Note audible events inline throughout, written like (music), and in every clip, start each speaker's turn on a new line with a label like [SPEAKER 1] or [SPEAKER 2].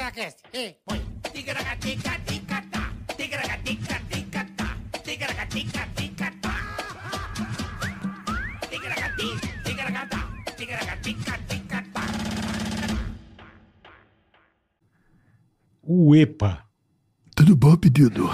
[SPEAKER 1] Ticaracast. E põe.
[SPEAKER 2] Ticaracaticaticatá. Ticaracaticaticatá. Ticaracaticaticatá. Ticaracati, ticaracatá. Ticaracaticatá.
[SPEAKER 3] O EPA.
[SPEAKER 4] Tudo bom, menino?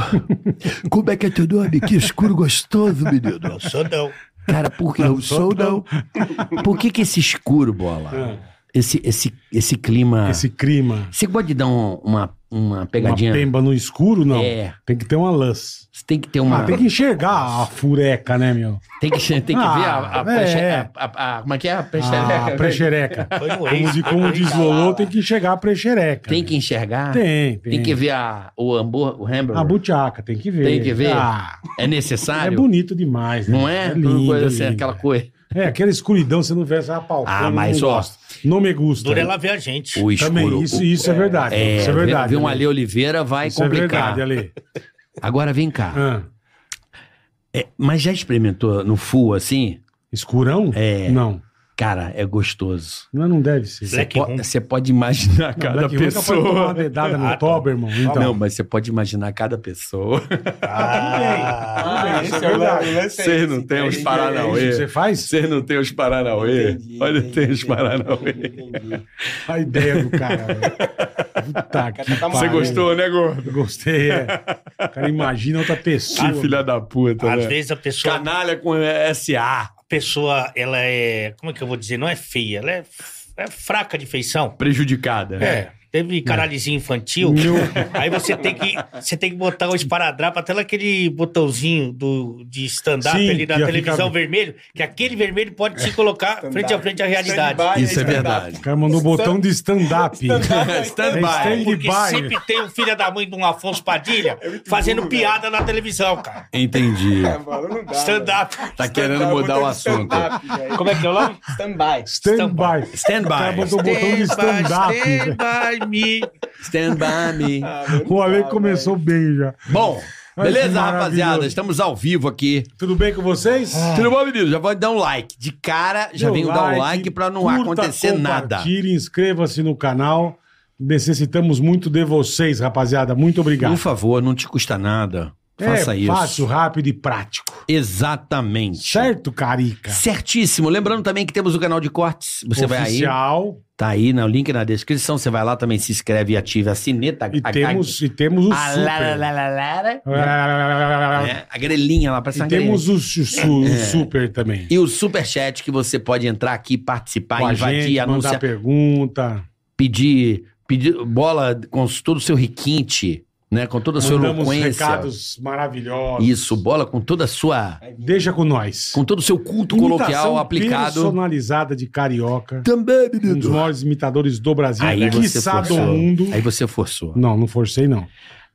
[SPEAKER 4] Como é que é teu nome? Que escuro gostoso, menino. Não sou não. Cara, por que não, sou não? É.
[SPEAKER 5] Por que que esse escuro, bola? Esse, esse, esse clima...
[SPEAKER 3] Esse clima.
[SPEAKER 5] Você pode dar um- uma, uma pegadinha?
[SPEAKER 3] Uma pemba no escuro, não.
[SPEAKER 5] É.
[SPEAKER 3] Tem que ter uma luz.
[SPEAKER 5] Você tem que ter uma...
[SPEAKER 3] Ah, tem que enxergar a fureca, né,
[SPEAKER 5] (laughs)
[SPEAKER 3] meu?
[SPEAKER 5] Tem que, tem que
[SPEAKER 3] Ah,
[SPEAKER 5] ver a, a,
[SPEAKER 3] é. Ah,
[SPEAKER 5] preche- a- a- a- Como é que é? A
[SPEAKER 3] A
[SPEAKER 5] prechereca.
[SPEAKER 3] prechereca.
[SPEAKER 5] (laughs)
[SPEAKER 4] Foi no
[SPEAKER 3] Como, de, como diz Lolo, tem que enxergar a prechereca.
[SPEAKER 5] Tem que enxergar?
[SPEAKER 3] Tem, tem.
[SPEAKER 5] Tem que ver a, o hambúrguer, o hambúrguer.
[SPEAKER 3] A butiaca, tem que ver.
[SPEAKER 5] Tem que ver.
[SPEAKER 3] Ah,
[SPEAKER 5] É
[SPEAKER 3] é
[SPEAKER 5] necessário?
[SPEAKER 3] bonito demais, né?
[SPEAKER 5] Não é?
[SPEAKER 3] É lindo,
[SPEAKER 5] coisa
[SPEAKER 3] é
[SPEAKER 5] assim,
[SPEAKER 3] lindo.
[SPEAKER 5] Aquela coisa.
[SPEAKER 3] É, aquela escuridão, você não vê essa palpa.
[SPEAKER 5] Ah, mas, ó,
[SPEAKER 3] Não me gusta.
[SPEAKER 4] Dura ela ver a gente.
[SPEAKER 5] O escuro.
[SPEAKER 3] Também, isso, isso é, verdade.
[SPEAKER 5] É,
[SPEAKER 3] isso é verdade.
[SPEAKER 5] Ver, ver um
[SPEAKER 3] Ale.
[SPEAKER 5] Ale Oliveira vai
[SPEAKER 3] Isso é
[SPEAKER 5] complicar.
[SPEAKER 3] verdade, Ale.
[SPEAKER 5] Agora vem cá.
[SPEAKER 3] Ah,
[SPEAKER 5] É, mas já experimentou no full assim?
[SPEAKER 3] escurão?
[SPEAKER 5] É.
[SPEAKER 3] Não,
[SPEAKER 5] Cara, é gostoso.
[SPEAKER 3] não, não deve ser.
[SPEAKER 4] Black
[SPEAKER 5] Po-
[SPEAKER 4] Room.
[SPEAKER 5] Você pode imaginar
[SPEAKER 3] Não,
[SPEAKER 5] cada
[SPEAKER 3] Black Room nunca pode tomar uma
[SPEAKER 5] pessoa. Ah, tá.
[SPEAKER 3] dedada no toba, irmão. Então,
[SPEAKER 5] Não, mas você pode imaginar cada (laughs) pessoa.
[SPEAKER 4] Ah,
[SPEAKER 3] Ah, isso é verdade.
[SPEAKER 5] Você não tem os
[SPEAKER 3] É isso que você
[SPEAKER 5] Paranauê.
[SPEAKER 3] faz?
[SPEAKER 5] Você não tem os Paranauê.
[SPEAKER 6] Entendi,
[SPEAKER 5] Olha,
[SPEAKER 6] entendi,
[SPEAKER 5] tem os
[SPEAKER 6] entendi,
[SPEAKER 5] Paranauê.
[SPEAKER 6] entendi.
[SPEAKER 3] A ideia do cara. velho. Puta que
[SPEAKER 6] Você
[SPEAKER 5] Você
[SPEAKER 3] pariu.
[SPEAKER 5] gostou, né, gordo?
[SPEAKER 3] Gostei, é. O cara imagina outra pessoa.
[SPEAKER 5] Que filha da
[SPEAKER 3] é
[SPEAKER 5] puta,
[SPEAKER 4] Às
[SPEAKER 5] né?
[SPEAKER 4] vezes a pessoa,
[SPEAKER 5] Canalha com SA.
[SPEAKER 4] a pessoa, ela é, como é que eu vou dizer? Não é feia, ela é, f- é fraca de feição.
[SPEAKER 5] Prejudicada.
[SPEAKER 4] É. Teve caralhozinho infantil. Aí você tem que você tem que botar o esparadrapo até aquele botãozinho do, de stand-up
[SPEAKER 3] Sim,
[SPEAKER 4] ali da
[SPEAKER 3] que ia
[SPEAKER 4] televisão
[SPEAKER 3] ficar-
[SPEAKER 4] vermelho, que aquele vermelho pode te colocar frente a frente à realidade.
[SPEAKER 6] Stand-by,
[SPEAKER 5] Isso é
[SPEAKER 6] stand-up.
[SPEAKER 5] verdade.
[SPEAKER 3] O cara mandou um botão de stand-up.
[SPEAKER 5] (laughs) Stand-by.
[SPEAKER 3] É stand-
[SPEAKER 4] Porque
[SPEAKER 3] Stand-by.
[SPEAKER 4] sempre tem o filho da mãe de um Afonso Padilha fazendo
[SPEAKER 6] burro,
[SPEAKER 4] piada na televisão, cara.
[SPEAKER 5] Entendi.
[SPEAKER 6] É, mano, não dá, velho.
[SPEAKER 4] Stand-up.
[SPEAKER 5] Tá querendo
[SPEAKER 6] Stand-up,
[SPEAKER 5] mudar o
[SPEAKER 6] botão de
[SPEAKER 5] assunto.
[SPEAKER 6] stand-up, velho.
[SPEAKER 4] Como é que é o nome?
[SPEAKER 6] Stand-by.
[SPEAKER 3] Stand-by. O cara
[SPEAKER 5] Stand-by.
[SPEAKER 3] mandou um botão de stand-up. né?
[SPEAKER 4] Stand
[SPEAKER 3] velho.
[SPEAKER 4] by me.
[SPEAKER 5] Stand-by me.
[SPEAKER 6] Ah, meu, não
[SPEAKER 3] O Ale
[SPEAKER 6] dá,
[SPEAKER 3] começou bem já.
[SPEAKER 5] Bom,
[SPEAKER 3] Olha que
[SPEAKER 5] beleza, rapaziada?
[SPEAKER 3] maravilhoso.
[SPEAKER 5] Estamos ao vivo aqui.
[SPEAKER 3] Tudo bem com vocês?
[SPEAKER 5] Tudo bom, menino? Já pode dar um like. De cara, Ah, já
[SPEAKER 3] Dê
[SPEAKER 5] venho dar um like pra não
[SPEAKER 3] curta,
[SPEAKER 5] acontecer nada.
[SPEAKER 3] Compartilhe, inscreva-se no canal. Necessitamos muito de vocês, rapaziada. Muito obrigado.
[SPEAKER 5] Por favor, não te custa nada. Faça
[SPEAKER 3] é
[SPEAKER 5] isso.
[SPEAKER 3] fácil, rápido e prático.
[SPEAKER 5] Exatamente.
[SPEAKER 3] Certo, Carica?
[SPEAKER 5] Certíssimo. Lembrando também que temos o canal de cortes. Você vai aí,
[SPEAKER 3] Oficial.
[SPEAKER 5] tá aí no link na descrição. Você vai lá também, se inscreve e ativa a sineta.
[SPEAKER 3] E
[SPEAKER 5] a- Ah, a-
[SPEAKER 3] temos, e temos o
[SPEAKER 5] a, la- la-
[SPEAKER 3] super.
[SPEAKER 5] la- la- la- la-
[SPEAKER 3] É.
[SPEAKER 5] né? A grelhinha lá, parece
[SPEAKER 3] E
[SPEAKER 5] uma grelhinha.
[SPEAKER 3] temos o, su- su- o super também.
[SPEAKER 5] E o superchat que você pode entrar aqui, participar,
[SPEAKER 3] Com a
[SPEAKER 5] invadir,
[SPEAKER 3] gente, mandar
[SPEAKER 5] anunciar,
[SPEAKER 3] pergunta.
[SPEAKER 5] pedir, pedir bola com todo o seu requinte, né? Com toda a sua
[SPEAKER 3] Mandamos
[SPEAKER 5] eloquência.
[SPEAKER 3] recados maravilhosos.
[SPEAKER 5] Isso, bola com toda a sua.
[SPEAKER 3] Deixa com nós.
[SPEAKER 5] Com todo o seu culto coloquial
[SPEAKER 3] Imitação
[SPEAKER 5] aplicado.
[SPEAKER 3] personalizada de carioca.
[SPEAKER 5] Também,
[SPEAKER 3] Um dos maiores imitadores do Brasil.
[SPEAKER 5] Aí você
[SPEAKER 3] quiçá do
[SPEAKER 5] forçou.
[SPEAKER 3] mundo.
[SPEAKER 5] Aí você forçou.
[SPEAKER 3] Não, não forcei, não.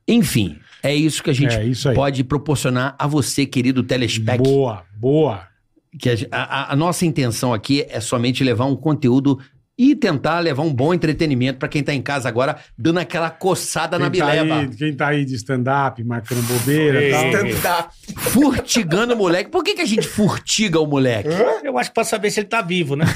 [SPEAKER 5] Enfim, é isso que a gente
[SPEAKER 3] É, isso aí.
[SPEAKER 5] pode proporcionar a você, querido telespec.
[SPEAKER 3] Boa, boa.
[SPEAKER 5] Que a, a- a nossa intenção aqui é somente levar um conteúdo e tentar levar um bom entretenimento pra quem tá em casa agora, dando aquela coçada na
[SPEAKER 3] Quem tá,
[SPEAKER 5] bileba.
[SPEAKER 3] aí, quem tá aí de stand-up, marcando bobeira e tal.
[SPEAKER 6] Stand-up.
[SPEAKER 5] Furtigando o moleque. Por que, que a gente furtiga o moleque?
[SPEAKER 4] Eu acho que pra saber se ele tá vivo, né?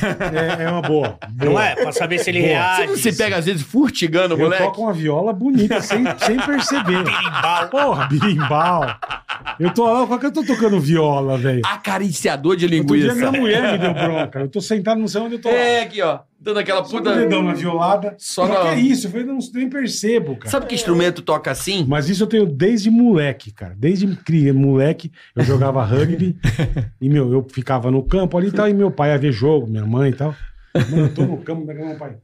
[SPEAKER 3] É, é uma boa.
[SPEAKER 4] Não é? Pra saber se ele
[SPEAKER 3] Boa.
[SPEAKER 5] Você
[SPEAKER 4] reage.
[SPEAKER 5] não se pega, às vezes, furtigando o
[SPEAKER 3] Eu
[SPEAKER 5] moleque?
[SPEAKER 3] toco uma viola bonita, sem, sem perceber.
[SPEAKER 4] Birimbau.
[SPEAKER 3] Porra, birimbau. Eu tô lá, qual que eu tô tocando viola, velho?
[SPEAKER 5] Acariciador de
[SPEAKER 3] Outro dia minha
[SPEAKER 5] linguiça.
[SPEAKER 3] mulher me deu bronca. Eu tô sentado, não sei onde eu tô.
[SPEAKER 5] É, aqui, ó. Dando aquela
[SPEAKER 3] Só
[SPEAKER 5] puta.
[SPEAKER 3] com o dedão na violada.
[SPEAKER 5] Só
[SPEAKER 3] Só que
[SPEAKER 5] na-
[SPEAKER 3] é isso, eu falei, não nem percebo, cara.
[SPEAKER 5] Sabe que instrumento toca assim?
[SPEAKER 3] Mas isso eu tenho desde moleque, cara. Desde cri- moleque, eu jogava rugby e meu, eu ficava no campo ali e tal, e meu pai ia ver jogo, minha mãe e tal. Mano, eu tô no campo, é meu pai.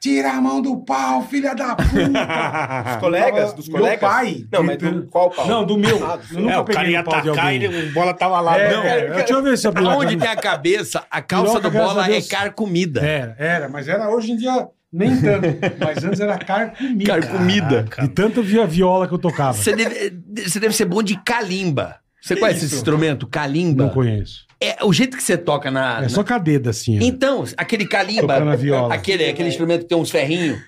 [SPEAKER 3] Tira a mão do pau, filha da puta!
[SPEAKER 6] Dos colegas? Dos
[SPEAKER 3] Meu
[SPEAKER 6] colegas?
[SPEAKER 3] pai.
[SPEAKER 6] Não, mas
[SPEAKER 3] gritando.
[SPEAKER 6] do qual pau?
[SPEAKER 3] Não, do meu.
[SPEAKER 6] Ah,
[SPEAKER 3] Eu
[SPEAKER 6] do-
[SPEAKER 3] nunca
[SPEAKER 4] É, o cara
[SPEAKER 3] peguei
[SPEAKER 4] ia
[SPEAKER 3] no pau de
[SPEAKER 4] atacar
[SPEAKER 3] alguém.
[SPEAKER 4] e ele- o bola tava lá.
[SPEAKER 3] É,
[SPEAKER 4] não.
[SPEAKER 3] era- deixa eu ver se eu
[SPEAKER 5] Aonde tem a cabeça, a calça
[SPEAKER 3] Piroca,
[SPEAKER 5] do bola
[SPEAKER 3] graças a
[SPEAKER 5] é
[SPEAKER 3] Deus.
[SPEAKER 5] carcomida.
[SPEAKER 3] Era, era, mas era hoje em dia nem tanto. mas antes era carcomida.
[SPEAKER 5] Carcomida.
[SPEAKER 3] De tanto eu via viola que eu tocava.
[SPEAKER 5] Você deve, você deve ser bom de calimba. Você conhece esse instrumento?
[SPEAKER 3] Não
[SPEAKER 5] Calimba?
[SPEAKER 3] conheço.
[SPEAKER 5] É o jeito que você toca na.
[SPEAKER 3] É só com a deda assim. ó.
[SPEAKER 5] Então, aquele calimba.
[SPEAKER 3] Tocando a viola. Ah,
[SPEAKER 5] Aquele, aquele instrumento que tem uns ferrinhos.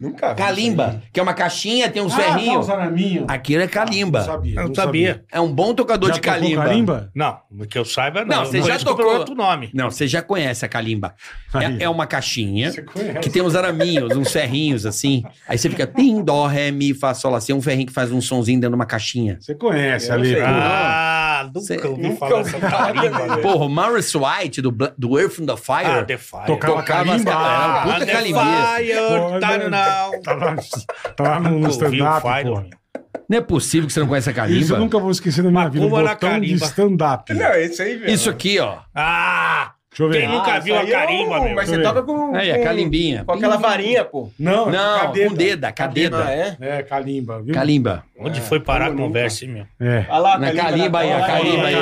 [SPEAKER 6] Nunca vi.
[SPEAKER 5] Calimba, que é uma caixinha, tem uns ferrinhos.
[SPEAKER 3] Tá, Zaraminho.
[SPEAKER 5] Aquilo é
[SPEAKER 3] Não
[SPEAKER 5] calimba.
[SPEAKER 3] sabia.
[SPEAKER 4] Eu não sabia.
[SPEAKER 5] É um bom tocador
[SPEAKER 3] Já
[SPEAKER 5] de
[SPEAKER 3] tocou
[SPEAKER 5] calimba.
[SPEAKER 3] calimba?
[SPEAKER 4] Não, que eu saiba, não.
[SPEAKER 5] Não,
[SPEAKER 4] Eu
[SPEAKER 5] você já
[SPEAKER 4] conheço pelo
[SPEAKER 5] tocou-
[SPEAKER 4] outro nome.
[SPEAKER 5] Não, você já conhece a calimba.
[SPEAKER 3] Aí.
[SPEAKER 5] É, é uma caixinha
[SPEAKER 3] Você conhece?
[SPEAKER 5] que tem uns araminhos, uns ferrinhos assim. Aí você fica tim, dó, ré, mi, fá, sol, lá. Tem um ferrinho que faz um sonzinho dentro de uma caixinha.
[SPEAKER 3] Você conhece
[SPEAKER 6] Eu
[SPEAKER 3] ali.
[SPEAKER 6] sei.
[SPEAKER 3] pô.
[SPEAKER 4] Ah, nunca
[SPEAKER 5] Cê-
[SPEAKER 4] ouvi
[SPEAKER 6] Nunca
[SPEAKER 4] falar
[SPEAKER 6] ouvi
[SPEAKER 4] dessa
[SPEAKER 6] falar
[SPEAKER 4] carimba.
[SPEAKER 6] dele.
[SPEAKER 4] velho.
[SPEAKER 5] Porra, o Morris White do, Bla- do Earth from the Fire.
[SPEAKER 4] Ah, The Fire.
[SPEAKER 3] Tocava
[SPEAKER 5] as-
[SPEAKER 3] carimba.
[SPEAKER 5] era um
[SPEAKER 4] Ah,
[SPEAKER 5] puta
[SPEAKER 4] The
[SPEAKER 5] calimbista.
[SPEAKER 4] Fire, tá
[SPEAKER 3] Olha.
[SPEAKER 4] não.
[SPEAKER 3] (laughs) Tá lá, tá lá no, no
[SPEAKER 4] Ouvi o
[SPEAKER 3] stand-up,
[SPEAKER 4] Fire,
[SPEAKER 3] pô.
[SPEAKER 4] meu.
[SPEAKER 5] Não é possível que você não conheça a calimba.
[SPEAKER 3] Isso eu nunca vou esquecer da minha vida. Um
[SPEAKER 4] Macumba na
[SPEAKER 3] botão de
[SPEAKER 4] carimba.
[SPEAKER 3] stand-up.
[SPEAKER 6] Não, esse aí, velho.
[SPEAKER 5] Isso aqui, ó.
[SPEAKER 4] Ah,
[SPEAKER 3] Deixa eu ver.
[SPEAKER 4] Quem nunca viu
[SPEAKER 6] isso
[SPEAKER 4] a
[SPEAKER 6] aí é
[SPEAKER 4] carimba,
[SPEAKER 6] um-
[SPEAKER 4] meu?
[SPEAKER 6] Mas você
[SPEAKER 3] Deixa eu
[SPEAKER 6] toca com.
[SPEAKER 5] Aí, a
[SPEAKER 6] com-
[SPEAKER 5] calimbinha.
[SPEAKER 6] Com aquela varinha, pô.
[SPEAKER 3] Não,
[SPEAKER 5] Não,
[SPEAKER 3] Ah, cadê?
[SPEAKER 5] com deda, cadeda.
[SPEAKER 6] Ah, é?
[SPEAKER 3] É, calimba, viu?
[SPEAKER 5] Calimba.
[SPEAKER 4] onde
[SPEAKER 3] Ah,
[SPEAKER 6] É,
[SPEAKER 4] foi parar a
[SPEAKER 6] como
[SPEAKER 4] conversa, hein, meu?
[SPEAKER 3] É.
[SPEAKER 6] Olha lá,
[SPEAKER 5] Na calimba aí, a calimba aí,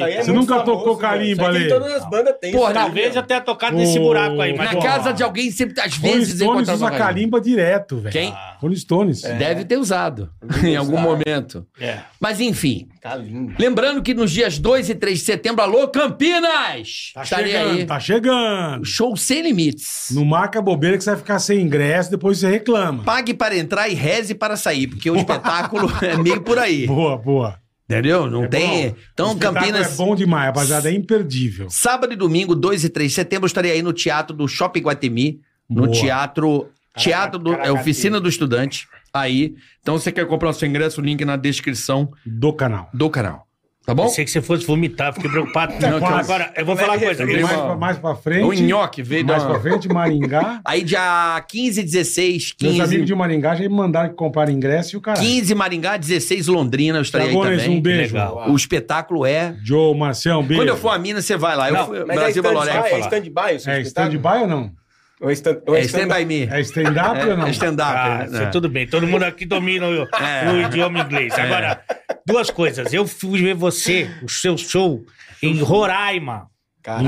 [SPEAKER 5] ó.
[SPEAKER 4] é
[SPEAKER 3] Você nunca tocou calimba
[SPEAKER 6] ali?
[SPEAKER 3] ali?
[SPEAKER 6] Todas as bandas tem.
[SPEAKER 5] Porra,
[SPEAKER 6] isso aí,
[SPEAKER 4] Talvez
[SPEAKER 6] velho.
[SPEAKER 4] eu tenha tocado nesse buraco aí, mas...
[SPEAKER 5] Na
[SPEAKER 3] Porra. É.
[SPEAKER 5] casa de alguém sempre, às
[SPEAKER 3] Rolling
[SPEAKER 5] vezes,
[SPEAKER 3] Stones
[SPEAKER 5] encontra uma
[SPEAKER 3] usa calimba direto, velho.
[SPEAKER 5] Quem? É.
[SPEAKER 3] Rolling Stones.
[SPEAKER 5] Deve ter usado (laughs) em algum momento.
[SPEAKER 4] É.
[SPEAKER 5] Mas enfim,
[SPEAKER 6] Calimba.
[SPEAKER 5] lembrando que nos dias 2 e 3 de setembro, alô Campinas!
[SPEAKER 3] Tá
[SPEAKER 5] Estarei
[SPEAKER 3] chegando,
[SPEAKER 5] aí.
[SPEAKER 3] tá chegando.
[SPEAKER 5] Show sem limites.
[SPEAKER 3] Não marca bobeira que você vai ficar sem ingresso, depois você reclama.
[SPEAKER 5] Pague para entrar e reze para sair, porque o (laughs) espetáculo é meio por aí.
[SPEAKER 3] Boa, boa.
[SPEAKER 5] Entendeu? Não
[SPEAKER 3] É
[SPEAKER 5] tem.
[SPEAKER 3] bom. O
[SPEAKER 5] Então,
[SPEAKER 3] espetáculo
[SPEAKER 5] Campinas.
[SPEAKER 3] É bom demais, rapaziada, é imperdível.
[SPEAKER 5] Sábado e domingo, 2 e 3 de setembro, eu estarei aí no Teatro do Shopping Guatemi, no
[SPEAKER 3] Boa.
[SPEAKER 5] Teatro. Teatro do. É
[SPEAKER 4] Caraca-
[SPEAKER 5] Oficina do Estudante. Aí. Então, se você quer comprar o seu ingresso, o link na descrição
[SPEAKER 3] Do canal.
[SPEAKER 5] do canal. Tá bom?
[SPEAKER 4] Pensei que você fosse vomitar, fiquei preocupado.
[SPEAKER 3] Não, quase.
[SPEAKER 4] Agora, eu vou
[SPEAKER 5] é
[SPEAKER 4] falar uma coisa.
[SPEAKER 5] Eu dei
[SPEAKER 3] Mais,
[SPEAKER 5] uma-
[SPEAKER 3] pra, mais pra frente.
[SPEAKER 5] É O um nhoque veio
[SPEAKER 3] mais
[SPEAKER 5] da-
[SPEAKER 3] pra frente,
[SPEAKER 5] (laughs)
[SPEAKER 3] Maringá.
[SPEAKER 5] Aí, dia 15, 16,
[SPEAKER 3] Meus
[SPEAKER 5] 15.
[SPEAKER 3] amigos de Maringá já me mandaram que compraram ingresso e o cara.
[SPEAKER 5] 15 Maringá, 16 Londrina, eu estarei aí
[SPEAKER 3] Dragones,
[SPEAKER 5] também.
[SPEAKER 3] um beijo.
[SPEAKER 4] Legal.
[SPEAKER 5] O espetáculo é.
[SPEAKER 3] Joe, Marcião, beijo.
[SPEAKER 5] Quando eu for a Minas, você vai lá. Eu
[SPEAKER 4] Não,
[SPEAKER 5] fui-
[SPEAKER 6] Mas é
[SPEAKER 5] Brasil Valoré.
[SPEAKER 6] stand-by? É
[SPEAKER 5] falar.
[SPEAKER 6] stand-by? o seu
[SPEAKER 3] É
[SPEAKER 6] espetáculo?
[SPEAKER 3] stand-by ou não?
[SPEAKER 6] Ou stand- ou
[SPEAKER 5] É
[SPEAKER 6] é stand-by?
[SPEAKER 5] stand-by me.
[SPEAKER 3] É stand-up ou não?
[SPEAKER 5] É stand-up.
[SPEAKER 4] Ah,
[SPEAKER 5] né?
[SPEAKER 4] isso tudo bem. Todo mundo aqui domina o,
[SPEAKER 5] É.
[SPEAKER 4] o idioma inglês. Agora, duas coisas. Eu fui ver você, o seu show, em Roraima.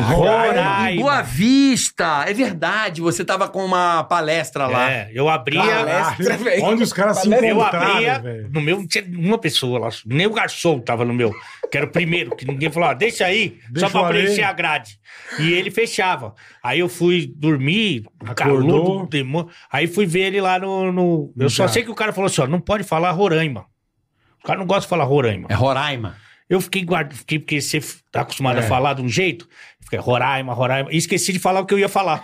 [SPEAKER 3] Roraima.
[SPEAKER 5] Em Boa Vista! É verdade, você tava com uma palestra lá.
[SPEAKER 4] É, eu abria.
[SPEAKER 6] Palestra, velho.
[SPEAKER 3] Onde os caras se
[SPEAKER 6] Palestra.
[SPEAKER 4] Eu
[SPEAKER 3] encontraram,
[SPEAKER 4] abria,
[SPEAKER 3] velho.
[SPEAKER 4] no meu, não tinha uma pessoa lá, nem o garçom tava no meu, que era o primeiro, que ninguém falou, ó, deixa aí,
[SPEAKER 3] Deixa
[SPEAKER 4] só
[SPEAKER 3] o
[SPEAKER 4] pra
[SPEAKER 3] areia.
[SPEAKER 4] preencher a grade. E ele fechava. Aí eu fui dormir, o
[SPEAKER 3] Acordou.
[SPEAKER 4] calor do demônio, aí fui ver ele lá no... no- eu só
[SPEAKER 3] Já.
[SPEAKER 4] sei que o cara falou assim, ó, não pode falar Roraima. O cara não gosta de falar Roraima.
[SPEAKER 5] É Roraima.
[SPEAKER 4] Eu fiquei guardando, fiquei, porque você f- tá acostumado
[SPEAKER 3] É.
[SPEAKER 4] a falar de um jeito, fiquei Roraima, Roraima, e esqueci de falar o que eu ia falar.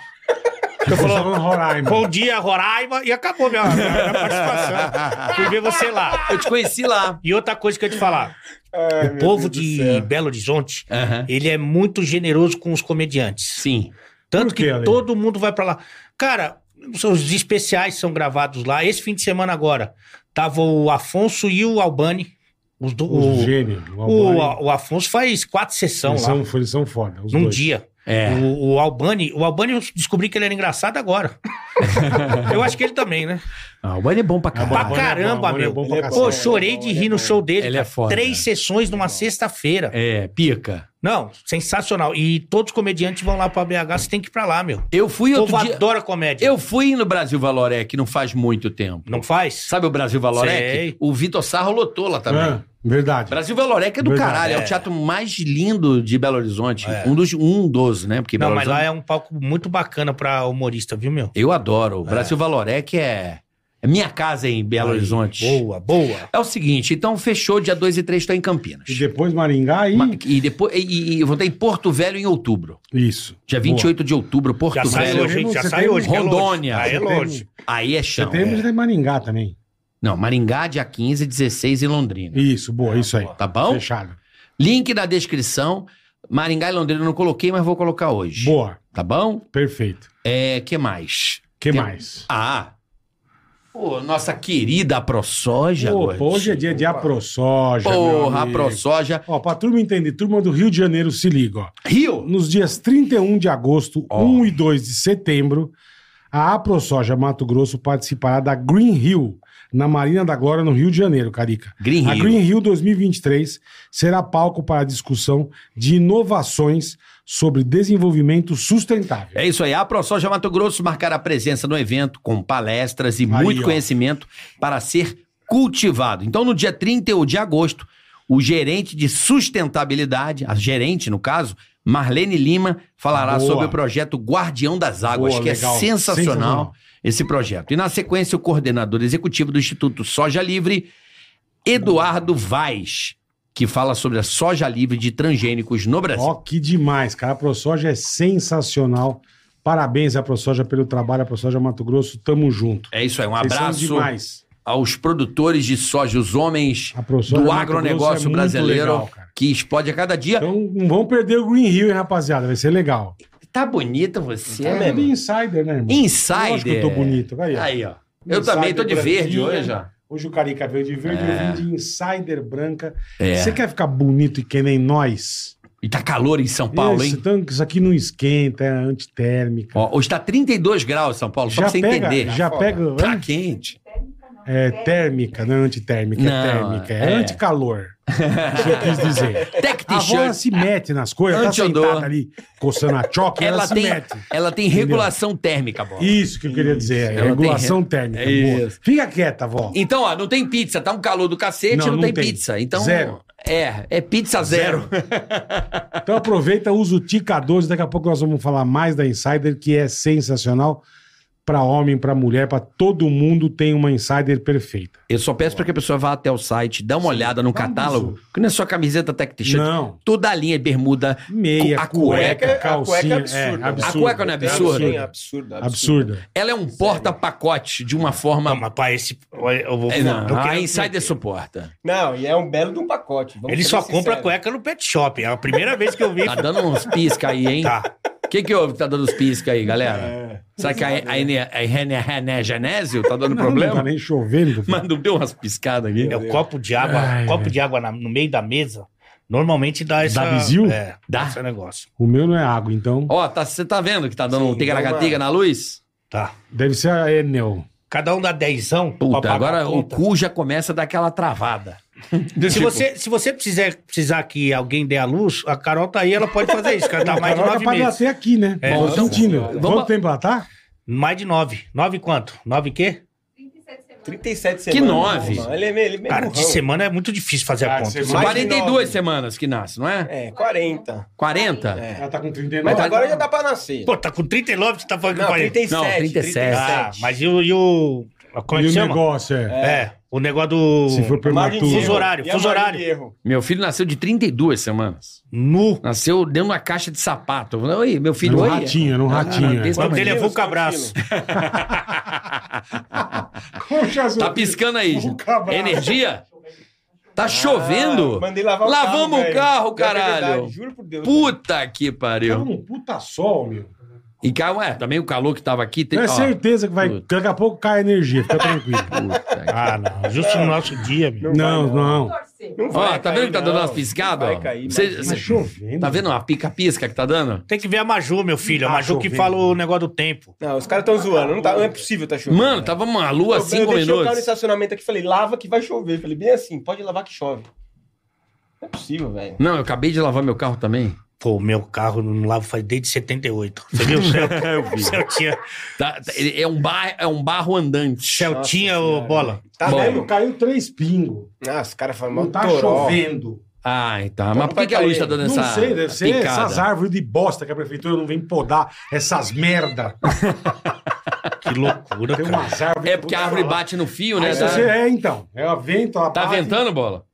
[SPEAKER 3] Eu falava Roraima.
[SPEAKER 4] Bom dia, Roraima, e acabou minha, minha participação. Fui ver você lá.
[SPEAKER 5] Eu te conheci
[SPEAKER 4] (laughs)
[SPEAKER 5] lá.
[SPEAKER 4] E outra coisa que eu ia te falar,
[SPEAKER 3] (laughs)
[SPEAKER 6] Ai,
[SPEAKER 4] o
[SPEAKER 6] meu
[SPEAKER 4] povo
[SPEAKER 6] Deus do
[SPEAKER 4] de
[SPEAKER 6] céu.
[SPEAKER 4] Belo Horizonte,
[SPEAKER 5] Aham.
[SPEAKER 4] ele é muito generoso com os comediantes.
[SPEAKER 5] Sim.
[SPEAKER 4] Tanto
[SPEAKER 3] Por quê,
[SPEAKER 4] que
[SPEAKER 3] Ale?
[SPEAKER 4] todo mundo vai pra lá. Cara, os especiais são gravados lá. Esse fim de semana agora, tava o Afonso e o Albani. Os do,
[SPEAKER 3] O
[SPEAKER 4] o,
[SPEAKER 3] gênio. O,
[SPEAKER 4] o,
[SPEAKER 3] Albani.
[SPEAKER 4] o Afonso faz quatro sessões
[SPEAKER 3] eles,
[SPEAKER 4] lá,
[SPEAKER 3] são, eles são foda. Os
[SPEAKER 4] num
[SPEAKER 3] dois.
[SPEAKER 4] dia.
[SPEAKER 5] É.
[SPEAKER 4] O, o Albani, o Albani eu descobri que ele era engraçado
[SPEAKER 5] (laughs)
[SPEAKER 4] agora. eu acho que ele também, né?
[SPEAKER 5] Ah, o Wayne é bom pra
[SPEAKER 3] É bom,
[SPEAKER 4] pra
[SPEAKER 5] caralho.
[SPEAKER 3] Albani é
[SPEAKER 4] caramba,
[SPEAKER 3] bom, Albani é
[SPEAKER 4] meu.
[SPEAKER 3] bom pra
[SPEAKER 4] Pô,
[SPEAKER 3] cacete.
[SPEAKER 4] chorei
[SPEAKER 6] Ele é
[SPEAKER 4] de rir
[SPEAKER 6] bom, ele é
[SPEAKER 4] no
[SPEAKER 6] bom.
[SPEAKER 4] show dele.
[SPEAKER 5] Ele
[SPEAKER 4] cara.
[SPEAKER 5] é foda.
[SPEAKER 4] Três sessões numa sexta-feira.
[SPEAKER 5] É, pica.
[SPEAKER 4] Não, sensacional. E todos os comediantes vão lá pra BH, você tem que ir pra lá, meu.
[SPEAKER 5] Eu fui
[SPEAKER 4] O
[SPEAKER 5] outro
[SPEAKER 4] povo
[SPEAKER 5] dia...
[SPEAKER 4] adora comédia.
[SPEAKER 5] Eu fui no Brasil Valoré, que não faz muito tempo.
[SPEAKER 4] Não faz?
[SPEAKER 5] Sabe o Brasil Valoré?
[SPEAKER 4] Sei.
[SPEAKER 5] O Vitor Sarro lotou lá também.
[SPEAKER 3] É, verdade.
[SPEAKER 5] Brasil Valoré que é do
[SPEAKER 3] Verdade.
[SPEAKER 5] caralho. É. o teatro mais lindo de Belo Horizonte.
[SPEAKER 4] É.
[SPEAKER 5] Um, dos, um dos, né? Porque
[SPEAKER 4] Não,
[SPEAKER 5] Belo
[SPEAKER 4] mas lá
[SPEAKER 5] Horizonte...
[SPEAKER 4] é um palco muito bacana pra humorista, viu, meu?
[SPEAKER 5] Eu
[SPEAKER 4] É.
[SPEAKER 5] adoro. O Brasil Valoré que é... É minha casa em Belo Horizonte.
[SPEAKER 4] Boa, boa.
[SPEAKER 5] É o seguinte, então fechou dia 2 e 3, estou em Campinas.
[SPEAKER 3] E depois Maringá aí.
[SPEAKER 5] Ma- E depois e, e eu vou estar em Porto Velho em outubro.
[SPEAKER 3] Isso.
[SPEAKER 5] Dia 28 de outubro, Porto
[SPEAKER 4] Já sai
[SPEAKER 5] Velho.
[SPEAKER 4] hoje, hein? Já
[SPEAKER 3] Você
[SPEAKER 4] sai
[SPEAKER 3] tem
[SPEAKER 4] hoje. que é longe.
[SPEAKER 5] Rondônia.
[SPEAKER 4] Ah, é
[SPEAKER 3] Você tem- um-
[SPEAKER 4] longe.
[SPEAKER 5] Aí é chão.
[SPEAKER 3] Setembro já tem Maringá também.
[SPEAKER 5] Não, Maringá, dia 15, 16 em Londrina.
[SPEAKER 3] Isso, boa, isso aí.
[SPEAKER 5] Tá bom?
[SPEAKER 3] Fechado.
[SPEAKER 5] Link na descrição. Maringá e Londrina eu não coloquei, mas vou colocar hoje.
[SPEAKER 3] Boa,
[SPEAKER 5] Tá bom?
[SPEAKER 3] perfeito.
[SPEAKER 5] É, que mais?
[SPEAKER 3] que
[SPEAKER 5] Tem-
[SPEAKER 3] mais?
[SPEAKER 5] Ah, pô, nossa querida ProSoja.
[SPEAKER 3] Pô,
[SPEAKER 5] Gordo.
[SPEAKER 3] pô, hoje é dia de AproSoja. meu
[SPEAKER 5] Porra, a
[SPEAKER 3] amigo.
[SPEAKER 5] ProSoja.
[SPEAKER 3] Ó, pra turma entender, turma do Rio de Janeiro, se liga, ó.
[SPEAKER 5] Rio!
[SPEAKER 3] Nos dias 31 de agosto,
[SPEAKER 5] Ó.
[SPEAKER 3] 1 e 2 de setembro, a AproSoja Mato Grosso participará da Green Hill, na Marina da Glória, no Rio de Janeiro, Carica.
[SPEAKER 5] Green
[SPEAKER 3] A
[SPEAKER 5] Rio.
[SPEAKER 3] Green Hill 2023 será palco para a discussão de inovações sobre desenvolvimento sustentável.
[SPEAKER 5] É isso aí. A ProSoja Mato Grosso marcará presença no evento com palestras e muito
[SPEAKER 3] ó.
[SPEAKER 5] conhecimento para ser cultivado. Então, no dia 31 de agosto, o gerente de sustentabilidade, a gerente, no caso, Marlene Lima, falará
[SPEAKER 3] Boa.
[SPEAKER 5] sobre o projeto Guardião das Águas,
[SPEAKER 3] Boa,
[SPEAKER 5] que
[SPEAKER 3] legal.
[SPEAKER 5] é sensacional.
[SPEAKER 3] Sensacional.
[SPEAKER 5] esse projeto. E na sequência, o coordenador executivo do Instituto Soja Livre, Eduardo Vaz, que fala sobre a soja livre de transgênicos no Brasil.
[SPEAKER 3] Ó, que demais, cara. A ProSoja é sensacional. Parabéns à ProSoja pelo trabalho, a ProSoja Mato Grosso. Tamo junto.
[SPEAKER 5] É isso aí, um
[SPEAKER 3] Vocês são
[SPEAKER 5] abraço
[SPEAKER 3] demais.
[SPEAKER 5] aos produtores de soja, os homens
[SPEAKER 3] A ProSoja Mato
[SPEAKER 5] do
[SPEAKER 3] Grosso é
[SPEAKER 5] agronegócio
[SPEAKER 3] muito
[SPEAKER 5] brasileiro
[SPEAKER 3] legal, cara.
[SPEAKER 5] que explode a cada dia.
[SPEAKER 3] Então não vão perder o Green Hill, hein, rapaziada. Vai ser legal.
[SPEAKER 5] Tá bonita você. é?
[SPEAKER 6] Tá
[SPEAKER 3] É
[SPEAKER 6] mesmo.
[SPEAKER 3] de insider, né, irmão?
[SPEAKER 5] Insider.
[SPEAKER 3] Lógico que eu tô bonito. Aí, ó.
[SPEAKER 5] Aí, ó. Eu
[SPEAKER 3] Insider
[SPEAKER 5] também tô de
[SPEAKER 3] branquinha.
[SPEAKER 5] verde hoje, ó.
[SPEAKER 3] Hoje o Carica veio de verde, eu vim de insider branca.
[SPEAKER 5] É.
[SPEAKER 3] Você quer ficar bonito e que nem nós?
[SPEAKER 5] E tá calor em São Paulo,
[SPEAKER 3] isso,
[SPEAKER 5] hein?
[SPEAKER 3] então, isso aqui não esquenta, é antitérmica.
[SPEAKER 5] Ó, hoje tá 32 graus em São Paulo, só pra você
[SPEAKER 3] pega,
[SPEAKER 5] entender.
[SPEAKER 3] Já
[SPEAKER 6] Foda.
[SPEAKER 3] pega.
[SPEAKER 5] Tá
[SPEAKER 3] an-
[SPEAKER 5] quente.
[SPEAKER 3] É térmica, não é antitérmica,
[SPEAKER 5] Não,
[SPEAKER 3] é térmica. É,
[SPEAKER 5] é.
[SPEAKER 3] anticalor. Isso que eu quis
[SPEAKER 5] (laughs)
[SPEAKER 3] dizer.
[SPEAKER 5] Tech
[SPEAKER 3] A avó ela
[SPEAKER 5] T-shirt.
[SPEAKER 3] se mete nas coisas, tá
[SPEAKER 5] Antiodor.
[SPEAKER 3] sentada ali, coçando a choque, ela,
[SPEAKER 5] Ela
[SPEAKER 3] se
[SPEAKER 5] tem,
[SPEAKER 3] mete.
[SPEAKER 5] ela tem regulação térmica, bola.
[SPEAKER 3] Isso que eu queria dizer, é
[SPEAKER 5] Ela tem
[SPEAKER 3] regulação
[SPEAKER 5] re-
[SPEAKER 3] térmica.
[SPEAKER 5] É
[SPEAKER 3] boa.
[SPEAKER 5] isso.
[SPEAKER 3] Fica quieta, vó.
[SPEAKER 5] Então, ó, não tem pizza, tá um calor do cacete, não,
[SPEAKER 3] Não, não
[SPEAKER 5] tem,
[SPEAKER 3] tem.
[SPEAKER 5] pizza. Então,
[SPEAKER 3] Zero.
[SPEAKER 5] é, é pizza zero.
[SPEAKER 3] Então aproveita, usa o Tica 12. Daqui a pouco nós vamos falar mais da Insider, que é sensacional. Pra homem, pra mulher, pra todo mundo tem uma Insider perfeita.
[SPEAKER 5] Eu só peço pra que a pessoa vá até o site, dá uma olhada
[SPEAKER 3] dá
[SPEAKER 5] no
[SPEAKER 3] um
[SPEAKER 5] catálogo, que não é só camiseta Tech T-shirt,
[SPEAKER 3] Não.
[SPEAKER 5] toda a linha bermuda.
[SPEAKER 3] Meia,
[SPEAKER 5] A
[SPEAKER 3] cueca,
[SPEAKER 6] cueca- a
[SPEAKER 3] calcinha.
[SPEAKER 6] cueca é absurda.
[SPEAKER 3] é,
[SPEAKER 5] A cueca não é absurda?
[SPEAKER 6] Sim, absurdo, absurdo.
[SPEAKER 3] Absurda.
[SPEAKER 5] Ela é um porta-pacote de uma forma.
[SPEAKER 4] Não, mas pá, esse. Eu vou
[SPEAKER 5] É,
[SPEAKER 4] falar, eu
[SPEAKER 5] não, a
[SPEAKER 4] quero- um
[SPEAKER 5] Insider suporta.
[SPEAKER 6] Não, e é um belo de um pacote. vamos
[SPEAKER 4] Ele
[SPEAKER 6] ser
[SPEAKER 4] só
[SPEAKER 6] bem
[SPEAKER 4] compra
[SPEAKER 6] sinceros.
[SPEAKER 4] cueca no pet shop. É a primeira vez que eu
[SPEAKER 5] (laughs)
[SPEAKER 4] vi.
[SPEAKER 5] Tá dando uns pisca aí, hein?
[SPEAKER 4] Tá.
[SPEAKER 5] O que, que houve que tá dando os pisca aí, galera? Será que a, a, Ene- a Irene- a René Genésio tá dando
[SPEAKER 3] Não,
[SPEAKER 5] problema?
[SPEAKER 3] Não tá nem chovendo. filho.
[SPEAKER 5] Mano, deu umas piscadas aqui.
[SPEAKER 4] É o copo de água,
[SPEAKER 3] Ai,
[SPEAKER 4] copo
[SPEAKER 3] velho.
[SPEAKER 4] de água na- no meio da mesa. Normalmente dá essa.
[SPEAKER 3] visil?
[SPEAKER 4] É,
[SPEAKER 5] Dá?
[SPEAKER 4] dá esse negócio.
[SPEAKER 3] O meu não é água, então.
[SPEAKER 5] Ó, tá- você tá vendo que tá dando
[SPEAKER 6] Sim,
[SPEAKER 5] um tigaragatiga
[SPEAKER 6] dá
[SPEAKER 5] na luz?
[SPEAKER 4] Tá.
[SPEAKER 3] Deve ser a Enel.
[SPEAKER 4] Cada um dá dezão. pra
[SPEAKER 5] Puta,
[SPEAKER 4] pagar a
[SPEAKER 5] agora o
[SPEAKER 4] conta.
[SPEAKER 5] cu tipo já começa a dar aquela travada.
[SPEAKER 4] Se você, se você precisar, precisar que alguém dê a luz, a Carol tá aí, ela pode fazer isso, que
[SPEAKER 3] (laughs)
[SPEAKER 4] ela tá mais de
[SPEAKER 3] Agora
[SPEAKER 4] nove
[SPEAKER 3] pra
[SPEAKER 4] meses.
[SPEAKER 3] nascer aqui, né?
[SPEAKER 4] É,
[SPEAKER 3] Tô
[SPEAKER 5] então-
[SPEAKER 3] sentindo.
[SPEAKER 5] vamos-
[SPEAKER 3] Quanto tempo ela tá?
[SPEAKER 4] Mais de nove. Nove quanto? Nove quê?
[SPEAKER 6] 37
[SPEAKER 5] Que
[SPEAKER 6] semanas.
[SPEAKER 5] nove?
[SPEAKER 6] irmão. Ele é meio, ele é meio
[SPEAKER 4] Cara, de
[SPEAKER 6] burrão.
[SPEAKER 4] semana é muito difícil fazer a
[SPEAKER 3] Cara,
[SPEAKER 4] conta.
[SPEAKER 3] semana-
[SPEAKER 5] São
[SPEAKER 6] Mais de
[SPEAKER 5] 42
[SPEAKER 6] nove.
[SPEAKER 5] semanas que nasce, não é?
[SPEAKER 6] É, 40.
[SPEAKER 5] 40?
[SPEAKER 6] É.
[SPEAKER 3] Ela tá com
[SPEAKER 6] Mas
[SPEAKER 3] 39.
[SPEAKER 5] tá-
[SPEAKER 6] agora já dá pra nascer.
[SPEAKER 4] Pô, tá com 39, você tá falando que
[SPEAKER 6] não,
[SPEAKER 4] vai-
[SPEAKER 6] 37.
[SPEAKER 5] Não, 37.
[SPEAKER 4] Ah, mas e o. E o como é
[SPEAKER 3] E
[SPEAKER 4] que
[SPEAKER 3] o
[SPEAKER 4] chama?
[SPEAKER 3] negócio é.
[SPEAKER 4] É. o negócio do.
[SPEAKER 3] Se for
[SPEAKER 6] Margem de
[SPEAKER 3] prematuro.
[SPEAKER 4] Fuso
[SPEAKER 6] erro.
[SPEAKER 4] horário,
[SPEAKER 6] E a
[SPEAKER 4] fuso
[SPEAKER 6] margem
[SPEAKER 4] horário.
[SPEAKER 6] de erro?
[SPEAKER 5] Meu filho nasceu de 32 semanas.
[SPEAKER 4] Nu.
[SPEAKER 5] Nasceu dentro de uma caixa de sapato. Eu falei, Oi, meu filho,
[SPEAKER 3] Era um
[SPEAKER 5] oi.
[SPEAKER 3] ratinho, era um ratinho, é.
[SPEAKER 5] desse
[SPEAKER 4] O nome dele é
[SPEAKER 5] tamanho.
[SPEAKER 4] Vulcabras.
[SPEAKER 3] né? Poxa, Jesus.
[SPEAKER 5] Tá piscando aí. gente.
[SPEAKER 3] Vulca Brás.
[SPEAKER 5] Energia? Tá
[SPEAKER 6] Ah,
[SPEAKER 5] chovendo?
[SPEAKER 6] Mandei lavar o
[SPEAKER 5] Lavamos o
[SPEAKER 6] velho.
[SPEAKER 5] carro,
[SPEAKER 6] Pior que é
[SPEAKER 5] caralho.
[SPEAKER 6] verdade, juro por Deus.
[SPEAKER 5] Puta que
[SPEAKER 3] Tá
[SPEAKER 5] pariu.
[SPEAKER 3] um puta sol, meu.
[SPEAKER 5] E cai, ué, também o calor que tava aqui. Tem,
[SPEAKER 3] É
[SPEAKER 5] ó.
[SPEAKER 3] certeza que vai.
[SPEAKER 5] Puta.
[SPEAKER 3] Daqui a pouco cai a energia, fica tranquilo.
[SPEAKER 5] (laughs) Puta que-
[SPEAKER 4] Ah, não. Justo no nosso dia, meu.
[SPEAKER 3] Não,
[SPEAKER 6] vai,
[SPEAKER 3] não.
[SPEAKER 6] Não
[SPEAKER 5] Ó,
[SPEAKER 6] vai
[SPEAKER 5] tá vendo
[SPEAKER 6] cair,
[SPEAKER 5] que tá
[SPEAKER 6] não.
[SPEAKER 5] dando umas piscadas?
[SPEAKER 6] Vai
[SPEAKER 5] ó?
[SPEAKER 6] cair,
[SPEAKER 5] Cê-
[SPEAKER 6] imagina.
[SPEAKER 5] cê-
[SPEAKER 3] Tá chovendo.
[SPEAKER 5] tá vendo uma pica-pisca que tá dando?
[SPEAKER 4] Tem que ver a Maju, meu filho. A
[SPEAKER 3] Ah,
[SPEAKER 4] Maju que
[SPEAKER 3] chovendo.
[SPEAKER 4] fala o negócio do tempo.
[SPEAKER 6] Não, os caras tão zoando. Não, tá, não é possível tá chovendo.
[SPEAKER 5] Mano, tava uma lua
[SPEAKER 6] Eu- Eu
[SPEAKER 5] cinco
[SPEAKER 6] deixei o carro no
[SPEAKER 5] minutos.
[SPEAKER 6] estacionamento aqui falei, lava que vai chover. Falei, bem assim, pode lavar que chove. Não é possível, velho.
[SPEAKER 5] Não, eu acabei de lavar meu carro também.
[SPEAKER 4] Pô, o meu carro não lavo faz desde 78. Você viu? Seu,
[SPEAKER 6] (laughs)
[SPEAKER 4] seu tinha,
[SPEAKER 5] Tá- tá- ele- é, um bar, é um barro andante.
[SPEAKER 4] seu
[SPEAKER 6] Nossa
[SPEAKER 4] tinha ô,
[SPEAKER 6] Senhora.
[SPEAKER 4] bola.
[SPEAKER 6] Tá
[SPEAKER 5] Bom.
[SPEAKER 3] Caiu,
[SPEAKER 6] vendo?
[SPEAKER 3] caiu três pingos.
[SPEAKER 6] Ah, os caras falam,
[SPEAKER 3] Não
[SPEAKER 6] mal
[SPEAKER 3] tá chovendo.
[SPEAKER 5] Ai, tá.
[SPEAKER 6] Então
[SPEAKER 5] Mas
[SPEAKER 6] não
[SPEAKER 5] por que,
[SPEAKER 6] vai
[SPEAKER 5] que a luz tá
[SPEAKER 6] cair.
[SPEAKER 5] dando
[SPEAKER 3] Não
[SPEAKER 5] essa.
[SPEAKER 3] sei, deve ser
[SPEAKER 5] picada?
[SPEAKER 3] essas árvores de bosta que a prefeitura não vem podar. Essas merda.
[SPEAKER 4] Que loucura,
[SPEAKER 3] Tem
[SPEAKER 4] cara.
[SPEAKER 3] umas árvores.
[SPEAKER 5] É porque a árvore bate no fio, né?
[SPEAKER 3] Aí
[SPEAKER 5] Tá,
[SPEAKER 3] você- É, então. É o vento, ela
[SPEAKER 5] tá
[SPEAKER 3] bate.
[SPEAKER 5] ventando, bola?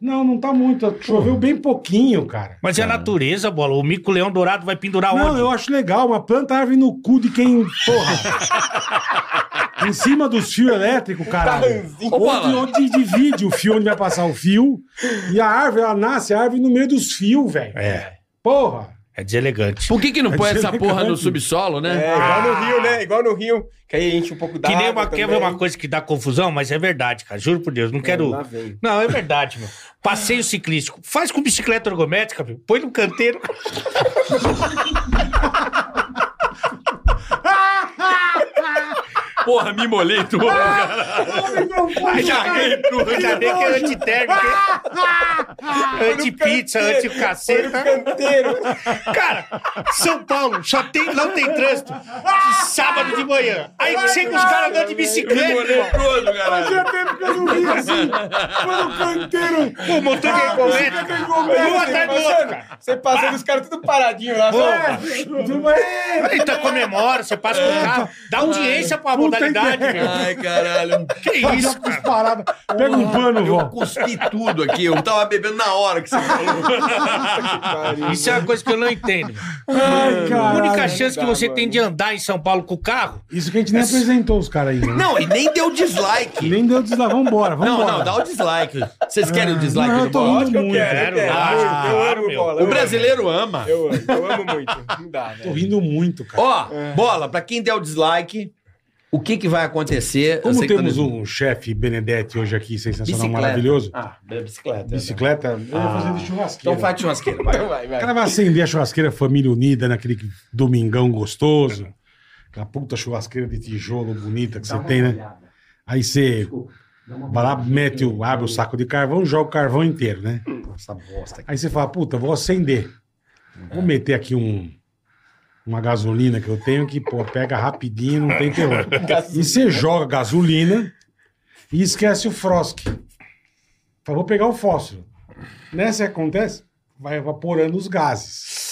[SPEAKER 3] Não, não tá muito. Choveu bem pouquinho, cara.
[SPEAKER 4] Mas é a natureza, bola. O mico-leão dourado vai
[SPEAKER 5] Tá
[SPEAKER 4] pendurar
[SPEAKER 3] Não,
[SPEAKER 4] onde?
[SPEAKER 3] eu acho legal, mas planta árvore no cu de quem.
[SPEAKER 5] (laughs)
[SPEAKER 3] Porra! em cima dos fios elétricos,
[SPEAKER 5] Tá
[SPEAKER 3] caralho.
[SPEAKER 5] Ô,
[SPEAKER 6] Carranzinho.
[SPEAKER 3] Onde,
[SPEAKER 5] bola,
[SPEAKER 3] onde divide o fio, onde vai passar o fio. E a árvore, ela nasce, a árvore no meio dos fios, velho.
[SPEAKER 4] É,
[SPEAKER 3] Porra!
[SPEAKER 4] é deselegante.
[SPEAKER 5] por que, que não põe essa
[SPEAKER 3] Deselegante.
[SPEAKER 5] porra no subsolo,
[SPEAKER 6] É,
[SPEAKER 5] né?
[SPEAKER 6] igual no Rio, né? Igual no Rio. Que aí enche um pouco
[SPEAKER 4] Que
[SPEAKER 6] d'água
[SPEAKER 4] nem uma
[SPEAKER 6] também.
[SPEAKER 4] quebra é uma coisa que dá confusão, mas é verdade, cara. Juro por Deus. Não quero.
[SPEAKER 6] lá vem.
[SPEAKER 4] Não, é verdade, meu. Passeio ciclístico. Faz com bicicleta ergométrica, meu. Põe no
[SPEAKER 6] (laughs)
[SPEAKER 4] canteiro.
[SPEAKER 5] Porra, me molhei tudo.
[SPEAKER 3] Ah,
[SPEAKER 5] Caguei tudo.
[SPEAKER 4] Ainda bem que é antitérmico, hein? Antipizza,
[SPEAKER 6] Foi
[SPEAKER 4] anticaceta.
[SPEAKER 6] no um (laughs) canteiro.
[SPEAKER 4] Cara, São Paulo só tem, não tem trânsito de sábado de manhã. Aí sei que os caras andam de
[SPEAKER 5] Me
[SPEAKER 4] bicicleta,
[SPEAKER 5] molhei
[SPEAKER 4] irmão.
[SPEAKER 5] todo, caralho.
[SPEAKER 3] Fazia tempo que eu não vi assim. Foi no canteiro.
[SPEAKER 4] O motor
[SPEAKER 5] é
[SPEAKER 4] que
[SPEAKER 3] Fica
[SPEAKER 4] comete.
[SPEAKER 3] com assim,
[SPEAKER 4] Um
[SPEAKER 3] engomento.
[SPEAKER 6] tá
[SPEAKER 5] tá
[SPEAKER 4] atrás do outro, cara.
[SPEAKER 6] Você passando os caras tudo paradinho lá. Só...
[SPEAKER 3] É.
[SPEAKER 4] Então comemora, você passa com o carro. Dá audiência pra
[SPEAKER 3] Puta
[SPEAKER 4] modalidade,
[SPEAKER 3] ideia.
[SPEAKER 4] meu.
[SPEAKER 5] Ai, caralho.
[SPEAKER 4] Que isso, cara.
[SPEAKER 3] Parada. Pega um pano,
[SPEAKER 5] Eu
[SPEAKER 3] vó.
[SPEAKER 5] cuspi tudo aqui. Eu tava bebendo na hora que você falou.
[SPEAKER 4] Isso é uma coisa que eu não entendo.
[SPEAKER 3] Ai,
[SPEAKER 4] A única
[SPEAKER 3] cara.
[SPEAKER 4] chance que
[SPEAKER 6] dá,
[SPEAKER 4] você tem
[SPEAKER 6] mano.
[SPEAKER 4] de andar em São Paulo com o carro.
[SPEAKER 3] Isso que a gente nem apresentou os caras ainda. né?
[SPEAKER 5] Não, e nem deu dislike.
[SPEAKER 3] Nem deu desligar. Vambora,
[SPEAKER 5] Não,
[SPEAKER 3] vambora. É.
[SPEAKER 5] não, dá o dislike. Vocês querem o dislike
[SPEAKER 3] Não,
[SPEAKER 5] do
[SPEAKER 3] eu tô
[SPEAKER 5] Bola?
[SPEAKER 3] rindo muito.
[SPEAKER 6] quero,
[SPEAKER 3] cara.
[SPEAKER 6] eu
[SPEAKER 4] Ah,
[SPEAKER 6] amo, eu amo
[SPEAKER 4] meu.
[SPEAKER 6] bola.
[SPEAKER 5] O
[SPEAKER 6] eu amo.
[SPEAKER 5] brasileiro ama.
[SPEAKER 6] Eu amo, eu amo muito. Não dá,
[SPEAKER 3] Tô
[SPEAKER 6] velho.
[SPEAKER 3] rindo muito, cara.
[SPEAKER 5] um- Ó, Bola, pra quem der o dislike, o que que vai acontecer? Eu
[SPEAKER 3] Como
[SPEAKER 5] sei que tá
[SPEAKER 3] temos
[SPEAKER 5] dentro-
[SPEAKER 3] um chefe Benedetti hoje aqui, sensacional,
[SPEAKER 5] Bicicleta.
[SPEAKER 3] maravilhoso.
[SPEAKER 5] Ah, da bicicleta.
[SPEAKER 3] Bicicleta, ele vai fazer de churrasqueira.
[SPEAKER 5] Então faz churrasqueira, vai.
[SPEAKER 6] Então vai,
[SPEAKER 3] O
[SPEAKER 6] vai.
[SPEAKER 3] cara vai acender a churrasqueira Família Unida naquele domingão gostoso. Aquela puta churrasqueira de tijolo bonita que você tem, né? Aí você vai lá, mete o, abre o saco de carvão, joga o carvão inteiro, né?
[SPEAKER 5] Hum, Essa bosta aqui. É.
[SPEAKER 3] Aí você fala, puta, vou acender. Vou meter aqui um, uma gasolina que eu tenho que, pô, pega rapidinho, não tem terror.
[SPEAKER 5] (laughs)
[SPEAKER 3] e você joga gasolina e esquece o frosk. Fala, vou pegar o fósforo. Nessa que acontece, vai evaporando os gases.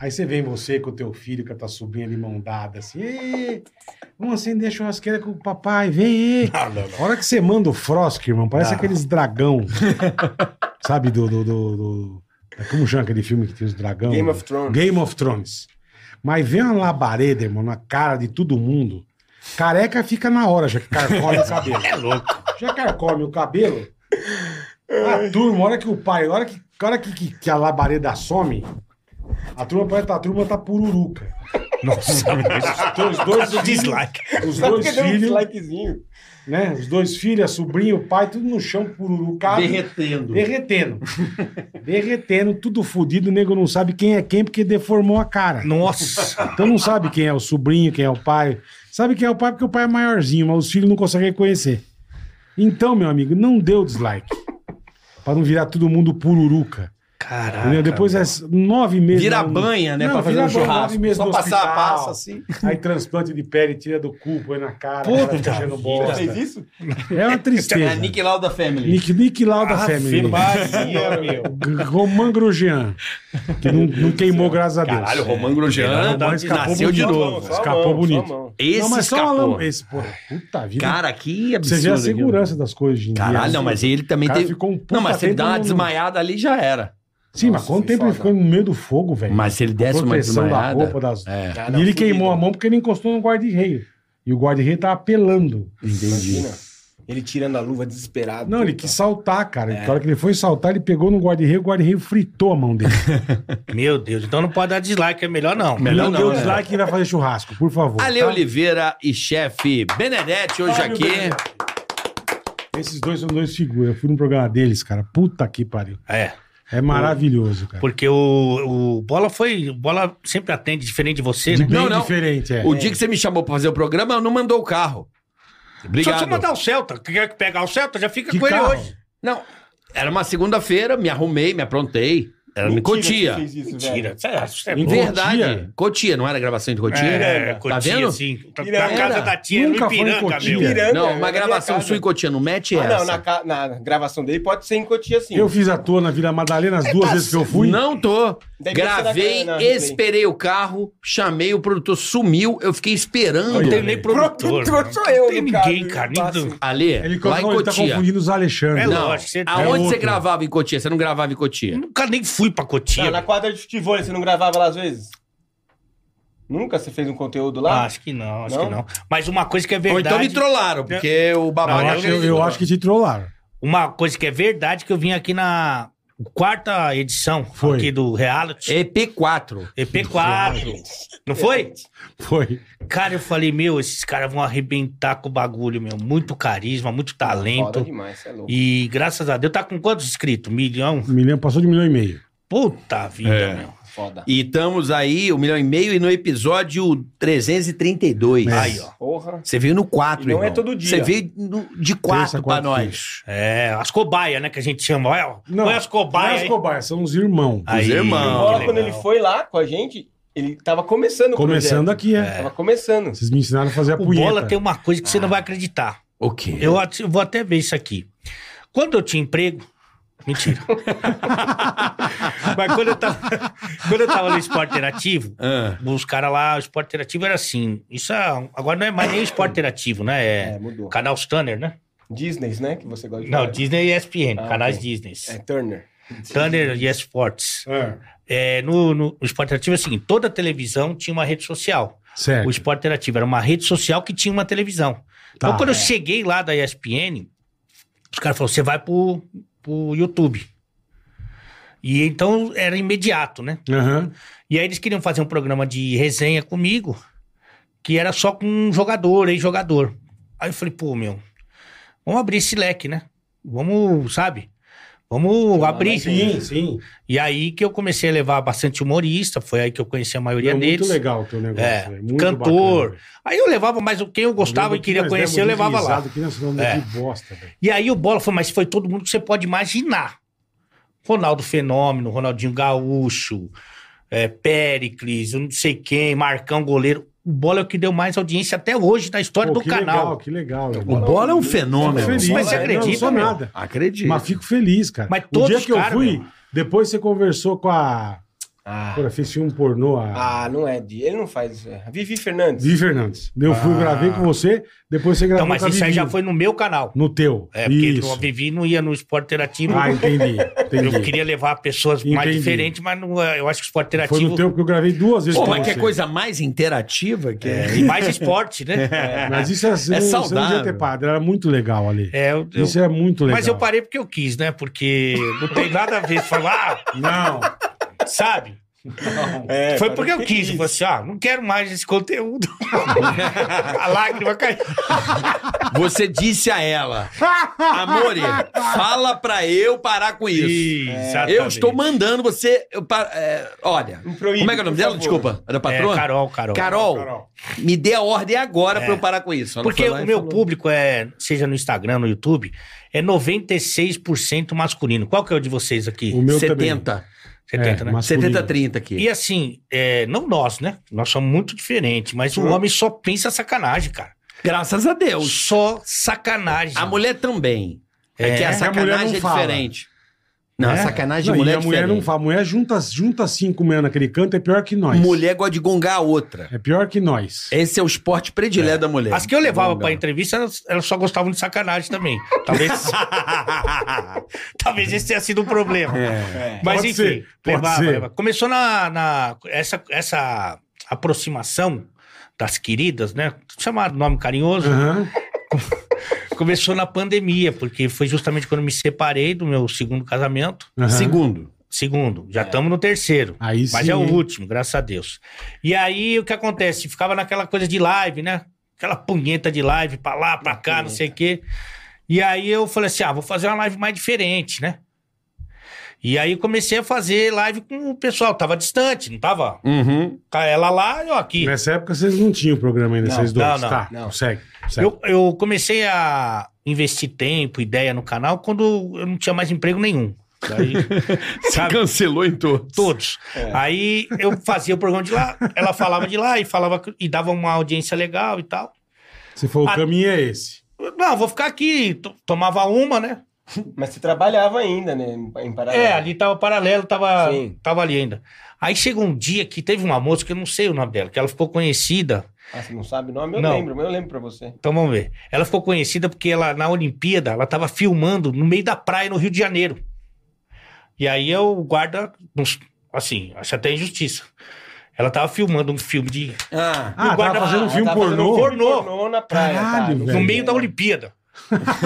[SPEAKER 3] Aí você vem você com o teu filho, com a tua sobrinha de mão dada, assim, "Ê, vamos acender a churrasqueira com o papai, vem, ê." A hora que você manda o Frosk, irmão,
[SPEAKER 6] Ah.
[SPEAKER 3] parece aqueles dragão. (laughs) sabe, do, do, do, do- é Como chama aquele filme que tem os dragão?
[SPEAKER 6] Game of Thrones.
[SPEAKER 3] Game of Thrones. Mas vem uma labareda, irmão, na cara de todo mundo. Careca fica na hora, já que carcome
[SPEAKER 6] (laughs)
[SPEAKER 3] o cabelo.
[SPEAKER 4] É louco.
[SPEAKER 3] Já carcome o cabelo. A turma, a hora que o pai, a hora que, a hora que, que, que a labareda some, a turma parece que a turma tá pururuca.
[SPEAKER 4] Nossa,
[SPEAKER 3] Então, os
[SPEAKER 4] (laughs)
[SPEAKER 3] dois,
[SPEAKER 4] dislike.
[SPEAKER 3] os
[SPEAKER 6] Sabe por
[SPEAKER 3] dois
[SPEAKER 6] que deu um
[SPEAKER 3] filhos,
[SPEAKER 6] dislikezinho?
[SPEAKER 3] né? Os dois filhos, a sobrinha, o pai, tudo no chão, pururucado.
[SPEAKER 5] Derretendo.
[SPEAKER 3] Derretendo. Derretendo, tudo fudido, o nego não sabe quem é quem porque deformou a cara.
[SPEAKER 4] Nossa.
[SPEAKER 3] Então não sabe quem é o sobrinho, quem é o pai. Sabe quem é o pai porque o pai é maiorzinho, mas os filhos não conseguem reconhecer. Então, meu amigo, não dê o dislike. Pra não virar todo mundo pururuca.
[SPEAKER 4] Caraca.
[SPEAKER 3] entendeu? Depois é nove meses.
[SPEAKER 5] Vira
[SPEAKER 3] não-
[SPEAKER 5] banha, né?
[SPEAKER 3] Não,
[SPEAKER 5] pra fazer
[SPEAKER 3] vira
[SPEAKER 5] um
[SPEAKER 3] banho, nove
[SPEAKER 5] churrasco.
[SPEAKER 3] meses
[SPEAKER 5] Só
[SPEAKER 3] no
[SPEAKER 5] passar a
[SPEAKER 3] hospital.
[SPEAKER 5] passa assim.
[SPEAKER 3] Aí transplante de pele, tira do cu, põe na cara.
[SPEAKER 4] Puta
[SPEAKER 3] cara fica cheirando
[SPEAKER 4] vida.
[SPEAKER 6] Já
[SPEAKER 3] bosta.
[SPEAKER 6] fez isso?
[SPEAKER 3] É uma
[SPEAKER 5] É
[SPEAKER 3] tristeza.
[SPEAKER 5] (laughs) Nick Lauda Family.
[SPEAKER 3] Nick, Nick Lauda Family.
[SPEAKER 4] Maria, meu.
[SPEAKER 3] G- (laughs) Roman Grosjean. Que não, não queimou, graças a Deus. é.
[SPEAKER 5] Caralho, Roman Grosjean
[SPEAKER 3] Roman escapou
[SPEAKER 5] nasceu de
[SPEAKER 3] bonito.
[SPEAKER 5] novo.
[SPEAKER 6] Só a
[SPEAKER 3] Escapou
[SPEAKER 6] mão, só a
[SPEAKER 3] bonito.
[SPEAKER 6] mão.
[SPEAKER 5] Esse
[SPEAKER 3] não, mas só
[SPEAKER 5] escapou.
[SPEAKER 3] uma esse, pô. Puta vida.
[SPEAKER 5] Cara, que
[SPEAKER 3] você
[SPEAKER 5] absurdo.
[SPEAKER 3] vê a
[SPEAKER 5] aquilo.
[SPEAKER 3] segurança das coisas hoje em dia.
[SPEAKER 5] Caralho, não, mas ele
[SPEAKER 3] O
[SPEAKER 5] também
[SPEAKER 3] cara
[SPEAKER 5] teve...
[SPEAKER 3] ficou um puta
[SPEAKER 5] Não, mas se ele dá uma
[SPEAKER 3] tempo no-
[SPEAKER 5] desmaiada ali, já era.
[SPEAKER 3] Sim, mas
[SPEAKER 6] Nossa,
[SPEAKER 3] quanto
[SPEAKER 6] que
[SPEAKER 3] tempo ele
[SPEAKER 6] foda.
[SPEAKER 3] ficou no meio do fogo, velho?
[SPEAKER 5] Mas se ele desse uma
[SPEAKER 3] Proteção da
[SPEAKER 5] desmaiada...
[SPEAKER 3] roupa né? das...
[SPEAKER 5] É,
[SPEAKER 6] Cara,
[SPEAKER 3] E ele
[SPEAKER 6] fudido.
[SPEAKER 3] queimou a mão porque ele encostou no guarda-reio. E o guarda-reio tava apelando.
[SPEAKER 5] entendi.
[SPEAKER 6] Imagina. Ele tirando a luva desesperado.
[SPEAKER 3] Não, ele quis saltar, cara.
[SPEAKER 5] É.
[SPEAKER 3] Na hora que ele foi saltar, ele pegou no guarda-reio, o guarda-reio fritou a mão dele.
[SPEAKER 4] Meu Deus, então não pode dar dislike, é melhor não.
[SPEAKER 5] (laughs) Melhor
[SPEAKER 3] não
[SPEAKER 5] não,
[SPEAKER 3] deu
[SPEAKER 5] né?
[SPEAKER 3] dislike quem vai fazer churrasco, por favor.
[SPEAKER 5] Ale
[SPEAKER 3] tá?
[SPEAKER 5] Oliveira e chefe Benedetti hoje
[SPEAKER 3] Fábio
[SPEAKER 5] aqui.
[SPEAKER 3] Benedetti. Esses dois são dois figuras. Eu fui num programa deles, cara. Puta que pariu.
[SPEAKER 4] É,
[SPEAKER 3] É maravilhoso, cara.
[SPEAKER 4] porque o, o Bola foi. O Bola sempre atende, diferente de você,
[SPEAKER 3] De
[SPEAKER 4] né?
[SPEAKER 3] bem
[SPEAKER 5] Não, não.
[SPEAKER 3] diferente, é.
[SPEAKER 5] O dia que você me chamou pra fazer o programa, não mandou o carro.
[SPEAKER 4] Só você
[SPEAKER 5] Obrigado.
[SPEAKER 4] mandar o Celta. Quer que pegar o Celta? Já fica
[SPEAKER 3] Que
[SPEAKER 4] com
[SPEAKER 3] carro?
[SPEAKER 4] ele hoje.
[SPEAKER 5] Não, era uma segunda-feira, me arrumei, me aprontei. Era em Cotia.
[SPEAKER 4] Mentira. Você acha que você é
[SPEAKER 3] Em
[SPEAKER 4] louco?
[SPEAKER 3] Cotia.
[SPEAKER 5] Verdade. Cotia. não era gravação de Cotia?
[SPEAKER 4] É,
[SPEAKER 6] Tá
[SPEAKER 4] Cotia,
[SPEAKER 5] vendo?
[SPEAKER 4] sim. Tá-
[SPEAKER 6] Piranga.
[SPEAKER 4] Na casa da tia,
[SPEAKER 3] Nunca
[SPEAKER 4] no
[SPEAKER 3] foi em
[SPEAKER 4] Ipiranga,
[SPEAKER 3] Cotia.
[SPEAKER 4] meu.
[SPEAKER 3] É,
[SPEAKER 5] Não,
[SPEAKER 6] Piranga, velho, é na
[SPEAKER 5] uma
[SPEAKER 6] minha
[SPEAKER 5] gravação
[SPEAKER 6] casa.
[SPEAKER 5] sua e Cotia, não mete
[SPEAKER 6] Ah,
[SPEAKER 5] essa.
[SPEAKER 6] não, na, ca- na gravação dele pode ser em Cotia sim.
[SPEAKER 3] Eu fiz a toa na Vila
[SPEAKER 4] É
[SPEAKER 3] Madalena as duas vezes que eu fui.
[SPEAKER 5] Não tô.
[SPEAKER 6] Deve
[SPEAKER 5] Gravei,
[SPEAKER 6] ser
[SPEAKER 3] né?
[SPEAKER 6] na- na- na-
[SPEAKER 5] esperei o carro, chamei o produtor, sumiu, eu fiquei esperando.
[SPEAKER 4] Não tem nem
[SPEAKER 6] (laughs)
[SPEAKER 4] produtor.
[SPEAKER 6] Produtor
[SPEAKER 4] mano.
[SPEAKER 6] sou eu,
[SPEAKER 4] Não tem
[SPEAKER 6] no caso.
[SPEAKER 4] ninguém, cara.
[SPEAKER 6] Eu faço.
[SPEAKER 4] Nem do-
[SPEAKER 5] Ale,
[SPEAKER 3] Ele,
[SPEAKER 5] lá em
[SPEAKER 3] não, ele tá
[SPEAKER 5] Cotia.
[SPEAKER 3] confundindo os Alexandre.
[SPEAKER 4] É
[SPEAKER 5] Não,
[SPEAKER 4] lógico, você-
[SPEAKER 5] aonde
[SPEAKER 3] é
[SPEAKER 5] você
[SPEAKER 3] outro.
[SPEAKER 5] gravava em Cotia? Você não gravava em Cotia?
[SPEAKER 4] Nunca nem fui pra Cotia.
[SPEAKER 6] Ah, na quadra de futebol você não gravava lá às vezes? Nunca você fez um conteúdo
[SPEAKER 4] Ah,
[SPEAKER 6] lá?
[SPEAKER 4] acho que não, acho
[SPEAKER 6] Não?
[SPEAKER 4] que não. Mas uma coisa que é
[SPEAKER 5] Ou então
[SPEAKER 4] verdade.
[SPEAKER 5] me trollaram, porque o
[SPEAKER 3] Eu,
[SPEAKER 5] babado... é
[SPEAKER 4] Não, é
[SPEAKER 3] acho, eu- eu acho que te trollaram.
[SPEAKER 4] Uma coisa que é verdade que eu vim aqui na quarta edição
[SPEAKER 3] Foi.
[SPEAKER 4] aqui do reality.
[SPEAKER 5] EP4.
[SPEAKER 4] EP4. Não foi?
[SPEAKER 3] Foi.
[SPEAKER 4] Cara, eu falei, meu, esses caras vão arrebentar com o bagulho, meu. Muito carisma, muito
[SPEAKER 6] Foda
[SPEAKER 4] talento.
[SPEAKER 6] demais, você é louco.
[SPEAKER 4] E graças a Deus, tá com quantos inscritos? Milhão?
[SPEAKER 3] O milhão passou de um milhão e meio.
[SPEAKER 4] Puta vida,
[SPEAKER 5] É.
[SPEAKER 4] meu.
[SPEAKER 6] Foda.
[SPEAKER 5] E estamos aí, um milhão e meio, e no episódio 332.
[SPEAKER 3] É.
[SPEAKER 4] Aí, ó.
[SPEAKER 6] Porra.
[SPEAKER 5] Você veio no 4,
[SPEAKER 6] E não
[SPEAKER 5] irmão.
[SPEAKER 6] é todo dia.
[SPEAKER 5] Você veio no- de
[SPEAKER 3] Terça,
[SPEAKER 5] 4 pra
[SPEAKER 3] quarta,
[SPEAKER 5] nós.
[SPEAKER 4] É, as cobaias, né, que a gente chama. Olha,
[SPEAKER 3] Não,
[SPEAKER 4] olha as cobaias.
[SPEAKER 3] Não é
[SPEAKER 4] aí.
[SPEAKER 3] as cobaias, são os irmãos.
[SPEAKER 4] Aí,
[SPEAKER 5] irmãos.
[SPEAKER 4] que
[SPEAKER 5] Bola
[SPEAKER 6] Agora,
[SPEAKER 4] legal.
[SPEAKER 6] quando ele foi lá com a gente, ele tava começando o
[SPEAKER 3] Começando
[SPEAKER 6] projeto.
[SPEAKER 3] aqui, é.
[SPEAKER 6] Tava começando.
[SPEAKER 3] Vocês me ensinaram a fazer a
[SPEAKER 4] O
[SPEAKER 3] punheta.
[SPEAKER 4] Bola tem uma coisa que você não vai acreditar.
[SPEAKER 5] O quê?
[SPEAKER 4] Eu at- vou até ver isso aqui. Quando eu tinha emprego. Mentira. (laughs) Mas quando eu, tava, quando eu tava no esporte interativo,
[SPEAKER 5] Ah,
[SPEAKER 4] os caras lá, o esporte interativo era assim. Isso é, agora não é mais nem esporte interativo, né?
[SPEAKER 6] É,
[SPEAKER 4] É
[SPEAKER 6] mudou.
[SPEAKER 4] canal Stunner, né?
[SPEAKER 6] Disney, né? Que você gosta de
[SPEAKER 4] Não,
[SPEAKER 6] falar.
[SPEAKER 4] Disney e ESPN,
[SPEAKER 6] Ah,
[SPEAKER 4] canais
[SPEAKER 6] ok.
[SPEAKER 4] Disney.
[SPEAKER 6] É Turner.
[SPEAKER 4] Thunder e Esportes.
[SPEAKER 3] É,
[SPEAKER 4] É, no, no o Esporte Interativo é assim, toda televisão tinha uma rede social.
[SPEAKER 3] certo.
[SPEAKER 4] O Esporte Interativo era uma rede social que tinha uma televisão.
[SPEAKER 3] Tá.
[SPEAKER 4] então, quando eu cheguei lá da ESPN, os caras falaram, você vai pro, pro YouTube. E então era imediato, né?
[SPEAKER 3] Aham.
[SPEAKER 4] E aí eles queriam fazer um programa de resenha comigo, que era só com um jogador, ex-jogador. Aí eu falei, pô, meu, vamos abrir esse leque, né? Vamos, sabe? Vamos abrir.
[SPEAKER 6] mais
[SPEAKER 3] Sim, sim.
[SPEAKER 4] E aí que eu comecei a levar bastante humorista, foi aí que eu conheci a maioria
[SPEAKER 3] Não,
[SPEAKER 4] deles.
[SPEAKER 3] muito legal o teu negócio.
[SPEAKER 4] É,
[SPEAKER 3] velho, muito
[SPEAKER 4] cantor.
[SPEAKER 3] bacana.
[SPEAKER 4] Aí eu levava mais o quem eu gostava e
[SPEAKER 3] lembro que
[SPEAKER 4] queria
[SPEAKER 3] nós
[SPEAKER 4] conhecer, eu
[SPEAKER 3] demos
[SPEAKER 4] levava lá.
[SPEAKER 3] risada Que nós falamos
[SPEAKER 4] É.
[SPEAKER 3] de bosta, velho.
[SPEAKER 4] E aí o Bola falou, mas foi todo mundo que você pode imaginar. Ronaldo Fenômeno, Ronaldinho Gaúcho, é, Péricles, eu não sei quem, Marcão Goleiro. O Bola é o que deu mais audiência até hoje na história
[SPEAKER 3] Pô,
[SPEAKER 4] do
[SPEAKER 3] que
[SPEAKER 4] canal.
[SPEAKER 3] Legal, que legal.
[SPEAKER 5] o
[SPEAKER 3] irmão.
[SPEAKER 5] Bola é um
[SPEAKER 3] Tô
[SPEAKER 5] fenômeno.
[SPEAKER 3] feliz,
[SPEAKER 4] Mas você
[SPEAKER 3] velho.
[SPEAKER 4] acredita,
[SPEAKER 3] Não, sou
[SPEAKER 4] meu?
[SPEAKER 3] nada.
[SPEAKER 5] Acredito.
[SPEAKER 3] Mas fico feliz, cara.
[SPEAKER 4] Mas
[SPEAKER 3] o
[SPEAKER 4] todos
[SPEAKER 3] dia
[SPEAKER 4] os
[SPEAKER 3] que eu
[SPEAKER 4] caras,
[SPEAKER 3] fui,
[SPEAKER 4] meu.
[SPEAKER 3] depois você conversou com a...
[SPEAKER 6] Ah,
[SPEAKER 3] Pô, fez um pornô, a...
[SPEAKER 6] ah, não é. de- Ele não faz isso. é. Vivi Fernandes.
[SPEAKER 3] Vi Fernandes. Eu fui,
[SPEAKER 4] Ah.
[SPEAKER 3] gravei com você, depois você gravou
[SPEAKER 4] Então, mas
[SPEAKER 3] com a
[SPEAKER 4] isso aí
[SPEAKER 3] Vivi.
[SPEAKER 4] já foi no meu canal.
[SPEAKER 3] No teu.
[SPEAKER 4] É, porque
[SPEAKER 3] isso.
[SPEAKER 4] eu vivi não ia no esporte interativo.
[SPEAKER 3] Ah, entendi.
[SPEAKER 4] (laughs)
[SPEAKER 3] entendi.
[SPEAKER 4] Eu queria levar pessoas mais
[SPEAKER 3] Entendi.
[SPEAKER 4] diferentes, mas não, é, eu acho que o esporte
[SPEAKER 3] Foi no
[SPEAKER 4] interativo
[SPEAKER 3] teu que eu gravei duas vezes
[SPEAKER 5] Pô,
[SPEAKER 3] com
[SPEAKER 5] mas que
[SPEAKER 3] você.
[SPEAKER 5] coisa mais interativa que é.
[SPEAKER 4] e mais esporte,
[SPEAKER 3] (laughs)
[SPEAKER 4] né?
[SPEAKER 3] Mas isso é, isso Não
[SPEAKER 5] saudável.
[SPEAKER 3] devia ter padre, era muito legal ali.
[SPEAKER 4] É, eu- eu-
[SPEAKER 3] Isso é muito legal.
[SPEAKER 4] Mas eu parei porque eu quis, né? Porque não tem nada a ver falar, (laughs)
[SPEAKER 3] Não,
[SPEAKER 4] ah, sabe?
[SPEAKER 6] É,
[SPEAKER 4] Foi
[SPEAKER 6] cara,
[SPEAKER 4] porque eu
[SPEAKER 6] que
[SPEAKER 4] quis.
[SPEAKER 6] isso?
[SPEAKER 4] Eu falei assim, ah, não quero mais esse
[SPEAKER 5] (laughs)
[SPEAKER 4] conteúdo. a lágrima caiu.
[SPEAKER 5] Você disse a ela, Amore, fala pra eu parar com isso.
[SPEAKER 4] Exatamente.
[SPEAKER 5] Eu estou mandando você. eu pa- é, olha,
[SPEAKER 6] Me proíbe,
[SPEAKER 5] como é que é o nome
[SPEAKER 6] por
[SPEAKER 5] dela?
[SPEAKER 6] favor.
[SPEAKER 5] Desculpa, era
[SPEAKER 4] É,
[SPEAKER 5] patroa?
[SPEAKER 4] Carol, Carol.
[SPEAKER 5] Carol,
[SPEAKER 3] Carol.
[SPEAKER 5] me dê a ordem agora pra eu parar com isso. Ela
[SPEAKER 4] Porque
[SPEAKER 5] foi lá e
[SPEAKER 4] o meu
[SPEAKER 5] falou.
[SPEAKER 4] público é, seja no Instagram, no YouTube, é 96% masculino. Qual que é o de vocês aqui?
[SPEAKER 3] o é, meu 70,
[SPEAKER 5] 70.
[SPEAKER 3] também.
[SPEAKER 4] 70, né?
[SPEAKER 3] mas- Masculino.
[SPEAKER 5] 70, 30 aqui.
[SPEAKER 4] E assim, é, não nós, né? Nós somos muito diferentes, mas o
[SPEAKER 6] Hum.
[SPEAKER 4] homem só pensa sacanagem, cara.
[SPEAKER 5] Graças a Deus.
[SPEAKER 4] É um Só sacanagem.
[SPEAKER 5] A mulher também. É,
[SPEAKER 4] É.
[SPEAKER 5] que a
[SPEAKER 4] E a
[SPEAKER 3] mulher
[SPEAKER 5] sacanagem
[SPEAKER 3] não
[SPEAKER 5] é
[SPEAKER 3] fala.
[SPEAKER 5] diferente. Não, a
[SPEAKER 4] É?
[SPEAKER 5] sacanagem
[SPEAKER 3] Não,
[SPEAKER 5] de mulher
[SPEAKER 3] e
[SPEAKER 5] é
[SPEAKER 3] a mulher
[SPEAKER 5] diferente.
[SPEAKER 3] não fala. A mulher junta, junta cinco mulheres naquele canto, é pior que nós.
[SPEAKER 5] Mulher gosta de gongar a outra.
[SPEAKER 3] É pior que nós.
[SPEAKER 5] Esse é o esporte predileto da
[SPEAKER 3] É,
[SPEAKER 5] mulher.
[SPEAKER 4] As que eu levava
[SPEAKER 5] Gongar.
[SPEAKER 3] né?
[SPEAKER 4] pra entrevista, elas, elas só gostavam de sacanagem também.
[SPEAKER 3] (laughs)
[SPEAKER 4] Talvez. Talvez esse tenha sido um problema.
[SPEAKER 6] É.
[SPEAKER 4] Mas
[SPEAKER 3] Pode
[SPEAKER 4] enfim,
[SPEAKER 3] ser, pode
[SPEAKER 4] levava,
[SPEAKER 3] ser.
[SPEAKER 4] levava. Começou na, na- essa, essa aproximação das queridas, né? Chamar nome carinhoso.
[SPEAKER 3] Aham. É.
[SPEAKER 4] Começou na pandemia, porque foi justamente quando eu me separei do meu segundo casamento.
[SPEAKER 3] aham.
[SPEAKER 5] Segundo.
[SPEAKER 4] Segundo,
[SPEAKER 3] É.
[SPEAKER 4] já estamos no terceiro.
[SPEAKER 3] Aí sim.
[SPEAKER 4] Mas é o
[SPEAKER 3] hein?
[SPEAKER 4] último, graças a Deus. E aí o que acontece? Ficava naquela coisa de live, né? Aquela punheta de live pra lá, pra cá, não sei o quê. E aí eu falei assim: ah, vou fazer uma live mais diferente, né? E aí comecei a fazer live com o pessoal, tava distante, não tava?
[SPEAKER 5] Uhum.
[SPEAKER 4] Ela lá, eu aqui.
[SPEAKER 3] Nessa época vocês não tinham programa ainda,
[SPEAKER 6] Não,
[SPEAKER 3] vocês dois.
[SPEAKER 4] não, não,
[SPEAKER 3] tá,
[SPEAKER 6] não.
[SPEAKER 3] segue. segue.
[SPEAKER 4] Eu, eu comecei a investir tempo, ideia no canal quando eu não tinha mais emprego nenhum. Daí, sabe?
[SPEAKER 5] Cancelou em todos.
[SPEAKER 4] Todos.
[SPEAKER 6] É.
[SPEAKER 4] Aí eu fazia o programa de lá, ela falava de lá e falava e dava uma audiência legal e tal.
[SPEAKER 3] Você falou, o
[SPEAKER 4] Ah.
[SPEAKER 3] caminho é esse.
[SPEAKER 4] Eu, Não, vou ficar aqui. To- Tomava uma, né?
[SPEAKER 6] Mas você trabalhava ainda, né? Em em paralelo.
[SPEAKER 4] É, ali tava paralelo, tava,
[SPEAKER 6] Sim.
[SPEAKER 4] tava ali ainda. Aí chegou um dia que teve uma moça, que eu não sei o nome dela, que ela ficou conhecida.
[SPEAKER 6] Ah, você não sabe o nome? Eu
[SPEAKER 4] Não.
[SPEAKER 6] lembro, mas eu lembro pra você.
[SPEAKER 4] Então vamos ver. Ela ficou conhecida porque ela, na Olimpíada, ela tava filmando no meio da praia, no Rio de Janeiro. E aí eu guarda, uns- assim, acho até injustiça. Ela tava filmando um filme de.
[SPEAKER 5] Ah.
[SPEAKER 3] Ah, tava
[SPEAKER 4] guarda-
[SPEAKER 3] fazendo um
[SPEAKER 6] Ela
[SPEAKER 3] filme
[SPEAKER 6] tava fazendo
[SPEAKER 3] pornô.
[SPEAKER 6] um Pornô. na praia.
[SPEAKER 3] Caralho,
[SPEAKER 6] tá?
[SPEAKER 3] velho.
[SPEAKER 4] no meio um da Olimpíada.
[SPEAKER 3] (laughs)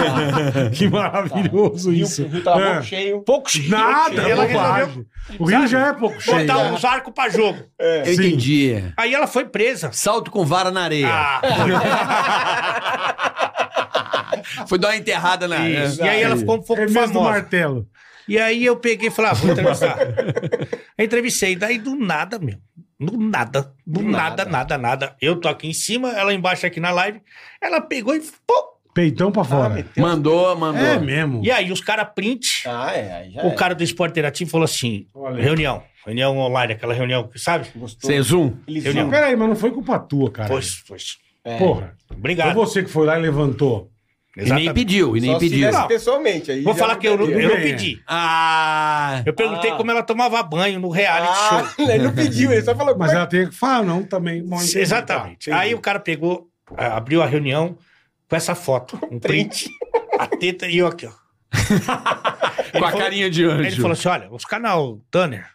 [SPEAKER 3] Que maravilhoso
[SPEAKER 6] Rio-
[SPEAKER 3] isso.
[SPEAKER 6] O Rio tava
[SPEAKER 3] É.
[SPEAKER 6] pouco cheio.
[SPEAKER 4] Poucos.
[SPEAKER 3] Nada,
[SPEAKER 4] Ela resolveu
[SPEAKER 3] bobagem. O Rio já é pouco cheio.
[SPEAKER 4] botar uns arcos pra jogo.
[SPEAKER 5] Eu
[SPEAKER 3] Sim.
[SPEAKER 5] entendi.
[SPEAKER 4] Aí ela foi presa.
[SPEAKER 3] É.
[SPEAKER 5] Salto com vara na areia.
[SPEAKER 4] Ah,
[SPEAKER 5] Foi dar uma enterrada na.
[SPEAKER 4] Isso. E aí ela ficou um pouco
[SPEAKER 3] É mesmo do
[SPEAKER 4] famosa.
[SPEAKER 3] martelo.
[SPEAKER 4] E aí eu peguei e falei, ah, vou entrevistar. Eu Entrevistei, daí do nada, meu. Do nada, do
[SPEAKER 5] Do
[SPEAKER 4] nada, nada,
[SPEAKER 5] nada.
[SPEAKER 4] nada, Eu tô aqui em cima, ela embaixo aqui na live. Ela pegou e. pô!
[SPEAKER 3] Peitão pra
[SPEAKER 6] Ah,
[SPEAKER 3] fora.
[SPEAKER 6] meteu.
[SPEAKER 5] Mandou, mandou.
[SPEAKER 3] é mesmo.
[SPEAKER 4] E aí os caras print.
[SPEAKER 6] Ah, é. Aí já
[SPEAKER 4] o
[SPEAKER 6] é.
[SPEAKER 4] cara do esporte interativo falou assim:
[SPEAKER 3] Olha.
[SPEAKER 4] reunião, reunião online, aquela reunião, sabe?
[SPEAKER 6] Gostou?
[SPEAKER 5] Sem zoom.
[SPEAKER 6] Ele
[SPEAKER 4] Eu
[SPEAKER 3] Não,
[SPEAKER 6] zoom.
[SPEAKER 4] não.
[SPEAKER 3] peraí, mas não foi culpa tua, cara.
[SPEAKER 4] Pois, pois.
[SPEAKER 6] É.
[SPEAKER 3] Porra.
[SPEAKER 4] Obrigado.
[SPEAKER 3] Foi você que foi lá e levantou.
[SPEAKER 5] E nem
[SPEAKER 4] Exatamente.
[SPEAKER 5] pediu, e nem
[SPEAKER 6] Só assim se
[SPEAKER 5] pediu.
[SPEAKER 6] tivesse pessoalmente. Aí
[SPEAKER 4] Vou
[SPEAKER 6] já
[SPEAKER 4] falar que eu, não- eu não
[SPEAKER 3] Bem.
[SPEAKER 4] pedi.
[SPEAKER 5] Ah!
[SPEAKER 4] Eu perguntei
[SPEAKER 6] Ah.
[SPEAKER 4] como ela tomava banho no reality show.
[SPEAKER 6] Ah, (laughs) ele não pediu, ele só falou.
[SPEAKER 3] Mas
[SPEAKER 6] como é
[SPEAKER 3] ela tem que falar, "Ah, não, também. Bom, entendi,
[SPEAKER 4] Exatamente.
[SPEAKER 3] tá,
[SPEAKER 4] Aí o
[SPEAKER 3] entendi.
[SPEAKER 4] cara pegou, a- abriu a reunião com essa foto, um print, a teta e eu
[SPEAKER 5] (laughs)
[SPEAKER 4] aqui, ó.
[SPEAKER 5] Com a
[SPEAKER 4] falou-
[SPEAKER 5] carinha de anjo.
[SPEAKER 4] Aí ele falou assim: olha, os canal Tanner.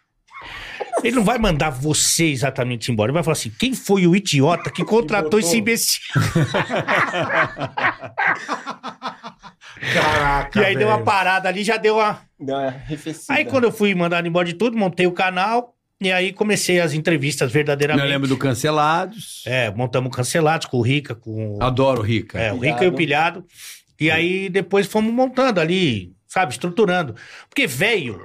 [SPEAKER 4] Ele não vai mandar você exatamente embora. Ele vai falar assim: quem foi o idiota que contratou
[SPEAKER 3] botou?
[SPEAKER 4] esse imbecil?
[SPEAKER 3] Caraca.
[SPEAKER 5] Tá
[SPEAKER 4] E aí deu uma
[SPEAKER 3] velho.
[SPEAKER 4] parada ali, já deu uma.
[SPEAKER 6] que- é, Deu uma arrefecida.
[SPEAKER 4] Aí
[SPEAKER 6] (laughs)
[SPEAKER 4] quando eu fui mandado embora de tudo, montei o canal e aí comecei as entrevistas verdadeiramente.
[SPEAKER 5] Eu lembro do Cancelados.
[SPEAKER 4] É, montamos cancelados com o Rica,
[SPEAKER 5] Ah,
[SPEAKER 4] com o
[SPEAKER 5] Adoro, Rica.
[SPEAKER 4] É, o rico e o pilhado. E aí depois fomos montando ali, sabe, estruturando. Porque velho,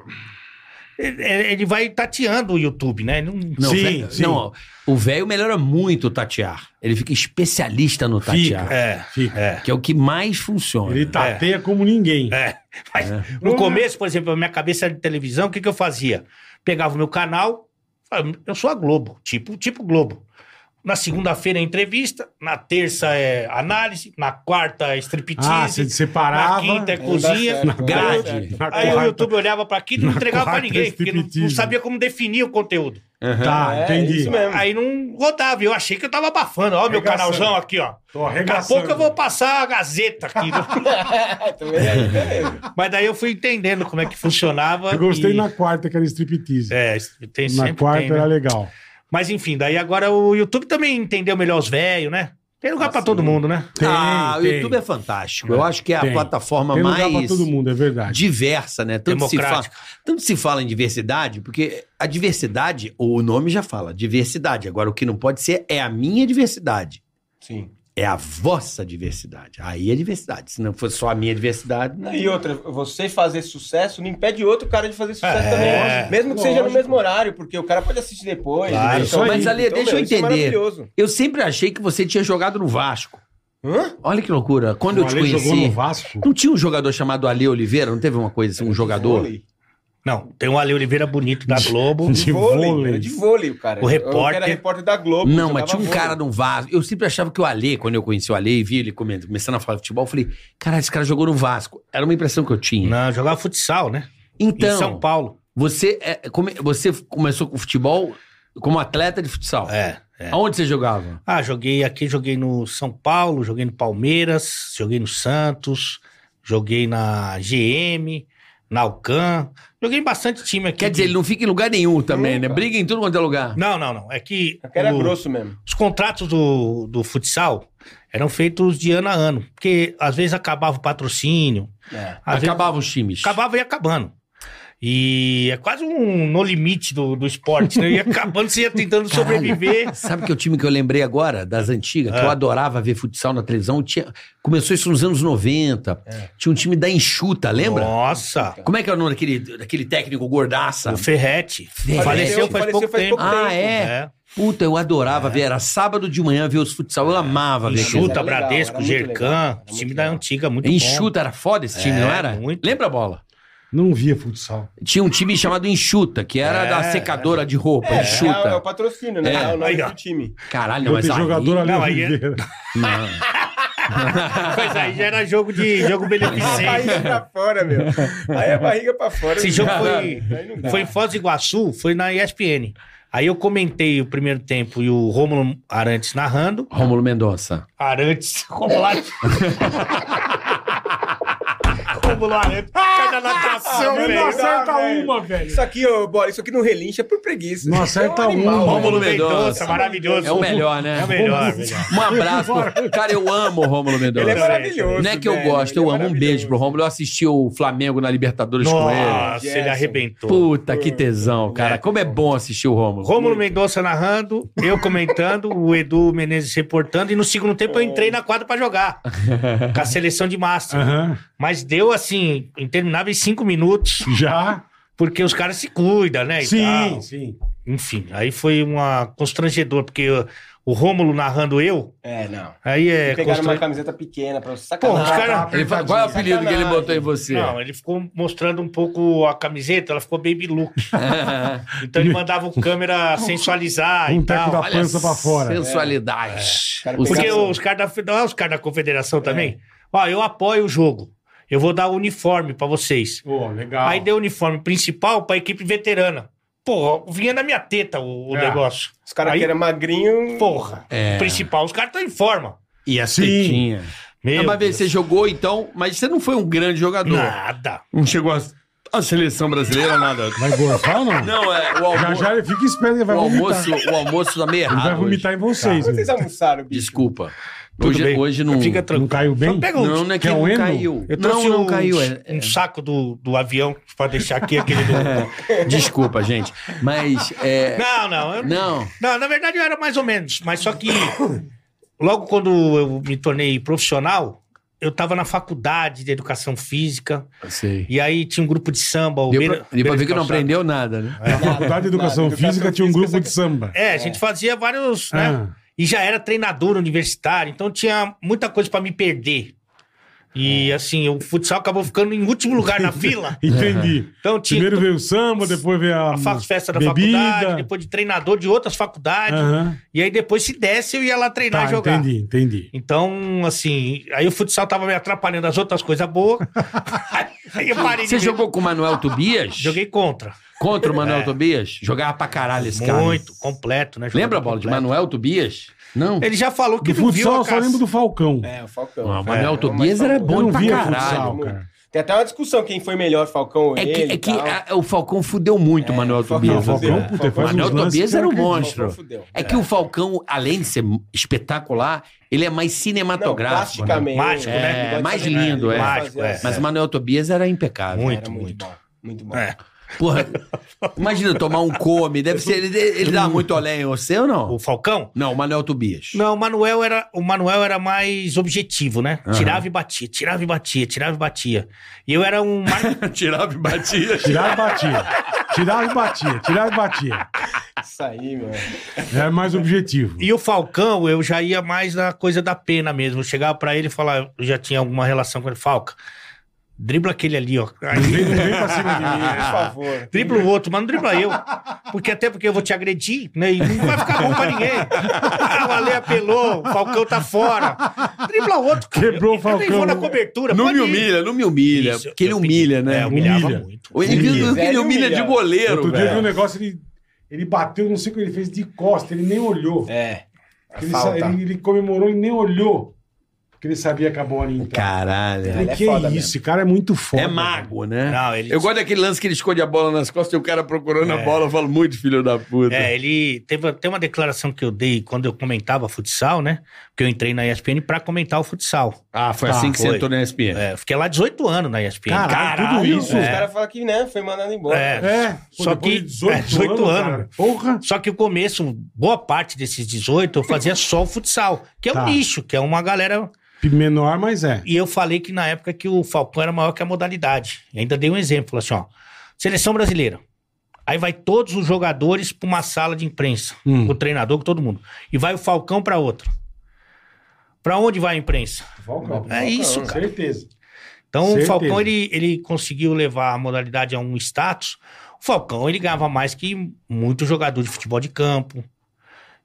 [SPEAKER 4] ele- ele vai tateando o YouTube, né? Ele não-
[SPEAKER 5] Não,
[SPEAKER 3] Sim,
[SPEAKER 5] o véio-
[SPEAKER 3] sim.
[SPEAKER 5] não, o velho melhora muito o tatear. Ele fica especialista no tatear.
[SPEAKER 4] É,
[SPEAKER 3] Fica.
[SPEAKER 4] é.
[SPEAKER 5] Que é o que mais funciona.
[SPEAKER 3] Ele tateia como ninguém.
[SPEAKER 4] Mas no começo, por exemplo, a minha cabeça de televisão, o que, que eu fazia? Pegava o meu canal, falava, eu sou a Globo, tipo, tipo Globo. Na segunda-feira é entrevista, na terça é análise, na quarta é
[SPEAKER 3] Ah, você
[SPEAKER 4] striptease, na
[SPEAKER 3] separava.
[SPEAKER 4] quinta é
[SPEAKER 6] Não dá
[SPEAKER 4] cozinha,
[SPEAKER 6] certo, não dá
[SPEAKER 5] grade.
[SPEAKER 6] certo.
[SPEAKER 3] na
[SPEAKER 4] Aí o
[SPEAKER 3] quarta-
[SPEAKER 4] YouTube olhava pra aquilo e não entregava pra
[SPEAKER 3] quarta
[SPEAKER 4] ninguém, porque não, não
[SPEAKER 3] striptease.
[SPEAKER 4] sabia como definir o conteúdo.
[SPEAKER 3] Tá,
[SPEAKER 6] É,
[SPEAKER 3] entendi.
[SPEAKER 6] isso mesmo.
[SPEAKER 4] Aí não rodava, eu achei que eu tava abafando. Ó, meu
[SPEAKER 3] Arregaçando.
[SPEAKER 4] canalzão aqui, ó. Daqui
[SPEAKER 3] Tô
[SPEAKER 4] a
[SPEAKER 3] arregaçando.
[SPEAKER 4] pouco eu vou passar a Gazeta aqui.
[SPEAKER 3] (laughs)
[SPEAKER 4] né?
[SPEAKER 6] Também é, beleza.
[SPEAKER 4] Mas daí eu fui entendendo como é que funcionava.
[SPEAKER 3] Eu gostei
[SPEAKER 4] e-
[SPEAKER 3] na quarta, que era striptease.
[SPEAKER 4] É, tem
[SPEAKER 3] na
[SPEAKER 4] sempre
[SPEAKER 3] quarta
[SPEAKER 4] tem, né?
[SPEAKER 3] era legal.
[SPEAKER 4] Mas enfim, daí agora o YouTube também entendeu melhor os velhos, né? Tem lugar pra todo mundo, né?
[SPEAKER 5] ah, o
[SPEAKER 3] tem.
[SPEAKER 5] YouTube é fantástico. Eu acho que é a
[SPEAKER 3] Tem.
[SPEAKER 5] plataforma
[SPEAKER 3] Tem lugar pra
[SPEAKER 5] mais
[SPEAKER 3] todo mundo, é verdade.
[SPEAKER 5] diversa, né? Tanto se, fala,
[SPEAKER 4] Democrática.
[SPEAKER 5] tanto se fala em diversidade, porque a diversidade, o nome já fala, diversidade. Agora, o que não pode ser é a minha diversidade.
[SPEAKER 6] Sim.
[SPEAKER 5] É a vossa diversidade. Aí é diversidade. Se não for só a minha diversidade, não.
[SPEAKER 6] E outra, você fazer sucesso não impede outro cara de fazer sucesso
[SPEAKER 4] É,
[SPEAKER 6] também. Mesmo que seja no
[SPEAKER 3] lógico.
[SPEAKER 6] mesmo horário, porque o cara pode assistir depois. né?
[SPEAKER 4] Claro,
[SPEAKER 3] isso aí. Mas,
[SPEAKER 5] Ale, deixa eu
[SPEAKER 6] isso é
[SPEAKER 5] entender.
[SPEAKER 6] maravilhoso.
[SPEAKER 5] Eu sempre achei que você tinha jogado no Vasco.
[SPEAKER 6] Hã?
[SPEAKER 5] Olha que loucura. Quando eu
[SPEAKER 3] O
[SPEAKER 5] te
[SPEAKER 3] Ale jogou
[SPEAKER 5] conheci.
[SPEAKER 3] no Vasco.
[SPEAKER 5] Não tinha um jogador chamado Ale Oliveira? Não teve uma coisa assim, um jogador?
[SPEAKER 6] Vôlei.
[SPEAKER 4] Não, tem um Ale Oliveira bonito
[SPEAKER 3] (laughs)
[SPEAKER 4] da Globo.
[SPEAKER 3] De
[SPEAKER 6] vôlei.
[SPEAKER 3] vôlei.
[SPEAKER 6] era De vôlei, o cara.
[SPEAKER 4] O
[SPEAKER 6] Eu
[SPEAKER 4] repórter.
[SPEAKER 6] era repórter da Globo.
[SPEAKER 5] Não,
[SPEAKER 6] jogava
[SPEAKER 5] mas tinha um
[SPEAKER 6] vôlei.
[SPEAKER 5] cara num Vasco. Eu sempre achava que o Ale, quando eu conheci o Ale e vi ele comendo- começando a falar de futebol, eu falei, caralho, esse cara jogou no Vasco. Era uma impressão que eu tinha.
[SPEAKER 4] Não, jogava futsal, né? em São
[SPEAKER 5] Então,
[SPEAKER 4] Paulo.
[SPEAKER 5] você, é, come- você começou com futebol como atleta de futsal.
[SPEAKER 4] É, é.
[SPEAKER 5] Aonde você jogava?
[SPEAKER 4] Ah, joguei aqui, joguei no São Paulo, joguei no Palmeiras, joguei no Santos, joguei na GM, na Alcan. Joguei em bastante time aqui.
[SPEAKER 5] Quer dizer, ele não fica em lugar nenhum também, né?
[SPEAKER 6] Nunca.
[SPEAKER 5] Briga em tudo quanto é lugar.
[SPEAKER 4] Não, não, não. É que
[SPEAKER 6] O cara era
[SPEAKER 4] o-
[SPEAKER 6] grosso mesmo.
[SPEAKER 4] os contratos do, do futsal eram feitos de ano a ano. Porque às vezes acabava o patrocínio,
[SPEAKER 6] É.
[SPEAKER 4] às vezes
[SPEAKER 5] Acabavam os times.
[SPEAKER 4] acabava e ia acabando. E é quase um no limite do, do esporte, né? Ia (laughs) acabando, você ia tentando sobreviver.
[SPEAKER 5] Sabe que é o time que eu lembrei agora, das antigas,
[SPEAKER 4] É.
[SPEAKER 5] que eu adorava ver futsal na televisão? Tinha... Começou isso nos anos 90. Tinha um time da Enxuta, lembra?
[SPEAKER 4] É. Nossa!
[SPEAKER 5] Como é que era o nome daquele, daquele técnico gordaça?
[SPEAKER 4] O Ferretti.
[SPEAKER 5] Ferretti.
[SPEAKER 4] Faleceu, faz
[SPEAKER 6] Faleceu
[SPEAKER 4] pouco
[SPEAKER 6] faz
[SPEAKER 4] tempo.
[SPEAKER 6] pouco
[SPEAKER 5] Ah, é?
[SPEAKER 4] é.
[SPEAKER 5] Puta, eu adorava ver. Era sábado de manhã ver os futsal. Eu amava ver. aquilo.
[SPEAKER 6] Mas
[SPEAKER 4] É. Enxuta,
[SPEAKER 6] era legal,
[SPEAKER 4] Bradesco,
[SPEAKER 6] era muito legal,
[SPEAKER 4] Gercan,
[SPEAKER 6] era
[SPEAKER 4] time
[SPEAKER 6] muito
[SPEAKER 4] da
[SPEAKER 6] legal.
[SPEAKER 4] antiga, muito bom.
[SPEAKER 5] Enxuta era foda esse time,
[SPEAKER 4] É,
[SPEAKER 5] não era?
[SPEAKER 4] muito.
[SPEAKER 5] Lembra a bola?
[SPEAKER 3] Não via futsal.
[SPEAKER 5] Tinha um time chamado Enxuta, que era
[SPEAKER 4] É,
[SPEAKER 5] da secadora de roupa.
[SPEAKER 6] É, é, o
[SPEAKER 5] Enxuta.
[SPEAKER 6] patrocínio, né?
[SPEAKER 5] É.
[SPEAKER 6] É o nome
[SPEAKER 4] Aí, ó.
[SPEAKER 6] do time.
[SPEAKER 5] Caralho, não,
[SPEAKER 3] Não,
[SPEAKER 5] mas aí...
[SPEAKER 3] jogador ali
[SPEAKER 4] Não, aí é- (laughs)
[SPEAKER 3] Oliveira.
[SPEAKER 5] Não.
[SPEAKER 4] Mas aí já era jogo de jogo
[SPEAKER 6] A
[SPEAKER 4] beneficente.
[SPEAKER 6] barriga pra fora, meu. Aí a barriga pra fora.
[SPEAKER 4] Esse
[SPEAKER 6] não
[SPEAKER 4] jogo
[SPEAKER 6] dá,
[SPEAKER 4] foi,
[SPEAKER 6] né? Aí não dá.
[SPEAKER 4] foi em Foz do Iguaçu, foi na ESPN. Aí eu comentei o primeiro tempo e o Rômulo Arantes narrando.
[SPEAKER 5] Rômulo Mendonça.
[SPEAKER 4] Arantes, Rômulo Arantes. Rômulo Arantes, cai da natação,
[SPEAKER 3] Ele
[SPEAKER 4] velho.
[SPEAKER 3] não acerta
[SPEAKER 6] Dá, velho.
[SPEAKER 3] uma, velho.
[SPEAKER 6] Isso aqui, ô, bora, isso aqui não relincha. Pum, preguiça.
[SPEAKER 3] Não acerta
[SPEAKER 6] É animal,
[SPEAKER 3] um,
[SPEAKER 6] velho.
[SPEAKER 5] Rômulo Mendonça.
[SPEAKER 4] maravilhoso.
[SPEAKER 5] É o melhor, né?
[SPEAKER 4] É o melhor, melhor.
[SPEAKER 5] Um abraço. pro- Cara, eu amo o Rômulo
[SPEAKER 6] Ele é
[SPEAKER 5] Mendonça.
[SPEAKER 6] maravilhoso.
[SPEAKER 5] Não é que eu
[SPEAKER 6] velho,
[SPEAKER 5] gosto,
[SPEAKER 6] ele é
[SPEAKER 5] eu amo. Um beijo pro Rômulo. Eu assisti o Flamengo na Libertadores com ele.
[SPEAKER 4] Nossa, ele
[SPEAKER 6] Gerson.
[SPEAKER 4] arrebentou.
[SPEAKER 5] Puta, que tesão, cara.
[SPEAKER 4] É.
[SPEAKER 5] Como é bom assistir o Rômulo.
[SPEAKER 4] Rômulo Mendonça narrando, eu comentando, o Edu Menezes reportando, e no segundo tempo eu entrei na quadra pra
[SPEAKER 3] (laughs)
[SPEAKER 4] jogar. com a seleção de massa.
[SPEAKER 3] Aham.
[SPEAKER 4] Mas deu assim, intermináveis cinco minutos,
[SPEAKER 3] Já?
[SPEAKER 4] porque os caras se cuidam, né? e
[SPEAKER 3] Sim,
[SPEAKER 4] tal.
[SPEAKER 3] sim.
[SPEAKER 4] Enfim, aí foi uma constrangedor, porque uh, o Rômulo narrando eu,
[SPEAKER 6] É, não.
[SPEAKER 4] aí é.
[SPEAKER 6] Pegaram uma
[SPEAKER 4] constran-
[SPEAKER 6] camiseta pequena pra
[SPEAKER 4] Pô,
[SPEAKER 6] sacanagem.
[SPEAKER 4] os caras.
[SPEAKER 5] Ele fala, qual é o apelido que ele
[SPEAKER 6] Sacanagem.
[SPEAKER 5] botou em você? (laughs)
[SPEAKER 4] Não, ele ficou mostrando um pouco a camiseta, ela ficou baby look. Então
[SPEAKER 3] (laughs)
[SPEAKER 4] ele mandava o câmera sensualizar
[SPEAKER 3] Um
[SPEAKER 4] e
[SPEAKER 3] teco
[SPEAKER 4] tal.
[SPEAKER 3] da pança pra fora.
[SPEAKER 5] Sensualidade.
[SPEAKER 6] Cara,
[SPEAKER 5] Os-
[SPEAKER 4] Porque
[SPEAKER 6] Pegação.
[SPEAKER 4] os caras da, não é os caras da confederação também. Ó, eu apoio o jogo. Eu vou dar o uniforme pra vocês.
[SPEAKER 3] Pô, legal.
[SPEAKER 4] Aí deu o uniforme principal pra equipe veterana. Pô, vinha na minha teta o, o
[SPEAKER 3] É.
[SPEAKER 4] negócio.
[SPEAKER 6] Os caras
[SPEAKER 4] Aí-
[SPEAKER 6] que eram magrinhos.
[SPEAKER 4] Porra.
[SPEAKER 5] É.
[SPEAKER 4] Principal, os caras estão em forma.
[SPEAKER 5] E a
[SPEAKER 3] Sim.
[SPEAKER 5] tetinha.
[SPEAKER 4] Meu
[SPEAKER 5] É uma vez
[SPEAKER 4] Deus.
[SPEAKER 5] você jogou, então, mas você não foi um grande jogador.
[SPEAKER 4] Nada.
[SPEAKER 5] Não chegou à à seleção brasileira, nada.
[SPEAKER 3] Vai gorfar ou não?
[SPEAKER 5] Não, é, o, almo-
[SPEAKER 3] Já já ele fica esperto, ele vai
[SPEAKER 5] o
[SPEAKER 3] vomitar.
[SPEAKER 5] almoço, o almoço tá meio
[SPEAKER 3] Ele vai
[SPEAKER 5] errado. hoje.
[SPEAKER 3] vomitar em vocês. meu.
[SPEAKER 6] Vocês almoçaram, bicho.
[SPEAKER 5] Desculpa.
[SPEAKER 4] Tudo
[SPEAKER 5] Hoje,
[SPEAKER 4] bem.
[SPEAKER 5] hoje não.
[SPEAKER 4] Fica
[SPEAKER 3] Não
[SPEAKER 4] tranquilo.
[SPEAKER 3] caiu bem?
[SPEAKER 4] Só pega um.
[SPEAKER 5] Não, não é que
[SPEAKER 3] Quer
[SPEAKER 5] não
[SPEAKER 3] um Eno?
[SPEAKER 5] caiu.
[SPEAKER 4] Eu
[SPEAKER 5] Não,
[SPEAKER 4] trouxe
[SPEAKER 5] não
[SPEAKER 4] um,
[SPEAKER 5] caiu. é- é-
[SPEAKER 4] (laughs) um saco do, do avião pra deixar aqui aquele
[SPEAKER 5] (laughs)
[SPEAKER 4] do...
[SPEAKER 5] Desculpa, gente. Mas. É...
[SPEAKER 4] Não, não. eu-
[SPEAKER 5] Não.
[SPEAKER 4] Não, na verdade eu era mais ou menos, mas só que logo quando eu me tornei profissional, eu tava na faculdade de educação física,
[SPEAKER 5] eu Sei.
[SPEAKER 4] e aí tinha um grupo de samba. o
[SPEAKER 5] Deu
[SPEAKER 4] Beira-
[SPEAKER 5] pra, deu pra
[SPEAKER 4] Beira
[SPEAKER 5] ver
[SPEAKER 4] de
[SPEAKER 5] que não
[SPEAKER 4] Calçada.
[SPEAKER 5] aprendeu nada, né?
[SPEAKER 3] Na faculdade de educação
[SPEAKER 6] Nada,
[SPEAKER 3] física
[SPEAKER 6] educação
[SPEAKER 3] tinha um
[SPEAKER 6] física
[SPEAKER 3] grupo
[SPEAKER 6] só
[SPEAKER 3] de samba.
[SPEAKER 4] É, a gente fazia vários, né?
[SPEAKER 3] Ah,
[SPEAKER 4] E já era treinador universitário, então tinha muita coisa pra me perder.
[SPEAKER 5] É.
[SPEAKER 4] E assim, o futsal acabou ficando em último lugar
[SPEAKER 5] (laughs)
[SPEAKER 4] na fila.
[SPEAKER 3] entendi.
[SPEAKER 4] Então tinha
[SPEAKER 3] Primeiro veio o samba, depois veio a,
[SPEAKER 4] a fa- festa da
[SPEAKER 3] bebida.
[SPEAKER 4] faculdade, depois de treinador de outras faculdades.
[SPEAKER 5] Ah.
[SPEAKER 3] Aham.
[SPEAKER 4] E aí depois se desse eu ia lá treinar
[SPEAKER 3] Tá,
[SPEAKER 4] e jogar.
[SPEAKER 3] entendi, entendi.
[SPEAKER 4] Então, assim, aí o futsal tava me atrapalhando as outras coisas
[SPEAKER 3] (laughs)
[SPEAKER 4] boas. aí eu parei de
[SPEAKER 5] Você
[SPEAKER 4] ver.
[SPEAKER 5] jogou com o Manuel Tobias?
[SPEAKER 4] Joguei contra.
[SPEAKER 5] Contra o Manuel Tobias? Jogava pra caralho esse cara.
[SPEAKER 4] Muito,
[SPEAKER 3] é
[SPEAKER 4] completo, né?
[SPEAKER 5] Lembra
[SPEAKER 4] Jogador
[SPEAKER 5] a bola de
[SPEAKER 4] completo.
[SPEAKER 5] Manuel Tobias? Não.
[SPEAKER 4] Ele já falou que
[SPEAKER 3] Do
[SPEAKER 4] não viu
[SPEAKER 3] futsal, eu
[SPEAKER 4] a
[SPEAKER 3] só lembro do Falcão.
[SPEAKER 6] É, o Falcão.
[SPEAKER 5] Não, o
[SPEAKER 6] É,
[SPEAKER 5] Manuel
[SPEAKER 6] é,
[SPEAKER 5] Tobias
[SPEAKER 6] mas
[SPEAKER 5] era
[SPEAKER 6] Falcão-
[SPEAKER 5] bom
[SPEAKER 3] Eu não
[SPEAKER 5] pra
[SPEAKER 3] via
[SPEAKER 5] caralho.
[SPEAKER 3] futsal, cara.
[SPEAKER 6] Tem até uma discussão quem foi melhor, Falcão ou
[SPEAKER 5] É que,
[SPEAKER 6] ele.
[SPEAKER 5] é
[SPEAKER 6] e
[SPEAKER 5] que
[SPEAKER 6] tal.
[SPEAKER 5] a- o Falcão fudeu muito o Manuel
[SPEAKER 6] o Falcão
[SPEAKER 5] Tobias.
[SPEAKER 3] Não, o
[SPEAKER 5] né,
[SPEAKER 3] Falcão,
[SPEAKER 5] cara?
[SPEAKER 3] puta, faz
[SPEAKER 5] Manuel
[SPEAKER 3] uns lances
[SPEAKER 5] Tobias
[SPEAKER 3] que eu
[SPEAKER 5] era um
[SPEAKER 3] não acredito.
[SPEAKER 5] monstro.
[SPEAKER 6] fudeu.
[SPEAKER 5] É que o Falcão, além de ser espetacular, ele é mais
[SPEAKER 6] Não,
[SPEAKER 5] cinematográfico. né?
[SPEAKER 6] plasticamente.
[SPEAKER 4] Mágico, né?
[SPEAKER 6] Ele
[SPEAKER 5] É, mais
[SPEAKER 6] gosta de-
[SPEAKER 5] lindo,
[SPEAKER 6] ele
[SPEAKER 5] é.
[SPEAKER 6] gosta de
[SPEAKER 4] Mágico,
[SPEAKER 6] fazer
[SPEAKER 4] é.
[SPEAKER 6] assim.
[SPEAKER 5] Mas o Manuel Tobias era impecável.
[SPEAKER 4] Muito.
[SPEAKER 6] Era muito bom. Muito bom.
[SPEAKER 4] É.
[SPEAKER 5] Porra, imagina tomar um come. Deve ser. Ele, ele dá muito olé em você ou não?
[SPEAKER 4] O Falcão?
[SPEAKER 5] Não, o Manuel Tobias.
[SPEAKER 6] (laughs)
[SPEAKER 4] Não, o Manuel era, o Manuel era mais objetivo, né?
[SPEAKER 5] Aham.
[SPEAKER 4] Tirava e batia, tirava e batia, tirava e batia. E eu era um
[SPEAKER 3] (laughs)
[SPEAKER 4] mar-
[SPEAKER 5] Tirava e batia.
[SPEAKER 3] Tirava e batia. Tirava e batia, tirava e batia.
[SPEAKER 6] Isso aí, meu.
[SPEAKER 3] Era mais objetivo.
[SPEAKER 4] E o Falcão, eu já ia mais na coisa da pena mesmo. Eu chegava pra ele e falava, eu já tinha alguma relação com ele. Falca, dribla aquele ali, ó. Aí-
[SPEAKER 3] Vem, vem pra cima de mim.
[SPEAKER 6] Por favor.
[SPEAKER 4] Dribla o outro, mas não dribla eu. Porque até porque eu vou te agredir, né? E não vai ficar bom pra ninguém. Ah, o Ale apelou, o Falcão tá fora. Dribla o outro. cara.
[SPEAKER 3] Quebrou o
[SPEAKER 4] Eu nem
[SPEAKER 3] Falcão.
[SPEAKER 4] vou na cobertura.
[SPEAKER 5] Não
[SPEAKER 4] pode ir.
[SPEAKER 5] me humilha, não me humilha.
[SPEAKER 4] Isso,
[SPEAKER 5] porque ele
[SPEAKER 4] eu pedi.
[SPEAKER 5] humilha, né?
[SPEAKER 4] É, humilhava
[SPEAKER 3] Humilha.
[SPEAKER 4] muito.
[SPEAKER 5] Ele,
[SPEAKER 6] Humilha.
[SPEAKER 5] ele, ele humilha de goleiro,
[SPEAKER 3] Outro dia eu vi um
[SPEAKER 5] velho.
[SPEAKER 3] negócio, ele, ele bateu, não sei o que ele fez, de costa, ele nem olhou.
[SPEAKER 6] É.
[SPEAKER 3] Ele, sa-
[SPEAKER 6] Falta.
[SPEAKER 3] ele- ele comemorou, ele nem olhou. Porque ele sabia que a
[SPEAKER 4] um
[SPEAKER 3] bola ia entrar.
[SPEAKER 5] Caralho.
[SPEAKER 3] Falei,
[SPEAKER 6] ele é
[SPEAKER 3] que
[SPEAKER 6] foda
[SPEAKER 3] isso,
[SPEAKER 6] mesmo.
[SPEAKER 3] esse cara é muito foda.
[SPEAKER 5] É mago, né?
[SPEAKER 4] Não, ele-
[SPEAKER 5] Eu gosto daquele lance que ele esconde a bola nas costas e o cara procurando a
[SPEAKER 4] Ah, É.
[SPEAKER 5] bola. Eu falo muito, filho da puta.
[SPEAKER 4] É, ele teve até uma declaração que eu dei quando eu comentava futsal, né? Porque eu entrei na ESPN pra comentar o futsal.
[SPEAKER 5] Ah, foi
[SPEAKER 3] Tá,
[SPEAKER 5] assim que você
[SPEAKER 4] foi.
[SPEAKER 5] entrou na ESPN.
[SPEAKER 4] É, eu fiquei lá 18 anos na ESPN.
[SPEAKER 3] Caralho, tudo isso.
[SPEAKER 6] Os
[SPEAKER 4] É.
[SPEAKER 6] caras falam que, né, foi mandado embora.
[SPEAKER 4] É.
[SPEAKER 3] É, pô,
[SPEAKER 4] Só
[SPEAKER 3] depois
[SPEAKER 4] que-
[SPEAKER 3] de 18,
[SPEAKER 4] é, 18
[SPEAKER 3] anos.
[SPEAKER 4] anos.
[SPEAKER 3] cara. Porra.
[SPEAKER 4] Só que o começo, boa parte desses 18, eu fazia só o futsal, que é
[SPEAKER 3] Tá.
[SPEAKER 4] um nicho, que é uma galera
[SPEAKER 3] Menor, mas é.
[SPEAKER 4] E eu falei que na época que o Falcão era maior que a modalidade. E ainda dei um exemplo, assim, ó. Seleção brasileira. Aí vai todos os jogadores pra uma sala de imprensa,
[SPEAKER 3] Hum.
[SPEAKER 4] com o treinador, com todo mundo. E vai o Falcão pra outra. Pra onde vai a imprensa?
[SPEAKER 3] Falcão.
[SPEAKER 4] É isso,
[SPEAKER 3] Com
[SPEAKER 4] cara.
[SPEAKER 3] certeza.
[SPEAKER 4] Então
[SPEAKER 3] Certeza.
[SPEAKER 4] o Falcão ele, ele conseguiu levar a modalidade a um status. O Falcão ele ganhava mais que muito jogador de futebol de campo.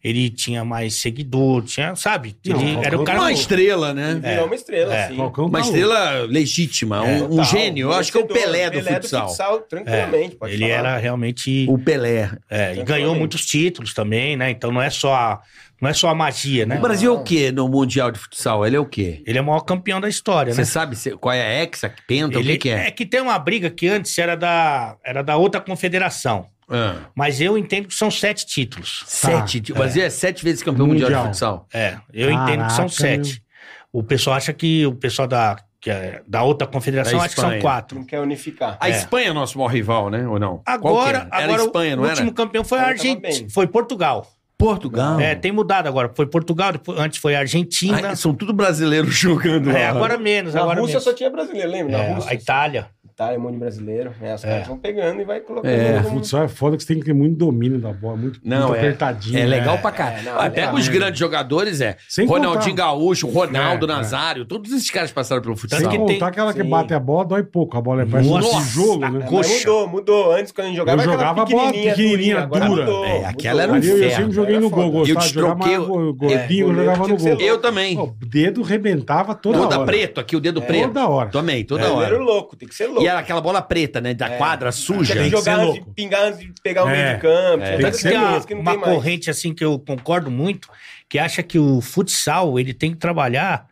[SPEAKER 4] Ele tinha mais seguidor, tinha, sabe?
[SPEAKER 3] Não,
[SPEAKER 4] Ele era
[SPEAKER 3] o Falcão é
[SPEAKER 4] o cara
[SPEAKER 5] Uma
[SPEAKER 4] mais
[SPEAKER 5] estrela, né?
[SPEAKER 6] Virou uma estrela,
[SPEAKER 4] É.
[SPEAKER 6] assim.
[SPEAKER 3] Falcão
[SPEAKER 5] Uma
[SPEAKER 3] tá
[SPEAKER 5] estrela legítima,
[SPEAKER 4] É,
[SPEAKER 5] um, um
[SPEAKER 6] Total,
[SPEAKER 5] gênio. Eu acho que é o
[SPEAKER 6] merecedor.
[SPEAKER 5] Pelé do futsal. É,
[SPEAKER 6] tranquilamente, pode
[SPEAKER 4] Ele
[SPEAKER 6] falar.
[SPEAKER 4] era realmente
[SPEAKER 5] O
[SPEAKER 4] É,
[SPEAKER 5] Pelé.
[SPEAKER 4] e
[SPEAKER 6] Tranquilamente.
[SPEAKER 4] ganhou muitos títulos também, né? Então não é só a, não é só a magia, né?
[SPEAKER 5] O Brasil é o quê no Mundial de Futsal? Ele é o quê?
[SPEAKER 4] Ele é o maior campeão da história,
[SPEAKER 5] Você
[SPEAKER 4] né?
[SPEAKER 5] sabe se- qual é a Hexa, que penta,
[SPEAKER 4] Ele,
[SPEAKER 5] o que, que é?
[SPEAKER 4] que tem uma briga que antes era da, era da outra confederação.
[SPEAKER 5] Ah.
[SPEAKER 4] Mas eu entendo que são sete títulos. Tá.
[SPEAKER 5] Sete. O Brasil é. sete vezes campeão mundial, de
[SPEAKER 3] Mundial.
[SPEAKER 5] futsal.
[SPEAKER 4] É, eu
[SPEAKER 3] Caraca,
[SPEAKER 4] entendo que são
[SPEAKER 3] meu.
[SPEAKER 4] sete. O pessoal acha que o pessoal da, que é da outra confederação
[SPEAKER 5] Da
[SPEAKER 4] acha que são
[SPEAKER 5] Espanha.
[SPEAKER 4] quatro.
[SPEAKER 6] Não quer unificar.
[SPEAKER 5] A
[SPEAKER 4] É.
[SPEAKER 5] Espanha é nosso maior rival, né? Ou não? Qual que
[SPEAKER 4] Agora,
[SPEAKER 5] era? Era
[SPEAKER 4] agora
[SPEAKER 5] Espanha,
[SPEAKER 4] o
[SPEAKER 5] não
[SPEAKER 4] último
[SPEAKER 5] era?
[SPEAKER 4] campeão foi a
[SPEAKER 6] Agora tava
[SPEAKER 4] Argentina,
[SPEAKER 6] bem.
[SPEAKER 4] foi Portugal.
[SPEAKER 5] Portugal.
[SPEAKER 4] É, tem mudado agora. Foi Portugal, depois- antes foi a Argentina.
[SPEAKER 5] Ah. Ai, né? são tudo brasileiros (laughs) jogando
[SPEAKER 4] é,
[SPEAKER 5] lá.
[SPEAKER 4] agora menos,
[SPEAKER 6] Na
[SPEAKER 4] agora
[SPEAKER 6] Rússia
[SPEAKER 4] menos.
[SPEAKER 6] só tinha brasileiro, lembra?
[SPEAKER 4] É,
[SPEAKER 6] Na Rússia.
[SPEAKER 4] a Itália.
[SPEAKER 6] Itália, monte de brasileiro. É, os
[SPEAKER 4] É.
[SPEAKER 6] caras vão pegando e vai colocando.
[SPEAKER 5] É,
[SPEAKER 6] todo
[SPEAKER 3] O
[SPEAKER 6] mundo.
[SPEAKER 3] futsal é foda que você tem que ter muito domínio da bola, muito,
[SPEAKER 5] Não,
[SPEAKER 3] muito
[SPEAKER 5] é.
[SPEAKER 3] apertadinho. né?
[SPEAKER 5] É legal pra
[SPEAKER 6] é,
[SPEAKER 5] caralho.
[SPEAKER 6] não,
[SPEAKER 5] Olha,
[SPEAKER 6] é
[SPEAKER 5] Pega
[SPEAKER 6] legal.
[SPEAKER 5] os grandes jogadores, é.
[SPEAKER 3] Sem
[SPEAKER 5] Ronaldinho
[SPEAKER 3] contar.
[SPEAKER 5] Gaúcho, Ronaldo,
[SPEAKER 3] É, é.
[SPEAKER 5] Nazário, todos esses caras passaram pelo futsal.
[SPEAKER 3] Sem
[SPEAKER 4] Tanto que
[SPEAKER 3] contar
[SPEAKER 4] tem-
[SPEAKER 3] aquela que
[SPEAKER 6] Sim.
[SPEAKER 3] bate a bola, dói pouco. A bola é parece
[SPEAKER 4] Nossa,
[SPEAKER 3] um tijolo, né?
[SPEAKER 6] É, mas
[SPEAKER 4] coxa.
[SPEAKER 6] Mudou, mudou. Antes, quando a gente jogava,
[SPEAKER 3] Eu
[SPEAKER 6] era
[SPEAKER 3] jogava
[SPEAKER 6] aquela
[SPEAKER 3] a bola pequenininha,
[SPEAKER 6] durinha, agora
[SPEAKER 3] dura.
[SPEAKER 6] mudou,
[SPEAKER 5] É,
[SPEAKER 6] mudou.
[SPEAKER 5] aquela era um
[SPEAKER 3] Ali eu, eu
[SPEAKER 5] inferno,
[SPEAKER 3] sempre joguei
[SPEAKER 6] era
[SPEAKER 3] no
[SPEAKER 6] foda.
[SPEAKER 3] gol,
[SPEAKER 5] Eu te
[SPEAKER 3] gostava de jogar, mas
[SPEAKER 5] troquei-
[SPEAKER 3] go- gordinho,
[SPEAKER 6] goleiro
[SPEAKER 3] jogava
[SPEAKER 6] tinha
[SPEAKER 3] no
[SPEAKER 6] que ser
[SPEAKER 3] gol.
[SPEAKER 6] louco.
[SPEAKER 5] Eu também.
[SPEAKER 3] O dedo rebentava toda
[SPEAKER 5] Toda
[SPEAKER 3] hora.
[SPEAKER 5] preto aqui, o dedo preto.
[SPEAKER 3] Toda hora.
[SPEAKER 5] Também, toda
[SPEAKER 6] Brasileiro
[SPEAKER 5] hora.
[SPEAKER 6] louco, tem que ser É, louco.
[SPEAKER 5] E era aquela bola preta, né? Da quadra suja.
[SPEAKER 6] Tinha que
[SPEAKER 3] que
[SPEAKER 6] jogar
[SPEAKER 3] ser
[SPEAKER 6] antes de
[SPEAKER 3] louco.
[SPEAKER 6] pingar antes de pegar o
[SPEAKER 3] É.
[SPEAKER 6] meio de campo.
[SPEAKER 5] É.
[SPEAKER 6] Tinha
[SPEAKER 3] Tem
[SPEAKER 4] Tanto
[SPEAKER 3] que
[SPEAKER 6] tantas
[SPEAKER 4] que
[SPEAKER 3] ser
[SPEAKER 4] tem uma,
[SPEAKER 6] crianças que não
[SPEAKER 4] uma
[SPEAKER 6] tem mais.
[SPEAKER 4] corrente assim que eu concordo muito, que acha que o futsal ele tem que trabalhar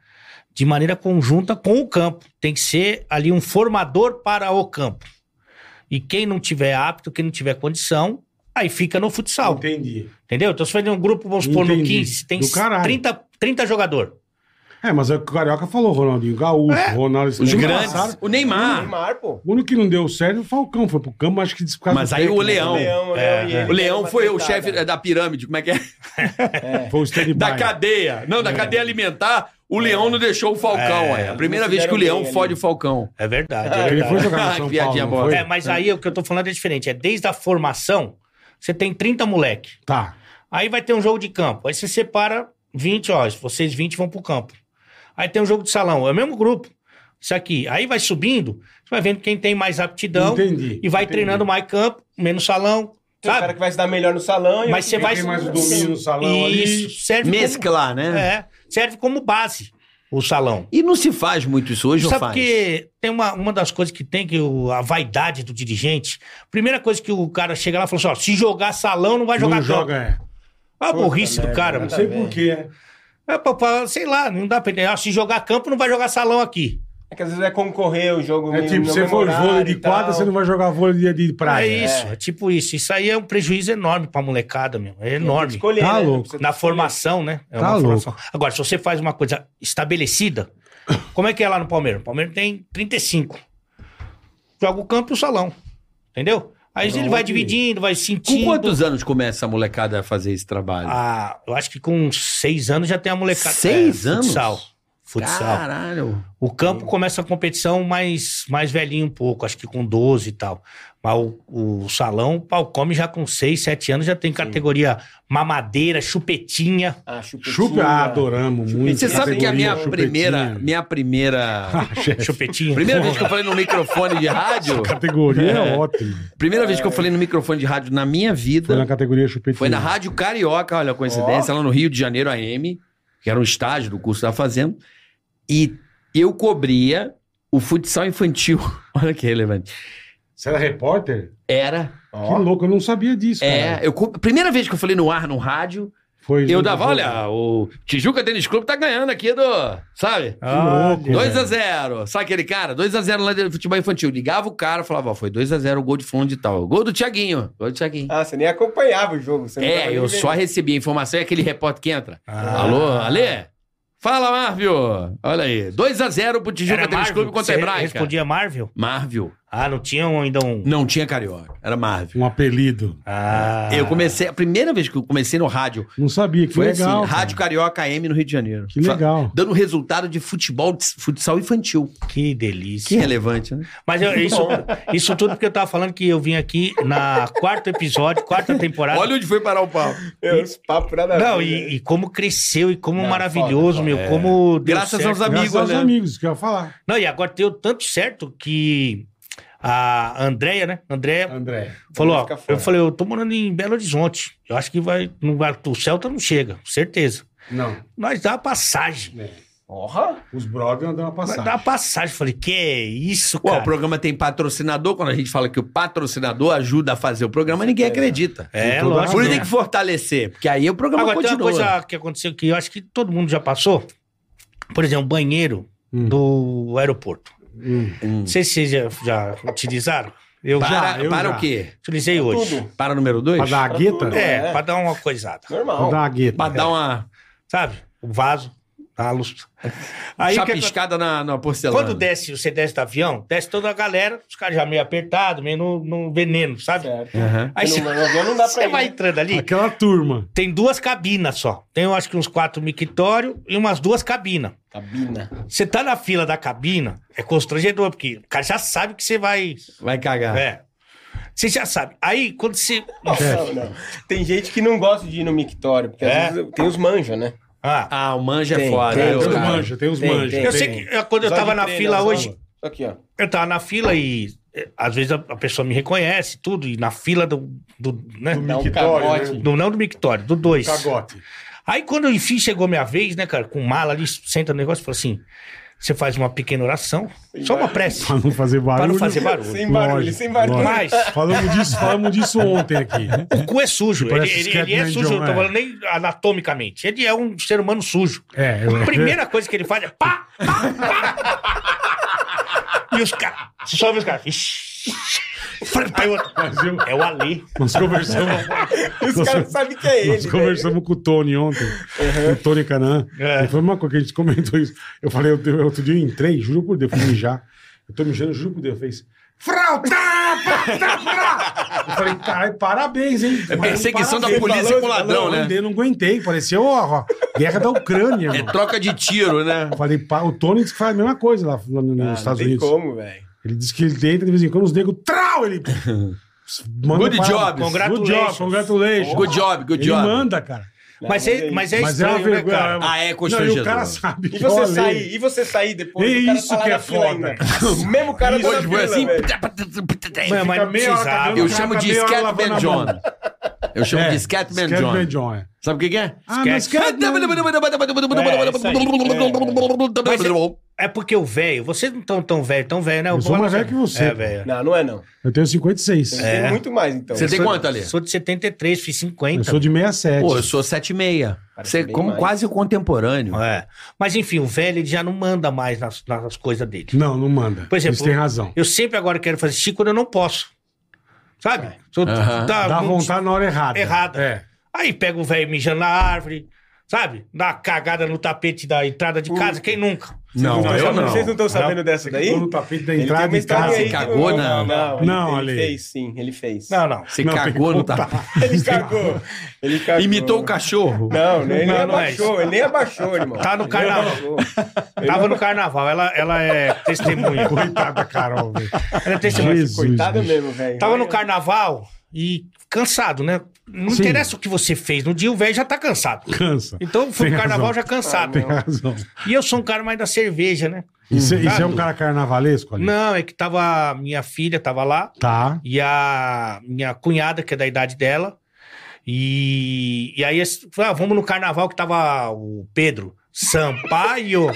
[SPEAKER 4] de maneira conjunta com o campo. Tem que ser ali um formador para o campo. E quem não tiver apto, quem não tiver condição, aí fica no futsal.
[SPEAKER 3] Entendi.
[SPEAKER 4] Entendeu? Então, se for de um grupo, vamos supor, no
[SPEAKER 3] Entendi.
[SPEAKER 4] 15, tem
[SPEAKER 3] Do caralho.
[SPEAKER 4] 30, 30 jogadores.
[SPEAKER 3] É, mas é o que o Carioca falou, Ronaldinho Gaúcho, Ronaldo... esses
[SPEAKER 5] É. Os
[SPEAKER 3] caras
[SPEAKER 5] grandes.
[SPEAKER 3] passaram.
[SPEAKER 5] O Neymar.
[SPEAKER 6] Neymar, pô.
[SPEAKER 3] O único que não deu certo foi o Falcão, foi pro campo, acho que... por causa
[SPEAKER 5] Mas
[SPEAKER 3] do
[SPEAKER 5] aí o
[SPEAKER 3] técnico. né?
[SPEAKER 5] Leão.
[SPEAKER 4] É,
[SPEAKER 6] e
[SPEAKER 4] é.
[SPEAKER 6] ele
[SPEAKER 5] O Leão
[SPEAKER 6] deu uma
[SPEAKER 5] foi o
[SPEAKER 6] tentada.
[SPEAKER 5] chefe da pirâmide, como é que é?
[SPEAKER 3] Foi o stand-by.
[SPEAKER 5] Da cadeia. Não, da cadeia alimentar. O Leão não deixou o Falcão, é.
[SPEAKER 4] É.
[SPEAKER 5] A primeira vez que o
[SPEAKER 6] Fizeram
[SPEAKER 5] Leão
[SPEAKER 6] bem
[SPEAKER 5] fode
[SPEAKER 6] ali.
[SPEAKER 5] o Falcão.
[SPEAKER 4] É verdade.
[SPEAKER 6] Ah,
[SPEAKER 4] é,
[SPEAKER 3] Ele
[SPEAKER 4] verdade.
[SPEAKER 3] foi jogar no
[SPEAKER 5] Ah,
[SPEAKER 3] São
[SPEAKER 5] que piadinha
[SPEAKER 3] Paulo, não
[SPEAKER 5] boa.
[SPEAKER 3] foi?
[SPEAKER 4] É, mas aí o que eu tô falando é diferente. É desde a formação, você tem 30 moleque.
[SPEAKER 3] Tá.
[SPEAKER 4] Aí vai ter um jogo de campo. Aí você separa 20, ó. Vocês 20 vão pro campo. Aí tem um jogo de salão. É o mesmo grupo. Isso aqui. Aí vai subindo, você vai vendo quem tem mais aptidão
[SPEAKER 3] entendi.
[SPEAKER 4] e vai
[SPEAKER 3] entendi.
[SPEAKER 4] treinando mais campo, menos salão.
[SPEAKER 6] Tem um cara
[SPEAKER 4] Sabe?
[SPEAKER 6] que vai se dar melhor no salão. e
[SPEAKER 4] Mas
[SPEAKER 6] outro
[SPEAKER 4] você
[SPEAKER 6] que
[SPEAKER 4] vai-
[SPEAKER 3] Tem mais o domínio no salão ali.
[SPEAKER 4] Isso serve
[SPEAKER 5] Mesclar,
[SPEAKER 4] como,
[SPEAKER 5] né?
[SPEAKER 4] é, serve como base o salão.
[SPEAKER 5] E não se faz muito isso hoje, não
[SPEAKER 4] Sabe
[SPEAKER 5] faz?
[SPEAKER 4] que tem uma, uma das coisas que tem, que o- a vaidade do dirigente. Primeira coisa que o cara chega lá e fala assim: ó, se jogar salão, não vai jogar
[SPEAKER 3] Não
[SPEAKER 4] campo.
[SPEAKER 3] joga, é.
[SPEAKER 4] Olha a
[SPEAKER 6] Puta
[SPEAKER 4] burrice do
[SPEAKER 6] merda,
[SPEAKER 4] cara,
[SPEAKER 6] né?
[SPEAKER 3] Não
[SPEAKER 4] mano.
[SPEAKER 3] sei
[SPEAKER 6] bem.
[SPEAKER 3] porquê.
[SPEAKER 4] É, papá, sei lá, não dá pra entender. Ah, se jogar campo, não vai jogar salão aqui.
[SPEAKER 6] É que às vezes vai concorrer o jogo
[SPEAKER 3] É
[SPEAKER 6] no
[SPEAKER 3] tipo, você
[SPEAKER 6] mesmo
[SPEAKER 3] for
[SPEAKER 6] horário
[SPEAKER 3] vôlei de
[SPEAKER 6] e tal.
[SPEAKER 3] quadra, você não vai jogar vôlei de de praia.
[SPEAKER 4] é isso, é. tipo isso. Isso aí é um prejuízo enorme pra molecada, meu. É
[SPEAKER 6] Tem que
[SPEAKER 4] enorme.
[SPEAKER 6] Escolher,
[SPEAKER 3] Tá
[SPEAKER 6] né?
[SPEAKER 3] louco.
[SPEAKER 6] Você tem
[SPEAKER 4] Na
[SPEAKER 6] que escolher.
[SPEAKER 4] formação, né? É
[SPEAKER 3] Tá
[SPEAKER 4] uma formação. Agora, se você faz uma coisa estabelecida, como é que é lá no Palmeiras? O Palmeiras tem 35. Joga o campo e o salão. Entendeu? Aí ele vai dividindo, vai
[SPEAKER 5] Com
[SPEAKER 4] sentindo.
[SPEAKER 5] quantos anos começa a molecada a fazer esse trabalho?
[SPEAKER 4] Ah, eu acho que com seis anos já tem a molecada. É,
[SPEAKER 5] Seis anos?
[SPEAKER 4] Futsal. Futsal.
[SPEAKER 5] Caralho.
[SPEAKER 4] O campo começa a competição mais, mais velhinho um pouco, acho que com 12 e tal. Mas o, o salão, o pau come já com 6, 7 anos, já tem categoria mamadeira,
[SPEAKER 5] (laughs)
[SPEAKER 4] chupetinha.
[SPEAKER 6] Ah, chupetinha.
[SPEAKER 3] Chupa, ah, adoramos
[SPEAKER 5] E
[SPEAKER 3] muito.
[SPEAKER 5] você sabe que a minha
[SPEAKER 3] Categoria,
[SPEAKER 5] primeira.
[SPEAKER 3] chupetinha.
[SPEAKER 5] Minha primeira.
[SPEAKER 4] (laughs) Chupetinha.
[SPEAKER 5] Primeira vez que eu falei no microfone de
[SPEAKER 3] (laughs)
[SPEAKER 5] rádio.
[SPEAKER 3] Categoria é ótima.
[SPEAKER 5] Primeira vez que eu falei no microfone de rádio na minha
[SPEAKER 3] Foi na
[SPEAKER 5] vida.
[SPEAKER 3] categoria chupetinha.
[SPEAKER 5] Foi na Rádio Carioca, olha a coincidência, lá no Rio de Janeiro AM, que era um estágio do curso que eu tava fazendo. E eu cobria o futsal infantil. (laughs) Olha que relevante.
[SPEAKER 3] Você era repórter?
[SPEAKER 5] Era.
[SPEAKER 3] Que louco, eu não sabia disso, cara.
[SPEAKER 5] É, eu, co- primeira vez que eu falei no ar, no rádio,
[SPEAKER 3] Foi
[SPEAKER 5] eu
[SPEAKER 3] junto
[SPEAKER 5] dava,
[SPEAKER 3] com-
[SPEAKER 5] olha, o Tijuca Tênis Clube tá ganhando aqui do, sabe?
[SPEAKER 3] Que louco. 2x0.
[SPEAKER 5] 2x0. Sabe aquele cara? 2x0 lá de futebol infantil. Ligava o cara, falava, ó, foi 2x0 o gol de fulano de tal. Gol do Tiaguinho. Gol do Tiaguinho.
[SPEAKER 6] Ah, você nem acompanhava o jogo. você não tava
[SPEAKER 5] é,
[SPEAKER 6] nem
[SPEAKER 5] eu
[SPEAKER 6] vendo.
[SPEAKER 5] só recebi a informação e aquele repórter que entra. Alô, Alê? Fala, Marvio. Olha aí. 2x0 pro Tijuca
[SPEAKER 4] Era
[SPEAKER 5] Tênis
[SPEAKER 4] Marvel?
[SPEAKER 5] Clube contra a
[SPEAKER 4] Você
[SPEAKER 5] Hebraica.
[SPEAKER 4] Respondia Marvel?
[SPEAKER 5] Marvio.
[SPEAKER 4] Ah, não tinha um- ainda um.
[SPEAKER 5] Não tinha carioca. Era Marvio.
[SPEAKER 3] Um apelido.
[SPEAKER 4] Ah.
[SPEAKER 5] Eu comecei, a primeira vez que eu comecei no rádio,
[SPEAKER 3] Não sabia, que
[SPEAKER 5] Foi
[SPEAKER 3] legal.
[SPEAKER 5] assim,
[SPEAKER 3] cara.
[SPEAKER 5] Rádio Carioca AM no Rio de Janeiro.
[SPEAKER 3] Que legal.
[SPEAKER 5] Fa- Dando resultado de futebol, de futsal infantil.
[SPEAKER 4] Que
[SPEAKER 5] Que
[SPEAKER 4] delícia.
[SPEAKER 5] relevante, né?
[SPEAKER 4] Mas
[SPEAKER 5] (laughs)
[SPEAKER 4] eu- isso, isso tudo porque eu tava falando que eu vim aqui na quarto episódio, quarta temporada.
[SPEAKER 5] Olha onde foi parar o pau.
[SPEAKER 6] Eu, os papos nada a
[SPEAKER 4] Não,
[SPEAKER 6] ver,
[SPEAKER 4] e,
[SPEAKER 6] né?
[SPEAKER 4] e como cresceu e como
[SPEAKER 6] Não,
[SPEAKER 4] maravilhoso,
[SPEAKER 6] foda,
[SPEAKER 4] meu. Como deu
[SPEAKER 5] é Graças
[SPEAKER 4] certo.
[SPEAKER 5] aos amigos,
[SPEAKER 3] Graças aos
[SPEAKER 5] né?
[SPEAKER 3] amigos, que eu ia falar.
[SPEAKER 4] Não, e agora deu tanto certo que a Andréia, né? Andréia
[SPEAKER 3] André.
[SPEAKER 4] falou,
[SPEAKER 6] vai
[SPEAKER 4] ó,
[SPEAKER 6] ficar fora.
[SPEAKER 4] eu falei, eu tô morando em Belo Horizonte. Eu acho que vai, não vai, o Celta não chega, certeza.
[SPEAKER 3] Não.
[SPEAKER 4] Nós dá uma passagem.
[SPEAKER 3] É.
[SPEAKER 6] Porra!
[SPEAKER 3] Os brothers andaram uma
[SPEAKER 4] Nós
[SPEAKER 3] passagem.
[SPEAKER 4] dá uma passagem. Eu Falei, que é isso,
[SPEAKER 5] Ué,
[SPEAKER 4] cara?
[SPEAKER 5] o programa tem patrocinador. Quando a gente fala que o patrocinador ajuda a fazer o programa, ninguém acredita.
[SPEAKER 4] É,
[SPEAKER 3] Tem toda
[SPEAKER 4] lógico.
[SPEAKER 5] Por isso
[SPEAKER 4] né?
[SPEAKER 5] tem que fortalecer, porque aí o programa
[SPEAKER 4] Agora, tem uma
[SPEAKER 5] continua.
[SPEAKER 4] coisa que aconteceu que eu acho que todo mundo já passou. Por exemplo, o banheiro
[SPEAKER 3] Hum.
[SPEAKER 4] do aeroporto.
[SPEAKER 3] Hum.
[SPEAKER 4] Não sei se vocês já, já utilizaram. Eu
[SPEAKER 5] Para,
[SPEAKER 4] já
[SPEAKER 3] já, eu
[SPEAKER 5] para
[SPEAKER 3] já.
[SPEAKER 5] o quê?
[SPEAKER 4] utilizei hoje.
[SPEAKER 6] Tudo.
[SPEAKER 5] Para o número dois?
[SPEAKER 3] Pra dar a
[SPEAKER 6] Pra
[SPEAKER 3] gueta?
[SPEAKER 6] tudo.
[SPEAKER 4] É,
[SPEAKER 6] É.
[SPEAKER 4] pra dar uma coisada.
[SPEAKER 3] Pra dar
[SPEAKER 6] Normal.
[SPEAKER 3] a gueta.
[SPEAKER 5] Pra dar uma
[SPEAKER 4] Sabe? O vaso, a luz. Aí o que acontece?
[SPEAKER 5] chapiscada na, na porcelana.
[SPEAKER 4] Quando desce, você desce do avião, desce toda a galera, os caras já meio apertados, meio no, no veneno, sabe?
[SPEAKER 6] Tá Certo.
[SPEAKER 5] Aham.
[SPEAKER 4] Aí
[SPEAKER 6] Não,
[SPEAKER 4] você,
[SPEAKER 6] não, não, não dá pra
[SPEAKER 4] você
[SPEAKER 6] ir,
[SPEAKER 4] vai
[SPEAKER 6] né?
[SPEAKER 4] entrando ali,
[SPEAKER 3] Aquela turma.
[SPEAKER 4] tem duas cabinas só. Tem, eu acho que uns quatro mictórios e umas duas cabinas.
[SPEAKER 6] Cabina.
[SPEAKER 4] Você tá na fila da cabina, é constrangedor, porque o cara já sabe que você vai.
[SPEAKER 5] Vai cagar.
[SPEAKER 4] É. Você já sabe. Aí, quando você.
[SPEAKER 3] É.
[SPEAKER 6] Não, não. Tem gente que não gosta de ir no mictório, porque
[SPEAKER 4] É.
[SPEAKER 6] às vezes tem os manja, né?
[SPEAKER 4] Ah,
[SPEAKER 5] Ah, o manja é
[SPEAKER 6] Tem,
[SPEAKER 5] foda.
[SPEAKER 6] tem,
[SPEAKER 5] né,
[SPEAKER 3] Tem
[SPEAKER 6] os
[SPEAKER 3] os
[SPEAKER 5] cara?
[SPEAKER 3] manjas, tem os
[SPEAKER 6] Tem,
[SPEAKER 3] manjas.
[SPEAKER 6] tem.
[SPEAKER 4] eu sei que eu- quando eu
[SPEAKER 6] Só
[SPEAKER 4] tava
[SPEAKER 6] de
[SPEAKER 4] na
[SPEAKER 6] treino,
[SPEAKER 4] fila
[SPEAKER 6] só
[SPEAKER 4] hoje,
[SPEAKER 6] Só Aqui, ó.
[SPEAKER 4] eu tava na fila e. eh, Às vezes a, a pessoa me reconhece, tudo, e na fila do. do né?
[SPEAKER 3] Do
[SPEAKER 6] Dá um
[SPEAKER 3] mictório, né?
[SPEAKER 6] cagote.
[SPEAKER 4] Do- não do mictório, do dois.
[SPEAKER 3] Cagote.
[SPEAKER 4] Aí quando enfim chegou minha vez, né, cara, com mala ali, senta no negócio e falou assim: você faz uma pequena oração, só uma prece.
[SPEAKER 3] (laughs) Pra não fazer barulho.
[SPEAKER 4] Pra não fazer barulho.
[SPEAKER 6] Sem barulho,
[SPEAKER 3] Lógico,
[SPEAKER 6] sem barulho.
[SPEAKER 3] lógico.
[SPEAKER 4] Mas
[SPEAKER 3] Falamos disso, falamos disso ontem aqui. né?
[SPEAKER 4] o cu é sujo.
[SPEAKER 3] Tipo,
[SPEAKER 4] Ele,
[SPEAKER 3] esses
[SPEAKER 4] ele- ele é
[SPEAKER 3] Scatman
[SPEAKER 4] sujo, eu
[SPEAKER 3] John,
[SPEAKER 4] não
[SPEAKER 3] é.
[SPEAKER 4] tô falando nem anatomicamente. Ele é um ser humano sujo.
[SPEAKER 3] É, eu-
[SPEAKER 4] A primeira coisa que ele faz é pá, pá, pá. E os caras. Você só ouve os caras. "Ixi".
[SPEAKER 3] tá
[SPEAKER 4] Aí o outro,
[SPEAKER 3] Mas eu-
[SPEAKER 4] É o Ali.
[SPEAKER 3] Nós conversamos.
[SPEAKER 6] Os
[SPEAKER 3] nós-
[SPEAKER 6] caras sabem que é
[SPEAKER 3] Nós
[SPEAKER 6] ele. né?
[SPEAKER 3] conversamos com o Tony ontem, com o Tony Canã.
[SPEAKER 4] É.
[SPEAKER 3] Ele falou uma coisa que a gente comentou isso. Eu falei, outro, outro dia eu entrei, juro por Deus, fui mijar. Eu tô mijando, juro por Deus, eu fez. Frau, tá, tá, tá. Eu falei, caralho, parabéns, hein?
[SPEAKER 5] É perseguição da
[SPEAKER 3] Parabéns.
[SPEAKER 5] polícia
[SPEAKER 6] falou,
[SPEAKER 5] com ladrão,
[SPEAKER 3] Não,
[SPEAKER 5] né?
[SPEAKER 3] Eu não aguentei, pareceu ó, ó, guerra da Ucrânia.
[SPEAKER 5] É
[SPEAKER 3] irmão.
[SPEAKER 5] troca de tiro, né?
[SPEAKER 3] Eu falei, pá, o Tony disse que faz a mesma coisa lá, lá nos
[SPEAKER 6] Ah, não
[SPEAKER 3] Estados
[SPEAKER 6] tem
[SPEAKER 3] Unidos.
[SPEAKER 6] como, velho.
[SPEAKER 3] Ele disse que ele deita de vez em quando, os negros, trau, ele. manda
[SPEAKER 5] Good
[SPEAKER 3] para-
[SPEAKER 5] job.
[SPEAKER 3] Good job,
[SPEAKER 4] Congratulations.
[SPEAKER 3] congratulations.
[SPEAKER 5] Good job, good
[SPEAKER 3] ele
[SPEAKER 5] job.
[SPEAKER 3] manda, cara.
[SPEAKER 4] Mas é, mas é
[SPEAKER 3] Mas é uma
[SPEAKER 4] estranho, né,
[SPEAKER 3] vergonha.
[SPEAKER 4] cara?
[SPEAKER 3] uma-
[SPEAKER 5] Ah, é
[SPEAKER 3] Não, e
[SPEAKER 5] constrangedor.
[SPEAKER 3] o cara sabe.
[SPEAKER 6] E
[SPEAKER 3] que eu
[SPEAKER 6] você
[SPEAKER 3] alei.
[SPEAKER 6] sair, e você sair depois,
[SPEAKER 3] É
[SPEAKER 6] o cara
[SPEAKER 3] isso
[SPEAKER 6] tá lá
[SPEAKER 3] que
[SPEAKER 6] na
[SPEAKER 3] é
[SPEAKER 6] fila
[SPEAKER 3] foda.
[SPEAKER 6] ainda. O mesmo cara tá
[SPEAKER 5] Hoje
[SPEAKER 6] na
[SPEAKER 4] é
[SPEAKER 5] foi
[SPEAKER 6] fila,
[SPEAKER 5] assim.
[SPEAKER 6] velho.
[SPEAKER 4] Mas- mas
[SPEAKER 3] Fica
[SPEAKER 4] não
[SPEAKER 3] meia hora
[SPEAKER 4] precisava.
[SPEAKER 3] cagando,
[SPEAKER 5] Eu
[SPEAKER 3] cara,
[SPEAKER 5] chamo
[SPEAKER 3] fica
[SPEAKER 5] de
[SPEAKER 3] meia hora
[SPEAKER 5] Scatman
[SPEAKER 3] lavando a
[SPEAKER 5] John.
[SPEAKER 3] mão.
[SPEAKER 5] Eu chamo
[SPEAKER 3] É,
[SPEAKER 5] de Scatman
[SPEAKER 3] Scatman
[SPEAKER 5] John.
[SPEAKER 3] John. é.
[SPEAKER 5] Sabe o que que é?
[SPEAKER 3] Ah, mas
[SPEAKER 5] (laughs)
[SPEAKER 4] Mas É porque o velho, vocês não estão tão velho, tão velho, né?
[SPEAKER 3] Eu sou
[SPEAKER 4] Bola
[SPEAKER 3] mais
[SPEAKER 4] já-
[SPEAKER 3] velho que você,
[SPEAKER 4] É,
[SPEAKER 3] pô.
[SPEAKER 4] velho.
[SPEAKER 6] Não, não é não.
[SPEAKER 3] Eu tenho 56.
[SPEAKER 6] Tem muito mais, então.
[SPEAKER 5] Você tem
[SPEAKER 4] É. Sou-
[SPEAKER 5] quanto ali?
[SPEAKER 4] Sou de 73, fiz 50.
[SPEAKER 3] Eu sou de 67.
[SPEAKER 5] Pô, eu sou 7,6.
[SPEAKER 6] Parece
[SPEAKER 5] Você é
[SPEAKER 6] bem
[SPEAKER 5] como
[SPEAKER 6] mais.
[SPEAKER 5] quase contemporâneo.
[SPEAKER 4] É. Mas enfim, o velho ele já não manda mais nas, nas coisas dele.
[SPEAKER 3] Não, não manda.
[SPEAKER 4] Por exemplo,
[SPEAKER 3] Eles têm razão.
[SPEAKER 4] Eu sempre agora quero fazer xixi quando eu não posso. Sabe? Se eu-
[SPEAKER 5] Aham.
[SPEAKER 3] Dá
[SPEAKER 4] não-
[SPEAKER 3] vontade na hora errada.
[SPEAKER 4] Errada.
[SPEAKER 3] É.
[SPEAKER 4] Aí pega o velho mijando na árvore, sabe? Dá uma cagada no tapete da entrada de casa, quem nunca?
[SPEAKER 5] Não,
[SPEAKER 6] Vocês
[SPEAKER 5] eu
[SPEAKER 6] sabem-
[SPEAKER 5] não.
[SPEAKER 6] Vocês não estão sabendo dessa
[SPEAKER 3] Daí?
[SPEAKER 6] daí?
[SPEAKER 3] No
[SPEAKER 4] tá
[SPEAKER 3] tapete da
[SPEAKER 6] Ele tem
[SPEAKER 3] entrada
[SPEAKER 6] uma
[SPEAKER 3] de casa.
[SPEAKER 6] história aí.
[SPEAKER 5] Você
[SPEAKER 6] que
[SPEAKER 5] cagou, né? não.
[SPEAKER 6] Não,
[SPEAKER 3] Não,
[SPEAKER 6] ele,
[SPEAKER 3] Ale.
[SPEAKER 6] ele fez sim, ele fez.
[SPEAKER 4] Não, não.
[SPEAKER 5] Você
[SPEAKER 3] Não,
[SPEAKER 5] cagou tá? no tapa.
[SPEAKER 6] (laughs) Ele cagou. Ele cagou.
[SPEAKER 5] Imitou o cachorro.
[SPEAKER 6] Não, né,
[SPEAKER 4] Não,
[SPEAKER 6] ele nem
[SPEAKER 4] não é
[SPEAKER 6] abaixou, ele nem abaixou, irmão.
[SPEAKER 4] Tá no
[SPEAKER 6] Ele
[SPEAKER 4] carnaval.
[SPEAKER 6] abaixou.
[SPEAKER 4] Tava no carnaval, ela, ela é testemunha.
[SPEAKER 3] Coitada da Carol, velho.
[SPEAKER 4] Ela é testemunha.
[SPEAKER 6] Coitado
[SPEAKER 3] bicho.
[SPEAKER 6] mesmo, velho. é
[SPEAKER 4] Tava no
[SPEAKER 6] Olha,
[SPEAKER 4] carnaval e cansado, né? Não
[SPEAKER 3] Sim.
[SPEAKER 4] interessa o que você fez no dia, o velho já tá cansado.
[SPEAKER 3] Cansa.
[SPEAKER 4] Então eu fui pro
[SPEAKER 3] Tem
[SPEAKER 4] carnaval
[SPEAKER 3] razão.
[SPEAKER 4] já cansado.
[SPEAKER 3] Tem razão.
[SPEAKER 4] e eu sou um cara mais da cerveja, né?
[SPEAKER 3] Isso, é- isso é
[SPEAKER 4] Cagado.
[SPEAKER 3] um cara carnavalesco ali?
[SPEAKER 4] Não, é que tava. Minha filha tava lá
[SPEAKER 3] Tá.
[SPEAKER 4] e a minha cunhada, que é da idade dela. E, e aí, esse- ah, vamos no carnaval que tava o Pedro Sampaio.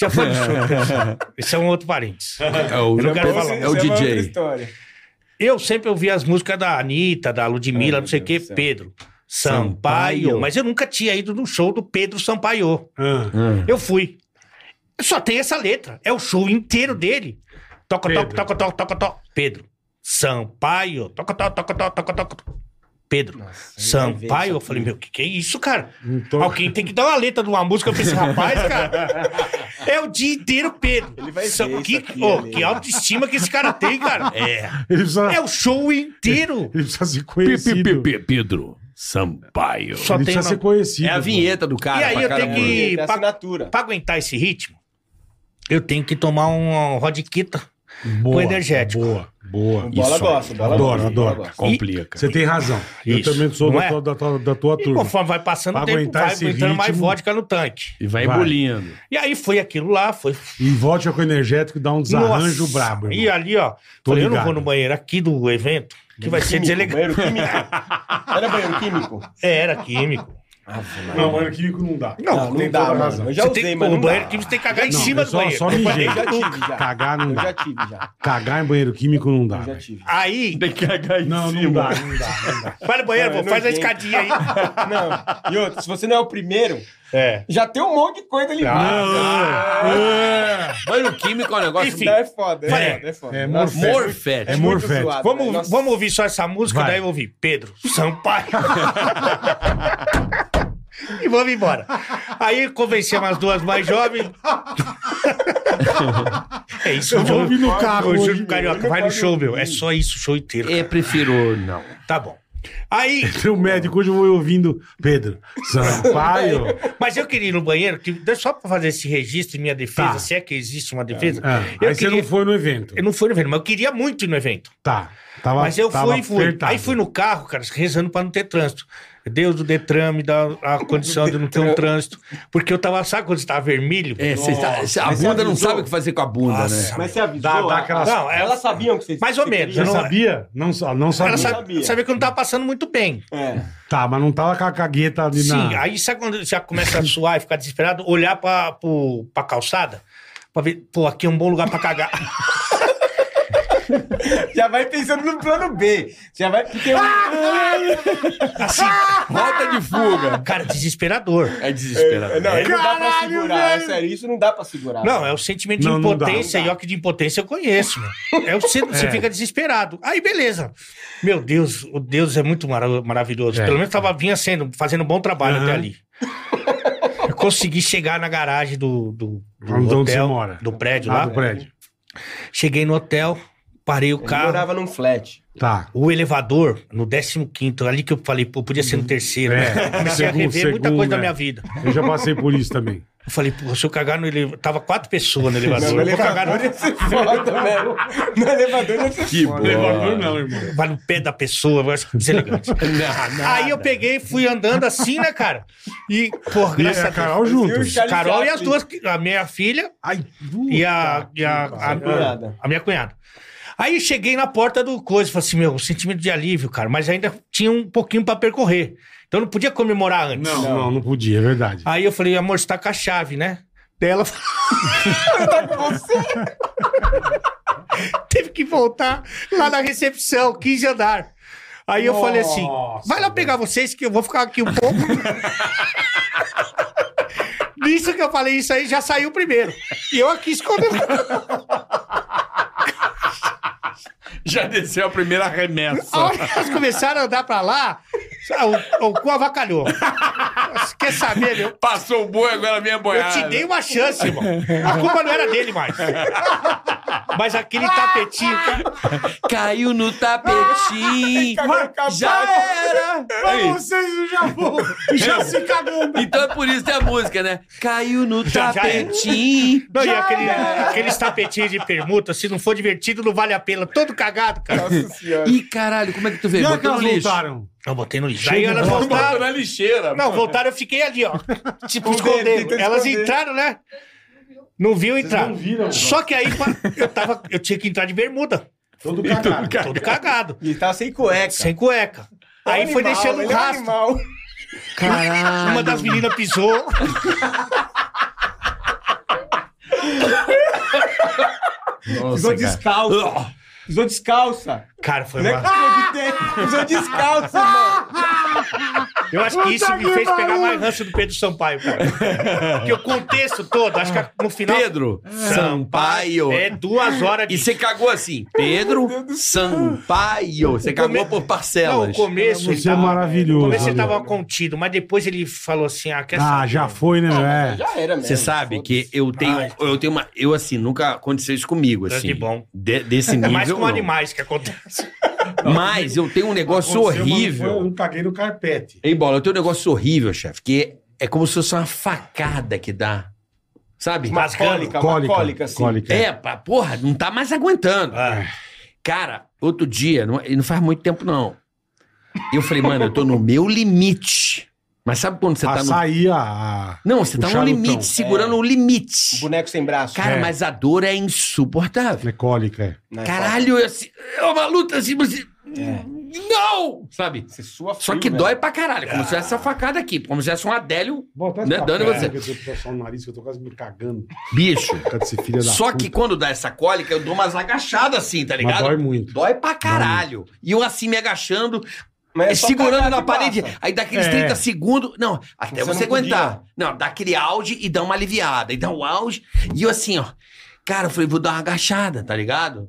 [SPEAKER 4] Já foi no show.
[SPEAKER 3] (laughs)
[SPEAKER 4] Esse é um outro parênteses.
[SPEAKER 5] É o,
[SPEAKER 4] Eu não quero
[SPEAKER 6] essa-
[SPEAKER 4] falar.
[SPEAKER 5] é o
[SPEAKER 6] essa outra
[SPEAKER 5] DJ.
[SPEAKER 6] história.
[SPEAKER 4] Eu sempre ouvi as músicas da Anitta, da Ludmilla,
[SPEAKER 6] Ai,
[SPEAKER 4] não sei o
[SPEAKER 6] meu
[SPEAKER 4] quê,
[SPEAKER 6] Deus do céu.
[SPEAKER 4] Pedro.
[SPEAKER 5] Sampaio.
[SPEAKER 4] Sampaio. Mas eu nunca tinha ido no show do Pedro Sampaio.
[SPEAKER 3] Ah,
[SPEAKER 5] Hum.
[SPEAKER 4] Eu fui. Só tem essa letra. É o show inteiro dele. Toca,
[SPEAKER 3] Pedro.
[SPEAKER 4] toca, toca, toca, toca, toca. Pedro. Sampaio. Toca, toca, toca, toca, toca, toca. Pedro. Sampaio. Eu falei, meu, que que é isso, cara?
[SPEAKER 3] não tô-
[SPEAKER 4] Alguém tem que dar uma letra de uma música pra esse rapaz, cara. É o dia inteiro, Pedro.
[SPEAKER 6] Ele vai
[SPEAKER 4] Sa-
[SPEAKER 6] ver
[SPEAKER 4] que,
[SPEAKER 6] isso aqui,
[SPEAKER 4] ô,
[SPEAKER 6] ele-
[SPEAKER 4] que autoestima que esse cara tem, cara. É.
[SPEAKER 3] Ele precisa,
[SPEAKER 4] É o show inteiro.
[SPEAKER 3] ele precisa ser conhecido.
[SPEAKER 5] Pedro Sampaio.
[SPEAKER 4] Só
[SPEAKER 3] ele
[SPEAKER 4] tem
[SPEAKER 3] precisa
[SPEAKER 4] uma-
[SPEAKER 3] ser conhecido.
[SPEAKER 5] É a
[SPEAKER 3] pô.
[SPEAKER 5] vinheta do cara.
[SPEAKER 4] E aí
[SPEAKER 5] pra
[SPEAKER 4] eu
[SPEAKER 5] cada
[SPEAKER 4] tenho que-
[SPEAKER 5] música.
[SPEAKER 6] Ele tem
[SPEAKER 4] pa-
[SPEAKER 3] é
[SPEAKER 6] assinatura.
[SPEAKER 4] Pra aguentar esse ritmo, eu tenho que tomar um rodiquita.
[SPEAKER 3] Boa,
[SPEAKER 4] Com energético.
[SPEAKER 3] Boa, boa.
[SPEAKER 6] Bola
[SPEAKER 5] Isso.
[SPEAKER 6] gosta, bola
[SPEAKER 3] Adoro,
[SPEAKER 6] gosta, bola
[SPEAKER 3] adoro.
[SPEAKER 6] gosta.
[SPEAKER 5] Complica.
[SPEAKER 3] Você tem razão.
[SPEAKER 4] Isso,
[SPEAKER 3] Eu também sou
[SPEAKER 4] não
[SPEAKER 3] da,
[SPEAKER 4] é?
[SPEAKER 3] tua, da tua- da tua
[SPEAKER 4] E
[SPEAKER 3] turma.
[SPEAKER 4] conforme vai passando
[SPEAKER 3] Pra
[SPEAKER 4] o tempo,
[SPEAKER 3] aguentar
[SPEAKER 4] vai
[SPEAKER 3] esse
[SPEAKER 4] entrando mais
[SPEAKER 3] ritmo.
[SPEAKER 4] vodka no tanque.
[SPEAKER 5] E vai
[SPEAKER 3] Vai.
[SPEAKER 5] embolindo.
[SPEAKER 4] E aí foi aquilo lá, foi.
[SPEAKER 3] E volte com energético e dá um desarranjo
[SPEAKER 4] Nossa,
[SPEAKER 3] brabo. irmão.
[SPEAKER 4] E ali, ó,
[SPEAKER 3] Tô
[SPEAKER 4] falei, eu não
[SPEAKER 3] ligado. né?
[SPEAKER 4] vou no banheiro aqui do evento, que vai ser
[SPEAKER 6] Químico,
[SPEAKER 4] deselegante.
[SPEAKER 6] (laughs) Banheiro químico. Era banheiro químico?
[SPEAKER 4] É, era químico.
[SPEAKER 3] Não, banheiro químico não dá.
[SPEAKER 6] Não, não,
[SPEAKER 3] tem
[SPEAKER 6] dá,
[SPEAKER 3] toda a
[SPEAKER 6] mano.
[SPEAKER 3] razão.
[SPEAKER 6] Eu (laughs) já
[SPEAKER 4] Você
[SPEAKER 6] usei,
[SPEAKER 4] tem,
[SPEAKER 6] mas
[SPEAKER 4] o
[SPEAKER 6] não
[SPEAKER 4] banheiro
[SPEAKER 6] dá.
[SPEAKER 4] químico você tem que cagar em
[SPEAKER 3] Não,
[SPEAKER 4] cima
[SPEAKER 3] é
[SPEAKER 4] do
[SPEAKER 3] só-
[SPEAKER 4] banheiro.
[SPEAKER 3] só
[SPEAKER 6] Eu
[SPEAKER 3] ligeiro.
[SPEAKER 6] já tive, já.
[SPEAKER 3] Cagar não
[SPEAKER 6] Eu
[SPEAKER 3] dá.
[SPEAKER 6] já tive, já.
[SPEAKER 3] Cagar em banheiro químico não dá.
[SPEAKER 6] Eu já
[SPEAKER 3] velho.
[SPEAKER 6] tive. (laughs)
[SPEAKER 4] Aí,
[SPEAKER 5] Tem que cagar em
[SPEAKER 3] Não, não dá, não dá, não dá.
[SPEAKER 4] vai no banheiro,
[SPEAKER 6] Não, é
[SPEAKER 4] vô, faz a
[SPEAKER 6] nojento.
[SPEAKER 4] escadinha
[SPEAKER 6] (laughs)
[SPEAKER 4] aí.
[SPEAKER 6] Não. E outra, se você não é o primeiro,
[SPEAKER 4] É.
[SPEAKER 6] já tem um monte de coisa ali. Ah,
[SPEAKER 5] Banho químico é um negócio...
[SPEAKER 4] Enfim.
[SPEAKER 6] Não, é foda, é,
[SPEAKER 4] Vai.
[SPEAKER 6] foda, é foda.
[SPEAKER 3] É
[SPEAKER 6] Nossa,
[SPEAKER 3] morfético.
[SPEAKER 5] Morfético.
[SPEAKER 3] É
[SPEAKER 6] muito
[SPEAKER 3] morfético.
[SPEAKER 6] zoado,
[SPEAKER 4] Vamos,
[SPEAKER 6] velho. Nossa,
[SPEAKER 4] vamos ouvir só essa música,
[SPEAKER 3] Vai.
[SPEAKER 4] daí eu ouvi Pedro Sampaio. (laughs) e vamos embora. Aí convencemos as duas mais jovens. (laughs) é isso,
[SPEAKER 3] Eu vou
[SPEAKER 4] Júlio.
[SPEAKER 3] ouvir no carro
[SPEAKER 4] Ô, Júlio
[SPEAKER 3] hoje.
[SPEAKER 4] Carioca, vai no show, meu. É só isso, o show inteiro.
[SPEAKER 5] Eu É, prefiro não.
[SPEAKER 4] Tá bom. Aí,
[SPEAKER 3] Seu médico hoje eu vou ouvindo Pedro Sampaio.
[SPEAKER 4] (laughs) mas eu queria ir no banheiro, que, só pra fazer esse registro em minha defesa,
[SPEAKER 3] Tá.
[SPEAKER 4] se é que existe uma defesa.
[SPEAKER 3] Ah,
[SPEAKER 4] eu
[SPEAKER 3] aí você
[SPEAKER 4] queria-
[SPEAKER 3] não foi no evento.
[SPEAKER 4] Eu não fui no evento, mas eu queria muito ir no evento.
[SPEAKER 3] Tá. Tava,
[SPEAKER 4] Mas eu
[SPEAKER 3] tava
[SPEAKER 4] fui, fui.
[SPEAKER 3] apertado.
[SPEAKER 4] Aí fui no carro, cara, rezando pra não ter trânsito. Deus do Detran me dá a condição de não ter um trânsito. Porque eu tava, sabe quando você tava vermelho?
[SPEAKER 5] É, cê tá- cê- a
[SPEAKER 6] Mas você
[SPEAKER 5] bunda não
[SPEAKER 6] avisou?
[SPEAKER 5] sabe o que fazer com a bunda,
[SPEAKER 4] Nossa.
[SPEAKER 5] né?
[SPEAKER 6] Mas você avisou?
[SPEAKER 3] Dá- dá
[SPEAKER 6] a-
[SPEAKER 3] aquela-
[SPEAKER 4] Não, ela-
[SPEAKER 6] Elas sabiam que vocês...
[SPEAKER 4] Mais ou
[SPEAKER 6] você
[SPEAKER 4] menos,
[SPEAKER 3] Você
[SPEAKER 6] queria?
[SPEAKER 4] eu não-
[SPEAKER 3] sabia? Não, sa- não sabia.
[SPEAKER 4] Ela
[SPEAKER 6] sabia.
[SPEAKER 4] sabe, sabia que eu não tava passando muito bem.
[SPEAKER 6] É.
[SPEAKER 3] Tá, mas não tava com a cagueta ali na...
[SPEAKER 4] Sim, aí sabe quando já começa a suar e ficar desesperado? Olhar pra, pro, pra calçada pra ver, pô, aqui é um bom lugar pra cagar. (laughs)
[SPEAKER 6] Já vai pensando no plano B. Já vai... Porque... Ah,
[SPEAKER 4] Assim,
[SPEAKER 5] Rota de fuga.
[SPEAKER 4] cara, desesperador.
[SPEAKER 5] É desesperado.
[SPEAKER 6] Não, ele não dá pra
[SPEAKER 3] Caralho,
[SPEAKER 6] segurar.
[SPEAKER 3] velho.
[SPEAKER 6] É sério, isso não um dá pra segurar.
[SPEAKER 4] Não, é o sentimento
[SPEAKER 3] Não,
[SPEAKER 4] de
[SPEAKER 3] não dá,
[SPEAKER 4] impotência,
[SPEAKER 6] não
[SPEAKER 4] e ó que de impotência eu conheço, meu. É o sen- você
[SPEAKER 3] É.
[SPEAKER 4] fica desesperado. Aí, beleza. Meu Deus, o Deus é muito mara- maravilhoso.
[SPEAKER 3] É.
[SPEAKER 4] Pelo menos tava, vinha sendo, fazendo um bom trabalho
[SPEAKER 3] Aham.
[SPEAKER 4] até ali. Eu consegui chegar na garagem do, do, do
[SPEAKER 3] Onde
[SPEAKER 4] hotel,
[SPEAKER 3] você mora?
[SPEAKER 4] do prédio
[SPEAKER 3] Lá
[SPEAKER 4] lá.
[SPEAKER 3] Ah, do prédio.
[SPEAKER 4] Cheguei no hotel, parei o
[SPEAKER 6] Ele
[SPEAKER 4] carro.
[SPEAKER 6] morava num flat.
[SPEAKER 3] Tá.
[SPEAKER 4] O elevador, no 15º, ali que eu falei, pô, podia ser no terceiro.
[SPEAKER 3] É,
[SPEAKER 4] né? Comecei a
[SPEAKER 3] segundo,
[SPEAKER 4] rever muita
[SPEAKER 3] segundo,
[SPEAKER 4] coisa da
[SPEAKER 3] é.
[SPEAKER 4] minha vida.
[SPEAKER 3] Eu já passei por isso também.
[SPEAKER 4] Eu falei, pô, se eu cagar no elevador... Tava quatro pessoas no elevador.
[SPEAKER 6] No
[SPEAKER 4] eu vou
[SPEAKER 3] tá
[SPEAKER 4] cagar no
[SPEAKER 6] elevador ia ser foda, velho. No elevador ia ser
[SPEAKER 5] Que
[SPEAKER 6] foda.
[SPEAKER 5] boa. Elevador
[SPEAKER 3] não, irmão.
[SPEAKER 4] vai no pé da pessoa, vai ser
[SPEAKER 3] (laughs)
[SPEAKER 4] deselegante. Aí eu peguei e fui andando assim, né, cara? E, porra,
[SPEAKER 3] E
[SPEAKER 4] graças
[SPEAKER 3] a
[SPEAKER 4] a
[SPEAKER 3] Carol juntos.
[SPEAKER 4] Deus. Carol e as duas, a minha filha
[SPEAKER 3] Ai, puta
[SPEAKER 4] e a, e a,
[SPEAKER 3] que
[SPEAKER 4] a-
[SPEAKER 3] pariu.
[SPEAKER 6] cunhada.
[SPEAKER 4] a minha cunhada. Aí cheguei na porta do coisa, falei assim, meu, um sentimento de alívio, cara, mas ainda tinha um pouquinho pra percorrer. Então eu não podia comemorar antes.
[SPEAKER 3] Não, não, não podia, é verdade.
[SPEAKER 4] Aí eu falei, amor, você tá com a chave, né? Daí ela falou, (laughs) "Tá teve que voltar lá na recepção, 15 andar. Aí eu falei assim,
[SPEAKER 3] Nossa,
[SPEAKER 4] vai lá pegar vocês que eu vou ficar aqui um pouco. (laughs) Nisso que eu falei isso aí, já saiu primeiro. E eu aqui escondendo.
[SPEAKER 5] Já desceu a primeira remessa.
[SPEAKER 4] A hora que elas começaram a andar pra lá, o, o cu avacalhou. Você Quer saber, meu?
[SPEAKER 5] Passou o boi, agora a minha
[SPEAKER 4] Eu
[SPEAKER 5] boiada.
[SPEAKER 4] te dei um uma chance, irmão. A culpa não era dele mais. Mas aquele tapetinho,
[SPEAKER 5] (laughs) Caiu
[SPEAKER 4] (laughs)
[SPEAKER 5] no tapetinho. Já era.
[SPEAKER 3] Mas vocês já
[SPEAKER 5] (laughs)
[SPEAKER 3] vão, já se cagando.
[SPEAKER 5] Então é por isso que é a música, né? Caiu no
[SPEAKER 4] Já, já era. (laughs)
[SPEAKER 5] tapetinho.
[SPEAKER 4] Não, e aquele, aqueles tapetinhos de permuta, se não for divertido, não vale a pena. Todo cagado, cara.
[SPEAKER 6] Nossa senhora.
[SPEAKER 5] Ih, caralho, como é que tu
[SPEAKER 3] E
[SPEAKER 5] vê?
[SPEAKER 3] a que
[SPEAKER 5] Botou
[SPEAKER 3] elas
[SPEAKER 5] no lixo.
[SPEAKER 3] voltaram?
[SPEAKER 4] Eu botei no né? lixo. Aí elas
[SPEAKER 5] Botou
[SPEAKER 4] voltaram.
[SPEAKER 5] na lixeira.
[SPEAKER 4] Não, voltaram, eu fiquei ali, ó. Tipo,
[SPEAKER 6] Escondendo,
[SPEAKER 4] escondendo.
[SPEAKER 6] tentando
[SPEAKER 4] Elas
[SPEAKER 6] esconder.
[SPEAKER 4] entraram, né? Não viu entrar.
[SPEAKER 3] não viram, né?
[SPEAKER 4] Só que aí pa- eu, tava, eu tinha que entrar de bermuda.
[SPEAKER 3] Todo cagado.
[SPEAKER 4] Todo cagado.
[SPEAKER 6] E ele tava sem cueca.
[SPEAKER 4] Sem cueca. Aí foi
[SPEAKER 6] Animal,
[SPEAKER 4] deixando um
[SPEAKER 3] né?
[SPEAKER 6] ele é um
[SPEAKER 4] rastro.
[SPEAKER 6] animal.
[SPEAKER 5] Caralho.
[SPEAKER 4] Uma das meninas pisou.
[SPEAKER 6] Pisou descalça. Pisou descalça.
[SPEAKER 4] Cara, foi
[SPEAKER 6] Não
[SPEAKER 3] Né?
[SPEAKER 6] é que
[SPEAKER 4] uma...
[SPEAKER 6] pisou de tênis, Pisou descalça, mano.
[SPEAKER 4] Eu acho que isso
[SPEAKER 3] Puta
[SPEAKER 4] me
[SPEAKER 3] que
[SPEAKER 4] fez pegar
[SPEAKER 3] pariu.
[SPEAKER 4] mais ranço do Pedro Sampaio, cara. Porque o contexto todo, acho que no final...
[SPEAKER 5] Pedro Sampaio.
[SPEAKER 4] É duas horas de
[SPEAKER 5] E você cagou assim, Pedro Sampaio. Você cagou por
[SPEAKER 4] Não,
[SPEAKER 5] parcelas.
[SPEAKER 4] o começo.
[SPEAKER 3] Você
[SPEAKER 4] ele
[SPEAKER 3] é
[SPEAKER 4] tava-
[SPEAKER 3] maravilhoso,
[SPEAKER 4] No começo ele
[SPEAKER 3] né?
[SPEAKER 4] tava contido, mas depois ele falou assim: ah, quer
[SPEAKER 3] Ah,
[SPEAKER 4] saber?
[SPEAKER 3] já foi, né? É.
[SPEAKER 6] Já era mesmo.
[SPEAKER 5] Você sabe que eu tenho,
[SPEAKER 4] Ai.
[SPEAKER 5] eu tenho uma, eu assim, nunca aconteceu isso comigo,
[SPEAKER 4] Tá
[SPEAKER 5] assim.
[SPEAKER 4] de bom.
[SPEAKER 5] de- desse
[SPEAKER 4] É
[SPEAKER 5] nível.
[SPEAKER 4] mais com
[SPEAKER 5] não.
[SPEAKER 4] animais que
[SPEAKER 5] (laughs)
[SPEAKER 4] acontece.
[SPEAKER 5] Mas eu tenho um negócio
[SPEAKER 3] Aconteceu, mas
[SPEAKER 5] horrível.
[SPEAKER 3] foi- um- Eu caguei no carpete.
[SPEAKER 5] Ei, bola, eu tenho um negócio horrível, chefe, que é como se fosse uma facada que dá. Sabe?
[SPEAKER 6] Uma
[SPEAKER 4] Mascando.
[SPEAKER 6] cólica, uma cólica, assim.
[SPEAKER 3] cólica.
[SPEAKER 5] É, pá, porra, não tá mais aguentando.
[SPEAKER 3] Ah.
[SPEAKER 5] Cara, outro dia, não, é, e não faz muito tempo, não. Eu falei, mano, eu tô no meu limite. Mas sabe quando você
[SPEAKER 3] Pra
[SPEAKER 5] tá no.
[SPEAKER 3] sair a... a-
[SPEAKER 5] Não, você
[SPEAKER 3] o
[SPEAKER 5] tá no
[SPEAKER 3] charutão.
[SPEAKER 5] limite, segurando o
[SPEAKER 6] Um
[SPEAKER 5] limite.
[SPEAKER 6] boneco sem braço.
[SPEAKER 5] Cara,
[SPEAKER 3] É.
[SPEAKER 5] mas a dor é insuportável.
[SPEAKER 3] É cólica, é.
[SPEAKER 6] Não é
[SPEAKER 5] Caralho, é, assim, é uma luta assim, você.
[SPEAKER 6] fácil. É.
[SPEAKER 5] Não! Sabe?
[SPEAKER 6] Você sua
[SPEAKER 5] Só
[SPEAKER 6] frio,
[SPEAKER 5] que
[SPEAKER 6] velho.
[SPEAKER 5] dói pra caralho. Como se tivesse essa facada aqui. Como se tivesse um adélio,
[SPEAKER 3] Bom, traz
[SPEAKER 5] Né,
[SPEAKER 3] pra
[SPEAKER 5] Dani,
[SPEAKER 3] cá,
[SPEAKER 5] você?
[SPEAKER 3] que Eu tô só o nariz, que eu tô quase me cagando. por
[SPEAKER 5] bicho.
[SPEAKER 3] causa desse filho da
[SPEAKER 5] Só que
[SPEAKER 3] puta.
[SPEAKER 5] quando dá essa cólica, eu dou umas agachadas assim, tá
[SPEAKER 3] Mas
[SPEAKER 5] ligado?
[SPEAKER 3] dói
[SPEAKER 5] Dói,
[SPEAKER 3] muito.
[SPEAKER 5] pra caralho. E eu assim me agachando,
[SPEAKER 6] Mas é só
[SPEAKER 5] segurando
[SPEAKER 6] cagar
[SPEAKER 5] na
[SPEAKER 6] que
[SPEAKER 5] parede.
[SPEAKER 6] passa.
[SPEAKER 5] Aí daqueles
[SPEAKER 3] É.
[SPEAKER 5] 30 segundos. Não, até
[SPEAKER 6] Você
[SPEAKER 5] você,
[SPEAKER 6] não podia.
[SPEAKER 5] aguentar. Não, dá aquele auge e dá uma aliviada. E dá um auge. E eu assim, ó. Cara, eu falei, vou dar uma agachada, tá ligado?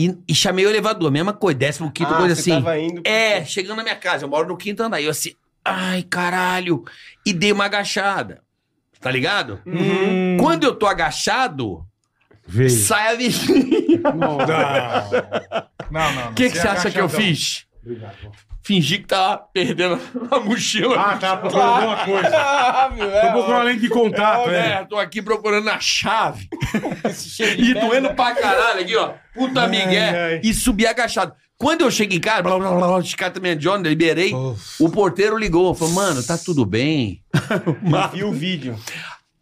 [SPEAKER 5] E, e chamei o elevador, mesma coisa, décimo quinto,
[SPEAKER 6] Ah,
[SPEAKER 5] coisa
[SPEAKER 6] você
[SPEAKER 5] assim.
[SPEAKER 6] tava indo pro-
[SPEAKER 5] (laughs) É, chegando na minha casa, eu moro no quinto andar. E eu assim, ai, caralho. E dei uma agachada. Tá ligado?
[SPEAKER 6] Uhum.
[SPEAKER 5] Quando eu tô agachado,
[SPEAKER 3] Veio.
[SPEAKER 5] sai a vizinha.
[SPEAKER 4] Não, não.
[SPEAKER 5] (laughs) O que, que você acha que eu
[SPEAKER 3] é
[SPEAKER 5] fiz?
[SPEAKER 3] Obrigado.
[SPEAKER 5] Fingi que tava perdendo a mochila.
[SPEAKER 3] Ah, tava procurando alguma coisa.
[SPEAKER 6] (laughs) Ah, meu,
[SPEAKER 3] Tô
[SPEAKER 6] é,
[SPEAKER 3] procurando além de contato, é.
[SPEAKER 5] É, tô aqui procurando a (laughs) chave.
[SPEAKER 6] esse cheiro de
[SPEAKER 5] E
[SPEAKER 6] merda.
[SPEAKER 5] doendo pra caralho aqui, ó. Puta migué.
[SPEAKER 3] ai.
[SPEAKER 5] E subi agachado. Quando eu cheguei em casa, blá, blá, blá, blá, os caras também, John, liberei. O porteiro ligou. Falou, mano, tá tudo bem?
[SPEAKER 6] Eu vi o vídeo.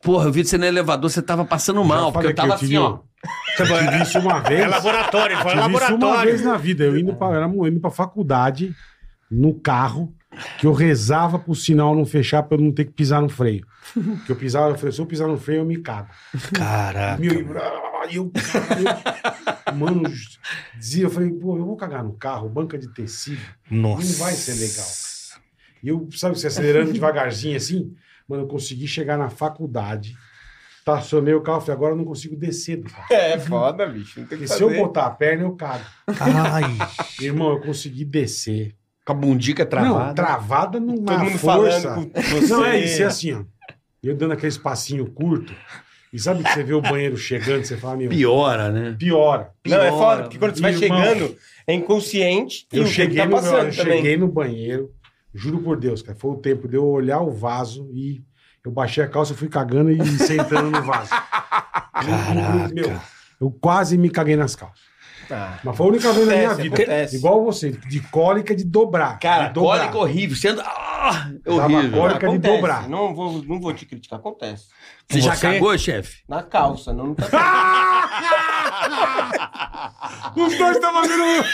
[SPEAKER 5] Porra, eu vi você no elevador, você tava passando
[SPEAKER 3] Já
[SPEAKER 5] mal. Porque
[SPEAKER 3] falei
[SPEAKER 5] eu tava
[SPEAKER 3] que
[SPEAKER 5] assim,
[SPEAKER 3] tive- um-
[SPEAKER 5] ó.
[SPEAKER 3] Eu tive isso uma vez.
[SPEAKER 4] É laboratório, ele falou
[SPEAKER 3] Eu vi isso uma
[SPEAKER 4] laboratório.
[SPEAKER 3] vez né? na vida. Eu indo pra, era um- indo pra faculdade, no carro, que eu rezava pro sinal não fechar pra eu não ter que pisar no freio. Que eu pisava, eu falei, se eu pisar no freio, eu me cago.
[SPEAKER 4] Caraca.
[SPEAKER 3] Meu, e blá, blá, blá, blá, e eu, eu- mano, dizia, eu falei, pô, eu vou cagar no carro, banca de tecido,
[SPEAKER 4] Nossa.
[SPEAKER 3] não vai ser legal. E eu, sabe, se acelerando devagarzinho assim, mano, eu consegui chegar na faculdade, estacionei o carro, falei, agora eu não consigo descer do carro.
[SPEAKER 6] É, foda, bicho. Não tem o
[SPEAKER 3] Porque
[SPEAKER 6] que
[SPEAKER 3] se eu
[SPEAKER 6] fazer.
[SPEAKER 3] botar a perna, eu cago.
[SPEAKER 5] (laughs)
[SPEAKER 4] Ai.
[SPEAKER 3] Irmão, eu consegui descer.
[SPEAKER 5] Com a bundica travada.
[SPEAKER 3] Não, travada não
[SPEAKER 6] Todo mundo
[SPEAKER 3] força.
[SPEAKER 6] falando com você.
[SPEAKER 3] Não, é isso, é assim, ó. Eu dando aquele espacinho curto. E sabe que você vê o banheiro chegando, você fala, meu,
[SPEAKER 5] Piora, né?
[SPEAKER 3] piora.
[SPEAKER 6] Não, é
[SPEAKER 5] Piora,
[SPEAKER 6] foda, porque quando você vai
[SPEAKER 3] irmão.
[SPEAKER 6] chegando, é inconsciente e
[SPEAKER 3] Eu
[SPEAKER 6] o tempo
[SPEAKER 3] cheguei,
[SPEAKER 6] tá
[SPEAKER 3] no,
[SPEAKER 6] passando
[SPEAKER 3] eu
[SPEAKER 6] também.
[SPEAKER 3] cheguei no banheiro, juro por Deus, cara, foi o tempo de eu olhar o vaso e eu baixei a calça, eu fui cagando e sentando no
[SPEAKER 6] (laughs)
[SPEAKER 3] vaso.
[SPEAKER 4] Caraca.
[SPEAKER 3] Meu, eu quase me caguei nas calças.
[SPEAKER 6] Tá.
[SPEAKER 3] Mas foi a única vez na minha
[SPEAKER 6] Acontece,
[SPEAKER 3] vida.
[SPEAKER 6] acontece.
[SPEAKER 3] Igual você, de cólica de dobrar.
[SPEAKER 6] Cara,
[SPEAKER 3] de dobrar.
[SPEAKER 5] Cólica horrível. Você anda. Ah, é
[SPEAKER 3] Tava
[SPEAKER 5] horrível.
[SPEAKER 3] cólica. de dobrar.
[SPEAKER 6] Não vou, não vou te criticar, acontece.
[SPEAKER 5] Você já
[SPEAKER 4] Você?
[SPEAKER 5] cagou, chefe?
[SPEAKER 6] Na calça, não tá
[SPEAKER 3] (laughs)
[SPEAKER 6] no tapete.
[SPEAKER 3] Os dois estavam vendo.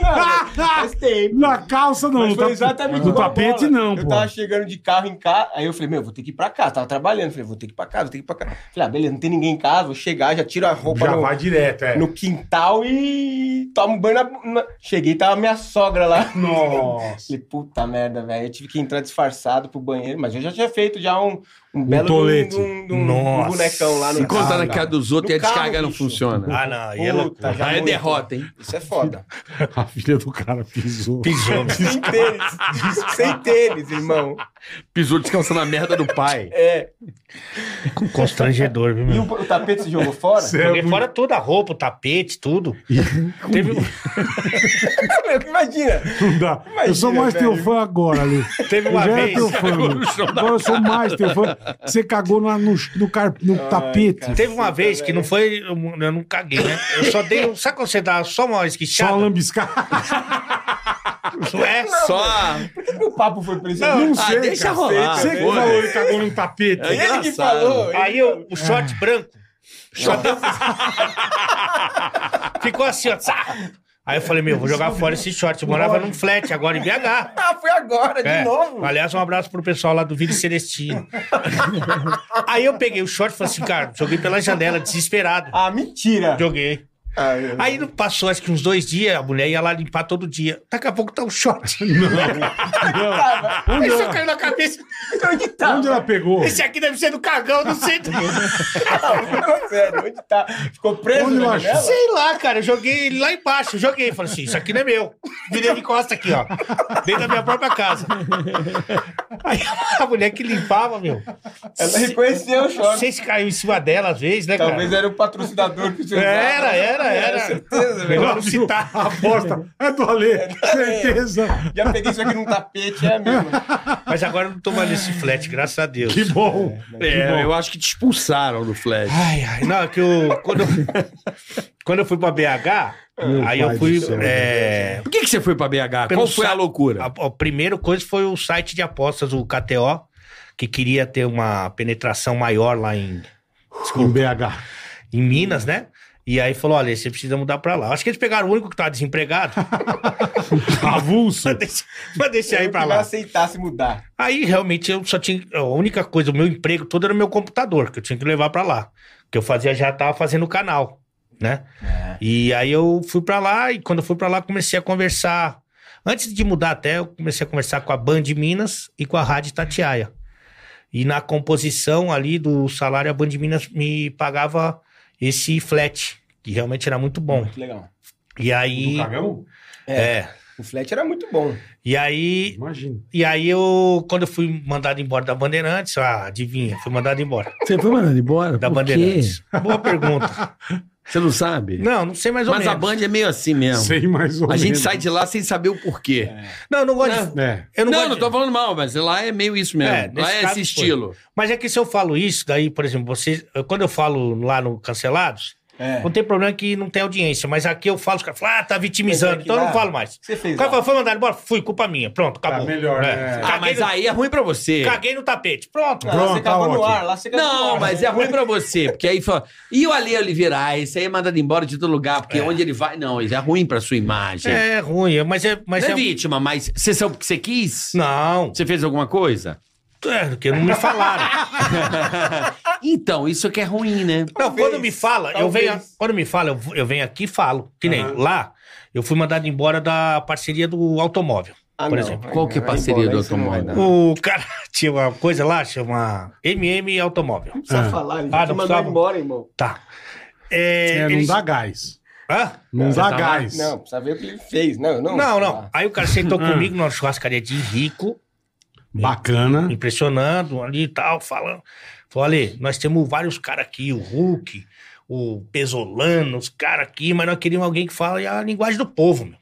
[SPEAKER 6] (laughs) Faz tempo.
[SPEAKER 3] Na calça não,
[SPEAKER 6] Mas
[SPEAKER 3] no,
[SPEAKER 6] foi
[SPEAKER 3] tap-
[SPEAKER 6] exatamente
[SPEAKER 3] no
[SPEAKER 6] igual a
[SPEAKER 3] tapete
[SPEAKER 6] bola.
[SPEAKER 3] não,
[SPEAKER 6] Eu
[SPEAKER 3] pô.
[SPEAKER 6] tava chegando de carro em casa, aí eu falei, meu, vou ter que ir pra casa. Tava trabalhando, falei, vou ter que ir pra casa, vou ter que ir pra casa. Falei, ah, beleza, não tem ninguém em casa, vou chegar, já tiro a roupa
[SPEAKER 3] Já
[SPEAKER 6] no,
[SPEAKER 3] vai direto, é.
[SPEAKER 6] no quintal e tomo banho na... na- Cheguei, tava minha sogra lá.
[SPEAKER 3] Nossa.
[SPEAKER 6] Falei, puta merda, velho. Eu tive que entrar disfarçado pro banheiro, mas eu já tinha feito já um, um belo de um-
[SPEAKER 3] tolete.
[SPEAKER 6] de um, de um
[SPEAKER 4] Nossa.
[SPEAKER 6] bonecão lá no Ah,
[SPEAKER 5] Enquanto tá na
[SPEAKER 6] carro,
[SPEAKER 5] casa dos outros
[SPEAKER 6] No
[SPEAKER 5] e a descarga
[SPEAKER 6] carro,
[SPEAKER 5] não
[SPEAKER 6] bicho.
[SPEAKER 5] funciona.
[SPEAKER 4] Ah, não. Aí
[SPEAKER 6] Puta,
[SPEAKER 4] ela
[SPEAKER 6] já
[SPEAKER 5] Aí é
[SPEAKER 6] muito.
[SPEAKER 5] derrota, hein?
[SPEAKER 6] Isso é foda.
[SPEAKER 3] (laughs) A filha do cara pisou.
[SPEAKER 4] pisou.
[SPEAKER 6] (laughs) Sem tênis. Sem tênis, irmão.
[SPEAKER 5] Pisou descansando a merda do (laughs) pai.
[SPEAKER 6] É.
[SPEAKER 4] Constrangedor, viu,
[SPEAKER 6] E
[SPEAKER 4] meu?
[SPEAKER 6] o, o tapete se jogou fora?
[SPEAKER 3] Cê é
[SPEAKER 4] Joguei
[SPEAKER 3] muito-
[SPEAKER 4] fora toda a roupa, o tapete, tudo. Teve, um,
[SPEAKER 3] (laughs)
[SPEAKER 6] Meu, Imagina.
[SPEAKER 3] Não dá. eu sou
[SPEAKER 6] (laughs) Imagina,
[SPEAKER 3] mais
[SPEAKER 6] velho.
[SPEAKER 3] teu fã agora, Lu.
[SPEAKER 4] teve
[SPEAKER 3] Eu
[SPEAKER 4] uma
[SPEAKER 3] já
[SPEAKER 4] vez.
[SPEAKER 3] era teu fã, Lu. Agora eu sou mais teu fã. Você cagou na- no, no, car- no tapete.
[SPEAKER 6] cara.
[SPEAKER 4] Teve uma
[SPEAKER 6] Puta,
[SPEAKER 4] vez que
[SPEAKER 6] velho.
[SPEAKER 4] não foi. Eu eu não caguei, né? Eu só dei. um- Sabe quando você dá só uma
[SPEAKER 3] Só um
[SPEAKER 4] esquichada?
[SPEAKER 3] lambiscar.
[SPEAKER 4] É,
[SPEAKER 5] Só.
[SPEAKER 6] Por que meu papo foi pra esse
[SPEAKER 3] Não,
[SPEAKER 6] lugar?
[SPEAKER 3] não sei,
[SPEAKER 5] deixa
[SPEAKER 3] cara.
[SPEAKER 5] rolar,
[SPEAKER 3] Você que
[SPEAKER 5] foda.
[SPEAKER 3] falou ele cagou no tapete.
[SPEAKER 5] É.
[SPEAKER 6] Ele que
[SPEAKER 5] engraçado.
[SPEAKER 6] falou. ele
[SPEAKER 4] Aí
[SPEAKER 6] que
[SPEAKER 4] eu, o short branco. short-
[SPEAKER 6] (laughs)
[SPEAKER 4] Ficou assim, ó. tsá. Aí eu falei, meu, vou jogar fora esse short. Eu morava num flat agora em BH.
[SPEAKER 6] falou. Ah, foi agora,
[SPEAKER 4] É.
[SPEAKER 6] de novo.
[SPEAKER 4] Aliás, um abraço pro pessoal lá do Vila
[SPEAKER 6] (laughs)
[SPEAKER 4] Celestino. Aí eu peguei o short e falei assim, cara, joguei pela janela, desesperado.
[SPEAKER 6] Ah, mentira.
[SPEAKER 4] Joguei.
[SPEAKER 6] Ah, eu-
[SPEAKER 4] Aí não passou acho que uns dois dias, a mulher ia lá limpar todo dia. Daqui a pouco tá o
[SPEAKER 3] (laughs)
[SPEAKER 4] short. Aí só caiu na cabeça.
[SPEAKER 6] Onde tá?
[SPEAKER 3] Onde ela pegou?
[SPEAKER 4] Esse aqui deve ser do cagão, não
[SPEAKER 3] (laughs)
[SPEAKER 4] sei.
[SPEAKER 6] (laughs) Não, sério, onde tá? Ficou preso
[SPEAKER 3] Onde eu
[SPEAKER 6] na
[SPEAKER 3] acho?
[SPEAKER 6] janela?
[SPEAKER 4] Sei lá, cara, eu joguei ele lá embaixo, eu joguei. Falei assim, isso aqui não é meu. Virei de costa aqui, ó. Dentro da minha própria casa. Aí a mulher que limpava, meu.
[SPEAKER 6] Ela reconheceu o short.
[SPEAKER 4] Vocês caiu em cima dela às vezes, né, cara?
[SPEAKER 6] Talvez era o patrocinador que É, você usava.
[SPEAKER 4] Era, era, era.
[SPEAKER 6] certeza, velho.
[SPEAKER 4] Melhor não citar.
[SPEAKER 3] A aposta é do Ale. Certeza.
[SPEAKER 6] Já peguei isso aqui num tapete, é mesmo.
[SPEAKER 4] (laughs) Mas agora eu não tô mais nesse flat, graças a Deus.
[SPEAKER 3] Que bom.
[SPEAKER 5] É, eu acho que Ah. te expulsaram do flash.
[SPEAKER 4] Ai, ai, não, é que eu. Quando eu,
[SPEAKER 3] (laughs)
[SPEAKER 4] quando eu fui pra BH,
[SPEAKER 3] Meu
[SPEAKER 4] aí
[SPEAKER 3] pai
[SPEAKER 4] eu
[SPEAKER 3] do
[SPEAKER 4] fui.
[SPEAKER 3] céu. né?
[SPEAKER 4] é,
[SPEAKER 5] Por que, que você foi pra BH?
[SPEAKER 4] Pelo
[SPEAKER 5] Qual foi a
[SPEAKER 4] sa- Ah,
[SPEAKER 5] loucura?
[SPEAKER 4] a, a primeira coisa foi o site de apostas, o KTO, que queria ter uma penetração maior lá em,
[SPEAKER 3] Com BH.
[SPEAKER 4] em Minas, né? E aí falou: olha, você precisa mudar pra lá. Acho que eles pegaram o único que tava desempregado.
[SPEAKER 3] (laughs)
[SPEAKER 4] (laughs)
[SPEAKER 3] Avulso.
[SPEAKER 4] Pra deixar- pra deixar aí
[SPEAKER 6] Eu
[SPEAKER 4] pra
[SPEAKER 6] que
[SPEAKER 4] lá.
[SPEAKER 6] não aceitasse mudar.
[SPEAKER 4] Aí realmente eu só tinha. A única coisa, o meu emprego todo era o meu computador, que eu tinha que levar pra lá. Que eu fazia, já tava fazendo o canal, né? E aí eu fui pra lá e quando eu fui pra lá comecei a conversar. Antes de mudar até, eu comecei a conversar com a Band Minas e com a Rádio Tatiaia. E na composição ali do salário, a Band Minas me pagava esse flat, que realmente era muito bom.
[SPEAKER 6] Muito legal.
[SPEAKER 4] E aí.
[SPEAKER 3] Do cagão?
[SPEAKER 4] É.
[SPEAKER 6] O flat era muito bom.
[SPEAKER 4] E aí
[SPEAKER 3] Imagina.
[SPEAKER 4] E aí eu, quando eu fui mandado embora da Bandeirantes, ah, adivinha, fui mandado embora
[SPEAKER 5] Você foi mandado embora?
[SPEAKER 4] da
[SPEAKER 5] Por quê? (laughs)
[SPEAKER 4] Bandeirantes. Boa pergunta.
[SPEAKER 5] Você não sabe?
[SPEAKER 4] Não, não sei mais ou
[SPEAKER 5] Mas a
[SPEAKER 4] menos.
[SPEAKER 5] Band é meio assim mesmo.
[SPEAKER 3] Sei mais ou
[SPEAKER 5] A
[SPEAKER 3] menos.
[SPEAKER 5] gente sai de lá sem saber o porquê.
[SPEAKER 4] Não, eu não gosto de-
[SPEAKER 3] É.
[SPEAKER 4] Eu não,
[SPEAKER 5] não,
[SPEAKER 4] gosto
[SPEAKER 5] não,
[SPEAKER 4] de-
[SPEAKER 5] tô falando mal, mas lá é meio isso mesmo.
[SPEAKER 4] É, nesse
[SPEAKER 5] lá é
[SPEAKER 4] caso
[SPEAKER 5] esse
[SPEAKER 4] foi.
[SPEAKER 5] estilo.
[SPEAKER 4] Mas é que se eu falo isso, daí, por exemplo, vocês. eu- Quando eu falo lá no Cancelados,
[SPEAKER 6] É.
[SPEAKER 4] não tem problema que não tem audiência. Mas aqui eu falo, os caras falam, ah, tá
[SPEAKER 6] Mas é
[SPEAKER 4] vitimizando,
[SPEAKER 6] que
[SPEAKER 4] então eu
[SPEAKER 6] lá-
[SPEAKER 4] não falo mais.
[SPEAKER 6] Você
[SPEAKER 4] O
[SPEAKER 6] fez.
[SPEAKER 4] cara
[SPEAKER 6] lá. Tá
[SPEAKER 4] fala, foi mandado embora, fui, culpa minha. Pronto, acabou.
[SPEAKER 3] melhor,
[SPEAKER 4] É.
[SPEAKER 3] né?
[SPEAKER 5] Ah,
[SPEAKER 4] Caguei,
[SPEAKER 5] mas
[SPEAKER 4] no,
[SPEAKER 5] aí é ruim pra você.
[SPEAKER 4] caguei no tapete. Pronto.
[SPEAKER 6] Lá você
[SPEAKER 3] Pronto, tá
[SPEAKER 6] cagou no
[SPEAKER 3] ótimo.
[SPEAKER 6] ar, lá você cagou no
[SPEAKER 5] Não,
[SPEAKER 6] ar.
[SPEAKER 5] mas é ruim pra você, porque aí fala. E o Ale Oliveira, ah, esse aí é mandado embora de todo lugar, porque onde ele vai. Não, isso é ruim pra sua imagem.
[SPEAKER 4] É ruim, é- mas é. Mas
[SPEAKER 5] não é,
[SPEAKER 4] é-
[SPEAKER 5] vítima, mas você sabe o que você quis?
[SPEAKER 4] Não,
[SPEAKER 5] Você fez alguma coisa?
[SPEAKER 4] é, porque não me falaram. Ah.
[SPEAKER 5] então, isso que é ruim, né?
[SPEAKER 4] Não,
[SPEAKER 6] Talvez,
[SPEAKER 4] quando me fala, eu
[SPEAKER 6] talvez.
[SPEAKER 4] venho, quando me fala, eu, vou- eu venho aqui e falo. Que nem
[SPEAKER 3] Aham.
[SPEAKER 4] lá, eu fui mandado embora da parceria do automóvel.
[SPEAKER 6] Ah,
[SPEAKER 4] por
[SPEAKER 6] não.
[SPEAKER 4] exemplo.
[SPEAKER 5] Qual que é
[SPEAKER 6] Vai
[SPEAKER 5] parceria
[SPEAKER 6] embora,
[SPEAKER 5] do
[SPEAKER 6] aí você não vai
[SPEAKER 5] automóvel?
[SPEAKER 4] O
[SPEAKER 6] dar.
[SPEAKER 4] cara (laughs) tinha uma coisa lá, chama MM Automóvel.
[SPEAKER 6] Não precisa
[SPEAKER 3] Ah.
[SPEAKER 6] falar, ele
[SPEAKER 4] Ah,
[SPEAKER 6] já
[SPEAKER 4] não
[SPEAKER 6] te mandou
[SPEAKER 4] precisava?
[SPEAKER 6] embora, irmão.
[SPEAKER 4] Tá. É,
[SPEAKER 3] É, não
[SPEAKER 4] eles-
[SPEAKER 3] dá gás.
[SPEAKER 4] Hã?
[SPEAKER 3] Não
[SPEAKER 5] Você
[SPEAKER 3] dá
[SPEAKER 5] tá
[SPEAKER 3] gás.
[SPEAKER 6] Não, precisa ver o que ele fez. Não, eu não.
[SPEAKER 4] Não,
[SPEAKER 6] Ah.
[SPEAKER 4] não. Aí o cara sentou
[SPEAKER 3] Ah.
[SPEAKER 4] comigo numa churrascaria de rico,
[SPEAKER 3] Bacana.
[SPEAKER 4] impressionando ali e tal, falando. Falou, Ale, nós temos vários caras aqui, o Hulk, o Pesolano, os caras aqui, mas nós queríamos alguém que fale a linguagem do povo, meu.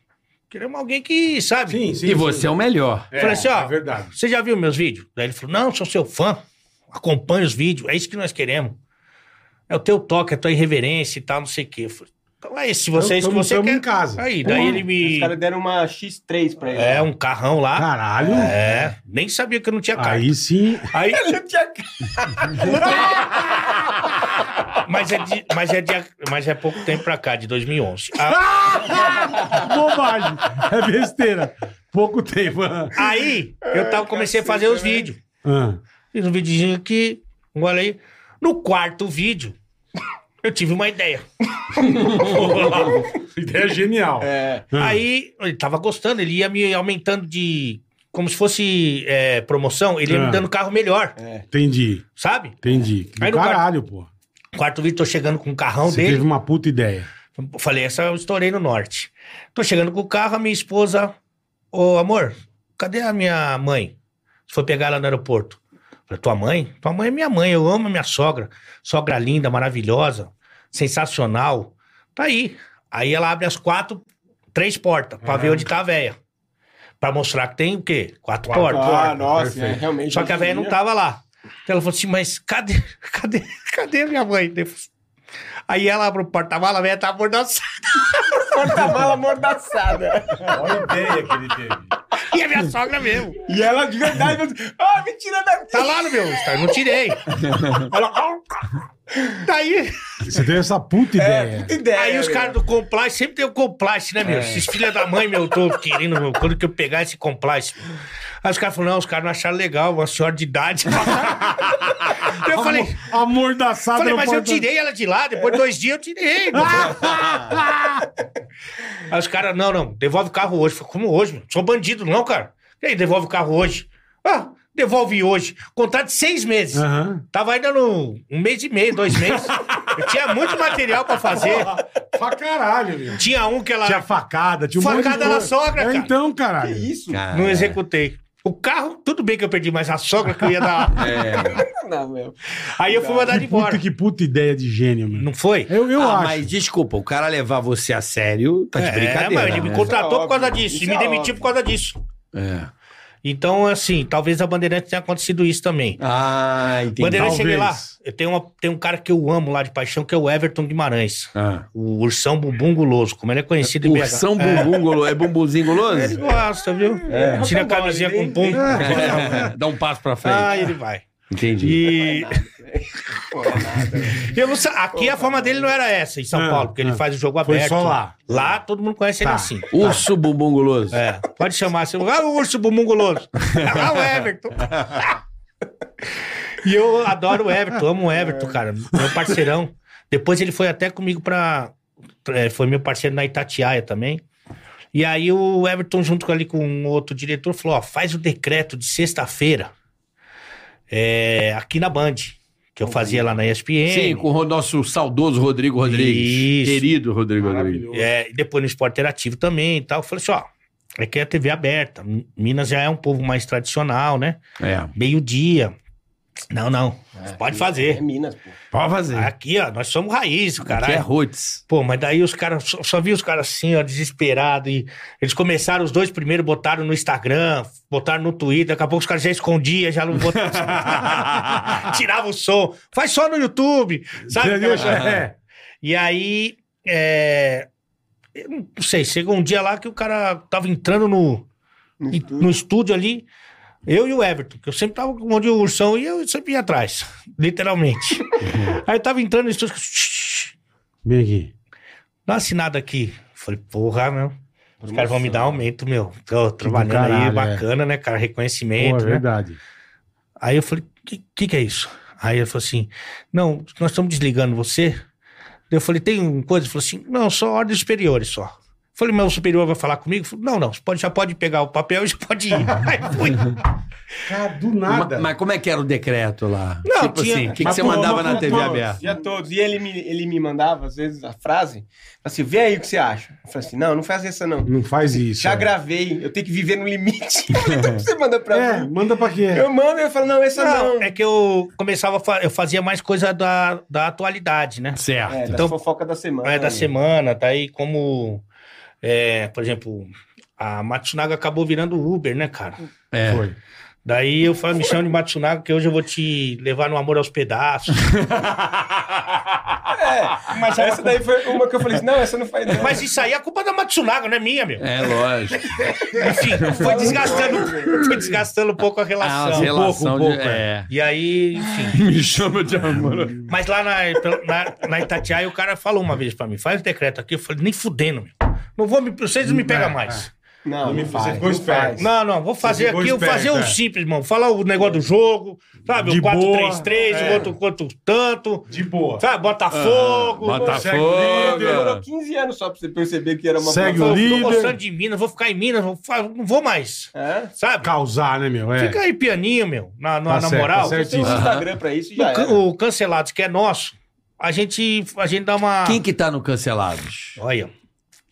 [SPEAKER 4] Queremos alguém que, sabe?
[SPEAKER 3] Sim, sim.
[SPEAKER 5] e você é o melhor.
[SPEAKER 3] É,
[SPEAKER 4] Falei assim, ó.
[SPEAKER 3] É verdade.
[SPEAKER 4] Você já viu meus vídeos? Daí ele falou: Não, sou seu fã, acompanho os vídeos, é isso que nós queremos. É o teu toque, é a tua irreverência e tal, não sei o quê. Eu falei, então é isso, se você, é isso que
[SPEAKER 3] Tamo-
[SPEAKER 4] você
[SPEAKER 3] tamo
[SPEAKER 4] quer.
[SPEAKER 3] em casa.
[SPEAKER 4] Aí, daí ele
[SPEAKER 6] Os
[SPEAKER 4] me.
[SPEAKER 6] caras deram uma X3 pra ele. (laughs)
[SPEAKER 4] É, um carrão lá.
[SPEAKER 3] Caralho.
[SPEAKER 4] É, nem sabia que eu não tinha carro.
[SPEAKER 3] Ah. Aí sim.
[SPEAKER 4] Aí,
[SPEAKER 6] Ele tinha
[SPEAKER 4] mas, é de, mas, é de, mas é pouco tempo pra cá, de 2011. A-
[SPEAKER 3] (laughs) Bobagem. É besteira. Pouco tempo. Ah.
[SPEAKER 4] Aí, eu tava, comecei a fazer os vídeos.
[SPEAKER 3] Ah.
[SPEAKER 4] Fiz um videozinho aqui, um olha aí. No quarto vídeo, eu tive uma
[SPEAKER 3] (laughs)
[SPEAKER 4] ideia.
[SPEAKER 3] Ideia genial.
[SPEAKER 6] É.
[SPEAKER 3] Ah.
[SPEAKER 4] Aí ele tava gostando, ele ia me aumentando de. Como se fosse é, promoção, ele ia
[SPEAKER 3] Ah.
[SPEAKER 4] me dando carro melhor,
[SPEAKER 3] Entendi,
[SPEAKER 4] sabe?
[SPEAKER 3] entendi. Do
[SPEAKER 4] Aí no
[SPEAKER 3] caralho, pô.
[SPEAKER 4] Quarto vídeo, tô chegando com o carrão
[SPEAKER 3] Você
[SPEAKER 4] dele.
[SPEAKER 3] teve uma puta ideia.
[SPEAKER 4] Falei, essa eu estourei no norte. Tô chegando com o carro, a minha esposa. Ô, amor, cadê a minha mãe? Você foi pegar ela no aeroporto. Falei, tua mãe? Tua mãe é minha mãe, eu amo a minha sogra. Sogra linda, maravilhosa, sensacional. Tá aí. Aí ela abre as quatro, três portas, pra ver onde tá a véia. Pra mostrar que tem o quê? Quatro,
[SPEAKER 3] Quatro
[SPEAKER 4] portas.
[SPEAKER 6] Ah,
[SPEAKER 3] Porta,
[SPEAKER 6] nossa,
[SPEAKER 3] perfeito.
[SPEAKER 6] é, realmente.
[SPEAKER 4] Só que a
[SPEAKER 6] hoje em
[SPEAKER 4] velha não
[SPEAKER 6] dia-
[SPEAKER 4] tava lá. Então ela falou assim, mas cadê, (laughs) cadê, cadê minha mãe? Daí eu falei, assim. Aí ela abre o porta-mala, a tá velha tava mordaçada.
[SPEAKER 6] Porta-mala mordaçada.
[SPEAKER 3] Olha a ideia que ele teve.
[SPEAKER 4] E a minha sogra mesmo.
[SPEAKER 6] E ela
[SPEAKER 4] (laughs)
[SPEAKER 6] de verdade. meu Deus, Ah, me tira da.
[SPEAKER 4] Tá lá no meu Insta, eu não tirei.
[SPEAKER 6] Ela, ah,
[SPEAKER 4] Daí,
[SPEAKER 3] Você teve essa puta
[SPEAKER 6] é,
[SPEAKER 3] ideia.
[SPEAKER 6] puta ideia.
[SPEAKER 4] aí os
[SPEAKER 6] meu.
[SPEAKER 4] caras do Complice, sempre tem o Complice, né, meu? Esses filha da mãe, meu, eu tô querendo, meu, quando que eu pegar esse Complice? meu? Aí os caras falaram, não, os caras não acharam legal, uma senhora de idade. (laughs) eu falei,
[SPEAKER 3] Amor da é um sala.
[SPEAKER 4] falei, mas eu tirei ela de lá, depois de dois dias eu tirei. meu. Aí os caras, não, não, devolve o carro hoje. Eu Falei, como hoje, meu? Sou bandido, não, cara. E aí, devolve o carro hoje. Ah, devolve hoje. Contrato de seis meses. Tava ainda no um mês e meio, dois meses. Eu tinha muito material pra fazer.
[SPEAKER 3] Pra caralho, meu.
[SPEAKER 4] Tinha um que ela
[SPEAKER 3] Tinha facada, tinha um
[SPEAKER 4] Facada na
[SPEAKER 3] coisa.
[SPEAKER 4] sogra,
[SPEAKER 3] É,
[SPEAKER 4] cara.
[SPEAKER 3] então,
[SPEAKER 6] Que
[SPEAKER 3] caralho.
[SPEAKER 6] isso?
[SPEAKER 5] Cara,
[SPEAKER 4] não executei. O carro, tudo bem que eu perdi, mas a sogra que eu ia dar.
[SPEAKER 5] É.
[SPEAKER 6] Não, meu.
[SPEAKER 4] Aí eu fui mandado
[SPEAKER 3] Puta
[SPEAKER 4] embora.
[SPEAKER 3] que puta ideia de gênio, meu.
[SPEAKER 4] Não foi?
[SPEAKER 3] Eu, eu
[SPEAKER 5] ah,
[SPEAKER 3] acho.
[SPEAKER 5] mas desculpa, o cara levar você a sério tá de
[SPEAKER 4] É,
[SPEAKER 5] brincadeira.
[SPEAKER 4] mas ele me
[SPEAKER 5] né?
[SPEAKER 4] contratou
[SPEAKER 6] Isso é
[SPEAKER 4] por causa
[SPEAKER 6] óbvio,
[SPEAKER 4] disso.
[SPEAKER 6] isso
[SPEAKER 4] e me
[SPEAKER 6] é
[SPEAKER 4] demitiu
[SPEAKER 6] óbvio.
[SPEAKER 4] por causa disso.
[SPEAKER 5] É.
[SPEAKER 4] Então, assim, talvez a Bandeirantes tenha acontecido isso também.
[SPEAKER 5] Ah, entendi.
[SPEAKER 4] Bandeirantes, cheguei lá.
[SPEAKER 3] Talvez.
[SPEAKER 4] Eu tenho, uma, tenho um cara que eu amo lá de paixão, que é o Everton Guimarães.
[SPEAKER 5] Ah.
[SPEAKER 4] O Ursão Bumbum Guloso, como ele é conhecido em BH.
[SPEAKER 5] Ursão bumbum golo... é bumbumzinho
[SPEAKER 4] Ele
[SPEAKER 5] guloso? É.
[SPEAKER 6] é um
[SPEAKER 4] gosta, viu? Tira a
[SPEAKER 6] Rock'n'roll,
[SPEAKER 4] camisinha
[SPEAKER 6] ele
[SPEAKER 4] com (laughs) pum.
[SPEAKER 6] nem-
[SPEAKER 5] Dá É, um passo pra frente.
[SPEAKER 4] Ah, ele vai.
[SPEAKER 5] Entendi.
[SPEAKER 4] E
[SPEAKER 3] né?
[SPEAKER 4] (laughs)
[SPEAKER 6] Pô, nada.
[SPEAKER 4] eu não sa- aqui a forma dele não era essa em São
[SPEAKER 3] Ah,
[SPEAKER 4] Paulo, porque ele
[SPEAKER 3] ah.
[SPEAKER 4] faz o jogo
[SPEAKER 3] Foi
[SPEAKER 4] aberto.
[SPEAKER 3] só lá.
[SPEAKER 4] Lá todo mundo conhece ele
[SPEAKER 3] Tá.
[SPEAKER 4] assim.
[SPEAKER 5] Urso bumbum guloso.
[SPEAKER 4] É, pode chamar assim, ah, o urso bumbum guloso. Ah, o Everton. e eu adoro o Everton, amo o Everton, cara. Meu parceirão. Depois ele foi até comigo pra. é, Foi meu parceiro na Itatiaia também. E aí o Everton, junto com- ali com um outro diretor, falou: ó, faz o decreto de sexta-feira é, aqui na Band. Que eu fazia lá na ESPN.
[SPEAKER 5] Sim, com o nosso saudoso Rodrigo Rodrigues.
[SPEAKER 4] Isso.
[SPEAKER 5] Querido Rodrigo Rodrigues.
[SPEAKER 3] Maravilhoso.
[SPEAKER 4] É, e depois no esporte interativo também e tal. Eu falei assim, ó, é que é a TV aberta. M- Minas já é um povo mais tradicional, né?
[SPEAKER 5] É.
[SPEAKER 4] Meio-dia. Não, não.
[SPEAKER 6] É,
[SPEAKER 4] Pode
[SPEAKER 6] é-
[SPEAKER 4] fazer.
[SPEAKER 6] É Minas, pô.
[SPEAKER 5] Pode fazer.
[SPEAKER 4] Aqui, ó, nós somos raiz,
[SPEAKER 5] Que é
[SPEAKER 4] caralho.
[SPEAKER 5] Roots.
[SPEAKER 4] Pô, mas daí os caras, só, só vi os caras assim, ó, desesperado e eles começaram, os dois primeiro botaram no Instagram, botaram no Twitter, daqui a pouco os caras já escondiam, já não botavam, (laughs) tirava o som, faz só no YouTube, sabe?
[SPEAKER 3] Entendeu?
[SPEAKER 4] Aquela-
[SPEAKER 3] É.
[SPEAKER 4] E aí, é, eu não sei, chegou um dia lá que o cara tava entrando no, no, estúdio. ali, eu e o Everton, que eu sempre tava com onde o ursão ia, eu sempre ia atrás, (laughs) literalmente. aí eu tava entrando no estúdio, shh,
[SPEAKER 3] Vem aqui.
[SPEAKER 4] dá uma assinada aqui. Falei, porra, meu. Os caras vão me dar aumento, meu. Tô trabalhando aí,
[SPEAKER 3] caralho,
[SPEAKER 4] bacana, né, cara?
[SPEAKER 3] Pô, é
[SPEAKER 4] Reconhecimento, né?
[SPEAKER 3] verdade.
[SPEAKER 4] Aí eu falei, o que, que que é isso? Aí ele falou assim, não, nós estamos desligando você. Eu falei, tem uma coisa? Ele falou assim, não, só ordens superiores só. Eu Falei, mas o superior vai falar comigo? Ele falou, não, não, você pode, já pode pegar o papel e já pode ir. Aí fui.
[SPEAKER 3] Cara, do
[SPEAKER 5] Ma-
[SPEAKER 3] nada.
[SPEAKER 5] Mas, como é que era o decreto lá?
[SPEAKER 4] Não,
[SPEAKER 5] tipo
[SPEAKER 4] tinha-
[SPEAKER 5] assim, o que, que
[SPEAKER 3] Mas,
[SPEAKER 5] você
[SPEAKER 3] pô,
[SPEAKER 5] mandava
[SPEAKER 3] mas,
[SPEAKER 5] na
[SPEAKER 3] pô,
[SPEAKER 5] TV
[SPEAKER 3] pô,
[SPEAKER 5] aberta?
[SPEAKER 6] Dia todos. E ele me, ele me mandava, às vezes, a frase, assim, vê aí o que você acha. Eu falei assim, não, não faz essa não.
[SPEAKER 3] Não faz isso.
[SPEAKER 6] Já
[SPEAKER 3] é.
[SPEAKER 6] gravei, eu tenho que viver no limite. Eu
[SPEAKER 3] (laughs)
[SPEAKER 6] falei, então (laughs) você manda pra
[SPEAKER 3] É,
[SPEAKER 6] mim.
[SPEAKER 3] manda pra quê?
[SPEAKER 6] Eu mando e eu falo, não, essa não.
[SPEAKER 4] Não, é que eu começava, a fa- eu fazia mais coisa da, da atualidade, né?
[SPEAKER 5] Certo.
[SPEAKER 6] É, da
[SPEAKER 4] Então-
[SPEAKER 6] fofoca da semana.
[SPEAKER 4] É da semana, daí como, é, por exemplo, a Matsunaga acabou virando Uber, né, cara?
[SPEAKER 5] É.
[SPEAKER 3] Foi.
[SPEAKER 4] Daí eu falo, me chama de Matsunaga que hoje eu vou te levar no amor aos pedaços.
[SPEAKER 6] É, mas essa daí foi uma que eu falei assim, não, essa não faz não.
[SPEAKER 4] Mas isso aí é culpa da Matsunaga, não é minha, meu.
[SPEAKER 5] É, lógico.
[SPEAKER 4] Enfim, foi desgastando, foi desgastando um pouco a
[SPEAKER 5] Ah,
[SPEAKER 4] relação.
[SPEAKER 5] as relação
[SPEAKER 3] pouco, um
[SPEAKER 5] de...
[SPEAKER 3] pouco,
[SPEAKER 5] é.
[SPEAKER 4] E aí, enfim.
[SPEAKER 5] (laughs) Me chama de amor.
[SPEAKER 4] Mas lá na, na, na Itatiaia, o cara falou uma vez pra mim: faz o decreto aqui. Eu falei, nem fudendo, meu. Não vou me, vocês não me pegam mais.
[SPEAKER 6] Não,
[SPEAKER 3] Não me-
[SPEAKER 6] não
[SPEAKER 3] você
[SPEAKER 6] faz,
[SPEAKER 3] ficou
[SPEAKER 6] não
[SPEAKER 3] esperto.
[SPEAKER 6] faz.
[SPEAKER 4] Não, não, vou fazer
[SPEAKER 3] ficou
[SPEAKER 4] aqui, eu vou fazer um
[SPEAKER 3] esperto, é.
[SPEAKER 4] simples, irmão. Falar o negócio do jogo, sabe?
[SPEAKER 3] De
[SPEAKER 4] o 4-3-3,
[SPEAKER 3] boa,
[SPEAKER 4] o
[SPEAKER 3] é.
[SPEAKER 4] outro quanto tanto.
[SPEAKER 3] De boa.
[SPEAKER 4] Sabe, Botafogo.
[SPEAKER 6] Demorou
[SPEAKER 5] Botafogo.
[SPEAKER 6] 15 anos só pra você perceber que era uma
[SPEAKER 3] Segue
[SPEAKER 4] Eu
[SPEAKER 3] o
[SPEAKER 6] fofoca.
[SPEAKER 4] tô
[SPEAKER 3] Ah. líder.
[SPEAKER 4] gostando de Minas, vou ficar em Minas, vou fa- não vou mais.
[SPEAKER 6] É?
[SPEAKER 4] Sabe?
[SPEAKER 3] Causar, né, meu? É.
[SPEAKER 4] Fica aí pianinho, meu, na, na,
[SPEAKER 3] Tá
[SPEAKER 4] na
[SPEAKER 3] certo,
[SPEAKER 4] moral.
[SPEAKER 3] tá certo.
[SPEAKER 6] Tem um
[SPEAKER 5] Aham.
[SPEAKER 6] Instagram pra isso e já
[SPEAKER 4] No can-
[SPEAKER 6] era.
[SPEAKER 4] o Cancelados, que é nosso, a gente, a gente dá uma.
[SPEAKER 5] Quem que tá no Cancelados?
[SPEAKER 4] Olha,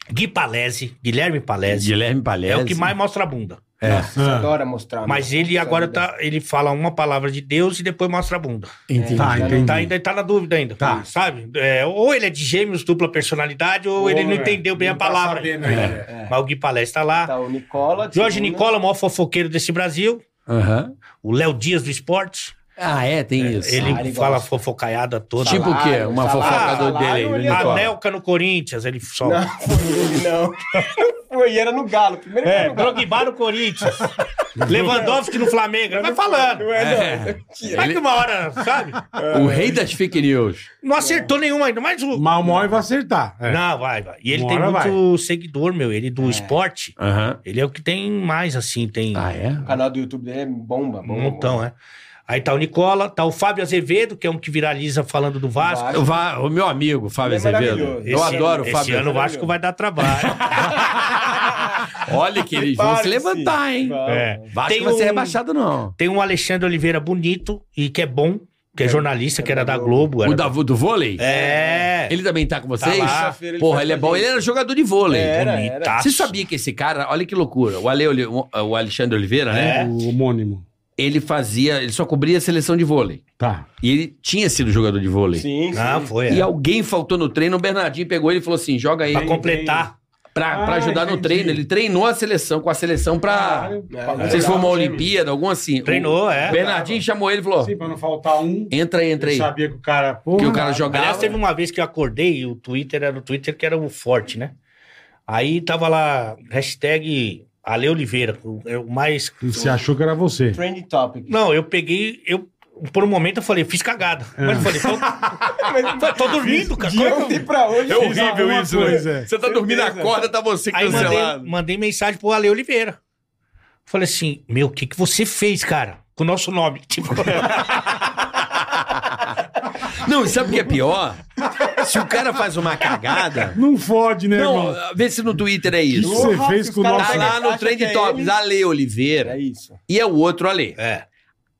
[SPEAKER 4] Gui Palese, Guilherme Palese,
[SPEAKER 5] Guilherme
[SPEAKER 4] é
[SPEAKER 5] Palese.
[SPEAKER 4] o que mais mostra a bunda.
[SPEAKER 6] Nossa,
[SPEAKER 3] Ah.
[SPEAKER 6] adora mostrar.
[SPEAKER 4] Mas
[SPEAKER 6] mano.
[SPEAKER 4] ele
[SPEAKER 6] Essa
[SPEAKER 4] agora
[SPEAKER 6] vida.
[SPEAKER 4] tá. Ele fala uma palavra de Deus e depois mostra a bunda.
[SPEAKER 5] Entendi.
[SPEAKER 3] Tá, entendi.
[SPEAKER 4] Tá, ainda tá na dúvida ainda.
[SPEAKER 3] Tá.
[SPEAKER 4] Sabe? É, ou ele é de gêmeos, dupla personalidade, ou ele não
[SPEAKER 3] Porra,
[SPEAKER 4] entendeu bem a
[SPEAKER 3] não tá
[SPEAKER 4] palavra. É.
[SPEAKER 3] sabendo ainda.
[SPEAKER 4] Mas o Gui Palese tá lá.
[SPEAKER 6] Tá o Nicola. de
[SPEAKER 4] Jorge
[SPEAKER 6] segunda.
[SPEAKER 4] Nicola, maior fofoqueiro desse Brasil.
[SPEAKER 5] Aham.
[SPEAKER 4] O Léo Dias do esporte.
[SPEAKER 5] Ah, é, tem isso.
[SPEAKER 4] Ele
[SPEAKER 6] Ah, ele
[SPEAKER 4] fala
[SPEAKER 6] gosta.
[SPEAKER 4] fofocaiada toda.
[SPEAKER 5] Tipo o quê? Uma
[SPEAKER 6] Salário,
[SPEAKER 5] fofocador
[SPEAKER 6] salário,
[SPEAKER 5] dele aí.
[SPEAKER 6] ele
[SPEAKER 5] né?
[SPEAKER 6] é
[SPEAKER 4] a
[SPEAKER 6] Nicola.
[SPEAKER 4] Nelka no Corinthians, ele
[SPEAKER 6] Não,
[SPEAKER 4] solta.
[SPEAKER 6] foi ele, (laughs) não. Não foi, e era no Galo. Primeiro que era
[SPEAKER 4] É,
[SPEAKER 6] no
[SPEAKER 4] (laughs)
[SPEAKER 6] Galo.
[SPEAKER 4] Drogba no Corinthians. Lewandowski no Flamengo. Vai falando.
[SPEAKER 6] Não é, não.
[SPEAKER 5] É.
[SPEAKER 4] Vai que uma hora, sabe?
[SPEAKER 5] O rei das fake news.
[SPEAKER 4] Não acertou nenhuma ainda, mas o...
[SPEAKER 3] Mas o Mauer vai acertar. É.
[SPEAKER 4] Não, vai, vai. E ele
[SPEAKER 3] Uma
[SPEAKER 4] tem
[SPEAKER 3] hora
[SPEAKER 4] muito seguidor, meu. Ele
[SPEAKER 6] É.
[SPEAKER 4] do esporte,
[SPEAKER 5] Aham.
[SPEAKER 4] ele é o que tem mais, assim, tem
[SPEAKER 5] Ah, é?
[SPEAKER 6] O canal do YouTube dele é bomba,
[SPEAKER 4] um
[SPEAKER 6] bomba.
[SPEAKER 4] montão, é. Aí tá o Nicola, tá o Fábio Azevedo, que é um que viraliza falando do Vasco.
[SPEAKER 6] Vasco.
[SPEAKER 5] O, Va- o meu amigo, Fábio
[SPEAKER 6] Ele é
[SPEAKER 5] Azevedo.
[SPEAKER 6] maravilhoso.
[SPEAKER 5] Eu adoro o
[SPEAKER 4] ano, Esse
[SPEAKER 5] Fábio (laughs)
[SPEAKER 4] ano o
[SPEAKER 5] Azevedo.
[SPEAKER 4] Vasco vai dar trabalho.
[SPEAKER 5] (laughs) Olha que eles vão se
[SPEAKER 6] Prepare-se.
[SPEAKER 5] levantar, hein?
[SPEAKER 6] Vamos.
[SPEAKER 4] É.
[SPEAKER 5] Vasco
[SPEAKER 4] Tem
[SPEAKER 5] não vai ser
[SPEAKER 4] um-
[SPEAKER 5] rebaixado, não.
[SPEAKER 4] Tem um Alexandre Oliveira bonito e que é bom, que é jornalista, que era da Globo. Era...
[SPEAKER 5] O da, do vôlei?
[SPEAKER 4] É.
[SPEAKER 5] Ele também tá com vocês?
[SPEAKER 4] lá.
[SPEAKER 6] Terça-feira ele
[SPEAKER 5] Porra,
[SPEAKER 6] faz
[SPEAKER 5] ele é
[SPEAKER 6] com
[SPEAKER 5] bom.
[SPEAKER 6] a gente. É.
[SPEAKER 5] Ele era jogador de vôlei.
[SPEAKER 6] Era,
[SPEAKER 4] bonitaço.
[SPEAKER 6] era.
[SPEAKER 5] Você sabia que esse cara, olha que loucura, o, Ale, Oli- o Alexandre Oliveira, né?
[SPEAKER 4] É.
[SPEAKER 3] O homônimo.
[SPEAKER 5] Ele fazia, ele só cobria a seleção de vôlei.
[SPEAKER 3] Tá.
[SPEAKER 5] E ele tinha sido jogador de vôlei.
[SPEAKER 6] Sim, sim.
[SPEAKER 4] Não, foi.
[SPEAKER 5] E
[SPEAKER 4] é.
[SPEAKER 5] alguém faltou no treino, o Bernardinho pegou ele e falou assim: joga ele
[SPEAKER 4] Pra completar.
[SPEAKER 5] pra, pra
[SPEAKER 3] Ah,
[SPEAKER 5] ajudar no
[SPEAKER 3] entendi. Ah,
[SPEAKER 5] treino. Ele treinou a seleção com a seleção pra.
[SPEAKER 3] Caralho,
[SPEAKER 6] É.
[SPEAKER 3] pra
[SPEAKER 5] Não sei se
[SPEAKER 3] não
[SPEAKER 5] foi Tá. uma
[SPEAKER 3] faltar um
[SPEAKER 5] Olimpíada, algum assim.
[SPEAKER 4] Treinou,
[SPEAKER 5] O
[SPEAKER 4] é.
[SPEAKER 5] Bernardinho chamou ele e falou:
[SPEAKER 3] time. Sim, pra não faltar um.
[SPEAKER 5] entra aí, entra
[SPEAKER 3] Eu
[SPEAKER 5] aí.
[SPEAKER 3] sabia que o cara.
[SPEAKER 5] Porque
[SPEAKER 3] Porra,
[SPEAKER 5] o cara jogava.
[SPEAKER 4] Aliás, teve uma vez que eu acordei e o Twitter era o Twitter que era o forte, né? Aí tava lá, hashtag Ale Oliveira, o é o mais.
[SPEAKER 3] Você achou que era você.
[SPEAKER 6] Trending topic.
[SPEAKER 4] Não, eu peguei. Eu, por um momento eu falei, fiz cagada. Mas eu falei, tô, tô dormindo, cara.
[SPEAKER 6] De
[SPEAKER 4] Como é que eu-
[SPEAKER 6] ontem pra hoje.
[SPEAKER 5] É
[SPEAKER 3] Fiz alguma
[SPEAKER 5] horrível isso,
[SPEAKER 3] coisa,
[SPEAKER 5] né?
[SPEAKER 3] é.
[SPEAKER 5] (laughs) Você tá dormindo,
[SPEAKER 6] Certeza.
[SPEAKER 5] acorda, tá você
[SPEAKER 4] Aí mandei,
[SPEAKER 5] cancelado.
[SPEAKER 4] mandei mensagem pro Ale Oliveira. Falei assim, meu, o que, que você fez, cara? Com o nosso nome. (laughs) Tipo,
[SPEAKER 5] Não, e sabe o que é pior? Se o cara faz uma cagada.
[SPEAKER 3] Não fode, né,
[SPEAKER 5] Não,
[SPEAKER 3] irmão?
[SPEAKER 5] vê se no Twitter é
[SPEAKER 3] Que
[SPEAKER 5] isso.
[SPEAKER 3] você fez com o
[SPEAKER 5] Tá
[SPEAKER 3] nosso...
[SPEAKER 5] lá no
[SPEAKER 6] Acha que
[SPEAKER 5] Trend
[SPEAKER 6] é
[SPEAKER 5] Tops,
[SPEAKER 6] ele?
[SPEAKER 5] Ale Oliveira
[SPEAKER 6] É isso.
[SPEAKER 5] e é o outro Ale.
[SPEAKER 4] é.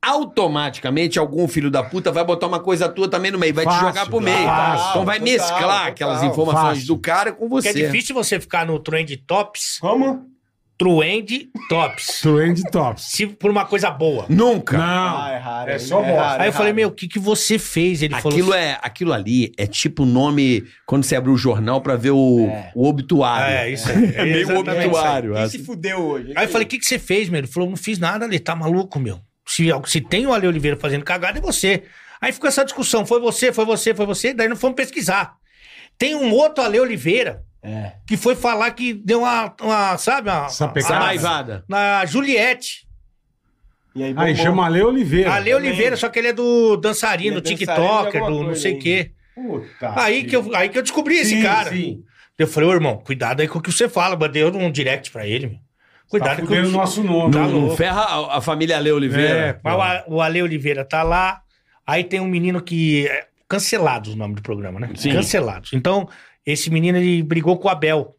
[SPEAKER 5] Automaticamente, algum filho da puta vai botar uma coisa tua também no meio, vai
[SPEAKER 3] Fácil,
[SPEAKER 5] te jogar pro meio.
[SPEAKER 3] fácil,
[SPEAKER 5] então vai
[SPEAKER 6] total,
[SPEAKER 5] mesclar
[SPEAKER 6] total.
[SPEAKER 5] aquelas informações
[SPEAKER 3] Fácil.
[SPEAKER 5] do cara com
[SPEAKER 4] Porque
[SPEAKER 5] você.
[SPEAKER 4] é difícil você ficar no Trend Tops,
[SPEAKER 6] Como?
[SPEAKER 4] Trend Tops.
[SPEAKER 3] Trend Tops.
[SPEAKER 4] se por uma coisa boa.
[SPEAKER 5] Nunca.
[SPEAKER 3] Não.
[SPEAKER 6] errado.
[SPEAKER 3] É só bosta.
[SPEAKER 4] Aí eu falei, meu, o que, que você fez? Ele
[SPEAKER 5] Aquilo,
[SPEAKER 4] falou. assim,
[SPEAKER 5] é, aquilo ali é tipo o nome quando você abre o jornal pra ver o,
[SPEAKER 6] É.
[SPEAKER 5] o obituário.
[SPEAKER 4] É, isso aí. É,
[SPEAKER 5] meio
[SPEAKER 4] exatamente isso aí.
[SPEAKER 5] obituário.
[SPEAKER 6] Quem
[SPEAKER 5] assim.
[SPEAKER 6] se fudeu hoje?
[SPEAKER 4] Aí eu falei, o que, que você fez, meu? Ele falou, não fiz nada ali, tá maluco, meu. Se, se tem o Ale Oliveira fazendo cagada, é você. Aí ficou essa discussão, foi você, foi você, foi você, daí não fomos pesquisar. Tem um outro Ale Oliveira
[SPEAKER 6] É.
[SPEAKER 4] que foi falar que deu uma, uma sabe, uma...
[SPEAKER 3] Sapecada.
[SPEAKER 5] Essa
[SPEAKER 4] a-
[SPEAKER 5] maivada.
[SPEAKER 4] Na Juliette.
[SPEAKER 6] E aí,
[SPEAKER 3] Aí
[SPEAKER 6] bombou.
[SPEAKER 3] chama Ale Oliveira.
[SPEAKER 4] Ale Oliveira, só que ele é do dançarino,
[SPEAKER 6] Ele é dançarino de
[SPEAKER 4] TikToker,
[SPEAKER 6] alguma
[SPEAKER 4] do não
[SPEAKER 6] coisa
[SPEAKER 4] sei o
[SPEAKER 6] aí.
[SPEAKER 4] quê.
[SPEAKER 3] Puta
[SPEAKER 4] Aí que, eu, aí que eu descobri esse
[SPEAKER 3] Sim,
[SPEAKER 4] cara.
[SPEAKER 3] sim.
[SPEAKER 4] Eu falei, ô irmão, cuidado aí com o que você fala. Mandei um direct pra ele, meu.
[SPEAKER 3] Tá
[SPEAKER 4] Cuidado com
[SPEAKER 3] fudendo o nosso nome.
[SPEAKER 4] Tá
[SPEAKER 5] Não, não
[SPEAKER 4] louco.
[SPEAKER 5] ferra a, a família Ale
[SPEAKER 3] É,
[SPEAKER 5] Oliveira.
[SPEAKER 4] Mas o A- o Ale Oliveira tá lá. Aí tem um menino que. é Cancelados o nome do programa, né?
[SPEAKER 5] Sim.
[SPEAKER 4] Cancelados. Então, esse menino ele brigou com o Abel.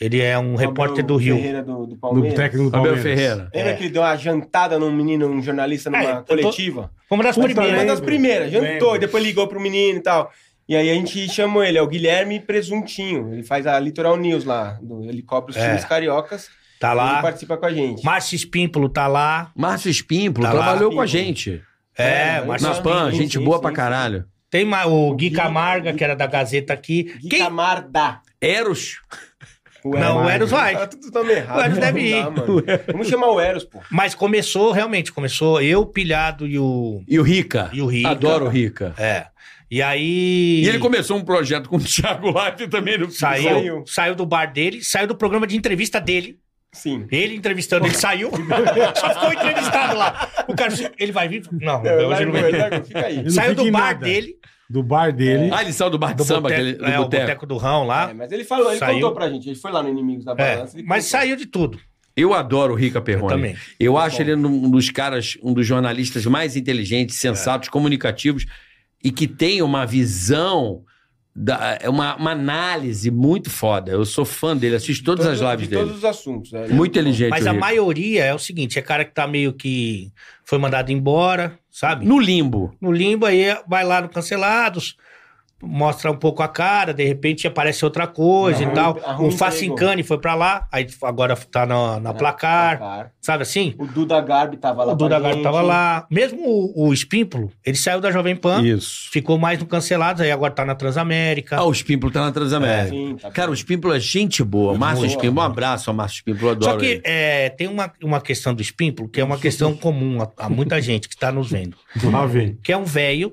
[SPEAKER 4] Ele é um repórter do Rio.
[SPEAKER 6] Ferreira do, do
[SPEAKER 3] Do
[SPEAKER 6] Palmeiras.
[SPEAKER 3] técnico do
[SPEAKER 5] Abel
[SPEAKER 3] Palmeiras.
[SPEAKER 5] Ferreira.
[SPEAKER 6] Lembra
[SPEAKER 4] É.
[SPEAKER 6] que ele deu uma jantada num menino, um jornalista numa
[SPEAKER 4] É, eu tô-
[SPEAKER 6] coletiva?
[SPEAKER 4] Vamos das
[SPEAKER 3] Puta
[SPEAKER 6] Foi uma
[SPEAKER 4] primeiras.
[SPEAKER 3] lembro,
[SPEAKER 6] das primeiras, jantou,
[SPEAKER 3] lembro.
[SPEAKER 6] e depois ligou pro menino e tal. E aí a gente chamou ele, é o Guilherme Presuntinho. Ele faz a Litoral News lá, do, ele cobre os
[SPEAKER 4] É.
[SPEAKER 6] times cariocas.
[SPEAKER 4] Tá
[SPEAKER 6] Ele
[SPEAKER 4] lá.
[SPEAKER 6] participa com a gente.
[SPEAKER 4] Márcio Espímpolo tá lá.
[SPEAKER 5] Márcio Espímpolo
[SPEAKER 4] Tá lá,
[SPEAKER 5] trabalhou com a
[SPEAKER 6] Espímpolo.
[SPEAKER 5] gente.
[SPEAKER 4] É,
[SPEAKER 6] É,
[SPEAKER 4] Márcio
[SPEAKER 5] Na
[SPEAKER 6] sim,
[SPEAKER 5] PAN,
[SPEAKER 6] sim,
[SPEAKER 5] gente
[SPEAKER 6] sim,
[SPEAKER 5] boa
[SPEAKER 6] sim,
[SPEAKER 5] pra
[SPEAKER 6] sim.
[SPEAKER 5] caralho.
[SPEAKER 4] Tem ma- o Gui
[SPEAKER 6] Gui-
[SPEAKER 4] Camarga, que era da Gazeta aqui.
[SPEAKER 6] Gui
[SPEAKER 4] Quem?
[SPEAKER 6] Camarda.
[SPEAKER 5] Eros.
[SPEAKER 6] O
[SPEAKER 4] Não, o Eros
[SPEAKER 6] Tá
[SPEAKER 4] vai.
[SPEAKER 6] tudo nome errado.
[SPEAKER 4] O Eros
[SPEAKER 6] não
[SPEAKER 4] deve
[SPEAKER 6] dá,
[SPEAKER 4] ir.
[SPEAKER 6] mano. Vamos chamar o Eros, pô.
[SPEAKER 4] Mas começou, realmente, começou eu, o Pilhado e o.
[SPEAKER 5] E o Rica.
[SPEAKER 4] E o Rica.
[SPEAKER 5] Adoro o Rica.
[SPEAKER 4] É. E aí.
[SPEAKER 5] E ele começou um projeto com o (laughs) Thiago Live também. No...
[SPEAKER 4] Saiu, saiu.
[SPEAKER 6] Saiu.
[SPEAKER 4] do bar dele, saiu do programa de entrevista dele.
[SPEAKER 6] Sim.
[SPEAKER 4] Ele entrevistando, ele saiu. Só ficou entrevistado lá. O cara, assim, ele vai vir? Não, então
[SPEAKER 6] Eu
[SPEAKER 4] hoje não
[SPEAKER 6] largo,
[SPEAKER 4] vai
[SPEAKER 6] eu
[SPEAKER 4] vir.
[SPEAKER 6] largo, É, fica aí.
[SPEAKER 3] não
[SPEAKER 4] Saiu
[SPEAKER 3] fica
[SPEAKER 4] do
[SPEAKER 3] em
[SPEAKER 4] bar
[SPEAKER 3] nada.
[SPEAKER 4] dele,
[SPEAKER 3] Do bar dele.
[SPEAKER 5] Ah, ele saiu do bar de
[SPEAKER 4] do
[SPEAKER 5] samba,
[SPEAKER 4] boteco,
[SPEAKER 5] aquele, do
[SPEAKER 4] é, o
[SPEAKER 5] boteco.
[SPEAKER 4] boteco do Rão lá.
[SPEAKER 6] É, mas ele falou, ele
[SPEAKER 4] Saiu.
[SPEAKER 6] contou pra gente. Ele foi lá no Inimigos da
[SPEAKER 4] É,
[SPEAKER 6] Balança. ele
[SPEAKER 4] mas
[SPEAKER 6] contou.
[SPEAKER 4] saiu de tudo.
[SPEAKER 5] Eu adoro o Rica Perrone. Eu,
[SPEAKER 4] também.
[SPEAKER 5] acho ele um dos caras, um dos jornalistas mais inteligentes, sensatos, comunicativos e que tem uma visão, da, é uma, uma análise muito foda. Eu sou fã dele, assisto todas
[SPEAKER 6] Todo-
[SPEAKER 5] as lives
[SPEAKER 6] de
[SPEAKER 5] dele.
[SPEAKER 6] todos os assuntos. né?
[SPEAKER 5] Muito inteligente.
[SPEAKER 4] Mas
[SPEAKER 5] o
[SPEAKER 4] a
[SPEAKER 5] Rica.
[SPEAKER 4] maioria é o seguinte: é cara que tá meio que foi mandado embora, sabe?
[SPEAKER 5] No limbo.
[SPEAKER 4] No limbo, aí vai lá no Cancelados, mostra um pouco a cara, de repente aparece outra coisa
[SPEAKER 6] Arruma-
[SPEAKER 4] e tal.
[SPEAKER 6] arruma
[SPEAKER 4] O
[SPEAKER 6] emprego. É,
[SPEAKER 4] Facincani foi pra lá, aí agora tá na, na
[SPEAKER 6] tá,
[SPEAKER 4] placar, sabe assim?
[SPEAKER 6] O Duda Garbi tava lá
[SPEAKER 4] O
[SPEAKER 6] com a
[SPEAKER 4] Duda Garbi
[SPEAKER 6] gente.
[SPEAKER 4] tava lá. Mesmo o, o Espímpolo, ele saiu da Jovem Pan,
[SPEAKER 3] Isso.
[SPEAKER 4] ficou mais no Cancelados, aí agora tá na Transamérica.
[SPEAKER 5] Ah, o Espímpolo tá na Transamérica.
[SPEAKER 6] Sim, tá
[SPEAKER 5] Cara, o
[SPEAKER 6] bom.
[SPEAKER 5] Espímpolo é gente boa. Márcio
[SPEAKER 6] boa.
[SPEAKER 5] Espímpolo, um abraço ao Márcio Espímpolo, eu adoro
[SPEAKER 4] Só que
[SPEAKER 5] ele.
[SPEAKER 4] é, tem uma, uma questão do Espímpolo, que é uma
[SPEAKER 5] (laughs)
[SPEAKER 4] questão comum a, a muita gente que tá nos vendo.
[SPEAKER 3] Lá vem.
[SPEAKER 4] Que é um velho,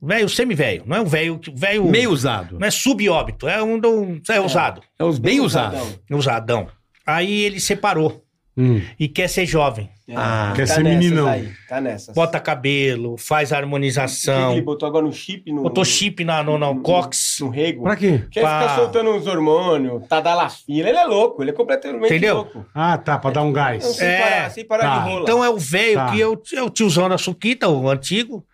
[SPEAKER 4] velho semi-velho, não é um velho... que- velho
[SPEAKER 5] Meio usado.
[SPEAKER 4] Não é subóbito, é um, um é usado.
[SPEAKER 5] É os bem usado.
[SPEAKER 6] Então,
[SPEAKER 4] usadão. Aí ele separou
[SPEAKER 3] Hum.
[SPEAKER 4] e quer ser jovem.
[SPEAKER 6] É,
[SPEAKER 5] Ah,
[SPEAKER 3] quer ser meninão.
[SPEAKER 6] aí, tá nessas.
[SPEAKER 4] Bota cabelo, faz
[SPEAKER 6] O que que
[SPEAKER 4] harmonização,
[SPEAKER 6] Ele botou agora no chip no.
[SPEAKER 4] botou chip na, no, no
[SPEAKER 5] um,
[SPEAKER 6] no-
[SPEAKER 4] cox.
[SPEAKER 6] No rego.
[SPEAKER 3] Pra quê?
[SPEAKER 6] Quer ficar
[SPEAKER 4] Pá.
[SPEAKER 6] soltando uns hormônios, tadalafina. Ele é louco, ele é completamente
[SPEAKER 4] Entendeu?
[SPEAKER 6] louco.
[SPEAKER 3] Ah, tá, pra dar um
[SPEAKER 6] Não,
[SPEAKER 3] gás.
[SPEAKER 6] sem
[SPEAKER 4] É,
[SPEAKER 6] parar, sem parar
[SPEAKER 3] tá.
[SPEAKER 6] de rola.
[SPEAKER 4] Então é o velho
[SPEAKER 3] Tá.
[SPEAKER 4] que é o, é o tiozão da Suquita, o antigo,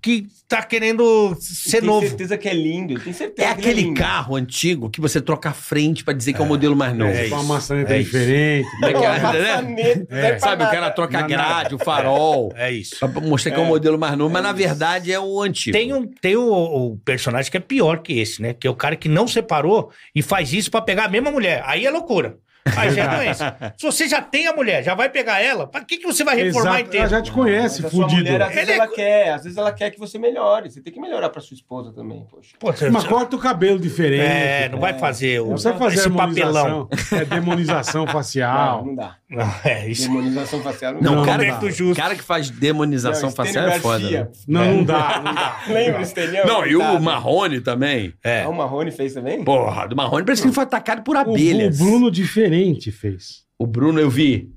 [SPEAKER 4] que tá querendo ser
[SPEAKER 6] Ele
[SPEAKER 4] novo.
[SPEAKER 6] Tem certeza que é lindo, ele tem
[SPEAKER 5] É
[SPEAKER 6] certeza que ele
[SPEAKER 5] aquele
[SPEAKER 6] lindo.
[SPEAKER 5] carro antigo que você troca a frente pra dizer que é o modelo mais novo.
[SPEAKER 4] É
[SPEAKER 3] Com
[SPEAKER 4] isso.
[SPEAKER 3] tipo, uma maçaneta
[SPEAKER 4] É isso.
[SPEAKER 3] diferente.
[SPEAKER 5] Como é que é,
[SPEAKER 6] Uma
[SPEAKER 5] né?
[SPEAKER 6] maçaneta, não é pra
[SPEAKER 5] Sabe, o cara
[SPEAKER 6] nada.
[SPEAKER 5] troca a
[SPEAKER 3] Não é
[SPEAKER 5] grade, o farol,
[SPEAKER 4] É isso.
[SPEAKER 5] pra mostrar que é o modelo mais novo, mas na verdade é o antigo.
[SPEAKER 4] Tem, um, tem o, o personagem que é pior que esse, né? Que é o cara que não separou e faz isso pra pegar a mesma mulher. Aí é loucura. Aí já é doença. Se você já tem a mulher, já vai pegar ela, pra que, que você vai reformar
[SPEAKER 3] Exato.
[SPEAKER 4] inteiro?
[SPEAKER 3] Ela já te
[SPEAKER 6] Mas
[SPEAKER 3] conhece,
[SPEAKER 6] a sua
[SPEAKER 3] fudido.
[SPEAKER 6] mulher, às vezes,
[SPEAKER 4] Ele é-
[SPEAKER 6] ela quer, às vezes ela quer que você melhore. Você tem que melhorar pra sua esposa também, poxa.
[SPEAKER 4] Pô, você-
[SPEAKER 3] Mas corta o cabelo diferente.
[SPEAKER 4] É, não vai fazer, o,
[SPEAKER 3] Não precisa fazer
[SPEAKER 4] esse papelão.
[SPEAKER 3] harmonização. É demonização
[SPEAKER 6] Não,
[SPEAKER 3] facial.
[SPEAKER 6] não dá.
[SPEAKER 4] Não, (laughs) é isso.
[SPEAKER 6] Demonização facial não,
[SPEAKER 5] Não,
[SPEAKER 6] dá.
[SPEAKER 5] o cara,
[SPEAKER 4] Roberto
[SPEAKER 5] que-
[SPEAKER 4] Justo.
[SPEAKER 5] cara que faz demonização
[SPEAKER 6] Não,
[SPEAKER 5] facial
[SPEAKER 6] Estênio
[SPEAKER 5] é foda.
[SPEAKER 6] Garcia.
[SPEAKER 5] né?
[SPEAKER 3] Não, não dá, não dá.
[SPEAKER 6] Lembra, Estelião?
[SPEAKER 5] Não, e o Marrone também.
[SPEAKER 4] É.
[SPEAKER 6] Ah, o Marrone fez também?
[SPEAKER 5] Porra, do Marrone parece que ele foi atacado por
[SPEAKER 3] O,
[SPEAKER 5] abelhas.
[SPEAKER 3] o Bruno diferente fez.
[SPEAKER 5] O Bruno eu vi.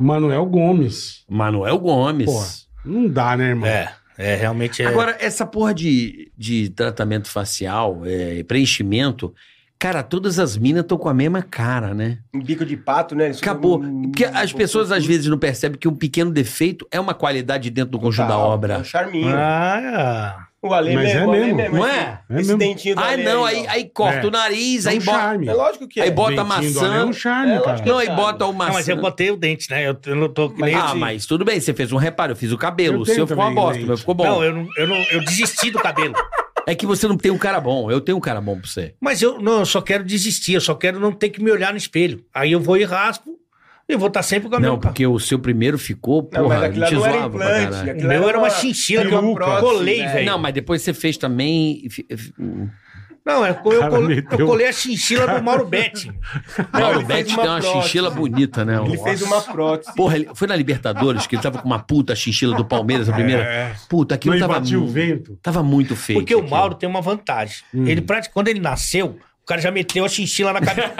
[SPEAKER 3] Manuel Gomes.
[SPEAKER 5] Manuel Gomes.
[SPEAKER 3] Porra. Não dá, né, irmão?
[SPEAKER 4] É. É, realmente é.
[SPEAKER 5] Agora, essa porra de, de tratamento facial, é, preenchimento, cara, todas as minas estão com a mesma cara, né?
[SPEAKER 6] Um bico de pato, né? Isso
[SPEAKER 5] Acabou.
[SPEAKER 6] não-
[SPEAKER 5] Porque
[SPEAKER 6] não-
[SPEAKER 5] as pessoas
[SPEAKER 6] assim.
[SPEAKER 5] às vezes não percebem que um pequeno defeito é uma qualidade dentro do conjunto da
[SPEAKER 6] Tá, É
[SPEAKER 5] obra.
[SPEAKER 6] um charminho.
[SPEAKER 4] Ah,
[SPEAKER 6] O Ale
[SPEAKER 3] Mas
[SPEAKER 6] mesmo,
[SPEAKER 3] é
[SPEAKER 6] o Ale
[SPEAKER 3] mesmo.
[SPEAKER 5] Não
[SPEAKER 6] esse-
[SPEAKER 5] é?
[SPEAKER 3] É
[SPEAKER 6] esse
[SPEAKER 3] mesmo.
[SPEAKER 6] dentinho do
[SPEAKER 5] Ah,
[SPEAKER 6] Ale
[SPEAKER 5] não,
[SPEAKER 6] aí,
[SPEAKER 5] aí,
[SPEAKER 6] ó.
[SPEAKER 5] aí corta
[SPEAKER 3] É.
[SPEAKER 5] o nariz,
[SPEAKER 3] É
[SPEAKER 5] aí
[SPEAKER 3] um
[SPEAKER 5] bota.
[SPEAKER 3] charme.
[SPEAKER 6] É lógico que é.
[SPEAKER 5] Aí bota
[SPEAKER 3] Dentinho do anel É
[SPEAKER 5] maçã.
[SPEAKER 3] um charme,
[SPEAKER 6] É,
[SPEAKER 3] cara.
[SPEAKER 6] lógico
[SPEAKER 5] Não, aí bota o maçã.
[SPEAKER 4] não, mas eu botei o dente, né? Eu, eu não tô com
[SPEAKER 6] Mas-
[SPEAKER 4] nem-
[SPEAKER 5] Ah,
[SPEAKER 6] Sim.
[SPEAKER 5] mas tudo bem, você fez um reparo, eu fiz o cabelo.
[SPEAKER 3] Eu
[SPEAKER 5] O seu
[SPEAKER 3] tenho
[SPEAKER 5] ficou uma
[SPEAKER 3] também,
[SPEAKER 5] bosta, o meu
[SPEAKER 3] gente.
[SPEAKER 5] ficou bom.
[SPEAKER 4] Não, eu não, eu não, eu desisti do cabelo.
[SPEAKER 5] É que você não tem um cara bom, eu tenho um cara bom pra você.
[SPEAKER 4] Mas eu não, eu só quero desistir, eu só quero não ter que me olhar no espelho. Aí eu vou e raspo, eu vou estar sempre com a
[SPEAKER 5] Não,
[SPEAKER 4] minha-
[SPEAKER 5] porque o seu primeiro ficou,
[SPEAKER 6] Não, mas
[SPEAKER 5] porra,
[SPEAKER 6] aquilo lá
[SPEAKER 5] te
[SPEAKER 6] não era
[SPEAKER 5] zoava pra
[SPEAKER 6] implante. é
[SPEAKER 5] caralho.
[SPEAKER 4] O
[SPEAKER 6] aquilo
[SPEAKER 4] meu era uma chinchila que eu
[SPEAKER 6] peruca.
[SPEAKER 4] colei,
[SPEAKER 6] Prótese,
[SPEAKER 4] velho.
[SPEAKER 5] Não, mas depois você fez também. e fi- fi- um
[SPEAKER 4] Não, é, eu, eu,
[SPEAKER 3] Cara,
[SPEAKER 4] colei,
[SPEAKER 3] meteu.
[SPEAKER 4] eu colei a chinchila do Mauro
[SPEAKER 3] (laughs)
[SPEAKER 4] Betti.
[SPEAKER 5] Mauro
[SPEAKER 6] ele fez
[SPEAKER 5] Betti
[SPEAKER 6] uma
[SPEAKER 5] tem uma
[SPEAKER 6] prótese.
[SPEAKER 5] chinchila bonita, né?
[SPEAKER 6] Ele fez uma prótese.
[SPEAKER 5] Porra, ele- foi na Libertadores que ele tava com uma puta chinchila do Palmeiras, a primeira. Puta, aquilo
[SPEAKER 3] É. Não
[SPEAKER 5] tava.
[SPEAKER 3] batia o
[SPEAKER 5] mu-
[SPEAKER 3] vento.
[SPEAKER 5] Tava muito feio.
[SPEAKER 4] Porque o
[SPEAKER 5] aquilo.
[SPEAKER 4] Mauro tem uma vantagem.
[SPEAKER 3] Hum.
[SPEAKER 4] Ele, praticamente, quando ele nasceu, o cara já meteu a chinchila na
[SPEAKER 3] (laughs)
[SPEAKER 4] cabeça.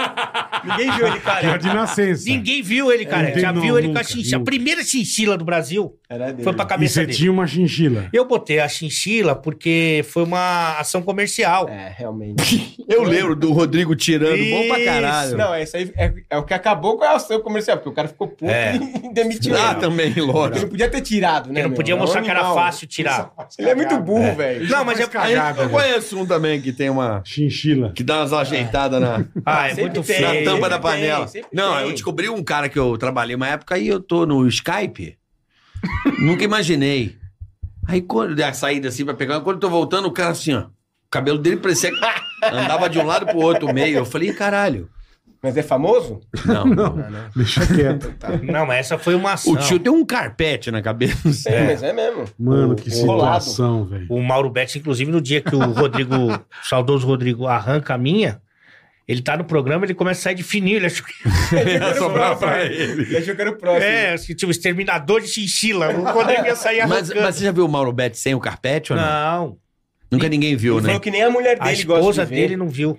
[SPEAKER 6] Ninguém viu ele
[SPEAKER 3] Era
[SPEAKER 6] careca.
[SPEAKER 3] de nascença.
[SPEAKER 4] Ninguém viu ele, cara.
[SPEAKER 3] Entendi,
[SPEAKER 4] já
[SPEAKER 3] não,
[SPEAKER 4] viu ele com a
[SPEAKER 3] nunca,
[SPEAKER 4] chinchila. A
[SPEAKER 3] nunca.
[SPEAKER 4] primeira chinchila do Brasil
[SPEAKER 6] Era dele.
[SPEAKER 4] foi pra
[SPEAKER 3] E
[SPEAKER 4] cabeça
[SPEAKER 3] você
[SPEAKER 4] dele.
[SPEAKER 3] tinha uma chinchila.
[SPEAKER 4] Eu botei a chinchila porque foi uma ação comercial.
[SPEAKER 6] É, realmente.
[SPEAKER 5] Eu lembro do Rodrigo tirando, bom pra caralho. Ah,
[SPEAKER 6] Não, é isso aí. É, é o que acabou com a ação comercial, porque o cara ficou puto e (laughs) demitiu
[SPEAKER 5] Ah,
[SPEAKER 6] ele.
[SPEAKER 5] também,
[SPEAKER 6] Ele não
[SPEAKER 5] lógico.
[SPEAKER 6] podia ter tirado, né?
[SPEAKER 4] É. tá. Porque não podia
[SPEAKER 6] meu? É um
[SPEAKER 4] mostrar que era
[SPEAKER 6] animal.
[SPEAKER 4] fácil tirar.
[SPEAKER 6] Ele é muito burro, velho.
[SPEAKER 4] Não, mas é.
[SPEAKER 3] Aí- Cagada,
[SPEAKER 5] Eu
[SPEAKER 3] né?
[SPEAKER 5] conheço um também que tem uma.
[SPEAKER 3] Chinchila.
[SPEAKER 5] que dá umas ajeitadas na.
[SPEAKER 4] Ah, é
[SPEAKER 6] Sempre
[SPEAKER 4] muito
[SPEAKER 6] tem.
[SPEAKER 5] na
[SPEAKER 6] Sempre
[SPEAKER 4] feio.
[SPEAKER 5] tampa da
[SPEAKER 6] tem,
[SPEAKER 5] panela.
[SPEAKER 6] sempre
[SPEAKER 5] não,
[SPEAKER 6] tem.
[SPEAKER 5] eu descobri um cara que eu trabalhei uma época aí eu tô no Skype. Nunca imaginei. Aí quando eu dei a saída assim pra pegar, quando eu tô voltando, o cara assim, ó. O cabelo dele parecia que andava de um lado pro outro meio. Eu falei, "Ih, caralho.
[SPEAKER 6] Mas é famoso?
[SPEAKER 5] Não.
[SPEAKER 3] Não, deixa (laughs) quieto.
[SPEAKER 4] Não, mas essa foi uma ação.
[SPEAKER 5] O
[SPEAKER 4] O,
[SPEAKER 5] tio tem um carpete na cabeça.
[SPEAKER 6] Sim, mas é mesmo.
[SPEAKER 3] Mano, que
[SPEAKER 6] Enrolado. (laughs)
[SPEAKER 3] situação, velho.
[SPEAKER 4] Mauro Betti, inclusive, no dia que o Rodrigo, o saudoso Rodrigo, arranca a minha, ele tá no programa, ele começa a sair de fininho. Ele acha que,
[SPEAKER 5] Ia sobrar pra ele.
[SPEAKER 6] Ele achou que era o próximo.
[SPEAKER 4] é, acho que tinha um exterminador de chinchila. O Rodrigo ia sair
[SPEAKER 5] Mas,
[SPEAKER 4] arrancando.
[SPEAKER 5] mas você já viu o Mauro Betti sem o carpete ou não?
[SPEAKER 4] Não,
[SPEAKER 5] Nunca ninguém viu,
[SPEAKER 6] Ele
[SPEAKER 5] né?
[SPEAKER 6] falou que nem a mulher dele
[SPEAKER 4] a
[SPEAKER 6] gosta
[SPEAKER 4] esposa
[SPEAKER 6] de ver.
[SPEAKER 4] dele não viu.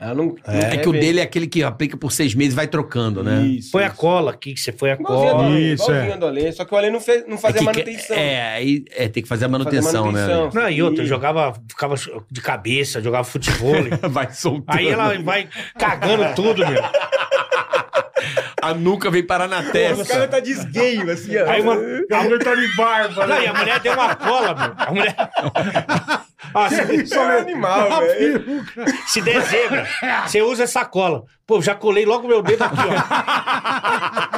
[SPEAKER 6] Ela não, não
[SPEAKER 5] É
[SPEAKER 6] quer
[SPEAKER 5] que o
[SPEAKER 6] ver.
[SPEAKER 5] dele é aquele que aplica por seis meses e vai trocando, né?
[SPEAKER 6] Isso,
[SPEAKER 4] Foi a
[SPEAKER 6] isso.
[SPEAKER 4] cola aqui, que você foi a
[SPEAKER 6] Igualzinho do
[SPEAKER 4] cola.
[SPEAKER 6] Ale,
[SPEAKER 3] Isso,
[SPEAKER 6] igualzinho
[SPEAKER 3] é.
[SPEAKER 6] do Ale, Só que o Ale não, fez, não fazia
[SPEAKER 5] é que-
[SPEAKER 6] manutenção.
[SPEAKER 5] É, aí é, tem que fazer a manutenção, né?
[SPEAKER 6] manutenção.
[SPEAKER 5] Ale?
[SPEAKER 4] Não, e outra, eu
[SPEAKER 6] E-
[SPEAKER 4] jogava, ficava de cabeça, jogava futebol.
[SPEAKER 5] (laughs) Vai soltando.
[SPEAKER 4] Aí ela vai cagando tudo, meu.
[SPEAKER 5] A nuca vem parar na
[SPEAKER 6] O cara
[SPEAKER 5] testa.
[SPEAKER 6] tá desgueio, assim, ó.
[SPEAKER 4] Aí uma.
[SPEAKER 3] A mulher tá de barba, (laughs)
[SPEAKER 4] Não, e a mulher deu uma cola, meu. A
[SPEAKER 6] (laughs)
[SPEAKER 4] mulher. Ó, se,
[SPEAKER 6] Isso é um animal, velho.
[SPEAKER 4] se der zebra, você usa essa cola. Pô, já colei logo meu dedo aqui, ó.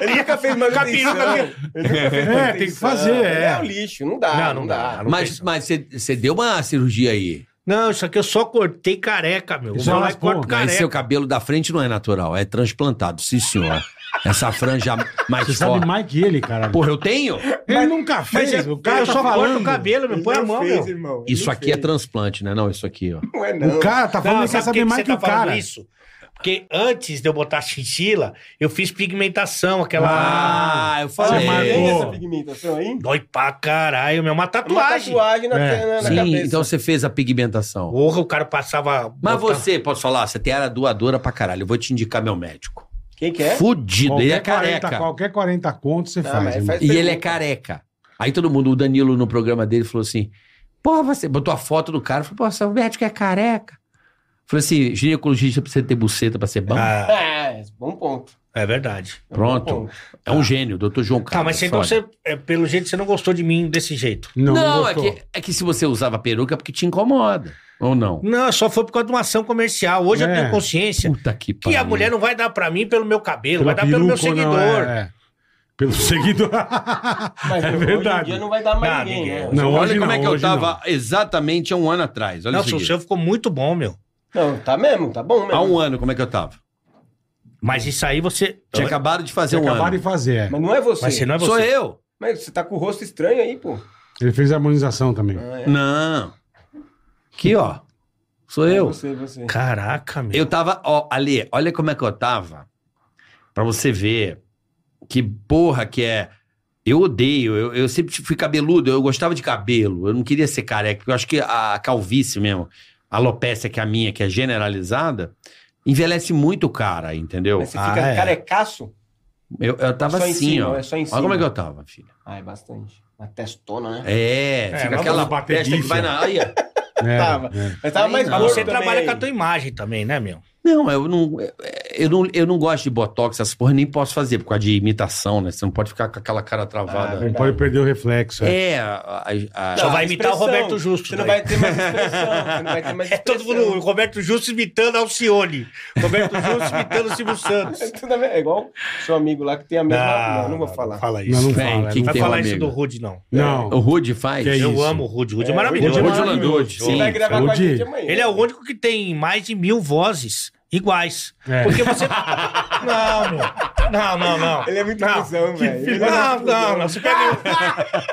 [SPEAKER 6] Ele nunca fez manutenção.
[SPEAKER 4] Capiruca
[SPEAKER 6] Ele nunca fez
[SPEAKER 3] É,
[SPEAKER 6] manutenção.
[SPEAKER 3] tem que fazer, é.
[SPEAKER 6] Ele é um lixo, não dá. Não, não, dá.
[SPEAKER 5] Mas, mas você, você deu uma cirurgia aí.
[SPEAKER 4] Não, isso aqui eu só cortei careca, meu.
[SPEAKER 3] Isso
[SPEAKER 4] Vou lá e
[SPEAKER 3] é uma
[SPEAKER 4] corto
[SPEAKER 3] porra.
[SPEAKER 5] Mas
[SPEAKER 4] careca.
[SPEAKER 5] seu cabelo da frente não é natural, é transplantado, sim senhor. Essa franja mais
[SPEAKER 3] Você sabe
[SPEAKER 5] forte.
[SPEAKER 3] mais que ele, cara.
[SPEAKER 5] Porra, eu tenho?
[SPEAKER 3] ele tá nunca fez.
[SPEAKER 6] mas é-
[SPEAKER 3] o cara
[SPEAKER 4] Eu só
[SPEAKER 3] só
[SPEAKER 4] corto o
[SPEAKER 3] falando.
[SPEAKER 4] cabelo, meu. Põe a
[SPEAKER 6] Ele
[SPEAKER 4] mão,
[SPEAKER 6] fez,
[SPEAKER 4] meu.
[SPEAKER 6] irmão. Ele
[SPEAKER 5] Isso aqui é
[SPEAKER 6] fez.
[SPEAKER 5] transplante, né? Não, isso aqui, ó.
[SPEAKER 6] Não é, não.
[SPEAKER 3] O cara tá falando
[SPEAKER 4] Não,
[SPEAKER 3] que quer
[SPEAKER 4] sabe por
[SPEAKER 3] saber
[SPEAKER 4] que, que
[SPEAKER 3] mais
[SPEAKER 4] você
[SPEAKER 3] que
[SPEAKER 4] tá
[SPEAKER 3] o
[SPEAKER 4] falando
[SPEAKER 3] cara.
[SPEAKER 4] isso? Porque antes de eu botar chinchila, eu fiz pigmentação, aquela.
[SPEAKER 5] Ah, eu
[SPEAKER 6] Fala,
[SPEAKER 3] Você
[SPEAKER 5] falei.
[SPEAKER 6] tem
[SPEAKER 3] marcou.
[SPEAKER 6] essa pigmentação aí?
[SPEAKER 4] Dói pra caralho, meu. Uma
[SPEAKER 6] Uma
[SPEAKER 4] tatuagem.
[SPEAKER 6] tatuagem na,
[SPEAKER 3] É.
[SPEAKER 6] na- na
[SPEAKER 5] Sim,
[SPEAKER 6] cabeça.
[SPEAKER 5] então você fez a pigmentação.
[SPEAKER 4] Porra, o cara passava.
[SPEAKER 5] Mas
[SPEAKER 4] botava-
[SPEAKER 5] você, posso falar, você tem área doadora pra caralho. Eu vou te indicar meu médico.
[SPEAKER 6] Quem que é?
[SPEAKER 5] Fudido, ele é
[SPEAKER 3] Qualquer 40,
[SPEAKER 5] careca.
[SPEAKER 3] qualquer 40 conto você
[SPEAKER 6] Não,
[SPEAKER 3] faz.
[SPEAKER 6] mas
[SPEAKER 3] irmão.
[SPEAKER 6] faz-
[SPEAKER 5] E ele é careca. Aí todo mundo, o Danilo no programa dele falou assim: Porra, você botou a foto do cara, falou, pô, seu médico é careca. Falei assim, ginecologista precisa ter buceta pra ser bom.
[SPEAKER 4] Ah,
[SPEAKER 6] É, bom ponto.
[SPEAKER 4] é verdade.
[SPEAKER 6] É um
[SPEAKER 5] Pronto.
[SPEAKER 6] bom ponto.
[SPEAKER 5] é um gênio, doutor João Carlos.
[SPEAKER 4] Tá, mas você, então
[SPEAKER 5] foda.
[SPEAKER 4] você, é, pelo jeito, você não gostou de mim desse jeito.
[SPEAKER 3] Não,
[SPEAKER 5] Não,
[SPEAKER 3] não,
[SPEAKER 5] é,
[SPEAKER 3] gostou.
[SPEAKER 5] que, é que se você usava peruca é porque te incomoda. Ou não?
[SPEAKER 4] Não, só foi por causa de uma ação comercial. Hoje eu
[SPEAKER 3] É.
[SPEAKER 4] tenho consciência
[SPEAKER 5] Puta que
[SPEAKER 4] que a mulher não vai dar pra mim pelo meu cabelo, vai dar pelo meu
[SPEAKER 3] peruca
[SPEAKER 4] seguidor.
[SPEAKER 3] ou não, é, é. Pelo (laughs) seguidor.
[SPEAKER 6] Mas
[SPEAKER 3] é
[SPEAKER 6] hoje em
[SPEAKER 3] verdade.
[SPEAKER 6] dia não vai dar mais
[SPEAKER 4] Não,
[SPEAKER 6] ninguém,
[SPEAKER 4] ninguém.
[SPEAKER 6] né?
[SPEAKER 3] Não,
[SPEAKER 5] Olha
[SPEAKER 3] hoje
[SPEAKER 5] como
[SPEAKER 3] não,
[SPEAKER 5] é que eu
[SPEAKER 3] hoje
[SPEAKER 5] tava exatamente há um ano atrás. Olha
[SPEAKER 4] Nossa,
[SPEAKER 5] isso
[SPEAKER 4] o
[SPEAKER 5] aqui.
[SPEAKER 4] seu ficou muito bom, meu.
[SPEAKER 6] Não, tá mesmo, tá bom mesmo.
[SPEAKER 5] Há um ano, como é que eu tava?
[SPEAKER 4] Mas isso aí você.
[SPEAKER 5] Tinha acabado de fazer
[SPEAKER 3] Você
[SPEAKER 5] um
[SPEAKER 3] acabaram
[SPEAKER 5] ano.
[SPEAKER 3] de fazer. é.
[SPEAKER 6] Mas não é você.
[SPEAKER 4] Mas você não é você.
[SPEAKER 5] Sou eu.
[SPEAKER 6] Mas você tá com o rosto estranho aí, pô.
[SPEAKER 3] Ele fez harmonização (laughs) também.
[SPEAKER 6] Ah, é.
[SPEAKER 5] Não. Aqui, ó. Sou eu.
[SPEAKER 6] É Você, você.
[SPEAKER 4] Caraca, meu.
[SPEAKER 5] Eu tava, ó, Ali, olha como é que eu tava. Pra você ver que porra que é. Eu odeio, eu, eu sempre fui cabeludo, eu gostava de cabelo, eu não queria ser careca, porque eu acho que a calvície mesmo, a alopecia que é a minha, que é generalizada, envelhece muito o cara, entendeu?
[SPEAKER 6] Mas você
[SPEAKER 4] Ah,
[SPEAKER 6] fica
[SPEAKER 4] é.
[SPEAKER 6] carecaço?
[SPEAKER 5] Eu, eu tava
[SPEAKER 6] Só em
[SPEAKER 5] assim,
[SPEAKER 6] cima,
[SPEAKER 5] ó.
[SPEAKER 6] é só em
[SPEAKER 5] Olha como é
[SPEAKER 6] cima.
[SPEAKER 5] que eu tava, filho.
[SPEAKER 6] Ah, é bastante. Uma testona, né?
[SPEAKER 5] É,
[SPEAKER 3] É,
[SPEAKER 5] fica
[SPEAKER 3] lá
[SPEAKER 5] aquela
[SPEAKER 3] vamos bater
[SPEAKER 5] testa que
[SPEAKER 3] bicha.
[SPEAKER 5] vai na. Aí, ó.
[SPEAKER 3] É,
[SPEAKER 6] Tava.
[SPEAKER 3] é.
[SPEAKER 6] Mas tava
[SPEAKER 5] Aí
[SPEAKER 6] mais
[SPEAKER 5] não.
[SPEAKER 4] Mas
[SPEAKER 5] Corpo
[SPEAKER 4] você trabalha com a tua
[SPEAKER 6] também.
[SPEAKER 4] imagem também, né, meu?
[SPEAKER 5] Não, eu não, é, eu não. Eu não gosto de botox, essas porra nem posso fazer, por causa de imitação, né? Você não pode ficar com aquela cara travada.
[SPEAKER 3] Não é. pode perder o reflexo. é.
[SPEAKER 5] é, a- a- a-
[SPEAKER 4] Só
[SPEAKER 6] Não,
[SPEAKER 4] vai imitar o
[SPEAKER 6] expressão.
[SPEAKER 4] Roberto Justo,
[SPEAKER 6] Você não
[SPEAKER 4] daí.
[SPEAKER 6] vai ter mais expressão. Você não vai ter (laughs) mais
[SPEAKER 4] É todo
[SPEAKER 6] expressão.
[SPEAKER 4] mundo, o Roberto Justo imitando Alcione. Roberto Justo imitando o Silvio (laughs) Santos.
[SPEAKER 6] Tudo bem, É igual seu amigo lá que tem a mesma. Não, não, vou falar.
[SPEAKER 4] Fala
[SPEAKER 3] Não,
[SPEAKER 4] isso.
[SPEAKER 3] não
[SPEAKER 4] Não,
[SPEAKER 5] Bem,
[SPEAKER 3] fala.
[SPEAKER 5] que
[SPEAKER 3] não
[SPEAKER 4] vai
[SPEAKER 5] tem
[SPEAKER 3] fala.
[SPEAKER 4] falar
[SPEAKER 5] um
[SPEAKER 4] isso
[SPEAKER 5] amigo.
[SPEAKER 4] do Rude, não.
[SPEAKER 3] Não.
[SPEAKER 5] O Rude faz.
[SPEAKER 3] Que é
[SPEAKER 4] Eu
[SPEAKER 3] isso.
[SPEAKER 4] amo o Rude. O Rude é,
[SPEAKER 6] É,
[SPEAKER 4] maravilhoso.
[SPEAKER 3] Rude é
[SPEAKER 5] Rude Landucci,
[SPEAKER 6] Você
[SPEAKER 5] sim.
[SPEAKER 6] vai gravar com a
[SPEAKER 3] Saúde.
[SPEAKER 6] gente amanhã.
[SPEAKER 4] Ele é o único que tem mais de mil vozes iguais.
[SPEAKER 3] É.
[SPEAKER 4] Porque você. tá- (laughs) Não, meu. Não, não, não.
[SPEAKER 6] Ele é muito
[SPEAKER 4] não.
[SPEAKER 6] cuzão, velho. Ele é
[SPEAKER 4] Não,
[SPEAKER 6] muito
[SPEAKER 4] não,
[SPEAKER 6] cuzão.
[SPEAKER 4] não. Você pega,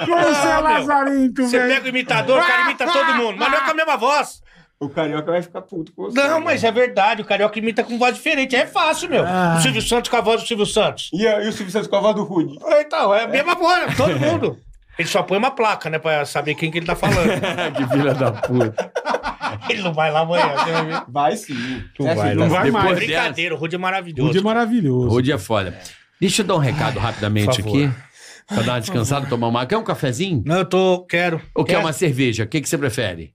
[SPEAKER 3] Como você é
[SPEAKER 4] Ah, meu.
[SPEAKER 3] lazarinto,
[SPEAKER 4] você
[SPEAKER 3] velho?
[SPEAKER 4] pega o imitador, o cara imita todo mundo, mas não é com a mesma voz.
[SPEAKER 6] O carioca vai ficar puto com você.
[SPEAKER 4] Não,
[SPEAKER 6] velho.
[SPEAKER 4] mas é verdade. O carioca imita com voz diferente. É fácil, meu.
[SPEAKER 3] Ah.
[SPEAKER 4] O Silvio Santos com a voz do Silvio Santos.
[SPEAKER 6] E, a- e o Silvio Santos com a voz do Rude?
[SPEAKER 4] Então, é a mesma voz, todo mundo. Ele só põe uma placa, né, pra saber quem que ele tá falando.
[SPEAKER 3] (laughs)
[SPEAKER 5] que filha da puta.
[SPEAKER 4] ele não vai lá amanhã. você vai ver.
[SPEAKER 6] Vai sim. Você acha
[SPEAKER 3] vai,
[SPEAKER 6] que tá
[SPEAKER 3] não vai
[SPEAKER 5] Depois
[SPEAKER 3] mais.
[SPEAKER 5] dessa-
[SPEAKER 4] Brincadeira, o Rude é maravilhoso.
[SPEAKER 3] Rude é maravilhoso.
[SPEAKER 5] Rude é foda. Deixa eu dar um recado rapidamente
[SPEAKER 4] por favor.
[SPEAKER 5] aqui. Pra dar uma descansada, tomar uma. Quer um cafezinho?
[SPEAKER 4] Não, eu tô. Quero.
[SPEAKER 5] Ou quer
[SPEAKER 4] Quero.
[SPEAKER 5] uma cerveja? O que, que você prefere?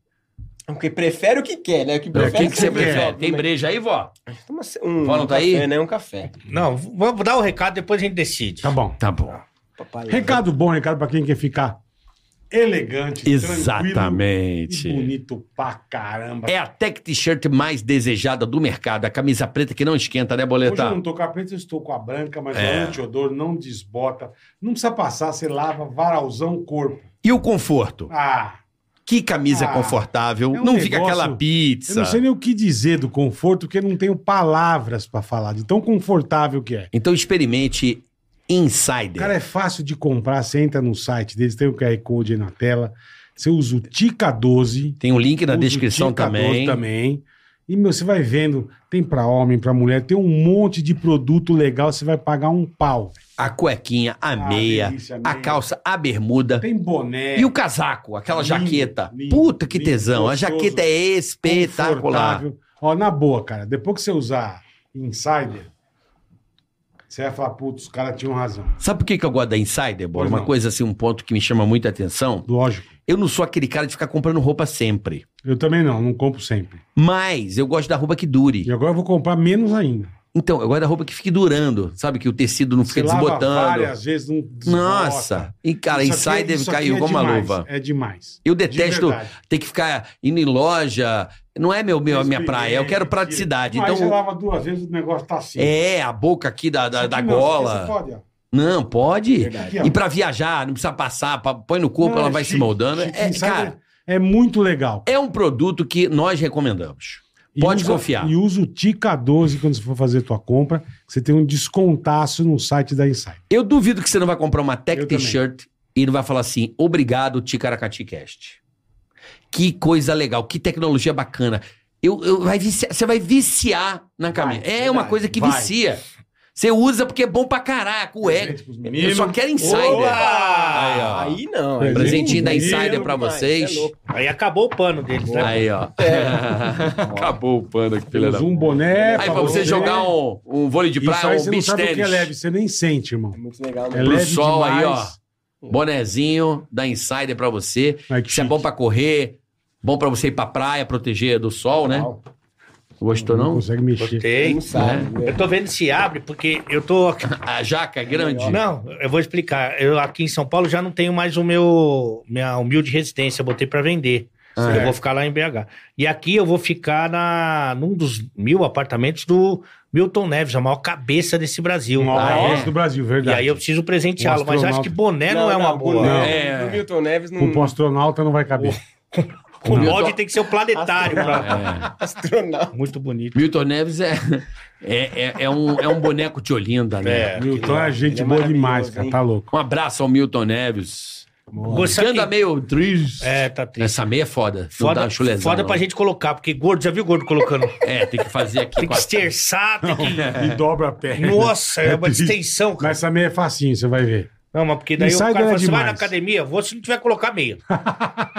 [SPEAKER 6] Porque prefere o que quer, né? O que
[SPEAKER 5] O
[SPEAKER 6] prefere,
[SPEAKER 5] que, que você
[SPEAKER 6] sempre
[SPEAKER 5] prefere? Tem
[SPEAKER 6] resolve, né?
[SPEAKER 5] breja aí, vó?
[SPEAKER 6] Toma se- um,
[SPEAKER 5] Fala,
[SPEAKER 6] um
[SPEAKER 5] tá
[SPEAKER 6] café,
[SPEAKER 5] aí?
[SPEAKER 6] né? Um café.
[SPEAKER 4] Não, vamos dar o recado, depois a gente decide.
[SPEAKER 3] Tá bom.
[SPEAKER 5] Tá bom.
[SPEAKER 6] Papai.
[SPEAKER 3] Recado bom, recado pra quem quer ficar elegante, tranquilo
[SPEAKER 5] Exatamente.
[SPEAKER 3] e bonito pra caramba.
[SPEAKER 5] É a tech t-shirt mais desejada do mercado. A camisa preta que não esquenta, né,
[SPEAKER 3] Hoje eu
[SPEAKER 5] Boleta?
[SPEAKER 3] não tô com a preta, eu estou com a branca, mas
[SPEAKER 5] É.
[SPEAKER 3] o antiodor não desbota. Não precisa passar, você lava varalzão corpo.
[SPEAKER 5] E o conforto?
[SPEAKER 3] Ah,
[SPEAKER 5] Que camisa
[SPEAKER 3] Ah,
[SPEAKER 5] confortável.
[SPEAKER 3] é um
[SPEAKER 5] não fica
[SPEAKER 3] negócio-
[SPEAKER 5] aquela
[SPEAKER 3] eu
[SPEAKER 5] pizza.
[SPEAKER 3] não sei nem o que dizer do conforto, porque eu não tenho palavras pra falar de tão confortável que é.
[SPEAKER 5] Então experimente
[SPEAKER 3] O
[SPEAKER 5] Insider.
[SPEAKER 3] Cara, é fácil de comprar, você entra no site deles, tem o QR Code aí na tela. Você usa o Tica 12.
[SPEAKER 5] Tem um link na
[SPEAKER 3] usa o
[SPEAKER 5] descrição
[SPEAKER 3] Tica 12
[SPEAKER 5] também.
[SPEAKER 3] também. E, meu, você vai vendo, tem pra homem, pra mulher, tem um monte de produto legal, você vai pagar um pau.
[SPEAKER 5] A cuequinha, a
[SPEAKER 3] Ah,
[SPEAKER 5] meia,
[SPEAKER 3] delícia,
[SPEAKER 5] a
[SPEAKER 3] meia.
[SPEAKER 5] calça, a bermuda.
[SPEAKER 3] Tem boné.
[SPEAKER 5] E o casaco, aquela
[SPEAKER 3] É. Lindo,
[SPEAKER 5] jaqueta.
[SPEAKER 3] lindo,
[SPEAKER 5] Puta que
[SPEAKER 3] lindo,
[SPEAKER 5] tesão. a
[SPEAKER 3] gostoso,
[SPEAKER 5] jaqueta é espetacular.
[SPEAKER 3] confortável. Ó, na boa, cara, depois que você usar Insider, você vai falar, putz, os caras tinham razão.
[SPEAKER 5] Sabe por que, que eu gosto da Insider, Bola?
[SPEAKER 3] Pois
[SPEAKER 5] Uma
[SPEAKER 3] não.
[SPEAKER 5] coisa assim, um ponto que me chama muita atenção.
[SPEAKER 3] Lógico.
[SPEAKER 5] Eu não sou aquele cara de ficar comprando roupa sempre.
[SPEAKER 3] Eu também não, não compro sempre.
[SPEAKER 5] Mas eu gosto da roupa que
[SPEAKER 3] E
[SPEAKER 5] dure.
[SPEAKER 3] agora eu vou comprar menos ainda.
[SPEAKER 5] Então, eu gosto da roupa que fique durando. Sabe? Que o tecido não
[SPEAKER 3] Você
[SPEAKER 5] fica
[SPEAKER 3] lava
[SPEAKER 5] desbotando.
[SPEAKER 3] várias vezes, não desbota.
[SPEAKER 5] Nossa! E, cara,
[SPEAKER 3] Isso aqui-
[SPEAKER 5] Insider
[SPEAKER 3] isso aqui
[SPEAKER 5] caiu
[SPEAKER 3] é
[SPEAKER 5] como uma
[SPEAKER 3] demais,
[SPEAKER 5] luva.
[SPEAKER 3] É demais.
[SPEAKER 5] Eu
[SPEAKER 3] De
[SPEAKER 5] detesto
[SPEAKER 3] verdade.
[SPEAKER 5] ter que ficar indo em loja. Não é meu, meu, a minha
[SPEAKER 3] Experimenta,
[SPEAKER 5] praia. Eu quero
[SPEAKER 3] tira.
[SPEAKER 5] praticidade.
[SPEAKER 3] Não, aí você
[SPEAKER 5] Então,
[SPEAKER 3] lava duas vezes, o negócio tá assim.
[SPEAKER 5] é, a boca aqui da, da,
[SPEAKER 3] é Isso
[SPEAKER 5] da
[SPEAKER 3] aqui não, isso aqui você
[SPEAKER 5] gola.
[SPEAKER 3] pode, ó.
[SPEAKER 5] Não, pode.
[SPEAKER 6] Verdade.
[SPEAKER 3] Aqui, ó.
[SPEAKER 5] E pra viajar, não precisa passar, pa- põe no corpo,
[SPEAKER 3] Não,
[SPEAKER 5] ela
[SPEAKER 3] é
[SPEAKER 5] vai se
[SPEAKER 3] chique,
[SPEAKER 5] moldando.
[SPEAKER 3] chique.
[SPEAKER 5] É,
[SPEAKER 3] Insider
[SPEAKER 5] cara,
[SPEAKER 3] é muito legal.
[SPEAKER 5] é um produto que nós recomendamos.
[SPEAKER 3] E
[SPEAKER 5] Pode
[SPEAKER 3] usa-
[SPEAKER 5] confiar.
[SPEAKER 3] E usa o Tica 12 quando você for fazer tua compra. Você tem um descontaço no site da Insider.
[SPEAKER 5] Eu duvido que você não vai comprar uma tech
[SPEAKER 3] Eu também.
[SPEAKER 5] t-shirt e não vai falar assim, obrigado, Ticaracati Cast. Que coisa legal, que tecnologia bacana. Eu, eu- vai viciar- você vai viciar na camisa. é uma
[SPEAKER 6] verdade,
[SPEAKER 5] coisa que
[SPEAKER 3] vai.
[SPEAKER 5] vicia. Você usa porque é bom pra caraca, ué.
[SPEAKER 3] Presente pros
[SPEAKER 5] Eu
[SPEAKER 3] meninos.
[SPEAKER 5] só quero insider. Aí, ó.
[SPEAKER 6] Opa! Aí não. aí-
[SPEAKER 5] Presentinho da
[SPEAKER 6] Aí é
[SPEAKER 5] Insider
[SPEAKER 6] louco
[SPEAKER 5] pra
[SPEAKER 6] demais,
[SPEAKER 5] vocês.
[SPEAKER 6] é louco. É,
[SPEAKER 4] Aí acabou o pano deles, né?
[SPEAKER 5] Aí, ó. Acabou o pano aqui, filha da...
[SPEAKER 3] Temos um boné.
[SPEAKER 5] Aí, pra você jogar um, um vôlei de
[SPEAKER 3] Isso
[SPEAKER 5] praia,
[SPEAKER 3] aí
[SPEAKER 5] um
[SPEAKER 3] você não
[SPEAKER 5] beach
[SPEAKER 3] sabe o que é
[SPEAKER 5] tênis.
[SPEAKER 3] leve, você nem sente, irmão.
[SPEAKER 6] É muito legal.
[SPEAKER 3] É
[SPEAKER 6] né?
[SPEAKER 5] Pro
[SPEAKER 3] leve
[SPEAKER 5] sol aí,
[SPEAKER 3] demais.
[SPEAKER 5] Bonezinho da Insider pra você.
[SPEAKER 3] Ai, que
[SPEAKER 5] Isso é bom
[SPEAKER 3] chique.
[SPEAKER 5] pra correr, bom pra você ir pra praia, proteger do sol, né? Gostou
[SPEAKER 3] Não
[SPEAKER 5] não?
[SPEAKER 3] consegue mexer.
[SPEAKER 4] Gostei.
[SPEAKER 6] Não sabe, né?
[SPEAKER 4] Eu tô vendo se abre, porque eu tô. aqui-
[SPEAKER 5] A jaca é grande.
[SPEAKER 4] Não, eu vou explicar. Eu aqui em São Paulo já não tenho mais o meu minha humilde residência, eu botei pra vender.
[SPEAKER 5] Ah,
[SPEAKER 4] eu vou ficar lá em BH. E aqui eu vou ficar na, num dos mil apartamentos do Milton Neves, a maior cabeça desse Brasil. Tá?
[SPEAKER 3] Uma
[SPEAKER 5] Ah,
[SPEAKER 3] hora
[SPEAKER 5] é?
[SPEAKER 3] antes do Brasil,
[SPEAKER 4] um E
[SPEAKER 3] verdade.
[SPEAKER 4] aí eu preciso presenteá-lo,
[SPEAKER 3] Um
[SPEAKER 4] mas acho
[SPEAKER 3] astronauta.
[SPEAKER 4] que boné não, é uma boa.
[SPEAKER 3] boné.
[SPEAKER 5] É.
[SPEAKER 6] É. O Milton Neves não.
[SPEAKER 3] O astronauta não vai caber.
[SPEAKER 4] O
[SPEAKER 5] Não.
[SPEAKER 4] molde tem que ser o planetário. pra-
[SPEAKER 5] É.
[SPEAKER 6] Astronauta.
[SPEAKER 4] Muito bonito.
[SPEAKER 5] Milton Neves é, é, é, é um, é um boneco de Olinda, né?
[SPEAKER 4] É.
[SPEAKER 3] Milton é gente
[SPEAKER 6] Ele é
[SPEAKER 3] boa
[SPEAKER 6] maravilhoso,
[SPEAKER 3] demais, cara.
[SPEAKER 6] hein?
[SPEAKER 3] Tá louco.
[SPEAKER 5] Um abraço ao Milton Neves. Que
[SPEAKER 4] Gostando
[SPEAKER 5] anda meio triste.
[SPEAKER 4] É, tá triste.
[SPEAKER 5] Essa meia é foda. não dá
[SPEAKER 4] Foda,
[SPEAKER 5] uma chulezão,
[SPEAKER 4] foda
[SPEAKER 5] não.
[SPEAKER 4] pra gente colocar, porque gordo, já viu gordo colocando?
[SPEAKER 5] É, tem que fazer aqui
[SPEAKER 4] Tem
[SPEAKER 5] com
[SPEAKER 4] que
[SPEAKER 5] a-
[SPEAKER 4] esterçar, tem que.
[SPEAKER 3] E dobra a perna.
[SPEAKER 4] Nossa, é uma
[SPEAKER 3] triste.
[SPEAKER 4] distensão, cara.
[SPEAKER 3] Mas essa meia é facinho, você vai ver.
[SPEAKER 4] Não, mas porque daí o
[SPEAKER 3] Insider
[SPEAKER 4] cara
[SPEAKER 3] é
[SPEAKER 4] fala assim, vai na
[SPEAKER 3] demais.
[SPEAKER 4] academia, vou se não tiver que colocar meia.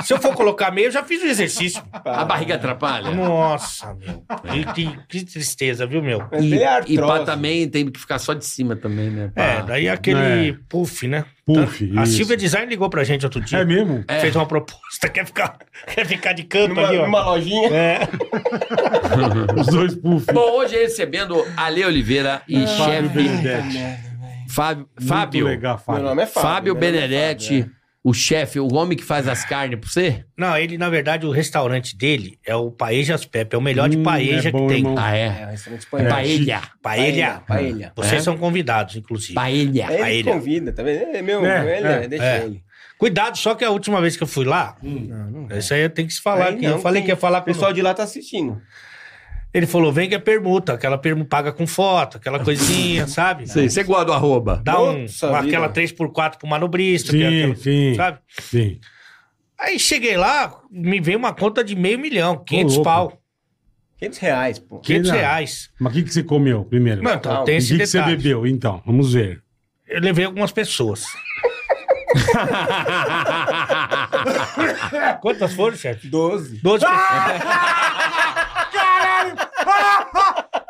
[SPEAKER 4] se eu for colocar meia, eu já fiz o exercício.
[SPEAKER 5] A barriga atrapalha.
[SPEAKER 4] Nossa, meu. Que, que- que tristeza, viu, meu?
[SPEAKER 6] Mas
[SPEAKER 5] E,
[SPEAKER 6] ele é artrose.
[SPEAKER 5] e pá também tem que ficar só de cima também, né? pá?
[SPEAKER 4] É, daí é aquele puff, né?
[SPEAKER 3] Puff,
[SPEAKER 4] A
[SPEAKER 3] isso.
[SPEAKER 4] Silvia Design ligou pra gente outro dia.
[SPEAKER 3] É mesmo?
[SPEAKER 5] É.
[SPEAKER 4] Fez uma proposta, (laughs) quer ficar, quer ficar de canto
[SPEAKER 6] Numa,
[SPEAKER 4] ali, tá ó.
[SPEAKER 6] numa lojinha.
[SPEAKER 4] É.
[SPEAKER 3] (laughs) Os dois puff.
[SPEAKER 4] Ah,
[SPEAKER 5] Bom, hoje recebendo Ale Oliveira e
[SPEAKER 3] Ah, Fábio
[SPEAKER 5] chefe
[SPEAKER 3] Benedetti.
[SPEAKER 5] Fábio,
[SPEAKER 3] Muito
[SPEAKER 5] Fábio,
[SPEAKER 3] legal,
[SPEAKER 6] Meu
[SPEAKER 3] Fábio.
[SPEAKER 6] nome é Fábio.
[SPEAKER 5] Fábio
[SPEAKER 6] meu nome é
[SPEAKER 5] Benedetti,
[SPEAKER 6] Fábio,
[SPEAKER 5] o chefe, o homem que faz as carnes pra você?
[SPEAKER 4] Não, ele, na verdade, o restaurante dele é o Paejas Pepe, é o melhor de
[SPEAKER 3] Hum,
[SPEAKER 4] paeja
[SPEAKER 3] é bom,
[SPEAKER 4] que tem.
[SPEAKER 3] irmão.
[SPEAKER 5] Ah,
[SPEAKER 6] é.
[SPEAKER 5] é.
[SPEAKER 6] É, um restaurante
[SPEAKER 5] é.
[SPEAKER 6] espanhol.
[SPEAKER 5] Paella.
[SPEAKER 4] Paella.
[SPEAKER 6] Paella.
[SPEAKER 4] Vocês
[SPEAKER 5] É?
[SPEAKER 4] são convidados, inclusive.
[SPEAKER 5] Paella.
[SPEAKER 6] É, Ele
[SPEAKER 4] Paella.
[SPEAKER 6] convida, tá vendo? É meu,
[SPEAKER 3] É,
[SPEAKER 6] ele,
[SPEAKER 3] é,
[SPEAKER 6] deixa
[SPEAKER 4] é.
[SPEAKER 6] ele.
[SPEAKER 4] Cuidado, só que a última vez que eu fui lá, isso aí eu tenho que se falar
[SPEAKER 6] Aí
[SPEAKER 4] aqui.
[SPEAKER 6] não,
[SPEAKER 4] eu falei
[SPEAKER 6] tem-
[SPEAKER 4] que ia falar
[SPEAKER 6] O
[SPEAKER 4] com
[SPEAKER 6] pessoal de lá tá assistindo.
[SPEAKER 4] Ele falou, vem que é permuta, aquela permuta paga com foto, aquela coisinha, sabe?
[SPEAKER 5] Sei, você guarda o arroba.
[SPEAKER 4] Dá um,
[SPEAKER 6] Nossa
[SPEAKER 4] uma-
[SPEAKER 6] vida.
[SPEAKER 4] aquela 3x4 pro manobrista, que é
[SPEAKER 3] Sim,
[SPEAKER 4] aquela-
[SPEAKER 3] sim,
[SPEAKER 4] sabe?
[SPEAKER 6] é
[SPEAKER 3] sim.
[SPEAKER 4] Aí cheguei lá, me veio uma conta de meio milhão, 500
[SPEAKER 3] louco.
[SPEAKER 4] pau,
[SPEAKER 6] 500 reais, pô.
[SPEAKER 4] 500
[SPEAKER 3] Que nada.
[SPEAKER 4] reais.
[SPEAKER 3] Mas o que, que você comeu primeiro?
[SPEAKER 4] Mano, então,
[SPEAKER 6] Não,
[SPEAKER 4] tem
[SPEAKER 3] o
[SPEAKER 4] esse
[SPEAKER 3] que, que você
[SPEAKER 4] detalhe.
[SPEAKER 3] bebeu, então? Vamos ver.
[SPEAKER 4] Eu levei algumas pessoas. Quantas foram, chefe?
[SPEAKER 6] 12.
[SPEAKER 4] 12 pessoas.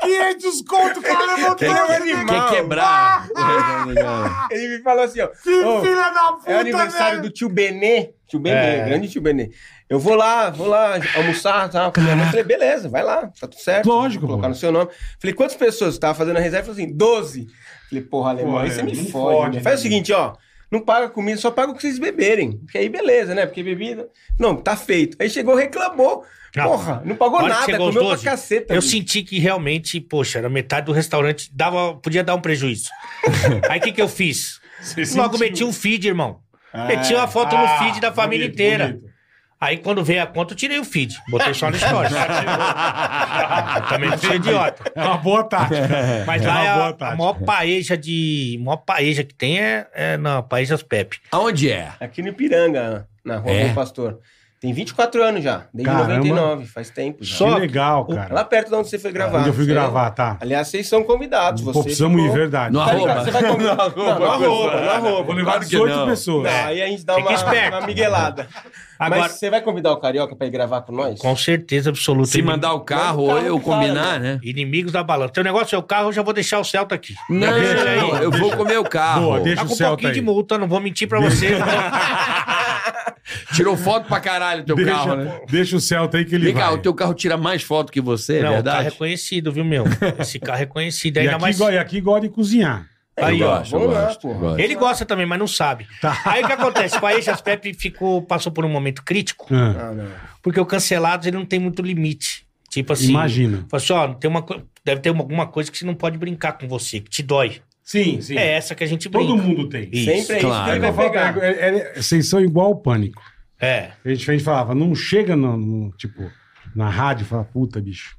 [SPEAKER 3] 500 conto, cara, eu vou
[SPEAKER 5] Quer, quer, quer quebrar?
[SPEAKER 6] (laughs) Ele me falou assim, ó. "Ô,
[SPEAKER 3] Ah! da puta,
[SPEAKER 6] é o aniversário do tio Benê. Tio Benê,
[SPEAKER 4] É.
[SPEAKER 6] grande tio Benê. Eu vou lá, vou lá almoçar, tá? Com minha mãe. Eu Falei, beleza, vai lá, tá tudo certo.
[SPEAKER 3] Lógico,
[SPEAKER 6] Vou colocar
[SPEAKER 3] pô.
[SPEAKER 6] no seu nome. Falei, quantas pessoas? Tava fazendo a reserva, falei assim, 12. Falei, porra, alemão,
[SPEAKER 3] Porra,
[SPEAKER 6] aí você me
[SPEAKER 3] não
[SPEAKER 6] fode.
[SPEAKER 3] fode,
[SPEAKER 6] né? Faz
[SPEAKER 3] né?
[SPEAKER 6] o seguinte, ó. Não paga comida, só paga o que vocês beberem. Porque aí beleza, né? Porque bebida. Não, tá feito. Aí chegou, reclamou.
[SPEAKER 4] Não.
[SPEAKER 6] Porra, não pagou
[SPEAKER 4] Na hora que
[SPEAKER 6] nada,
[SPEAKER 4] chegou os
[SPEAKER 6] comeu pra
[SPEAKER 4] 12,
[SPEAKER 6] caceta.
[SPEAKER 4] Eu
[SPEAKER 6] bicho.
[SPEAKER 4] senti que realmente, poxa, era metade do restaurante, dava, podia dar um
[SPEAKER 3] (laughs)
[SPEAKER 4] prejuízo. Aí o que, que eu fiz? Logo meti um feed, irmão. meti
[SPEAKER 3] É.
[SPEAKER 4] uma foto
[SPEAKER 3] Ah,
[SPEAKER 4] no feed da família inteira. Aí quando veio a conta, eu tirei o feed. Botei
[SPEAKER 3] (laughs)
[SPEAKER 4] só no stories. (laughs) Também não sou idiota.
[SPEAKER 3] É uma boa tática.
[SPEAKER 4] Mas
[SPEAKER 3] É
[SPEAKER 4] lá
[SPEAKER 3] uma
[SPEAKER 4] é a,
[SPEAKER 3] boa
[SPEAKER 4] a
[SPEAKER 3] tática.
[SPEAKER 4] maior paeja de. maior paeja que tem é, é na Paejas Pepe.
[SPEAKER 5] Aonde é?
[SPEAKER 6] Aqui no Ipiranga, na Rua
[SPEAKER 5] É?
[SPEAKER 6] do Pastor. Tem 24 anos já, desde
[SPEAKER 3] Caramba.
[SPEAKER 6] 99, faz tempo já.
[SPEAKER 3] Que
[SPEAKER 4] Só-
[SPEAKER 3] legal,
[SPEAKER 4] o-
[SPEAKER 6] Lá
[SPEAKER 3] cara.
[SPEAKER 6] perto de onde você foi gravar.
[SPEAKER 3] Onde eu fui
[SPEAKER 6] Você-
[SPEAKER 3] gravar, tá?
[SPEAKER 6] Aliás, vocês são convidados. Você
[SPEAKER 3] Pô, precisamos ir, verdade. é
[SPEAKER 5] No
[SPEAKER 6] Tá ligado?
[SPEAKER 5] arroba.
[SPEAKER 6] Você vai convidar. Não,
[SPEAKER 5] arroba,
[SPEAKER 6] no arroba, no arroba.
[SPEAKER 3] Vou levar
[SPEAKER 5] Claro que
[SPEAKER 3] 18
[SPEAKER 5] não.
[SPEAKER 3] pessoas.
[SPEAKER 6] Não, Aí a gente dá
[SPEAKER 4] Fica
[SPEAKER 6] uma,
[SPEAKER 4] esperto.
[SPEAKER 6] uma miguelada.
[SPEAKER 4] Agora-
[SPEAKER 6] Mas você vai convidar o Carioca pra ir gravar com nós?
[SPEAKER 4] Com certeza absoluta.
[SPEAKER 5] Se mandar o carro ou
[SPEAKER 6] Manda o
[SPEAKER 5] eu
[SPEAKER 6] carro,
[SPEAKER 5] combinar, né?
[SPEAKER 4] Inimigos da balança. Teu negócio é o carro, eu já vou deixar o Celta aqui.
[SPEAKER 5] Não,
[SPEAKER 4] Já deixa aí.
[SPEAKER 5] eu vou comer o carro.
[SPEAKER 3] Boa, deixa
[SPEAKER 4] Tá
[SPEAKER 3] o
[SPEAKER 4] com um
[SPEAKER 3] Celta
[SPEAKER 4] pouquinho
[SPEAKER 3] aí. É
[SPEAKER 4] de multa, não vou mentir pra
[SPEAKER 3] (laughs)
[SPEAKER 4] você.
[SPEAKER 5] Tirou foto pra caralho o teu
[SPEAKER 3] Deixa,
[SPEAKER 5] carro, né?
[SPEAKER 3] deixa o Celta aí que ele
[SPEAKER 5] Vem
[SPEAKER 3] vai.
[SPEAKER 5] cá, o teu carro tira mais foto que você,
[SPEAKER 4] não,
[SPEAKER 5] é
[SPEAKER 4] o carro é
[SPEAKER 5] verdade?
[SPEAKER 4] reconhecido, viu, meu? Esse carro é reconhecido.
[SPEAKER 3] e
[SPEAKER 4] Ainda
[SPEAKER 3] aqui,
[SPEAKER 4] mais.
[SPEAKER 3] go- e aqui gosta de cozinhar.
[SPEAKER 4] Aí,
[SPEAKER 5] eu
[SPEAKER 4] ó.
[SPEAKER 5] gosto, eu
[SPEAKER 6] vamos lá,
[SPEAKER 5] gosto,
[SPEAKER 6] porra.
[SPEAKER 5] gosto.
[SPEAKER 4] Ele gosta também, mas não sabe.
[SPEAKER 3] Tá.
[SPEAKER 4] Aí o que acontece? O Paejas Pepe ficou, passou por um momento crítico,
[SPEAKER 3] Ah,
[SPEAKER 6] Ah, não.
[SPEAKER 4] porque o Cancelados ele não tem muito limite. Tipo assim.
[SPEAKER 3] Imagina.
[SPEAKER 4] Falou assim, ó, tem uma, co- deve ter uma- alguma coisa que você não pode brincar com você, que te dói.
[SPEAKER 3] Sim, sim.
[SPEAKER 4] É essa que a gente brinca.
[SPEAKER 3] Todo mundo tem.
[SPEAKER 4] Isso.
[SPEAKER 6] Sempre é isso
[SPEAKER 5] claro.
[SPEAKER 6] que ele vai
[SPEAKER 3] Eu falo,
[SPEAKER 6] pegar.
[SPEAKER 3] é- é- é- vocês são igual o pânico.
[SPEAKER 4] É.
[SPEAKER 3] A gente, a gente falava, não chega no, no- tipo, na rádio, fala, puta, bicho,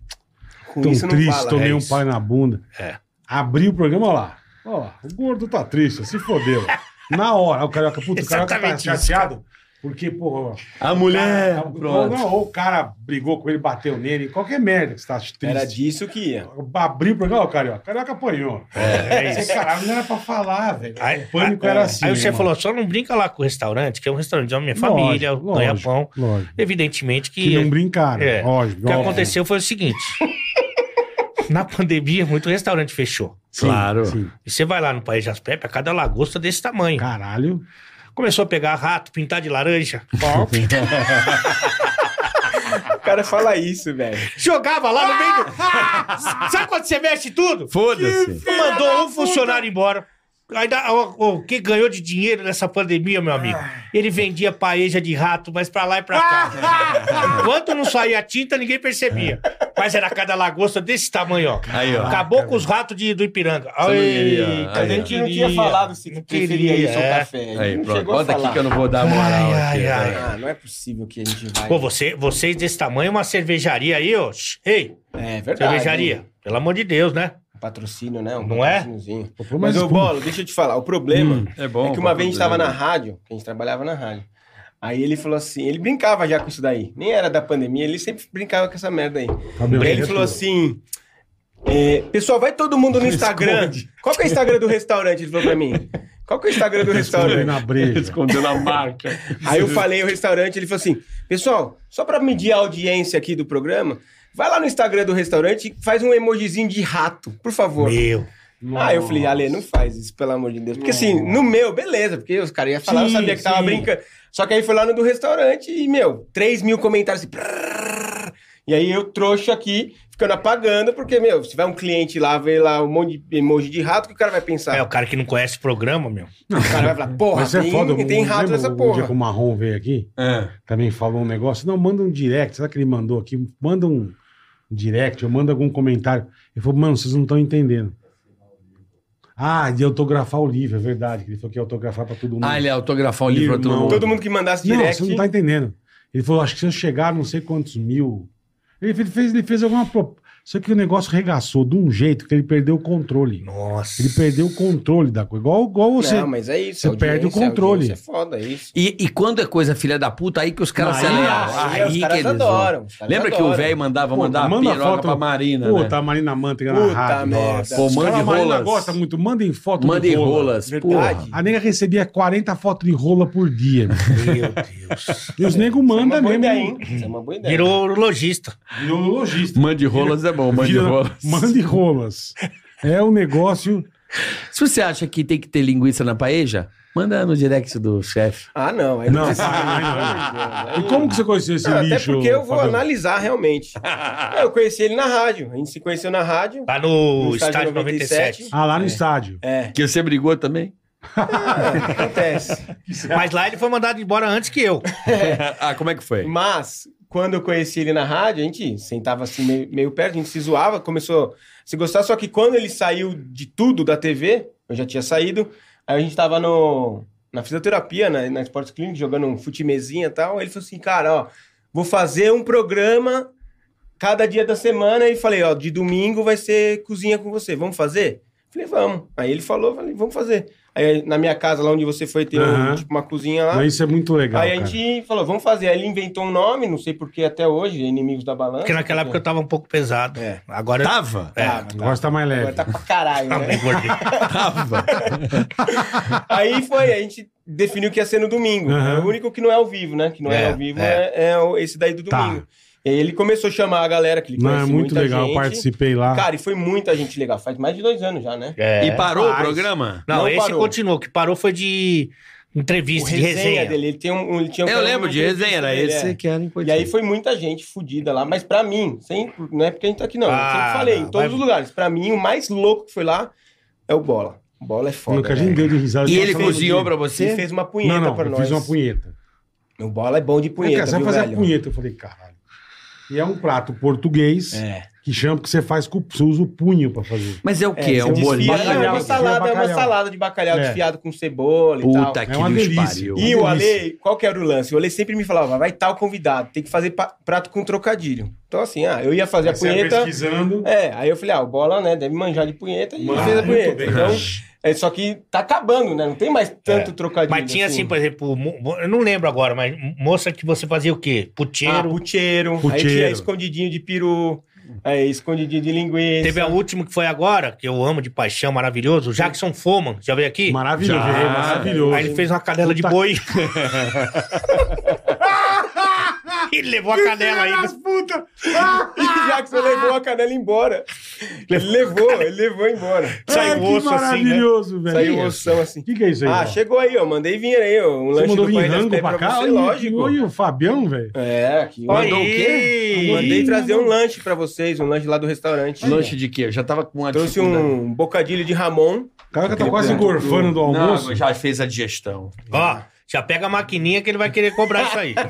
[SPEAKER 6] Com
[SPEAKER 3] tão
[SPEAKER 6] isso não
[SPEAKER 3] triste,
[SPEAKER 6] fala.
[SPEAKER 3] tomei
[SPEAKER 4] é
[SPEAKER 3] um
[SPEAKER 4] isso.
[SPEAKER 3] pai na bunda.
[SPEAKER 4] É.
[SPEAKER 3] Abri o programa, olha lá. Ó, lá, o gordo tá triste, se fodeu. na hora, o carioca, puta, o carioca tá
[SPEAKER 4] Exatamente isso,
[SPEAKER 3] chateado. Porque, porra,
[SPEAKER 5] A
[SPEAKER 3] Cara, tá, não, ou o cara brigou com ele, bateu nele, qualquer merda que você tá triste.
[SPEAKER 6] Era disso que ia.
[SPEAKER 3] Abriu o programa, ó, carioca. Carioca apanhou.
[SPEAKER 4] É,
[SPEAKER 3] Esse
[SPEAKER 4] isso.
[SPEAKER 3] Caralho, não era pra falar, velho.
[SPEAKER 4] Aí-
[SPEAKER 3] O pânico
[SPEAKER 6] aí-
[SPEAKER 3] era assim.
[SPEAKER 4] Aí o chefe
[SPEAKER 3] irmão.
[SPEAKER 4] falou: só não brinca lá com o restaurante, que é um restaurante da minha
[SPEAKER 3] Lógico,
[SPEAKER 4] família,
[SPEAKER 3] lógico,
[SPEAKER 4] ganha-pão.
[SPEAKER 3] Lógico.
[SPEAKER 4] Evidentemente que.
[SPEAKER 3] Que não brincaram.
[SPEAKER 4] É.
[SPEAKER 3] Lógico.
[SPEAKER 4] O que
[SPEAKER 3] óbvio.
[SPEAKER 4] aconteceu foi o seguinte: (laughs) na pandemia, muito restaurante fechou.
[SPEAKER 3] Sim,
[SPEAKER 5] Claro.
[SPEAKER 3] sim.
[SPEAKER 4] E você vai lá no País das Pepe, a cada lagosta desse tamanho.
[SPEAKER 3] Caralho.
[SPEAKER 4] Começou a pegar rato, pintar de laranja, (laughs)
[SPEAKER 6] O cara fala isso, velho.
[SPEAKER 4] jogava lá no meio
[SPEAKER 5] (laughs)
[SPEAKER 4] do. Sabe quando você mexe tudo?
[SPEAKER 5] (laughs) Foda-se.
[SPEAKER 4] Mandou um funcionário embora. Ainda, o, o que ganhou de dinheiro nessa pandemia, meu amigo? Ele vendia paeja de rato, mas pra lá e pra
[SPEAKER 5] (laughs)
[SPEAKER 4] cá. Enquanto não saía a tinta, ninguém percebia. Mas era cada lagosta desse tamanho, ó.
[SPEAKER 5] Aí, ó.
[SPEAKER 4] Acabou com os ratos de, do Ipiranga.
[SPEAKER 5] não
[SPEAKER 4] Ai,
[SPEAKER 5] queria,
[SPEAKER 4] tá
[SPEAKER 5] aí,
[SPEAKER 6] A
[SPEAKER 5] ó.
[SPEAKER 4] vendo?
[SPEAKER 5] Não
[SPEAKER 6] gente não tinha falado se
[SPEAKER 4] Não
[SPEAKER 6] preferia
[SPEAKER 4] queria,
[SPEAKER 6] isso ao
[SPEAKER 4] é.
[SPEAKER 6] café. Ele
[SPEAKER 5] Aí,
[SPEAKER 6] não
[SPEAKER 5] pronto.
[SPEAKER 6] chegou a
[SPEAKER 5] Bota
[SPEAKER 6] falar.
[SPEAKER 5] aqui que eu não vou dar moral
[SPEAKER 4] Ai,
[SPEAKER 5] aqui. tá?
[SPEAKER 4] ai, ai.
[SPEAKER 6] Ah, não é possível que a gente vai...
[SPEAKER 4] Pô, você, vocês desse tamanho, uma cervejaria aí, ó. Shh, Ei,
[SPEAKER 6] É verdade.
[SPEAKER 4] cervejaria.
[SPEAKER 6] hein?
[SPEAKER 4] Pelo amor de Deus, né?
[SPEAKER 6] Um Patrocínio, né? Um
[SPEAKER 4] Não é? Hum,
[SPEAKER 6] patrocíniozinho.
[SPEAKER 3] Pô, pô,
[SPEAKER 6] Mas,
[SPEAKER 3] mas
[SPEAKER 6] ô,
[SPEAKER 3] como-
[SPEAKER 6] Bolo, deixa eu te falar. O problema
[SPEAKER 5] É bom. um
[SPEAKER 6] é que uma vez a gente estava na (laughs)
[SPEAKER 5] na
[SPEAKER 6] rádio, que a gente trabalhava na rádio. Aí ele falou assim, ele brincava já com isso daí. Nem era da pandemia, ele sempre brincava com essa merda aí.
[SPEAKER 3] Cabelo
[SPEAKER 6] Aí ele
[SPEAKER 3] reto.
[SPEAKER 6] falou assim: é, Pessoal, vai todo mundo no Instagram. Qual que é o Instagram do restaurante? Ele falou pra mim. Qual que é o Instagram do restaurante?
[SPEAKER 3] na breja.
[SPEAKER 5] Escondendo a marca.
[SPEAKER 6] Aí eu falei o restaurante, ele falou assim: pessoal, só pra medir a audiência aqui do programa, vai lá no Instagram do restaurante e faz um emojizinho de rato, por favor.
[SPEAKER 4] Meu.
[SPEAKER 6] Ah, eu falei, Ale, não faz isso, pelo amor de Deus. Porque assim, no meu, beleza, porque os caras iam falar, eu
[SPEAKER 3] Sim,
[SPEAKER 6] sabia que tava
[SPEAKER 3] sim.
[SPEAKER 6] brincando. Só que aí foi lá no do restaurante e, meu, 3 mil comentários assim. prrr. E aí eu trouxa aqui, ficando apagando, porque, meu, se vai um cliente lá, vê lá um monte de emoji de rato, o que o cara vai
[SPEAKER 3] Tá.
[SPEAKER 6] pensar?
[SPEAKER 4] É, o cara que não conhece o programa, meu.
[SPEAKER 6] o cara vai falar, porra,
[SPEAKER 3] Mas você é
[SPEAKER 6] tem,
[SPEAKER 3] foda,
[SPEAKER 6] tem rato
[SPEAKER 3] lembra
[SPEAKER 6] nessa
[SPEAKER 3] O dia
[SPEAKER 6] porra.
[SPEAKER 3] que o Marrom veio aqui,
[SPEAKER 6] É.
[SPEAKER 5] Ah,
[SPEAKER 3] também falou um negócio. Não, manda um direct. Será que ele mandou aqui? Manda um direct, ou manda algum comentário. Ele falou, mano, vocês não estão entendendo. Ah, de autografar o livro, é verdade. que Ele falou que ia autografar pra todo mundo.
[SPEAKER 5] Ah, ele ia autografar o livro pra todo
[SPEAKER 3] Irmão.
[SPEAKER 5] mundo.
[SPEAKER 6] Todo mundo que mandasse
[SPEAKER 3] não,
[SPEAKER 6] direct.
[SPEAKER 3] você não tá entendendo. Ele falou, acho que se eu chegar não sei quantos mil. Ele fe- fez, ele fez alguma. Pro... Só que o negócio regaçou de um jeito que ele perdeu o controle.
[SPEAKER 4] Nossa.
[SPEAKER 3] Ele perdeu o controle da coisa. Igual, igual você.
[SPEAKER 6] não, mas é isso.
[SPEAKER 3] você
[SPEAKER 6] audiência,
[SPEAKER 3] perde o controle.
[SPEAKER 6] audiência É foda, é isso.
[SPEAKER 5] E, e quando é coisa filha da puta, aí que os caras
[SPEAKER 3] Aí,
[SPEAKER 5] se aleiam.
[SPEAKER 6] Ah,
[SPEAKER 5] Aí,
[SPEAKER 6] os
[SPEAKER 5] que
[SPEAKER 6] caras
[SPEAKER 5] eles vão.
[SPEAKER 6] adoram. os caras
[SPEAKER 5] Lembra que o
[SPEAKER 6] adoram.
[SPEAKER 5] velho mandava
[SPEAKER 3] Pô,
[SPEAKER 5] mandar
[SPEAKER 3] manda
[SPEAKER 5] piroca
[SPEAKER 3] foto tá
[SPEAKER 5] pra Marina,
[SPEAKER 3] Puta,
[SPEAKER 5] né?
[SPEAKER 3] a Marina manteiga na
[SPEAKER 6] Puta
[SPEAKER 3] rádio.
[SPEAKER 6] merda.
[SPEAKER 5] Pô,
[SPEAKER 3] Os caras,
[SPEAKER 5] mande
[SPEAKER 3] a Marina
[SPEAKER 5] rolas.
[SPEAKER 3] gosta muito. Mandem foto
[SPEAKER 5] Manda
[SPEAKER 3] de
[SPEAKER 5] em
[SPEAKER 3] rola.
[SPEAKER 5] rolas.
[SPEAKER 6] Verdade.
[SPEAKER 5] Porra.
[SPEAKER 3] A nega recebia 40 fotos de rola por dia.
[SPEAKER 6] (laughs)
[SPEAKER 3] meu.
[SPEAKER 4] Meu Deus.
[SPEAKER 3] E os negros
[SPEAKER 6] Isso é uma
[SPEAKER 3] mandam
[SPEAKER 6] boa
[SPEAKER 3] mesmo.
[SPEAKER 6] ideia, hein? Isso é uma boa ideia.
[SPEAKER 4] Virou urologista.
[SPEAKER 3] Virou lojista.
[SPEAKER 5] Mande rolas é bom, mande
[SPEAKER 3] Vira-
[SPEAKER 5] rolas.
[SPEAKER 3] Manda em rolas. É um negócio.
[SPEAKER 5] Se você acha que tem que ter linguiça na paeja, manda no direct do chefe.
[SPEAKER 6] Ah, não. Aí
[SPEAKER 3] Não,
[SPEAKER 6] precisa.
[SPEAKER 3] aí
[SPEAKER 6] Aí-
[SPEAKER 3] E como que você conheceu esse
[SPEAKER 6] Não, até
[SPEAKER 3] lixo?
[SPEAKER 6] porque eu vou
[SPEAKER 3] Fabiano?
[SPEAKER 6] analisar realmente. Eu conheci ele na rádio. A gente se conheceu na rádio. tá,
[SPEAKER 4] Lá no,
[SPEAKER 6] No estádio
[SPEAKER 4] estádio 97.
[SPEAKER 3] Ah, lá no estádio.
[SPEAKER 6] É,
[SPEAKER 5] Que você brigou também?
[SPEAKER 6] acontece.
[SPEAKER 4] Mas lá ele foi mandado embora antes que eu.
[SPEAKER 5] (laughs) ah, como é que foi?
[SPEAKER 6] Mas, quando eu conheci ele na rádio, a gente sentava assim meio, meio perto, a gente se zoava, começou a se gostar. Só que quando ele saiu de tudo da TV, eu já tinha saído, aí a gente tava no, na fisioterapia, na, na Sports Clinic, jogando um futimezinha e tal. Aí ele falou assim, cara, ó, vou fazer um programa cada dia da semana. E falei, ó, de domingo vai ser cozinha com você, vamos fazer? Falei, vamos. Aí ele falou, falei, vamos fazer. Aí na minha casa, lá onde você foi, tem um-
[SPEAKER 3] Aham.
[SPEAKER 6] tipo, uma cozinha lá.
[SPEAKER 3] Mas isso é muito legal.
[SPEAKER 6] Aí a
[SPEAKER 3] cara.
[SPEAKER 6] gente falou, vamos fazer. Aí ele inventou um nome, não sei por que até hoje, Inimigos da Balança.
[SPEAKER 4] Porque naquela época eu tava um pouco pesado.
[SPEAKER 6] É.
[SPEAKER 4] Agora
[SPEAKER 5] Tava?
[SPEAKER 4] É,
[SPEAKER 6] Tava, tava.
[SPEAKER 3] Agora você tá mais leve.
[SPEAKER 6] Agora tá pra caralho,
[SPEAKER 4] também
[SPEAKER 6] né?
[SPEAKER 4] engordei.
[SPEAKER 5] Tava.
[SPEAKER 6] Aí foi, a gente definiu que ia ser no domingo.
[SPEAKER 3] Aham.
[SPEAKER 6] É o único que não é ao vivo, né? Que não é,
[SPEAKER 5] É,
[SPEAKER 6] ao vivo
[SPEAKER 5] é.
[SPEAKER 6] é, é o- esse daí do
[SPEAKER 3] Tá.
[SPEAKER 6] domingo. E aí ele começou a chamar a galera que ele
[SPEAKER 3] Não,
[SPEAKER 6] conhece
[SPEAKER 3] é muito
[SPEAKER 6] muita
[SPEAKER 3] legal. Eu
[SPEAKER 6] gente.
[SPEAKER 3] participei lá.
[SPEAKER 6] Cara, e foi muita gente legal. Faz mais de dois anos já, né?
[SPEAKER 4] É.
[SPEAKER 5] E parou
[SPEAKER 3] Mas-
[SPEAKER 5] o programa?
[SPEAKER 4] Não,
[SPEAKER 6] Não
[SPEAKER 4] esse
[SPEAKER 6] parou.
[SPEAKER 4] continuou. O que parou foi de entrevista, de resenha.
[SPEAKER 6] dele, ele, tem um, ele tinha um
[SPEAKER 5] Eu
[SPEAKER 6] cara-
[SPEAKER 5] lembro de resenha, era
[SPEAKER 6] dele,
[SPEAKER 5] esse
[SPEAKER 6] é.
[SPEAKER 5] que era
[SPEAKER 6] E aí foi muita gente fudida lá, mas pra mim, sem, não é porque a gente tá aqui não, eu
[SPEAKER 4] Ah,
[SPEAKER 6] sempre falei, em
[SPEAKER 4] não,
[SPEAKER 6] todos
[SPEAKER 4] vai-
[SPEAKER 6] os lugares, Pra mim o mais louco que foi lá é o Bola. O Bola é foda.
[SPEAKER 3] Mano, que a gente
[SPEAKER 6] velho.
[SPEAKER 3] deu de risada.
[SPEAKER 5] E
[SPEAKER 3] Eu
[SPEAKER 5] ele
[SPEAKER 3] tava falando
[SPEAKER 5] cozinhou
[SPEAKER 3] de-
[SPEAKER 5] pra
[SPEAKER 6] Ele
[SPEAKER 5] você?
[SPEAKER 6] fez uma punheta
[SPEAKER 3] Não, não,
[SPEAKER 6] pra
[SPEAKER 3] eu
[SPEAKER 6] nós.
[SPEAKER 3] fiz uma punheta.
[SPEAKER 6] O Bola é bom de
[SPEAKER 3] Punheta,
[SPEAKER 6] punheta,
[SPEAKER 3] você vai
[SPEAKER 6] viu,
[SPEAKER 3] fazer
[SPEAKER 6] velho?
[SPEAKER 3] a punheta. Eu falei, caralho. E é um prato português
[SPEAKER 6] É.
[SPEAKER 3] que chama que você faz com você usa o punho pra fazer.
[SPEAKER 5] Mas é o quê? É,
[SPEAKER 6] você
[SPEAKER 5] um bolinho?
[SPEAKER 6] desfia-
[SPEAKER 3] Bacalhau,
[SPEAKER 6] É uma
[SPEAKER 3] desfia
[SPEAKER 6] salada, é uma
[SPEAKER 3] bacalhau.
[SPEAKER 6] salada de bacalhau
[SPEAKER 3] É.
[SPEAKER 6] desfiado com cebola e tal.
[SPEAKER 5] Puta que
[SPEAKER 3] É uma
[SPEAKER 5] nos
[SPEAKER 3] delícia.
[SPEAKER 5] pariu.
[SPEAKER 3] Uma
[SPEAKER 6] E o
[SPEAKER 3] delícia.
[SPEAKER 6] Ale, qual que era o lance? O Ale sempre me falava, vai tal convidado, tem que fazer pa- prato com trocadilho. Então assim, ah, eu ia fazer a
[SPEAKER 3] Você ia
[SPEAKER 6] punheta...
[SPEAKER 3] é pesquisando.
[SPEAKER 6] É, aí eu falei, ah, o Bola, né, deve manjar de punheta e
[SPEAKER 3] Mano,
[SPEAKER 6] fez a
[SPEAKER 3] muito
[SPEAKER 6] punheta.
[SPEAKER 3] bem.
[SPEAKER 6] Então, é, só que tá acabando, né? Não tem mais tanto
[SPEAKER 3] É.
[SPEAKER 6] trocadilho.
[SPEAKER 4] Mas tinha assim, por exemplo, mo- mo- eu não lembro agora, mas moça que você fazia o quê?
[SPEAKER 6] Ah,
[SPEAKER 4] Puteiro.
[SPEAKER 6] puteiro, aí
[SPEAKER 3] Puteiro.
[SPEAKER 6] tinha escondidinho de peru, aí escondidinho de linguiça.
[SPEAKER 4] Teve a última que foi agora, que eu amo de paixão, maravilhoso. O Jackson Foman, já veio aqui?
[SPEAKER 3] Maravilhoso, é maravilhoso.
[SPEAKER 4] Ah, Aí ele fez uma canela de
[SPEAKER 3] Puta-
[SPEAKER 4] boi. ele levou a canela aí.
[SPEAKER 3] Das puta.
[SPEAKER 6] (laughs) E o Jackson levou a canela embora. Ele levou, ele levou embora.
[SPEAKER 4] Saiu
[SPEAKER 3] Ai, Ah, que
[SPEAKER 4] osso assim, né?
[SPEAKER 3] maravilhoso, velho.
[SPEAKER 6] Saiu o oção assim.
[SPEAKER 3] O que, que é isso aí?
[SPEAKER 6] Ah,
[SPEAKER 3] ó?
[SPEAKER 6] chegou aí, ó. Mandei vir aí, ó. Um
[SPEAKER 3] Você
[SPEAKER 6] lanche
[SPEAKER 3] mandou
[SPEAKER 6] do
[SPEAKER 3] vir
[SPEAKER 6] Pai da
[SPEAKER 3] rango
[SPEAKER 6] Fé
[SPEAKER 3] pra cá?
[SPEAKER 6] você,
[SPEAKER 3] Olha,
[SPEAKER 6] lógico.
[SPEAKER 3] Olha o Fabião, velho.
[SPEAKER 6] É, aqui.
[SPEAKER 4] Olha
[SPEAKER 5] Mandou
[SPEAKER 6] Mandou-
[SPEAKER 5] o
[SPEAKER 4] aí.
[SPEAKER 3] quê?
[SPEAKER 6] Mandei
[SPEAKER 3] Ih,
[SPEAKER 6] trazer um
[SPEAKER 3] mandou.
[SPEAKER 6] lanche pra vocês, um lanche lá do restaurante.
[SPEAKER 5] Lanche de quê? Eu já tava com uma
[SPEAKER 6] Trouxe
[SPEAKER 5] dificuldade.
[SPEAKER 6] um bocadilho de Ramon.
[SPEAKER 3] O cara que tá quase engorfando do
[SPEAKER 6] um
[SPEAKER 3] almoço.
[SPEAKER 5] Não, já fez a digestão.
[SPEAKER 4] Ó, já pega a maquininha que ele vai querer cobrar isso aí.
[SPEAKER 3] Tem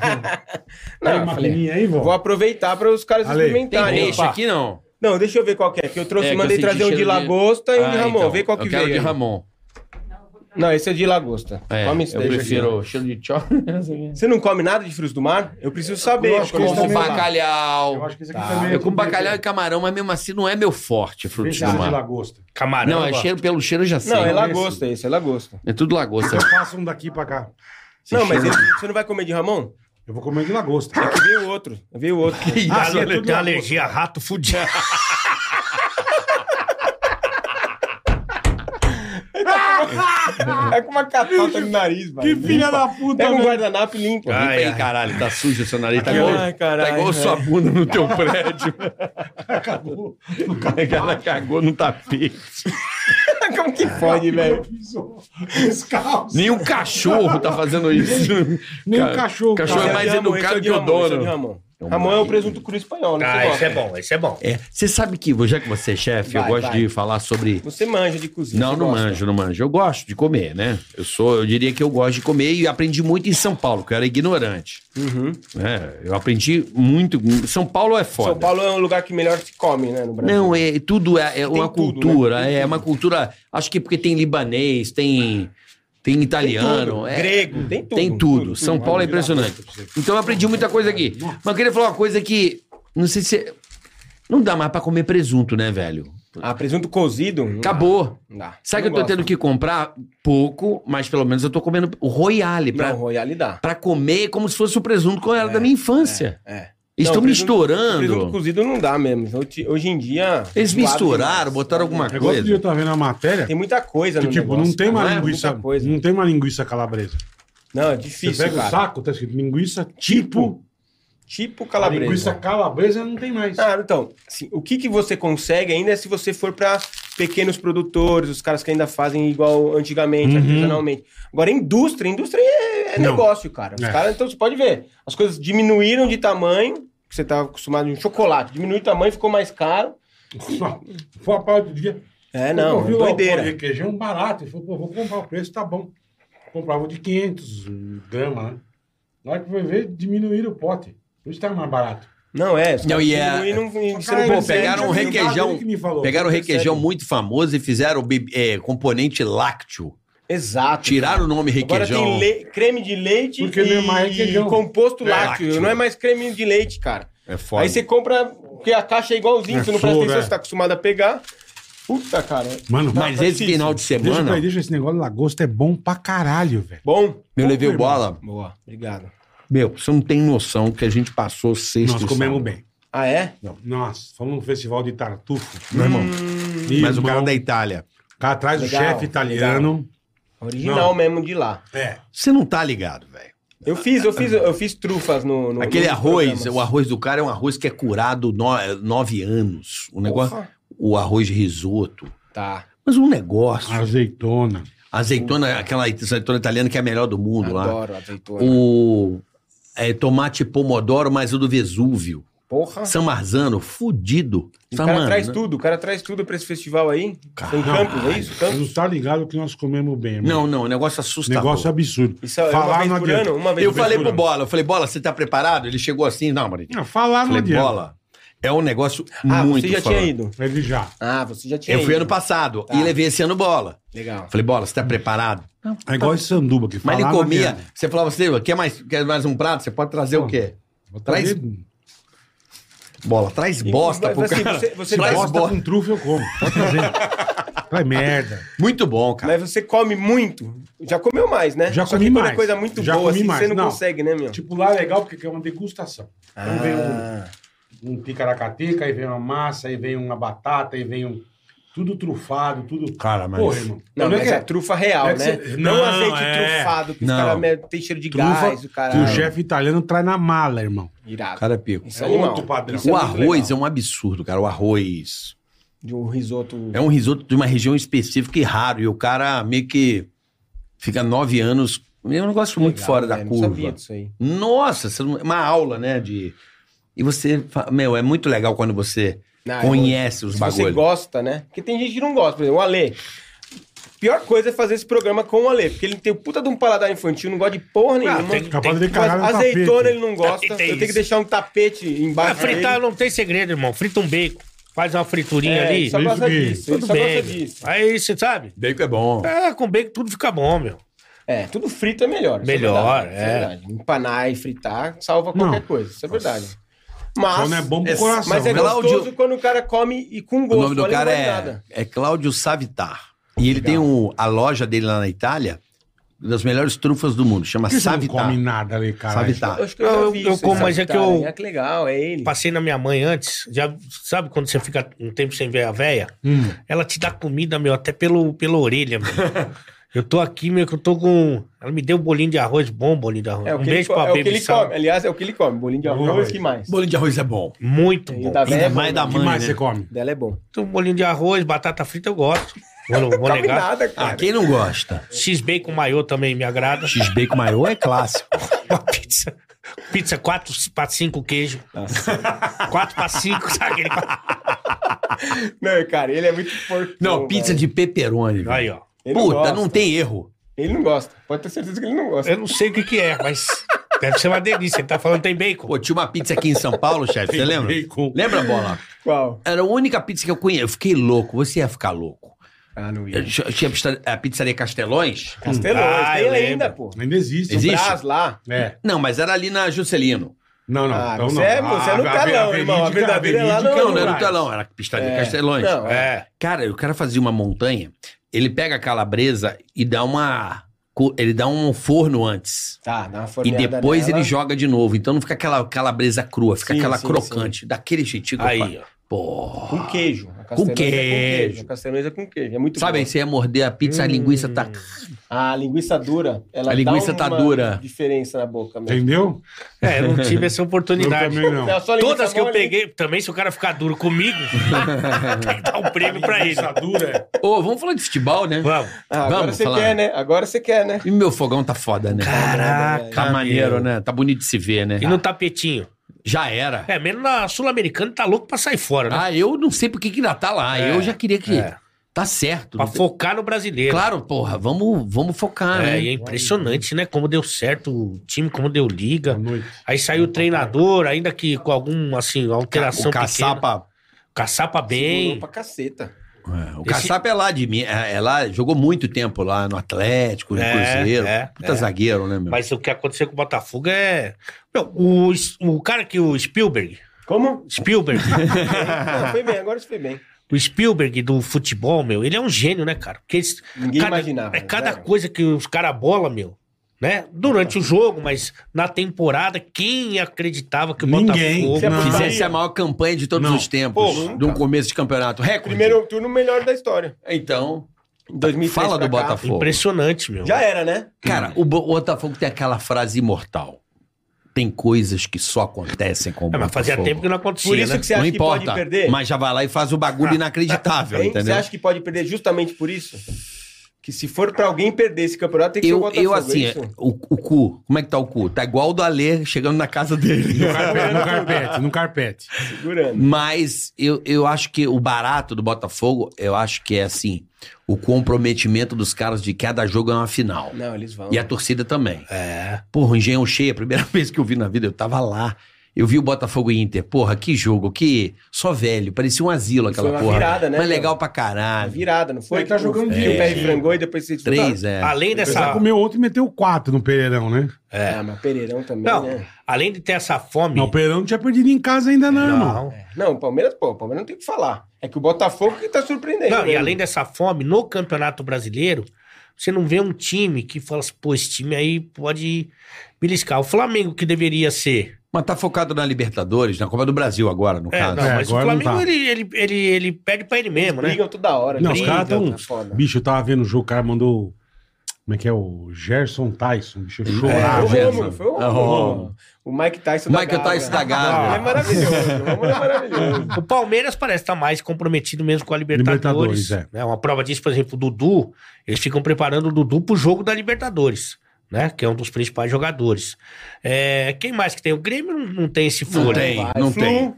[SPEAKER 6] Não, eu
[SPEAKER 3] uma
[SPEAKER 6] falei,
[SPEAKER 3] pininha aí,
[SPEAKER 6] Vou
[SPEAKER 3] vó.
[SPEAKER 6] aproveitar para os caras
[SPEAKER 3] Ale,
[SPEAKER 5] Tem
[SPEAKER 6] experimentarem.
[SPEAKER 5] peixe
[SPEAKER 4] opa.
[SPEAKER 5] aqui, não?
[SPEAKER 6] Não, deixa eu ver qual que é. Que eu Tá, trouxe,
[SPEAKER 5] É, que eu
[SPEAKER 6] mandei
[SPEAKER 5] senti
[SPEAKER 6] trazer um
[SPEAKER 5] cheiro
[SPEAKER 6] de
[SPEAKER 5] de-
[SPEAKER 6] lagosta e um de
[SPEAKER 5] Ah,
[SPEAKER 6] Ramon.
[SPEAKER 5] então.
[SPEAKER 6] Vê qual que
[SPEAKER 5] Eu quero
[SPEAKER 6] veio.
[SPEAKER 5] de
[SPEAKER 6] aí.
[SPEAKER 5] Ramon.
[SPEAKER 6] Não, esse é de lagosta.
[SPEAKER 5] É,
[SPEAKER 6] come isso
[SPEAKER 5] eu
[SPEAKER 6] daí.
[SPEAKER 5] prefiro cheiro de tchau.
[SPEAKER 6] Jaqueline. Você não come nada de frutos do mar? Eu preciso saber.
[SPEAKER 3] Eu acho que
[SPEAKER 6] porque
[SPEAKER 3] eles
[SPEAKER 5] Como
[SPEAKER 3] também lá. Eu
[SPEAKER 5] bacalhau.
[SPEAKER 3] acho que esse aqui também é
[SPEAKER 5] Eu
[SPEAKER 3] tudo
[SPEAKER 5] como bacalhau e camarão, mas mesmo assim não é meu forte, frutos
[SPEAKER 3] Peixe
[SPEAKER 5] do
[SPEAKER 3] de
[SPEAKER 5] mar.
[SPEAKER 3] lagosta.
[SPEAKER 4] Camarão.
[SPEAKER 5] Não, é
[SPEAKER 4] ó.
[SPEAKER 5] cheiro, pelo cheiro eu já sei.
[SPEAKER 6] Não, é
[SPEAKER 3] lá-
[SPEAKER 6] lagosta esse, é lagosta.
[SPEAKER 5] É tudo lagosta.
[SPEAKER 3] Eu faço um daqui pra cá.
[SPEAKER 6] não, mas
[SPEAKER 5] cheiro-
[SPEAKER 6] esse- você não vai comer de Ramon?
[SPEAKER 3] Eu vou comer de
[SPEAKER 6] (laughs)
[SPEAKER 3] lagosta.
[SPEAKER 6] É que veio outro. Veio outro.
[SPEAKER 5] (laughs) Que
[SPEAKER 4] Tá-
[SPEAKER 5] isso,
[SPEAKER 3] é tudo
[SPEAKER 4] tem uma
[SPEAKER 3] na
[SPEAKER 4] alergia a rato fudida.
[SPEAKER 6] É com uma catota no nariz,
[SPEAKER 3] Que
[SPEAKER 6] velho.
[SPEAKER 3] filha da puta,
[SPEAKER 6] Pega um
[SPEAKER 3] velho.
[SPEAKER 6] guardanapo e limpa. (laughs)
[SPEAKER 5] Limpa
[SPEAKER 4] Ai,
[SPEAKER 5] aí,
[SPEAKER 4] ai.
[SPEAKER 5] caralho. Tá sujo o seu nariz. Tá
[SPEAKER 6] Ai,
[SPEAKER 5] igual,
[SPEAKER 6] caralho, é.
[SPEAKER 5] tá igual
[SPEAKER 6] velho.
[SPEAKER 5] sua bunda no teu
[SPEAKER 6] (laughs)
[SPEAKER 5] prédio.
[SPEAKER 3] Acabou.
[SPEAKER 5] Ela cagou no tapete.
[SPEAKER 6] Como que pode, velho?
[SPEAKER 3] Pisou. Descalço.
[SPEAKER 5] Nenhum cachorro tá fazendo isso.
[SPEAKER 3] Nem o
[SPEAKER 5] Ca-
[SPEAKER 3] cachorro.
[SPEAKER 5] cachorro
[SPEAKER 3] cara.
[SPEAKER 5] é mais
[SPEAKER 6] Esse Ramon,
[SPEAKER 5] educado
[SPEAKER 6] esse
[SPEAKER 5] que
[SPEAKER 6] é
[SPEAKER 5] o
[SPEAKER 6] Ramon, esse é
[SPEAKER 5] dono.
[SPEAKER 6] Ramon.
[SPEAKER 5] É um
[SPEAKER 6] Ramon é um
[SPEAKER 5] marido.
[SPEAKER 6] preço cru espanhol, né?
[SPEAKER 4] Ah,
[SPEAKER 6] Você
[SPEAKER 4] esse é
[SPEAKER 6] gosta?
[SPEAKER 4] bom, esse é bom.
[SPEAKER 5] É, você sabe que, já que você é chefe, eu
[SPEAKER 6] Vai,
[SPEAKER 5] gosto
[SPEAKER 6] vai.
[SPEAKER 5] de falar sobre
[SPEAKER 6] Você manja de cozinha.
[SPEAKER 5] Não,
[SPEAKER 6] você
[SPEAKER 5] não
[SPEAKER 6] gosta.
[SPEAKER 5] manjo, não manjo. Eu gosto de comer, né? Eu sou, eu diria que eu gosto de comer e aprendi muito em São Paulo, que eu era ignorante.
[SPEAKER 6] Uhum.
[SPEAKER 5] né? Eu aprendi muito. São Paulo é foda.
[SPEAKER 6] São Paulo é um lugar que melhor se come, né, no Brasil.
[SPEAKER 5] Não, é, tudo é, é uma
[SPEAKER 6] tudo,
[SPEAKER 5] cultura.
[SPEAKER 6] né? Tem
[SPEAKER 5] É uma cultura. Acho que porque tem libanês, tem, tem
[SPEAKER 6] tudo.
[SPEAKER 5] italiano. é-
[SPEAKER 6] Grego, tem tudo.
[SPEAKER 5] tem tudo. São Paulo é impressionante. Então eu aprendi muita coisa aqui. Mas eu queria falar uma coisa que. Não sei se. é, Não dá mais pra comer presunto, né, velho?
[SPEAKER 6] Ah, presunto cozido? não dá,
[SPEAKER 5] Acabou.
[SPEAKER 6] Não dá.
[SPEAKER 5] Sabe que eu tô tendo que comprar pouco, mas pelo menos eu tô comendo o royale
[SPEAKER 6] Pra...
[SPEAKER 5] pra,
[SPEAKER 6] Não, Royale dá.
[SPEAKER 5] pra comer como se fosse o presunto quando era da minha infância.
[SPEAKER 6] É.
[SPEAKER 5] Eles
[SPEAKER 6] Não,
[SPEAKER 5] estão
[SPEAKER 6] presunto- Presunto
[SPEAKER 5] misturando.
[SPEAKER 6] cozido não dá mesmo. Hoje- Hoje em dia...
[SPEAKER 5] Eles
[SPEAKER 6] zoado
[SPEAKER 5] misturaram,
[SPEAKER 6] demais.
[SPEAKER 5] botaram alguma
[SPEAKER 3] Negócio de
[SPEAKER 5] coisa.
[SPEAKER 3] eu tava vendo a matéria.
[SPEAKER 6] Tem muita coisa
[SPEAKER 3] que,
[SPEAKER 6] no
[SPEAKER 3] tipo,
[SPEAKER 6] negócio,
[SPEAKER 3] não tem
[SPEAKER 6] cara.
[SPEAKER 3] uma
[SPEAKER 6] É
[SPEAKER 3] linguiça.
[SPEAKER 6] muita coisa.
[SPEAKER 3] Não tem uma linguiça calabresa.
[SPEAKER 6] Não, é
[SPEAKER 3] Você
[SPEAKER 6] difícil,
[SPEAKER 3] pega o
[SPEAKER 6] cara.
[SPEAKER 3] saco, tá escrito linguiça tipo.
[SPEAKER 6] Tipo
[SPEAKER 3] A
[SPEAKER 6] calabresa.
[SPEAKER 3] Linguiça calabresa não tem mais.
[SPEAKER 5] É.
[SPEAKER 6] Ah, então, assim, o que, que você consegue ainda é se você for para pequenos produtores, os caras que ainda fazem igual antigamente,
[SPEAKER 3] Uhum.
[SPEAKER 6] artesanalmente. Agora, indústria, indústria é, é
[SPEAKER 3] Não.
[SPEAKER 6] negócio, cara. Os
[SPEAKER 3] É.
[SPEAKER 6] caras, então, você pode ver, as coisas diminuíram de tamanho, que você estava acostumado um chocolate, diminuiu de tamanho, ficou mais caro.
[SPEAKER 3] (laughs) Só- Foi a pauta do dia.
[SPEAKER 6] É,
[SPEAKER 3] eu
[SPEAKER 6] não, é
[SPEAKER 3] vi lá o pão de
[SPEAKER 6] doideira.
[SPEAKER 3] requeijão barato. Eu falei, pô, vou comprar o preço, tá bom. Comprava de 500 gramas, né? Na hora que foi ver, diminuíram o pote. Por isso tá mais barato.
[SPEAKER 6] Não, é, os
[SPEAKER 5] Não,
[SPEAKER 6] caras
[SPEAKER 5] e é-
[SPEAKER 6] diminuíram e você
[SPEAKER 3] Caralho,
[SPEAKER 6] não
[SPEAKER 5] Pô,
[SPEAKER 3] mas
[SPEAKER 6] percebe.
[SPEAKER 5] pegaram um
[SPEAKER 3] ele-
[SPEAKER 5] requeijão-
[SPEAKER 3] ele me falou.
[SPEAKER 5] Pegaram um
[SPEAKER 6] Percebe.
[SPEAKER 5] requeijão muito famoso e fizeram be- eh, componente lácteo.
[SPEAKER 6] Exato.
[SPEAKER 5] Tiraram o nome
[SPEAKER 6] Agora
[SPEAKER 5] requeijão.
[SPEAKER 6] tem le- creme de leite
[SPEAKER 3] Porque não é mais requeijão.
[SPEAKER 6] composto
[SPEAKER 5] É
[SPEAKER 6] lácteo.
[SPEAKER 5] lácteo.
[SPEAKER 6] Não é mais creme de leite, cara.
[SPEAKER 5] É foda.
[SPEAKER 6] Aí você compra, porque a caixa é igualzinha,
[SPEAKER 3] É
[SPEAKER 6] você não presta
[SPEAKER 3] flor,
[SPEAKER 6] atenção,
[SPEAKER 3] é.
[SPEAKER 6] você tá acostumado a pegar. Puta, cara.
[SPEAKER 3] Mano, é
[SPEAKER 5] Mas esse final de
[SPEAKER 3] deixa, eu
[SPEAKER 5] semana,
[SPEAKER 3] falar, deixa esse negócio de lagosta é bom pra caralho, velho.
[SPEAKER 6] Bom.
[SPEAKER 5] eu levei o bola.
[SPEAKER 6] Boa, obrigado.
[SPEAKER 5] Meu, você não tem noção que a gente passou sexta.
[SPEAKER 3] Nós
[SPEAKER 5] e
[SPEAKER 3] comemos
[SPEAKER 5] sábado.
[SPEAKER 3] bem.
[SPEAKER 6] Ah, é?
[SPEAKER 3] Nossa, fomos num festival de tartufo.
[SPEAKER 5] Meu irmão.
[SPEAKER 6] Hum,
[SPEAKER 3] E,
[SPEAKER 5] Hum. Mas o cara
[SPEAKER 3] irmão,
[SPEAKER 5] da Itália.
[SPEAKER 3] cara traz o
[SPEAKER 6] Legal,
[SPEAKER 3] Tá chefe italiano.
[SPEAKER 6] Original
[SPEAKER 3] Não.
[SPEAKER 6] mesmo de lá.
[SPEAKER 3] É.
[SPEAKER 5] Você não tá ligado, velho.
[SPEAKER 6] Eu fiz, eu fiz, eu fiz trufas no. no
[SPEAKER 5] Aquele
[SPEAKER 6] nos
[SPEAKER 5] arroz,
[SPEAKER 6] programas.
[SPEAKER 5] o arroz do cara é um arroz que é curado no- nove anos. O um negócio,
[SPEAKER 6] Porra.
[SPEAKER 5] o arroz de risoto.
[SPEAKER 6] Tá.
[SPEAKER 5] Mas um negócio.
[SPEAKER 6] Ah,
[SPEAKER 3] Azeitona.
[SPEAKER 5] Azeitona, aquela azeitona italiana que é a melhor do mundo lá. Um
[SPEAKER 6] Adoro azeitona.
[SPEAKER 5] O é, tomate pomodoro, mas o do Vesúvio.
[SPEAKER 6] Porra.
[SPEAKER 5] San Marzano, fudido.
[SPEAKER 6] O
[SPEAKER 5] Fala,
[SPEAKER 6] cara
[SPEAKER 5] mano,
[SPEAKER 6] traz
[SPEAKER 5] né?
[SPEAKER 6] tudo, o cara traz tudo pra esse festival aí. Foi em Campos, é isso?
[SPEAKER 3] Você
[SPEAKER 6] Campos?
[SPEAKER 3] não tá ligado que nós comemos bem, irmão.
[SPEAKER 5] Não, não, o negócio assustador.
[SPEAKER 3] Negócio absurdo.
[SPEAKER 6] Isso é uma vez
[SPEAKER 3] não
[SPEAKER 6] por
[SPEAKER 3] adianta.
[SPEAKER 6] ano? Uma vez
[SPEAKER 5] Eu
[SPEAKER 6] por ano.
[SPEAKER 5] falei pro
[SPEAKER 3] Jura?
[SPEAKER 5] Bola, eu falei, Bola, você tá preparado? Ele chegou assim, não, Marinho.
[SPEAKER 3] Não, falar
[SPEAKER 5] Eu
[SPEAKER 3] não
[SPEAKER 5] Falei,
[SPEAKER 3] adianta.
[SPEAKER 5] Bola, é um negócio
[SPEAKER 6] Ah,
[SPEAKER 5] muito
[SPEAKER 6] você já
[SPEAKER 5] falado.
[SPEAKER 6] tinha ido.
[SPEAKER 3] Ele já.
[SPEAKER 6] Ah, você já tinha
[SPEAKER 5] Eu fui
[SPEAKER 6] ido.
[SPEAKER 5] ano passado
[SPEAKER 6] Tá.
[SPEAKER 5] e levei esse ano Bola.
[SPEAKER 6] Legal.
[SPEAKER 5] Falei, Bola, você tá preparado?
[SPEAKER 3] É igual esse sanduba que
[SPEAKER 5] Mas
[SPEAKER 3] falar
[SPEAKER 5] ele
[SPEAKER 3] não
[SPEAKER 5] comia.
[SPEAKER 3] adianta.
[SPEAKER 5] Você falava assim, quer mais, quer mais um prato? Você pode trazer o quê?
[SPEAKER 3] Vou
[SPEAKER 5] Traz
[SPEAKER 3] trazer
[SPEAKER 5] Bola, traz bosta
[SPEAKER 6] Mas,
[SPEAKER 5] pro
[SPEAKER 6] assim,
[SPEAKER 5] cara.
[SPEAKER 6] você- você
[SPEAKER 5] traz
[SPEAKER 6] traz
[SPEAKER 3] bosta
[SPEAKER 5] bosta.
[SPEAKER 3] com trufa, eu como. Pode trazer. Traz merda.
[SPEAKER 5] Muito bom, cara.
[SPEAKER 6] Mas você come muito? Já comeu mais, né?
[SPEAKER 3] Já
[SPEAKER 6] Só
[SPEAKER 3] comi
[SPEAKER 6] que quando
[SPEAKER 3] mais.
[SPEAKER 6] é coisa muito
[SPEAKER 3] Já
[SPEAKER 6] boa,
[SPEAKER 3] comi
[SPEAKER 6] assim,
[SPEAKER 3] mais.
[SPEAKER 6] você não,
[SPEAKER 3] Não.
[SPEAKER 6] consegue, né, meu?
[SPEAKER 3] Tipo, lá é legal porque é uma degustação. Então vem um, um picaracateca, aí vem uma massa, aí vem uma batata, aí vem um... Tudo trufado, tudo...
[SPEAKER 5] Cara, mas-
[SPEAKER 3] Porra, irmão.
[SPEAKER 6] Não,
[SPEAKER 3] Onde
[SPEAKER 6] mas é, trufa real,
[SPEAKER 3] é que
[SPEAKER 6] né?
[SPEAKER 3] você-
[SPEAKER 6] Não,
[SPEAKER 3] Não,
[SPEAKER 6] azeite
[SPEAKER 3] é.
[SPEAKER 6] trufado, que
[SPEAKER 5] Não.
[SPEAKER 6] os caras me- tem cheiro de
[SPEAKER 3] Trufa
[SPEAKER 6] gás, o
[SPEAKER 3] que o
[SPEAKER 6] caralho.
[SPEAKER 3] chefe italiano traz na mala, irmão.
[SPEAKER 6] Irado.
[SPEAKER 5] Cara, pico.
[SPEAKER 6] Isso
[SPEAKER 3] É
[SPEAKER 6] é animal.
[SPEAKER 3] outro padrão.
[SPEAKER 6] Isso
[SPEAKER 5] O
[SPEAKER 6] é muito
[SPEAKER 5] arroz é
[SPEAKER 6] legal.
[SPEAKER 5] um absurdo, cara. O arroz.
[SPEAKER 6] De um risoto...
[SPEAKER 5] É um risoto de uma região específica e raro. E o cara meio que fica nove anos. É um negócio muito
[SPEAKER 6] legal,
[SPEAKER 5] fora da
[SPEAKER 6] né? Não sabia
[SPEAKER 5] curva.
[SPEAKER 6] disso aí.
[SPEAKER 5] Nossa, você não- uma aula, né? De... E você. fa- Meu, é muito legal quando você
[SPEAKER 6] Não,
[SPEAKER 5] conhece os
[SPEAKER 6] Ah, Se você
[SPEAKER 5] bagulhos.
[SPEAKER 6] gosta, né? Porque tem gente que não gosta. Por exemplo, o Ale. Pior coisa é fazer esse programa com o Ale, porque ele tem o puta de um paladar infantil, não gosta de porra nenhuma.
[SPEAKER 4] tem-
[SPEAKER 3] Capaz de
[SPEAKER 6] Mas
[SPEAKER 3] cagar no
[SPEAKER 6] azeitona
[SPEAKER 3] tapete.
[SPEAKER 6] ele não gosta.
[SPEAKER 4] Tem
[SPEAKER 6] eu tenho que
[SPEAKER 4] isso.
[SPEAKER 6] deixar um tapete
[SPEAKER 4] Pra
[SPEAKER 6] embaixo
[SPEAKER 4] fritar
[SPEAKER 6] dele.
[SPEAKER 4] não tem segredo, irmão. Frita um bacon, faz uma friturinha
[SPEAKER 6] É,
[SPEAKER 4] ali.
[SPEAKER 6] ele só gosta
[SPEAKER 3] Isso que-
[SPEAKER 6] disso. Ele
[SPEAKER 4] Tudo
[SPEAKER 6] só
[SPEAKER 4] bem.
[SPEAKER 6] gosta
[SPEAKER 4] meu.
[SPEAKER 6] disso.
[SPEAKER 4] Aí você sabe?
[SPEAKER 5] Bacon é bom.
[SPEAKER 4] É, com bacon tudo fica bom, meu.
[SPEAKER 6] É, tudo frito é melhor. isso
[SPEAKER 4] Melhor,
[SPEAKER 6] verdade, isso
[SPEAKER 4] é.
[SPEAKER 6] verdade. Empanar e fritar salva qualquer
[SPEAKER 3] Não.
[SPEAKER 6] coisa, isso é verdade.
[SPEAKER 4] Então
[SPEAKER 6] Mas,
[SPEAKER 3] Só não é bom pro
[SPEAKER 5] é-
[SPEAKER 3] coração.
[SPEAKER 6] mas é
[SPEAKER 3] né?
[SPEAKER 5] Cláudio-
[SPEAKER 6] gostoso quando o cara come e com
[SPEAKER 5] O
[SPEAKER 6] gosto.
[SPEAKER 5] nome do
[SPEAKER 6] olha, não
[SPEAKER 5] cara
[SPEAKER 6] vale
[SPEAKER 5] é,
[SPEAKER 6] nada.
[SPEAKER 5] é Cláudio Savitar. E ele tem um, a loja dele lá na Itália, uma das melhores trufas do mundo, chama
[SPEAKER 3] Por que você não
[SPEAKER 5] Savitar.
[SPEAKER 3] come nada ali, cara?
[SPEAKER 5] Savitar.
[SPEAKER 6] acho que eu, já
[SPEAKER 4] Eu-
[SPEAKER 6] vi
[SPEAKER 4] eu
[SPEAKER 6] isso,
[SPEAKER 4] como,
[SPEAKER 6] sabe,
[SPEAKER 4] mas é que
[SPEAKER 6] cara?
[SPEAKER 4] eu-
[SPEAKER 6] É que legal, é ele.
[SPEAKER 4] Passei na minha mãe antes, já sabe quando você fica um tempo sem ver a véia?
[SPEAKER 3] Hum.
[SPEAKER 6] (laughs)
[SPEAKER 4] Ela te dá comida, meu, até pelo, pela orelha, meu. Eu tô aqui, meu, que eu tô com. Ela me deu um bolinho de arroz, bom bolinho de arroz.
[SPEAKER 6] É o
[SPEAKER 4] um
[SPEAKER 6] que, ele,
[SPEAKER 4] beijo
[SPEAKER 6] co-
[SPEAKER 4] pra
[SPEAKER 6] é o que
[SPEAKER 4] Baby
[SPEAKER 6] ele
[SPEAKER 4] Sal.
[SPEAKER 6] come. Aliás, é o que ele come. Bolinho de
[SPEAKER 3] Bolinho de
[SPEAKER 6] arroz,
[SPEAKER 3] arroz.
[SPEAKER 6] que mais?
[SPEAKER 5] Bolinho de arroz é bom.
[SPEAKER 4] Muito
[SPEAKER 6] Ele
[SPEAKER 4] bom.
[SPEAKER 6] dá-
[SPEAKER 4] Tá...
[SPEAKER 6] Ainda
[SPEAKER 5] Ainda
[SPEAKER 6] mais
[SPEAKER 5] mais da
[SPEAKER 6] da
[SPEAKER 3] O
[SPEAKER 5] mãe,
[SPEAKER 3] que
[SPEAKER 5] né?
[SPEAKER 3] mais você come?
[SPEAKER 6] Dela é bom.
[SPEAKER 4] Um bolinho de arroz, batata frita eu gosto. Vou, não vou
[SPEAKER 6] Come
[SPEAKER 4] negar.
[SPEAKER 6] nada,
[SPEAKER 5] Ah,
[SPEAKER 6] cara.
[SPEAKER 5] quem não gosta?
[SPEAKER 4] X-Bacon maiô também me
[SPEAKER 6] (laughs)
[SPEAKER 4] agrada.
[SPEAKER 5] X-Bacon maior é clássico.
[SPEAKER 4] Uma pizza. Pizza 4 para 5 queijo. 4 para 5, sabe? aquele quatro-
[SPEAKER 6] Não, cara, ele é muito porco.
[SPEAKER 5] Não, pizza de pepperoni. velho.
[SPEAKER 4] Aí, ó.
[SPEAKER 6] Ele não
[SPEAKER 5] Puta,
[SPEAKER 6] gosta.
[SPEAKER 5] não tem erro.
[SPEAKER 6] Ele não gosta. Pode ter certeza que ele não gosta.
[SPEAKER 4] Eu não sei o que que é, mas deve ser uma delícia. Ele tá falando que tem bacon.
[SPEAKER 5] Pô, tinha uma pizza aqui em São
[SPEAKER 6] (laughs)
[SPEAKER 5] Paulo, chefe, você lembra?
[SPEAKER 3] Bacon.
[SPEAKER 5] Lembra, Bola?
[SPEAKER 6] Qual?
[SPEAKER 5] Era a única pizza que eu conheço. Eu fiquei louco, você ia ficar louco.
[SPEAKER 6] Ah, não
[SPEAKER 5] Eu tinha a pista- a pizzaria Castelões.
[SPEAKER 6] Castelões,
[SPEAKER 4] Ah,
[SPEAKER 6] tem
[SPEAKER 4] eu
[SPEAKER 6] ele
[SPEAKER 4] lembro.
[SPEAKER 6] ainda, pô.
[SPEAKER 3] Ainda existe. um
[SPEAKER 5] Existe?
[SPEAKER 6] Brás lá.
[SPEAKER 3] É.
[SPEAKER 5] Não, mas era ali na Juscelino.
[SPEAKER 3] Não, não.
[SPEAKER 6] Ah,
[SPEAKER 3] então
[SPEAKER 6] você
[SPEAKER 3] não.
[SPEAKER 6] é- você é no
[SPEAKER 3] A- a-
[SPEAKER 6] telão,
[SPEAKER 3] a-
[SPEAKER 6] irmão. A verdadeira é lá no-
[SPEAKER 3] verídica
[SPEAKER 5] Não, não
[SPEAKER 3] é
[SPEAKER 5] era o
[SPEAKER 3] Brás.
[SPEAKER 5] telão, era a pistaria
[SPEAKER 6] É.
[SPEAKER 5] Castelões.
[SPEAKER 6] Não,
[SPEAKER 4] É.
[SPEAKER 5] Cara, o cara fazia uma montanha, ele pega a calabresa e dá uma. co- Ele dá um forno antes.
[SPEAKER 6] Tá, dá uma
[SPEAKER 5] E
[SPEAKER 6] forneada
[SPEAKER 5] depois
[SPEAKER 6] nela.
[SPEAKER 5] ele joga de novo. Então não fica aquela calabresa crua, fica
[SPEAKER 6] Sim,
[SPEAKER 5] aquela
[SPEAKER 6] sim,
[SPEAKER 5] crocante. Daquele jeitinho que eu
[SPEAKER 4] Aí,
[SPEAKER 5] falo.
[SPEAKER 4] ó.
[SPEAKER 5] Pô.
[SPEAKER 6] Com queijo. Ah, A
[SPEAKER 5] Com
[SPEAKER 6] castelhana é
[SPEAKER 5] queijo.
[SPEAKER 6] A castelhana é com queijo. É muito
[SPEAKER 5] Sabe, aí
[SPEAKER 6] bom.
[SPEAKER 5] você ia morder a pizza, a linguiça tá.
[SPEAKER 4] Hum.
[SPEAKER 6] A linguiça dura. Ela
[SPEAKER 5] A linguiça
[SPEAKER 6] dá
[SPEAKER 5] tá
[SPEAKER 6] uma
[SPEAKER 5] dura.
[SPEAKER 6] diferença na boca mesmo.
[SPEAKER 3] Entendeu?
[SPEAKER 4] É, eu não tive essa
[SPEAKER 3] Eu
[SPEAKER 4] oportunidade.
[SPEAKER 3] também não.
[SPEAKER 6] Não, só a linguiça
[SPEAKER 5] tá
[SPEAKER 4] Todas que eu
[SPEAKER 6] mole,
[SPEAKER 4] peguei, também se o cara ficar duro comigo, (laughs) tem que dar um prêmio pra ele.
[SPEAKER 3] Dura,
[SPEAKER 5] Ô, vamos falar de futebol, né?
[SPEAKER 4] Vamos.
[SPEAKER 6] Ah, agora
[SPEAKER 5] Vamos
[SPEAKER 6] você
[SPEAKER 5] falar.
[SPEAKER 6] quer, né? Agora você quer, né?
[SPEAKER 5] E meu fogão tá foda, né?
[SPEAKER 4] Caraca,
[SPEAKER 5] Tá maneiro, né? Tá bonito de se ver, né?
[SPEAKER 4] E no tapetinho.
[SPEAKER 5] Já era.
[SPEAKER 4] É, mesmo na Sul-Americana tá louco pra sair fora, né?
[SPEAKER 5] Ah, eu não sei por que que ainda tá lá.
[SPEAKER 4] É,
[SPEAKER 5] eu já queria que.
[SPEAKER 4] é.
[SPEAKER 5] Tá certo.
[SPEAKER 4] pra
[SPEAKER 5] Não tem-
[SPEAKER 4] focar no brasileiro.
[SPEAKER 5] Claro, porra, vamos, vamos focar,
[SPEAKER 4] é,
[SPEAKER 5] né?
[SPEAKER 4] e é impressionante, né? Como deu certo o time, como deu liga.
[SPEAKER 3] Boa noite.
[SPEAKER 4] Aí saiu o treinador, ainda que com alguma, assim, alteração
[SPEAKER 5] o caçapa.
[SPEAKER 4] pequena. Caçapa
[SPEAKER 6] Segurou
[SPEAKER 4] bem.
[SPEAKER 6] pra caceta.
[SPEAKER 5] É, o
[SPEAKER 4] Esse-
[SPEAKER 5] caçapa é lá de mim. É, é lá, jogou muito tempo lá no Atlético, no
[SPEAKER 4] É,
[SPEAKER 5] Cruzeiro.
[SPEAKER 4] é,
[SPEAKER 5] Puta
[SPEAKER 4] é.
[SPEAKER 5] zagueiro, né, meu?
[SPEAKER 4] Mas o que aconteceu com o Botafogo é... Meu, o, o cara que o Spielberg... (laughs)
[SPEAKER 5] (laughs)
[SPEAKER 6] Como? Ah,
[SPEAKER 4] Spielberg...
[SPEAKER 6] Não, foi bem, agora isso foi bem.
[SPEAKER 4] O Spielberg do futebol, meu, ele é um gênio, né, cara? Porque eles,
[SPEAKER 6] Ninguém
[SPEAKER 4] cada,
[SPEAKER 6] imaginava,
[SPEAKER 4] É cada
[SPEAKER 6] né?
[SPEAKER 4] coisa que os caras bola, meu, né? Durante o jogo, mas na temporada, quem acreditava que o
[SPEAKER 3] Ninguém.
[SPEAKER 4] Botafogo...
[SPEAKER 6] é
[SPEAKER 3] Você
[SPEAKER 5] Fizesse
[SPEAKER 3] não.
[SPEAKER 5] a maior campanha de todos
[SPEAKER 3] Não.
[SPEAKER 5] os tempos.
[SPEAKER 6] Pô,
[SPEAKER 5] de um começo de campeonato. Recorde.
[SPEAKER 6] Primeiro turno melhor da história.
[SPEAKER 5] Então,
[SPEAKER 6] Em 2003
[SPEAKER 5] fala
[SPEAKER 6] pra
[SPEAKER 5] do
[SPEAKER 6] cá.
[SPEAKER 5] Botafogo.
[SPEAKER 4] Impressionante, meu.
[SPEAKER 6] Já era, né?
[SPEAKER 5] Cara, o Bo- o Botafogo tem aquela frase imortal. Tem coisas que só acontecem com o
[SPEAKER 4] É, mas
[SPEAKER 5] Botafogo.
[SPEAKER 4] fazia tempo que não acontecia,
[SPEAKER 6] Por isso
[SPEAKER 4] né?
[SPEAKER 6] que você acha
[SPEAKER 5] não
[SPEAKER 6] que
[SPEAKER 5] importa,
[SPEAKER 6] pode perder? Ah,
[SPEAKER 5] mas já vai lá e faz o bagulho inacreditável,
[SPEAKER 6] Hein? Você
[SPEAKER 5] entendeu?
[SPEAKER 6] acha que pode perder justamente por isso? Que se for pra alguém perder esse campeonato, tem que ser o
[SPEAKER 5] Eu,
[SPEAKER 6] Botafogo.
[SPEAKER 5] eu
[SPEAKER 6] é
[SPEAKER 5] assim,
[SPEAKER 6] isso?
[SPEAKER 5] o, o cu, como é que tá o cu? Tá igual o do Alê chegando na casa
[SPEAKER 6] (laughs)
[SPEAKER 5] dele.
[SPEAKER 3] No carpete, no carpete, no carpete.
[SPEAKER 6] segurando.
[SPEAKER 5] Mas eu, eu acho que o barato do Botafogo, eu acho que é assim, o comprometimento dos caras de cada jogo é uma final.
[SPEAKER 6] Não, eles vão.
[SPEAKER 5] E a torcida também.
[SPEAKER 4] É.
[SPEAKER 5] Porra, o Engenhão cheio, a primeira (laughs) vez que eu vi na vida, eu tava lá. Eu vi o Botafogo e Inter. Porra, que jogo, que. Só velho, parecia um asilo
[SPEAKER 6] Isso
[SPEAKER 5] aquela
[SPEAKER 6] foi uma
[SPEAKER 5] porra.
[SPEAKER 6] virada, né,
[SPEAKER 5] Mas
[SPEAKER 6] meu?
[SPEAKER 5] legal pra
[SPEAKER 6] A
[SPEAKER 5] caralho.
[SPEAKER 6] virada, não foi? É,
[SPEAKER 3] Ele tá
[SPEAKER 6] Que
[SPEAKER 3] jogando
[SPEAKER 6] o,
[SPEAKER 3] bem.
[SPEAKER 6] que o PR frangou e depois vocês
[SPEAKER 5] Três, é.
[SPEAKER 6] Ah.
[SPEAKER 4] Além
[SPEAKER 3] Você
[SPEAKER 6] tá
[SPEAKER 4] dessa...
[SPEAKER 3] comeu ontem e meteu quatro no Pereirão, né?
[SPEAKER 6] É. Ah, mas Pereirão também,
[SPEAKER 4] Não,
[SPEAKER 6] né?
[SPEAKER 4] além de ter essa fome...
[SPEAKER 3] Não, o Pereirão não tinha perdido em casa ainda, não, irmão.
[SPEAKER 4] não.
[SPEAKER 6] Não, o Palmeiras, pô, o Palmeiras não tem o que falar. É que o Botafogo que tá surpreendendo.
[SPEAKER 4] Não, e
[SPEAKER 6] né?
[SPEAKER 4] além dessa fome, no Campeonato Brasileiro, você não vê um time que fala assim, pô, esse time aí pode beliscar. O Flamengo, que deveria ser.
[SPEAKER 5] Mas tá focado na Libertadores, na Copa do Brasil agora, no
[SPEAKER 4] É,
[SPEAKER 5] caso.
[SPEAKER 4] não,
[SPEAKER 3] É,
[SPEAKER 4] mas o
[SPEAKER 3] agora não
[SPEAKER 4] Flamengo,
[SPEAKER 3] tá.
[SPEAKER 4] ele, ele, ele, ele perde pra ele mesmo, né?
[SPEAKER 6] Brigam toda hora.
[SPEAKER 3] Não, os
[SPEAKER 6] brigam,
[SPEAKER 3] caras tão-
[SPEAKER 6] tá foda.
[SPEAKER 3] Bicho, eu tava vendo o jogo, o cara mandou. Como é que é? O Gerson Tyson. Bicho, eu
[SPEAKER 6] É,
[SPEAKER 3] chorava.
[SPEAKER 6] o
[SPEAKER 5] Gerson.
[SPEAKER 6] Rômulo, foi o
[SPEAKER 5] É, o
[SPEAKER 6] Rômulo. O Mike Tyson
[SPEAKER 5] Mike Tyson da Gávea.
[SPEAKER 6] Ele é maravilhoso. O Rômulo é maravilhoso.
[SPEAKER 4] O Palmeiras parece estar mais comprometido mesmo com a Libertadores.
[SPEAKER 3] Libertadores, é.
[SPEAKER 4] né? Uma prova disso, por exemplo, o Dudu, eles ficam preparando o Dudu pro jogo da Libertadores, né? Que é um dos principais jogadores. É, quem mais que tem? O Grêmio não, não tem esse
[SPEAKER 5] Não
[SPEAKER 4] furo.
[SPEAKER 5] tem,
[SPEAKER 4] né?
[SPEAKER 5] não
[SPEAKER 6] Flu,
[SPEAKER 5] tem.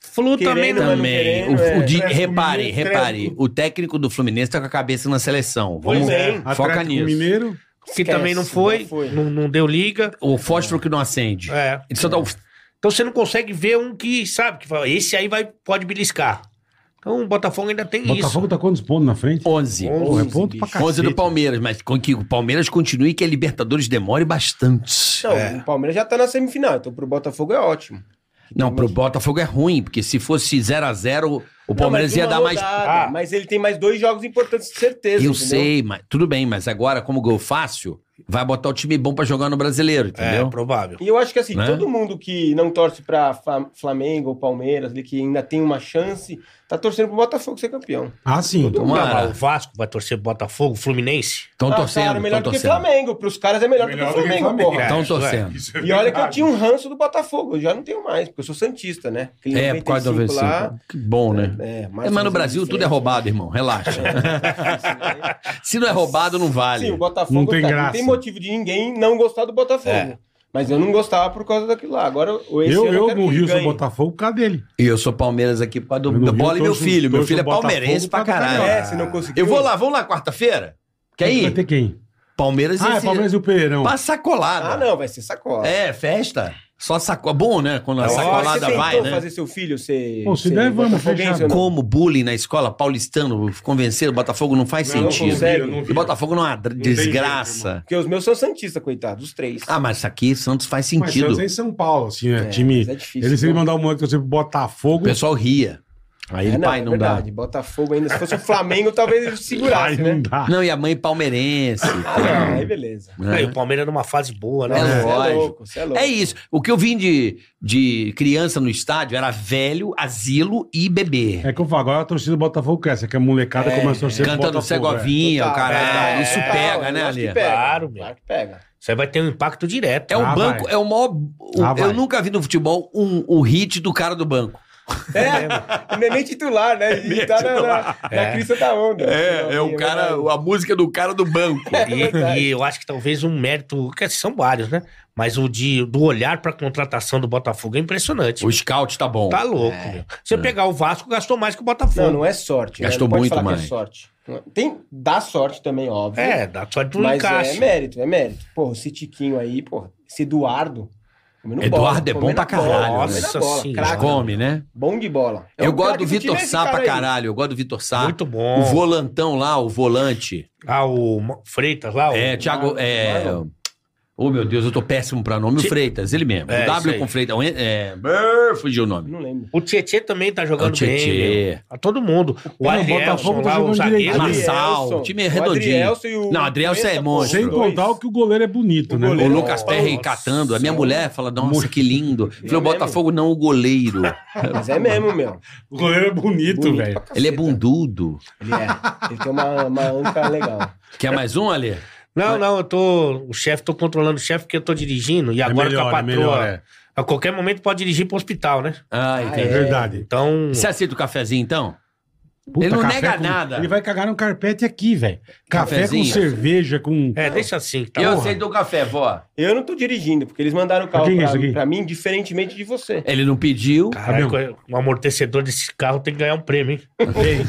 [SPEAKER 4] Flu
[SPEAKER 6] Querendo,
[SPEAKER 4] também não.
[SPEAKER 6] mas não
[SPEAKER 5] Também.
[SPEAKER 6] querendo,
[SPEAKER 5] O- o
[SPEAKER 6] é.
[SPEAKER 5] de-
[SPEAKER 6] Fresco,
[SPEAKER 5] repare,
[SPEAKER 6] menino,
[SPEAKER 5] repare.
[SPEAKER 6] fresco.
[SPEAKER 5] O técnico do Fluminense tá com a cabeça na seleção.
[SPEAKER 6] Pois
[SPEAKER 5] Vamos,
[SPEAKER 3] um
[SPEAKER 6] é.
[SPEAKER 5] foca
[SPEAKER 3] Atlético
[SPEAKER 5] nisso.
[SPEAKER 3] Mineiro.
[SPEAKER 4] que
[SPEAKER 6] Esquece,
[SPEAKER 4] também não foi,
[SPEAKER 6] não foi.
[SPEAKER 4] Não, não deu liga.
[SPEAKER 5] O fósforo que não acende.
[SPEAKER 4] É.
[SPEAKER 5] Ele só dá o-
[SPEAKER 4] Então você não consegue ver um que, sabe, que fala, esse aí vai, pode beliscar. Então o Botafogo ainda tem
[SPEAKER 3] Botafogo tá quantos pontos na frente?
[SPEAKER 5] 11.
[SPEAKER 3] Porra, é
[SPEAKER 6] onze,
[SPEAKER 3] ponto pra
[SPEAKER 6] bicho.
[SPEAKER 3] cacete.
[SPEAKER 5] 11 do Palmeiras, mas com que o Palmeiras continue que a Libertadores demore bastante.
[SPEAKER 6] Não, o Palmeiras já tá na semifinal, então pro Botafogo é ótimo.
[SPEAKER 5] Não, pro Botafogo é ruim, porque se fosse 0x0, O Palmeiras ia dar mais.
[SPEAKER 6] Rodada,
[SPEAKER 4] Ah.
[SPEAKER 6] Mas ele tem mais dois jogos importantes, de certeza.
[SPEAKER 5] Eu
[SPEAKER 6] entendeu?
[SPEAKER 5] sei, mas tudo bem, mas agora, como gol fácil, vai botar o time bom pra jogar no brasileiro, entendeu?
[SPEAKER 4] É, provável.
[SPEAKER 6] E eu acho que assim,
[SPEAKER 5] Né?
[SPEAKER 6] todo mundo que não torce pra Fa- Flamengo ou Palmeiras, ali, que ainda tem uma chance, tá torcendo pro Botafogo ser campeão.
[SPEAKER 3] Ah, sim.
[SPEAKER 5] Todo Tomara.
[SPEAKER 4] Não, mas o Vasco vai torcer pro Botafogo, Fluminense.
[SPEAKER 5] Estão
[SPEAKER 6] Ah,
[SPEAKER 5] torcendo,
[SPEAKER 6] cara, melhor
[SPEAKER 5] estão
[SPEAKER 6] do que
[SPEAKER 5] torcendo.
[SPEAKER 6] Flamengo. Pros caras é melhor,
[SPEAKER 3] Melhor
[SPEAKER 6] do que o Flamengo, porra.
[SPEAKER 4] é,
[SPEAKER 5] Estão
[SPEAKER 4] isso é.
[SPEAKER 5] torcendo.
[SPEAKER 3] Isso é
[SPEAKER 6] E olha que eu
[SPEAKER 3] verdade.
[SPEAKER 6] tinha um ranço do Botafogo, eu já não tenho mais, porque eu sou Santista, né? Aquele
[SPEAKER 5] É, por causa do
[SPEAKER 6] 95
[SPEAKER 5] versículo. Que bom, né?
[SPEAKER 6] É,
[SPEAKER 5] É, mas no Brasil tudo é
[SPEAKER 6] (laughs)
[SPEAKER 5] roubado, irmão. Relaxa. Se não é roubado, não vale.
[SPEAKER 6] Sim, o Botafogo
[SPEAKER 3] Não tem
[SPEAKER 6] cara,
[SPEAKER 3] graça.
[SPEAKER 6] não tem motivo de ninguém não gostar do Botafogo.
[SPEAKER 4] É.
[SPEAKER 6] Mas eu não gostava por causa daquilo lá. Agora, o- esse
[SPEAKER 3] Eu,
[SPEAKER 6] ano
[SPEAKER 3] eu
[SPEAKER 6] quero
[SPEAKER 3] no
[SPEAKER 6] que
[SPEAKER 3] Rio
[SPEAKER 6] ganhe.
[SPEAKER 3] sou Botafogo por causa dele.
[SPEAKER 5] E eu sou Palmeiras aqui por causa do,
[SPEAKER 3] Eu no
[SPEAKER 5] do
[SPEAKER 3] Rio
[SPEAKER 5] bola e meu
[SPEAKER 3] torço-
[SPEAKER 5] filho. Meu
[SPEAKER 3] torço
[SPEAKER 5] filho é
[SPEAKER 3] o Botafogo tá
[SPEAKER 5] palmeirense pra
[SPEAKER 3] pra
[SPEAKER 5] caralho.
[SPEAKER 3] caralho.
[SPEAKER 6] É, se não conseguiu.
[SPEAKER 5] Eu vou lá, vamos lá quarta-feira? Quer
[SPEAKER 3] Vai ter
[SPEAKER 5] ir?
[SPEAKER 3] quem?
[SPEAKER 5] Palmeiras
[SPEAKER 3] Ah, é
[SPEAKER 5] esse-
[SPEAKER 3] Palmeiras e o Pereirão.
[SPEAKER 5] pra sacolada.
[SPEAKER 6] Ah, não, vai ser sacola.
[SPEAKER 5] É, festa. Só sacolada. Bom, né? Quando a
[SPEAKER 4] Nossa,
[SPEAKER 5] sacolada
[SPEAKER 6] você
[SPEAKER 5] vai,
[SPEAKER 6] tentou
[SPEAKER 5] né?
[SPEAKER 6] fazer né? seu filho ser.
[SPEAKER 3] Pô, se
[SPEAKER 6] ser
[SPEAKER 3] der, vamos,
[SPEAKER 6] botafoguense
[SPEAKER 3] fechado.
[SPEAKER 6] ou não?
[SPEAKER 5] Como bullying na escola, paulistano, convencer o Botafogo não faz
[SPEAKER 3] Não, não
[SPEAKER 5] sentido.
[SPEAKER 6] consegue.
[SPEAKER 3] eu não vi.
[SPEAKER 5] E Botafogo não é uma
[SPEAKER 3] tem
[SPEAKER 5] desgraça.
[SPEAKER 6] Porque os meus são Santista, coitado, os três.
[SPEAKER 5] ah, mas isso aqui, Santos faz
[SPEAKER 3] Mas Santos
[SPEAKER 5] sentido.
[SPEAKER 3] é em São Paulo, assim, né?
[SPEAKER 6] É,
[SPEAKER 3] time.
[SPEAKER 6] mas é difícil,
[SPEAKER 3] ele se
[SPEAKER 6] né?
[SPEAKER 3] ele mandar um moleque torcer pro
[SPEAKER 5] O
[SPEAKER 3] Botafogo.
[SPEAKER 5] pessoal ria. Aí,
[SPEAKER 6] É,
[SPEAKER 5] o pai,
[SPEAKER 6] é
[SPEAKER 5] não
[SPEAKER 6] verdade. Botafogo ainda. Se fosse o Flamengo, talvez ele
[SPEAKER 3] Ai,
[SPEAKER 6] segurasse,
[SPEAKER 3] não
[SPEAKER 6] né?
[SPEAKER 5] dá.
[SPEAKER 3] dá.
[SPEAKER 5] Não, e a mãe palmeirense.
[SPEAKER 6] Ah, não, aí beleza.
[SPEAKER 5] né?
[SPEAKER 4] Aí, o Palmeiras numa fase boa, né?
[SPEAKER 5] É
[SPEAKER 6] Nossa,
[SPEAKER 5] lógico.
[SPEAKER 6] você é louco.
[SPEAKER 5] É isso. O que eu vim de, de criança no estádio era velho, asilo e bebê.
[SPEAKER 3] É que eu falo, agora a torcida do Botafogo cresce, é que a molecada começa a torcer pro
[SPEAKER 5] Cantando
[SPEAKER 3] Botafogo. é.
[SPEAKER 5] Cegovinha, o caralho.
[SPEAKER 4] é,
[SPEAKER 5] isso
[SPEAKER 4] total,
[SPEAKER 5] pega,
[SPEAKER 6] eu
[SPEAKER 5] né,
[SPEAKER 6] acho que
[SPEAKER 5] Ali?
[SPEAKER 6] pega.
[SPEAKER 4] Claro, meu.
[SPEAKER 6] Claro que pega.
[SPEAKER 4] Isso aí vai ter um impacto direto.
[SPEAKER 5] É o
[SPEAKER 3] Ah,
[SPEAKER 5] banco,
[SPEAKER 3] vai.
[SPEAKER 5] é o maior. o-
[SPEAKER 3] Ah,
[SPEAKER 5] eu
[SPEAKER 3] vai.
[SPEAKER 5] nunca vi no futebol um, o hit do cara do banco.
[SPEAKER 6] É, não é nem titular, né? Ele tá na, na, na
[SPEAKER 4] É.
[SPEAKER 6] crista da onda.
[SPEAKER 5] é
[SPEAKER 6] é verdade.
[SPEAKER 5] a música do cara do banco.
[SPEAKER 4] E, e eu acho que talvez um mérito, que são vários, né? Mas o de, do olhar pra contratação do Botafogo é impressionante.
[SPEAKER 5] (laughs) o scout tá bom.
[SPEAKER 4] Tá louco, meu. Se eu pegar o Vasco, gastou mais que o Botafogo.
[SPEAKER 6] Não, não é sorte. né?
[SPEAKER 5] Gastou
[SPEAKER 6] Não pode
[SPEAKER 5] muito
[SPEAKER 6] falar que
[SPEAKER 5] mais.
[SPEAKER 6] é sorte. Tem, dá sorte também, óbvio.
[SPEAKER 4] É, dá sorte pro
[SPEAKER 6] mas
[SPEAKER 4] encaixe.
[SPEAKER 6] é mérito, é mérito. Porra, esse Tiquinho aí, porra, esse Eduardo. comendo
[SPEAKER 5] Eduardo é bom
[SPEAKER 6] comendo
[SPEAKER 5] pra
[SPEAKER 6] bola,
[SPEAKER 5] caralho,
[SPEAKER 6] comendo
[SPEAKER 4] né?
[SPEAKER 6] bola,
[SPEAKER 4] Nossa
[SPEAKER 5] Mas
[SPEAKER 6] craque,
[SPEAKER 5] come, né?
[SPEAKER 6] Bom de bola. É
[SPEAKER 5] eu
[SPEAKER 6] um
[SPEAKER 5] gosto
[SPEAKER 6] craque
[SPEAKER 5] do
[SPEAKER 6] time,
[SPEAKER 5] Vitor
[SPEAKER 6] é esse
[SPEAKER 5] Sá
[SPEAKER 6] cara
[SPEAKER 5] pra
[SPEAKER 6] aí.
[SPEAKER 5] caralho. Eu gosto do Vitor Sá.
[SPEAKER 4] Muito bom.
[SPEAKER 5] Tá. O volantão lá, o volante.
[SPEAKER 4] Ah, o Ma- Freitas lá. Ah, o-
[SPEAKER 5] É, Thiago. É.
[SPEAKER 6] Marlon.
[SPEAKER 5] Oh, meu Deus, eu tô péssimo pra nome. O
[SPEAKER 4] Ti-
[SPEAKER 5] Freitas, ele mesmo.
[SPEAKER 4] É,
[SPEAKER 5] o
[SPEAKER 4] isso
[SPEAKER 5] W
[SPEAKER 4] aí.
[SPEAKER 5] com Freitas. É, é, fugiu o nome.
[SPEAKER 6] Não lembro.
[SPEAKER 4] O Tietê também tá
[SPEAKER 5] É o
[SPEAKER 4] jogando bem. meu.
[SPEAKER 5] Tietê.
[SPEAKER 4] A todo mundo. O
[SPEAKER 3] Não, o
[SPEAKER 4] Adrielson
[SPEAKER 3] Botafogo tá
[SPEAKER 4] lá, o
[SPEAKER 3] jogando
[SPEAKER 4] zagueiro.
[SPEAKER 3] direito.
[SPEAKER 4] Mas-
[SPEAKER 5] Marçal,
[SPEAKER 6] Adrielson,
[SPEAKER 5] o time é redondinho.
[SPEAKER 6] Adrielson e o
[SPEAKER 5] Não, Adrielson é
[SPEAKER 6] Cuesta,
[SPEAKER 5] monstro.
[SPEAKER 6] porra,
[SPEAKER 3] Sem
[SPEAKER 6] os dois.
[SPEAKER 3] contar o que o goleiro é bonito, né?
[SPEAKER 6] O
[SPEAKER 5] O
[SPEAKER 6] goleiro-
[SPEAKER 5] Lucas Terra
[SPEAKER 4] Nossa.
[SPEAKER 5] encatando. A minha mulher fala, nossa, que lindo. Eu falei, o
[SPEAKER 6] mesmo?
[SPEAKER 5] Botafogo não, o goleiro.
[SPEAKER 6] Mas é mesmo, meu.
[SPEAKER 3] O goleiro é bonito,
[SPEAKER 6] Bonito
[SPEAKER 3] velho.
[SPEAKER 6] pra caceta.
[SPEAKER 5] Ele é bundudo.
[SPEAKER 6] Ele é. Ele tem uma, uma anca legal.
[SPEAKER 5] Quer mais um, Ale?
[SPEAKER 4] Não, não, eu tô. O chefe, tô controlando o chefe porque eu tô dirigindo. E agora
[SPEAKER 3] melhor,
[SPEAKER 4] com a
[SPEAKER 3] é
[SPEAKER 4] patroa.
[SPEAKER 3] melhor, é.
[SPEAKER 4] A qualquer momento pode dirigir pro hospital, né?
[SPEAKER 5] Ah,
[SPEAKER 3] É
[SPEAKER 5] entendi.
[SPEAKER 3] verdade.
[SPEAKER 4] Então.
[SPEAKER 5] Você aceita o cafezinho, então?
[SPEAKER 3] Puta,
[SPEAKER 5] Ele não
[SPEAKER 3] café
[SPEAKER 5] nega
[SPEAKER 3] com-
[SPEAKER 5] nada.
[SPEAKER 3] Ele vai cagar no carpete aqui, velho. Café com
[SPEAKER 5] Cafezinho.
[SPEAKER 3] cerveja, com.
[SPEAKER 4] É, deixa assim. Tá
[SPEAKER 5] eu
[SPEAKER 4] bom.
[SPEAKER 5] aceito o café, vó.
[SPEAKER 6] Eu não tô dirigindo, porque eles mandaram o carro
[SPEAKER 3] Pra quem é
[SPEAKER 6] pra,
[SPEAKER 3] isso aqui?
[SPEAKER 6] pra mim, diferentemente de você.
[SPEAKER 5] Ele não pediu.
[SPEAKER 4] Caralho,
[SPEAKER 3] Tá
[SPEAKER 4] um amortecedor desse carro tem que ganhar um prêmio, hein?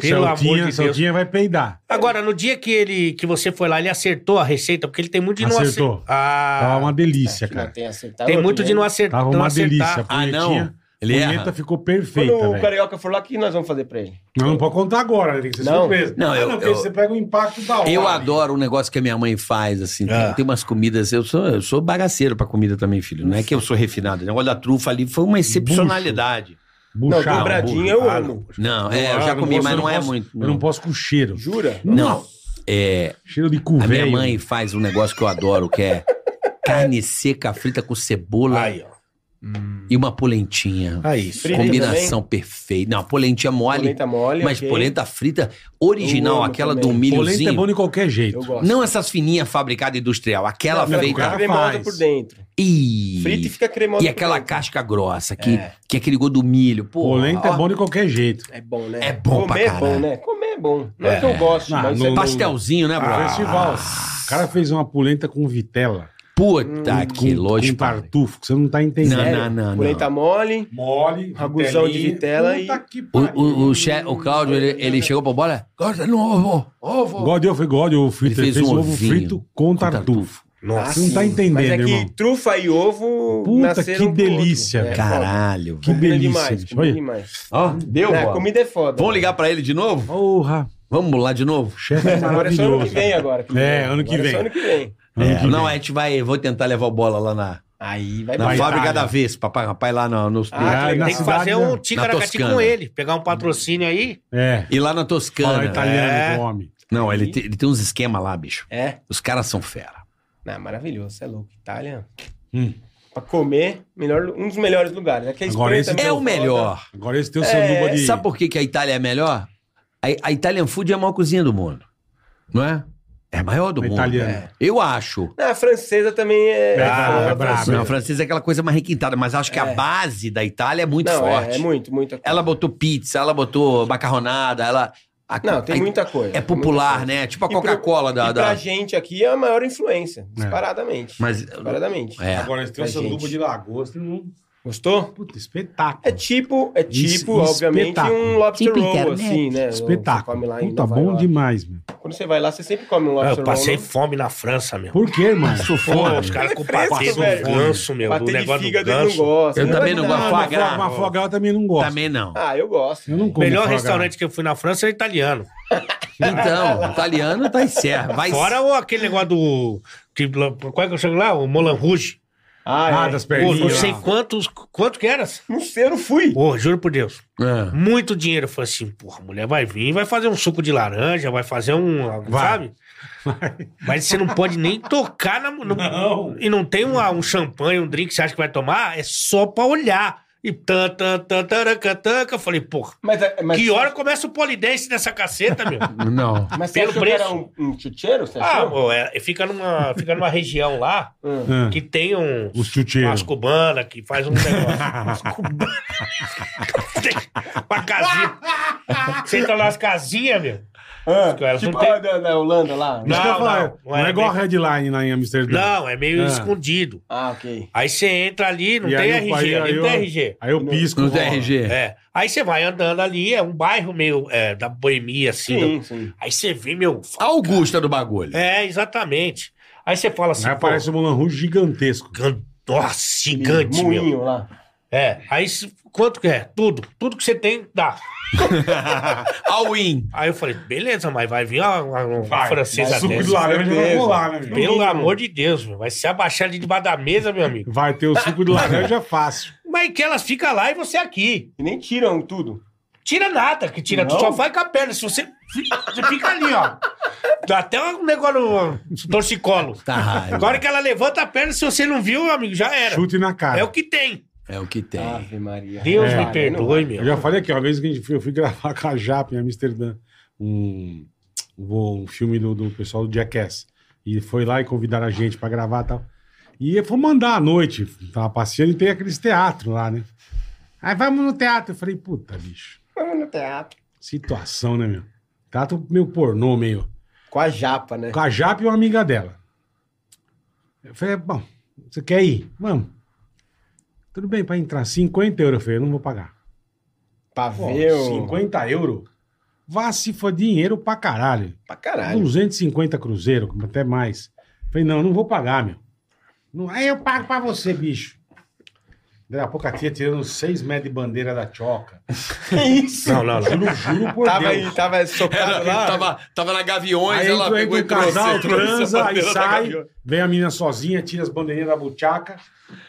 [SPEAKER 4] Pelo amor de
[SPEAKER 3] Saltinha,
[SPEAKER 4] Deus.
[SPEAKER 3] Saltinha vai peidar.
[SPEAKER 4] Agora, no dia que ele que você foi lá, ele acertou a receita, porque ele tem muito de não
[SPEAKER 3] Acertou.
[SPEAKER 4] acertar. Ah,
[SPEAKER 3] Tava uma delícia,
[SPEAKER 6] Que não
[SPEAKER 3] cara.
[SPEAKER 6] tem acertado. né?
[SPEAKER 4] tem muito de não acertar.
[SPEAKER 3] Tava uma delícia.
[SPEAKER 5] Ah, não.
[SPEAKER 3] punhetinha-
[SPEAKER 5] Ele
[SPEAKER 3] punheta
[SPEAKER 5] erra.
[SPEAKER 3] ficou
[SPEAKER 6] Quando
[SPEAKER 3] perfeita,
[SPEAKER 6] o
[SPEAKER 3] velho.
[SPEAKER 6] Carioca for lá, o que nós vamos fazer pra ele?
[SPEAKER 3] Não, não pode contar agora, né? tem que ser
[SPEAKER 6] Não.
[SPEAKER 3] surpresa.
[SPEAKER 5] Não,
[SPEAKER 3] Ah,
[SPEAKER 5] eu-
[SPEAKER 3] porque
[SPEAKER 5] eu-
[SPEAKER 3] você pega o impacto da hora.
[SPEAKER 5] Eu adoro um negócio que a minha mãe faz, assim. Tem-
[SPEAKER 4] Ah.
[SPEAKER 5] Tem, umas comidas. Eu sou, eu sou bagaceiro pra comida também, filho. Não é que eu sou refinado. O negócio da trufa ali foi uma excepcionalidade.
[SPEAKER 6] Não,
[SPEAKER 3] Buchado.
[SPEAKER 6] dobradinho eu amo.
[SPEAKER 5] Não, é, eu
[SPEAKER 3] Ah,
[SPEAKER 5] já
[SPEAKER 3] não
[SPEAKER 5] comi,
[SPEAKER 3] posso-
[SPEAKER 5] mas não, é
[SPEAKER 3] posso-
[SPEAKER 5] muito.
[SPEAKER 3] Eu não posso com cheiro.
[SPEAKER 6] Jura?
[SPEAKER 5] Não. É,
[SPEAKER 3] Cheiro de cu
[SPEAKER 5] A minha
[SPEAKER 3] velho.
[SPEAKER 5] mãe faz um negócio que eu adoro, que é carne seca frita com cebola
[SPEAKER 4] Aí, ó.
[SPEAKER 5] e uma polentinha.
[SPEAKER 3] É
[SPEAKER 4] Aí.
[SPEAKER 6] Frita
[SPEAKER 5] Combinação perfeita. Não, polentinha mole,
[SPEAKER 6] Polenta
[SPEAKER 3] é
[SPEAKER 6] mole.
[SPEAKER 5] mas
[SPEAKER 6] ok.
[SPEAKER 5] polenta frita
[SPEAKER 6] Eu
[SPEAKER 5] original,
[SPEAKER 6] amo
[SPEAKER 5] aquela
[SPEAKER 6] também.
[SPEAKER 5] do
[SPEAKER 3] Polenta é
[SPEAKER 5] milhozinho.
[SPEAKER 3] bom de qualquer jeito.
[SPEAKER 6] Eu gosto.
[SPEAKER 5] não essas fininhas fabricadas industrial, aquela
[SPEAKER 3] não,
[SPEAKER 5] feita.
[SPEAKER 3] cara.
[SPEAKER 6] cremosa
[SPEAKER 3] faz.
[SPEAKER 6] por dentro.
[SPEAKER 5] E...
[SPEAKER 6] Frita e fica cremosa
[SPEAKER 5] e aquela
[SPEAKER 6] por dentro.
[SPEAKER 5] casca grossa, que, que é aquele gosto do milho. Pô,
[SPEAKER 3] Polenta
[SPEAKER 5] ó,
[SPEAKER 3] é bom de qualquer jeito.
[SPEAKER 6] É bom, né?
[SPEAKER 5] É bom pra
[SPEAKER 6] Comer é
[SPEAKER 5] caralho.
[SPEAKER 6] bom, né? Comer é bom. Não é,
[SPEAKER 5] É.
[SPEAKER 6] que eu gosto,
[SPEAKER 3] Ah,
[SPEAKER 6] mas
[SPEAKER 3] no-
[SPEAKER 6] é bom.
[SPEAKER 5] Pastelzinho, né, bro?
[SPEAKER 3] Ah, Festival. O cara fez uma polenta com vitela.
[SPEAKER 5] Puta que
[SPEAKER 3] Hum, com,
[SPEAKER 5] lógico.
[SPEAKER 3] com tartufo, que você não tá entendendo.
[SPEAKER 5] Não,
[SPEAKER 6] Sério,
[SPEAKER 5] não, não, não.
[SPEAKER 6] Polenta mole.
[SPEAKER 3] Mole,
[SPEAKER 6] Raguzão de
[SPEAKER 3] vitelinha.
[SPEAKER 6] vitela
[SPEAKER 3] Puta
[SPEAKER 6] e-
[SPEAKER 3] que
[SPEAKER 5] O,
[SPEAKER 3] pariu.
[SPEAKER 5] o, o, che- o Cláudio, ele, ele chegou pra bola. Gosta de ovo, ovo.
[SPEAKER 3] God of God, o frito,
[SPEAKER 5] Ele
[SPEAKER 3] ele
[SPEAKER 5] fez
[SPEAKER 3] fez
[SPEAKER 5] um
[SPEAKER 3] um ovo
[SPEAKER 5] ovinho
[SPEAKER 3] frito com
[SPEAKER 5] com
[SPEAKER 3] tartufo.
[SPEAKER 6] Ah,
[SPEAKER 4] Nossa.
[SPEAKER 3] Você não tá
[SPEAKER 6] sim.
[SPEAKER 3] entendendo,
[SPEAKER 6] Mas é que
[SPEAKER 3] irmão.
[SPEAKER 6] trufa e ovo
[SPEAKER 3] Puta,
[SPEAKER 6] nasceram
[SPEAKER 3] que delícia,
[SPEAKER 6] Outro. É,
[SPEAKER 5] Caralho.
[SPEAKER 3] Que
[SPEAKER 6] Comida
[SPEAKER 3] delícia,
[SPEAKER 6] demais,
[SPEAKER 3] bicho.
[SPEAKER 6] comida
[SPEAKER 3] Olha.
[SPEAKER 6] demais.
[SPEAKER 5] Ó, deu,
[SPEAKER 6] É,
[SPEAKER 5] ó.
[SPEAKER 6] comida é foda.
[SPEAKER 5] Vamos ligar pra ele de novo?
[SPEAKER 3] Porra,
[SPEAKER 5] Vamos lá de novo?
[SPEAKER 3] chefe é
[SPEAKER 6] Agora é só ano que
[SPEAKER 3] maravilhoso.
[SPEAKER 6] vem agora.
[SPEAKER 3] É, ano que
[SPEAKER 6] Agora
[SPEAKER 3] vem.
[SPEAKER 6] É só ano que vem.
[SPEAKER 5] É,
[SPEAKER 3] Ano que
[SPEAKER 5] não,
[SPEAKER 3] vem.
[SPEAKER 5] a gente vai. Vou tentar levar o bola lá na,
[SPEAKER 6] Aí vai
[SPEAKER 5] Na
[SPEAKER 6] pra
[SPEAKER 5] fábrica
[SPEAKER 6] Itália.
[SPEAKER 5] da Vespa, papai, rapaz, lá no, no
[SPEAKER 6] Ah,
[SPEAKER 3] na
[SPEAKER 4] Tem que
[SPEAKER 3] cidade,
[SPEAKER 4] fazer
[SPEAKER 3] né?
[SPEAKER 4] um ticaracati
[SPEAKER 5] Toscana.
[SPEAKER 4] com ele. Pegar um patrocínio aí.
[SPEAKER 3] É.
[SPEAKER 5] e lá na
[SPEAKER 3] Fala
[SPEAKER 5] Toscana.
[SPEAKER 3] italiano
[SPEAKER 4] É.
[SPEAKER 3] do homem.
[SPEAKER 5] Não, ele, te- ele tem uns esquemas lá, bicho.
[SPEAKER 6] É.
[SPEAKER 5] Os caras são fera.
[SPEAKER 6] Não, maravilhoso, você é louco. Itália.
[SPEAKER 3] Hum.
[SPEAKER 6] Pra comer, melhor, um dos melhores lugares. Aquele
[SPEAKER 3] Agora esse
[SPEAKER 5] É o melhor.
[SPEAKER 3] Agora eles têm o
[SPEAKER 6] É,
[SPEAKER 3] sanduba de.
[SPEAKER 5] Sabe por que, que a Itália é melhor? A, a Italian Food é a maior cozinha do mundo. Não é? É a maior do
[SPEAKER 3] É
[SPEAKER 5] mundo.
[SPEAKER 3] italiana.
[SPEAKER 5] É. Eu acho.
[SPEAKER 6] Ah, a francesa também é.
[SPEAKER 3] Brava,
[SPEAKER 6] é
[SPEAKER 3] brava.
[SPEAKER 5] Não, a francesa é aquela coisa mais requintada, mas acho que a
[SPEAKER 6] É.
[SPEAKER 5] base da Itália é muito
[SPEAKER 6] Não,
[SPEAKER 5] forte.
[SPEAKER 6] é, é muito, muita coisa.
[SPEAKER 5] Ela botou pizza, ela botou macarronada, ela. a-
[SPEAKER 6] Não, tem
[SPEAKER 5] a-
[SPEAKER 6] muita coisa.
[SPEAKER 5] É popular, né? Tipo a
[SPEAKER 6] E pro-
[SPEAKER 5] Coca-Cola da.
[SPEAKER 6] E pra
[SPEAKER 5] da-
[SPEAKER 6] gente aqui é a maior influência, disparadamente.
[SPEAKER 5] Mas.
[SPEAKER 6] Disparadamente.
[SPEAKER 5] É.
[SPEAKER 3] Agora eles têm o
[SPEAKER 6] Pra
[SPEAKER 3] sanduba
[SPEAKER 6] gente.
[SPEAKER 3] de lagosta. e um-
[SPEAKER 6] Gostou?
[SPEAKER 3] Puta, espetáculo.
[SPEAKER 6] É tipo, é tipo,
[SPEAKER 3] Isso-
[SPEAKER 6] obviamente,
[SPEAKER 3] espetáculo.
[SPEAKER 6] um lobster
[SPEAKER 1] Tipo
[SPEAKER 6] roll,
[SPEAKER 1] internet.
[SPEAKER 6] assim, né? Você
[SPEAKER 3] Espetáculo.
[SPEAKER 6] come lá em
[SPEAKER 3] Puta,
[SPEAKER 6] Nova
[SPEAKER 3] bom
[SPEAKER 6] York.
[SPEAKER 3] demais, meu.
[SPEAKER 6] Quando você vai lá, você sempre come um
[SPEAKER 4] Ah,
[SPEAKER 6] lobster
[SPEAKER 4] Eu passei
[SPEAKER 6] roll.
[SPEAKER 4] fome na França, meu.
[SPEAKER 3] Por quê, irmão?
[SPEAKER 4] Pô, os caras com
[SPEAKER 6] é fresco,
[SPEAKER 4] patê do
[SPEAKER 6] velho.
[SPEAKER 4] ganso,
[SPEAKER 6] não?
[SPEAKER 4] meu. Do
[SPEAKER 6] Bater de
[SPEAKER 4] negócio do
[SPEAKER 6] fígado ele não
[SPEAKER 4] ganso.
[SPEAKER 6] gosta.
[SPEAKER 5] Eu
[SPEAKER 6] Não
[SPEAKER 5] também
[SPEAKER 6] vai
[SPEAKER 5] não
[SPEAKER 6] dar-
[SPEAKER 5] gosto.
[SPEAKER 3] Uma
[SPEAKER 5] foie gras.
[SPEAKER 3] uma foie gras eu também não gosto.
[SPEAKER 5] Também não.
[SPEAKER 6] Ah, eu gosto.
[SPEAKER 3] Eu não
[SPEAKER 6] Não...
[SPEAKER 4] O
[SPEAKER 3] como
[SPEAKER 4] melhor
[SPEAKER 3] foie gras.
[SPEAKER 4] restaurante que eu fui na França era italiano.
[SPEAKER 5] Então, italiano tá em serra. Vai
[SPEAKER 4] Fora o- aquele negócio do. Que, qual é que eu chamo lá? O Moulin Rouge.
[SPEAKER 3] Ah,
[SPEAKER 6] Ah, é.
[SPEAKER 3] das
[SPEAKER 4] Pô, não
[SPEAKER 3] perninhas.
[SPEAKER 4] sei
[SPEAKER 3] lá.
[SPEAKER 4] quantos. Quanto que era?
[SPEAKER 6] Não sei, eu não fui.
[SPEAKER 4] Pô, juro por Deus.
[SPEAKER 5] Ah.
[SPEAKER 4] Muito dinheiro. Eu falei assim, porra, a mulher vai vir, vai fazer um suco de laranja, vai fazer um.
[SPEAKER 3] Vai.
[SPEAKER 4] Sabe? Mas você não pode nem tocar na. no-
[SPEAKER 3] Não.
[SPEAKER 4] E não tem uma- um champanhe, um drink que você acha que vai tomar, é só pra olhar. E tan, tan, tan, taraca, tanca. Eu falei, porra,
[SPEAKER 6] Mas, é, mas,
[SPEAKER 4] que hora começa o polidense dessa caceta, meu?
[SPEAKER 5] Ah, Não.
[SPEAKER 6] Mas você
[SPEAKER 4] Pelo
[SPEAKER 6] achou que era
[SPEAKER 4] preço.
[SPEAKER 6] um, um chuteiro? Você
[SPEAKER 4] ah,
[SPEAKER 6] achou?
[SPEAKER 4] pô, é, fica, numa, fica numa região lá
[SPEAKER 6] Hum.
[SPEAKER 3] Ah,
[SPEAKER 4] que tem um.
[SPEAKER 3] Os chuteiros.
[SPEAKER 4] Umas cubanas que faz um negócio. Umas cubanas. Uma casinha.
[SPEAKER 3] (laughs)
[SPEAKER 4] Senta lá as casinhas, meu.
[SPEAKER 6] Ah,
[SPEAKER 4] cara,
[SPEAKER 6] tipo
[SPEAKER 4] não tem-
[SPEAKER 6] a da, da Holanda lá?
[SPEAKER 3] Isso que eu
[SPEAKER 4] Não,
[SPEAKER 3] falo,
[SPEAKER 4] não, não
[SPEAKER 3] não é
[SPEAKER 4] é
[SPEAKER 3] igual a Redline lá em Amsterdã.
[SPEAKER 4] Não, é meio
[SPEAKER 3] Ah.
[SPEAKER 4] escondido.
[SPEAKER 6] Ah, ok.
[SPEAKER 4] Aí você entra ali, não
[SPEAKER 3] E
[SPEAKER 4] tem
[SPEAKER 3] aí
[SPEAKER 4] RG,
[SPEAKER 3] o- aí-
[SPEAKER 4] ali
[SPEAKER 3] aí
[SPEAKER 4] não
[SPEAKER 3] o-
[SPEAKER 4] tem RG.
[SPEAKER 3] Aí eu pisco.
[SPEAKER 5] No
[SPEAKER 3] rola.
[SPEAKER 5] TRG.
[SPEAKER 4] É. Aí você vai andando ali, é um bairro meio é, da boemia, assim.
[SPEAKER 6] Sim,
[SPEAKER 4] da-
[SPEAKER 6] sim.
[SPEAKER 4] Aí você vê, meu. fa-
[SPEAKER 5] A Augusta do bagulho.
[SPEAKER 4] É, exatamente. Aí você fala assim,
[SPEAKER 3] Aí
[SPEAKER 4] pô,
[SPEAKER 3] aparece o Moulin Rouge gigantesco.
[SPEAKER 4] gan- nossa, gigante, meu.
[SPEAKER 6] Moinho lá.
[SPEAKER 4] É, aí se- quanto que é? Tudo. Tudo que você tem, dá.
[SPEAKER 5] All in.
[SPEAKER 4] Aí eu falei, beleza, mas vai vir uma, uma- uma
[SPEAKER 3] Vai,
[SPEAKER 4] francesa
[SPEAKER 3] vai, suco de
[SPEAKER 4] dessa.
[SPEAKER 3] laranja vai
[SPEAKER 6] Certeza.
[SPEAKER 3] rolar, né, meu?
[SPEAKER 4] Pelo amor de Deus, meu. Vai se abaixar ali debaixo da mesa, meu amigo.
[SPEAKER 3] Vai ter o suco de laranja é fácil.
[SPEAKER 4] Mas que elas ficam lá e você aqui.
[SPEAKER 6] E nem tiram tudo.
[SPEAKER 4] Tira nada, que tira.
[SPEAKER 6] Não?
[SPEAKER 4] Tu só vai com a perna. Se você, você fica ali, ó. Dá até um negócio no torcicolo.
[SPEAKER 5] Tá raiva.
[SPEAKER 4] Agora que ela levanta a perna, se você não viu, meu amigo, já era.
[SPEAKER 3] Chute na cara.
[SPEAKER 4] (laughs) É o que tem.
[SPEAKER 5] É o que tem.
[SPEAKER 6] Ave Maria.
[SPEAKER 4] Deus
[SPEAKER 3] É.
[SPEAKER 4] me perdoe,
[SPEAKER 3] Eu
[SPEAKER 4] meu.
[SPEAKER 3] já falei aqui, uma vez que a gente foi- eu fui gravar com a Jap em Amsterdã, um, um filme do, do pessoal do Jackass. E foi lá e convidaram a gente pra gravar e tal. E eu fui mandar à noite, tava passeando e tem aqueles teatros lá, né? Aí vamos no teatro. Eu falei, puta, bicho,
[SPEAKER 6] Vamos no teatro.
[SPEAKER 3] situação, né, meu? Teatro meio pornô, meio.
[SPEAKER 6] Com a japa, né?
[SPEAKER 3] Com a Jap e uma amiga dela. Eu falei, bom, você quer ir? Vamos. Tudo bem, pra entrar, 50 euros. Eu falei, eu não vou pagar.
[SPEAKER 6] Pra
[SPEAKER 3] Pô,
[SPEAKER 6] ver o...
[SPEAKER 3] 50 euros? Vá se for dinheiro pra caralho.
[SPEAKER 6] Pra caralho.
[SPEAKER 3] 250 cruzeiro, até mais. Falei, não, não vou pagar, meu. Não, aí eu pago pra você, bicho. Daqui a pouco a tia tirando 6 metros de bandeira da choca.
[SPEAKER 6] Que É isso?
[SPEAKER 4] Não, não, não.
[SPEAKER 3] Juro, juro por
[SPEAKER 6] Tava
[SPEAKER 3] Deus.
[SPEAKER 6] aí, tava socado
[SPEAKER 5] Ela
[SPEAKER 6] lá.
[SPEAKER 5] tava, tava na Gaviões,
[SPEAKER 3] Aí
[SPEAKER 5] ela
[SPEAKER 3] entra,
[SPEAKER 5] pegou
[SPEAKER 3] entra
[SPEAKER 5] e
[SPEAKER 3] o casal,
[SPEAKER 5] (laughs) trouxe- trouxe a
[SPEAKER 3] transa, aí
[SPEAKER 5] bandeira da
[SPEAKER 3] sai,
[SPEAKER 5] Gaviões.
[SPEAKER 3] vem a menina sozinha, tira as bandeirinhas da buchaca,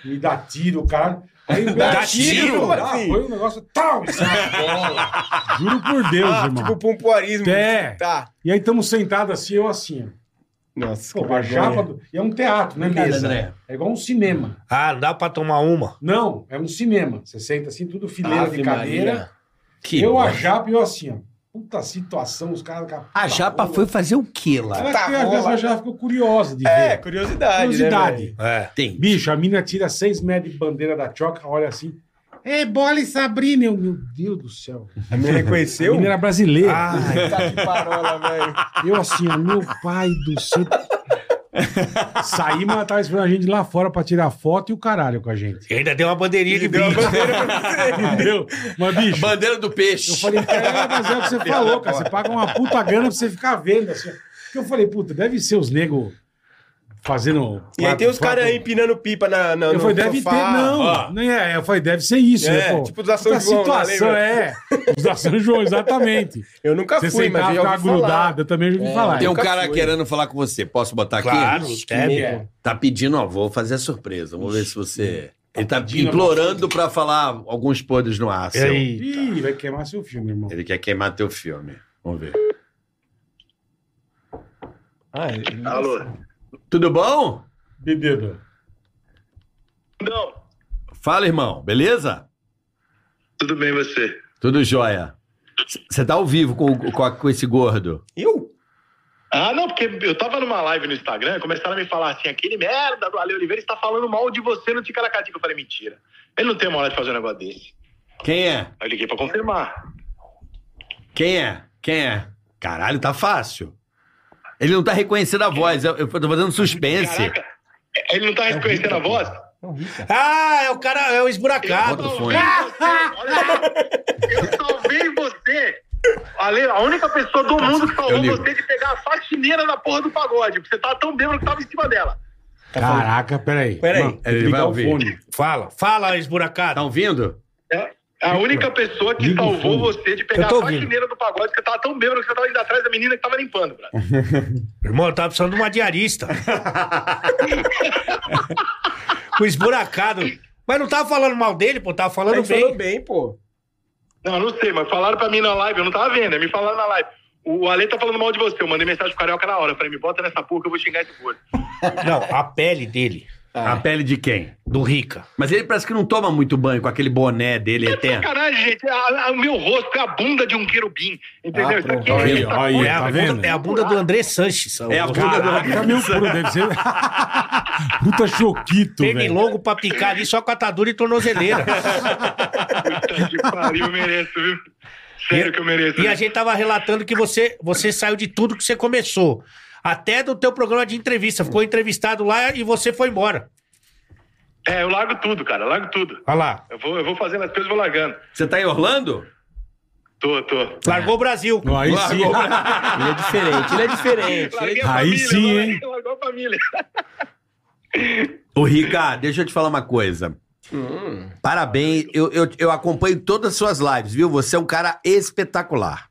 [SPEAKER 3] me dá tiro, cara. Aí
[SPEAKER 6] Dá tiro?
[SPEAKER 3] dá, põe um negócio, tal, e sai a bola. Juro por Deus,
[SPEAKER 6] Ah,
[SPEAKER 3] irmão.
[SPEAKER 6] tipo pompoarismo.
[SPEAKER 3] É.
[SPEAKER 6] Tá.
[SPEAKER 3] E aí estamos sentados assim, eu assim. ó.
[SPEAKER 6] Nossa,
[SPEAKER 3] Pô,
[SPEAKER 6] que
[SPEAKER 3] a
[SPEAKER 6] vergonha.
[SPEAKER 3] Java do- e é um teatro, não é
[SPEAKER 5] Obrigado,
[SPEAKER 3] mesa.
[SPEAKER 5] André.
[SPEAKER 3] É igual um cinema.
[SPEAKER 4] Ah, não dá pra tomar uma.
[SPEAKER 3] Não, é um cinema. Você senta assim, tudo fileira
[SPEAKER 6] Ave
[SPEAKER 3] de cadeira.
[SPEAKER 6] Maria.
[SPEAKER 5] Que
[SPEAKER 3] eu, a
[SPEAKER 5] bosta.
[SPEAKER 3] Japa e eu assim, ó. Puta situação, os caras... com
[SPEAKER 5] A japa foi fazer o quê lá?
[SPEAKER 3] Ela, que, às vezes
[SPEAKER 6] rola.
[SPEAKER 3] a Japa ficou curiosa de
[SPEAKER 6] É,
[SPEAKER 3] ver.
[SPEAKER 6] curiosidade,
[SPEAKER 3] Curiosidade.
[SPEAKER 6] Né,
[SPEAKER 4] É.
[SPEAKER 5] Tem.
[SPEAKER 3] Bicho, a mina tira seis metros de bandeira da choca, olha assim. É, bola e Sabrina. Eu, meu Deus do céu.
[SPEAKER 6] velho? me reconheceu?
[SPEAKER 3] A mina era brasileira.
[SPEAKER 4] Ah,
[SPEAKER 6] Tá que parola, velho.
[SPEAKER 3] (laughs) Eu assim, ó, meu pai do céu. Saí, mas ela tava esperando a gente lá fora pra tirar foto e o caralho com a gente.
[SPEAKER 4] e ainda deu uma bandeirinha de
[SPEAKER 6] Deu uma
[SPEAKER 4] brinde.
[SPEAKER 6] bandeira pra
[SPEAKER 3] Entendeu? Mas, bicho,
[SPEAKER 5] Bandeira do peixe.
[SPEAKER 3] eu falei, cara, mas é o que
[SPEAKER 6] (laughs)
[SPEAKER 3] você falou, cara. Você paga uma puta grana pra você ficar vendo. Assim. ó. Porque eu falei, puta, deve ser os negros fazendo.
[SPEAKER 6] E aí tem os caras aí empinando pipa na, na,
[SPEAKER 3] Eu
[SPEAKER 6] no
[SPEAKER 3] falei, deve
[SPEAKER 6] sofá.
[SPEAKER 3] ter, não.
[SPEAKER 6] Ó.
[SPEAKER 3] nem é, eu falei, deve ser isso.
[SPEAKER 6] É,
[SPEAKER 3] né, pô?
[SPEAKER 6] tipo os da São
[SPEAKER 3] Puta
[SPEAKER 6] João lá,
[SPEAKER 3] situação,
[SPEAKER 6] lembra?
[SPEAKER 3] é. Os da São João,
[SPEAKER 6] (laughs)
[SPEAKER 3] exatamente.
[SPEAKER 6] Eu nunca
[SPEAKER 3] Você
[SPEAKER 6] fui,
[SPEAKER 3] sentava
[SPEAKER 6] mas eu já
[SPEAKER 3] ficava
[SPEAKER 6] ouvi falar.
[SPEAKER 3] grudado, eu também já ouvi falar.
[SPEAKER 5] Tem um
[SPEAKER 6] nunca
[SPEAKER 5] cara
[SPEAKER 6] fui.
[SPEAKER 5] querendo falar com você. Posso botar aqui?
[SPEAKER 4] Claro, deve.
[SPEAKER 6] É.
[SPEAKER 5] Tá pedindo, ó, vou fazer a surpresa. Vamos ver se você. Ele tá
[SPEAKER 3] pedindo
[SPEAKER 5] implorando pra falar alguns podres no ar.
[SPEAKER 4] E
[SPEAKER 5] seu.
[SPEAKER 4] aí?
[SPEAKER 3] Ih, vai queimar seu filme, irmão.
[SPEAKER 5] Ele quer queimar teu filme. Vamos ver.
[SPEAKER 6] Ah, ele-
[SPEAKER 1] Alô?
[SPEAKER 5] Tudo bom?
[SPEAKER 3] Bebido.
[SPEAKER 1] Não,
[SPEAKER 5] Fala, irmão. Beleza?
[SPEAKER 1] tudo bem você?
[SPEAKER 5] Tudo jóia. C- Você tá ao vivo com, o- com, a- com esse gordo.
[SPEAKER 6] Eu?
[SPEAKER 1] Ah, não, porque eu tava numa live no Instagram, começaram a me falar assim, aquele merda do Ale Oliveira está falando mal de você no Ticaracatica. Eu falei, mentira. Ele não tem uma hora de fazer um negócio desse.
[SPEAKER 5] Quem é?
[SPEAKER 1] Aí eu liguei pra confirmar.
[SPEAKER 5] Quem é? Quem é? Caralho, tá fácil. Ele não tá reconhecendo a voz. Eu, eu tô fazendo suspense.
[SPEAKER 1] Caraca, ele não tá reconhecendo a voz?
[SPEAKER 4] Ah, é o cara, é o
[SPEAKER 5] Bota
[SPEAKER 4] esburacado.
[SPEAKER 5] o
[SPEAKER 1] salvei
[SPEAKER 5] fone.
[SPEAKER 1] você, olha lá. Eu salvei você. Ale, a única pessoa do mundo que
[SPEAKER 5] Eu
[SPEAKER 1] salvou
[SPEAKER 5] ligo.
[SPEAKER 1] você de pegar a faxineira da porra do pagode, porque você tava tão bêbado que tava em cima dela.
[SPEAKER 3] Caraca, peraí.
[SPEAKER 6] Tá Peraí.
[SPEAKER 3] Mano, tem que
[SPEAKER 5] Ele
[SPEAKER 3] ligar
[SPEAKER 5] vai
[SPEAKER 3] o
[SPEAKER 5] ouvir.
[SPEAKER 3] fone.
[SPEAKER 4] Fala, fala,
[SPEAKER 5] Tá
[SPEAKER 4] esburacado.
[SPEAKER 5] ouvindo?
[SPEAKER 1] É a única pessoa que
[SPEAKER 3] Liga o
[SPEAKER 1] salvou
[SPEAKER 3] fundo.
[SPEAKER 1] você de
[SPEAKER 4] Eu
[SPEAKER 1] pegar
[SPEAKER 4] tô
[SPEAKER 1] a
[SPEAKER 4] ouvindo.
[SPEAKER 1] faxineira do pagode, porque você tava tão bêbado que você tava indo atrás da menina que tava limpando, brother.
[SPEAKER 4] Irmão, eu tava precisando de uma (laughs) diarista. o esburacado. Mas não tava falando mal dele, pô, tava
[SPEAKER 6] Ele
[SPEAKER 3] Tá
[SPEAKER 4] falando
[SPEAKER 6] falou
[SPEAKER 4] bem.
[SPEAKER 6] bem, pô.
[SPEAKER 1] Não, não sei, mas falaram pra mim na live, eu não tava vendo, é, me falaram na live. O Ale tá falando mal de você, eu mandei mensagem pro Carioca na hora, eu falei, me bota nessa porra que eu vou xingar esse gordo.
[SPEAKER 4] Não, a pele dele,
[SPEAKER 3] Ah.
[SPEAKER 5] A pele de quem?
[SPEAKER 4] do Rica.
[SPEAKER 5] É. Mas ele parece que não toma muito banho com aquele boné dele eterno.
[SPEAKER 1] Sacanagem, gente, a- a- o meu rosto é a bunda de um querubim, entendeu?
[SPEAKER 6] Ah,
[SPEAKER 1] Isso
[SPEAKER 6] pronto,
[SPEAKER 1] aqui um
[SPEAKER 3] olha aí,
[SPEAKER 1] essa
[SPEAKER 3] olha aí.
[SPEAKER 1] coisa.
[SPEAKER 4] É,
[SPEAKER 3] tá
[SPEAKER 4] a
[SPEAKER 3] vendo?
[SPEAKER 4] bunda, é a bunda do André Sanches.
[SPEAKER 5] É a bunda do
[SPEAKER 3] Caraca, meu puro, deve ser. (laughs) Puta choquito, velho.
[SPEAKER 4] Pernilongo pra picar ali só com atadura e
[SPEAKER 3] (laughs)
[SPEAKER 4] tornozeleira.
[SPEAKER 1] Puta que pariu, eu mereço, viu? Sério que eu mereço. né?
[SPEAKER 4] e
[SPEAKER 1] viu?
[SPEAKER 4] a gente tava relatando que você, você saiu de tudo que você começou. Até do teu programa de entrevista. Ficou entrevistado lá e você foi embora.
[SPEAKER 1] É, eu largo tudo, cara, eu largo tudo.
[SPEAKER 4] Olha lá.
[SPEAKER 1] Eu vou, eu vou fazendo as coisas e vou largando.
[SPEAKER 5] Você tá em Orlando?
[SPEAKER 1] Tô, tô.
[SPEAKER 4] Largou o Brasil.
[SPEAKER 3] Não, Aí sim.
[SPEAKER 5] Largou.
[SPEAKER 6] Ele é diferente, ele é
[SPEAKER 5] (laughs)
[SPEAKER 6] diferente. Ele
[SPEAKER 1] Larguei
[SPEAKER 6] é
[SPEAKER 1] a
[SPEAKER 3] Aí
[SPEAKER 1] família,
[SPEAKER 3] sim,
[SPEAKER 1] larguei-
[SPEAKER 3] hein?
[SPEAKER 1] largou a família.
[SPEAKER 5] Ô, Rica, deixa eu te falar uma coisa.
[SPEAKER 6] Hum.
[SPEAKER 5] Parabéns, eu, eu, eu acompanho todas as suas lives, viu? Você é um cara espetacular.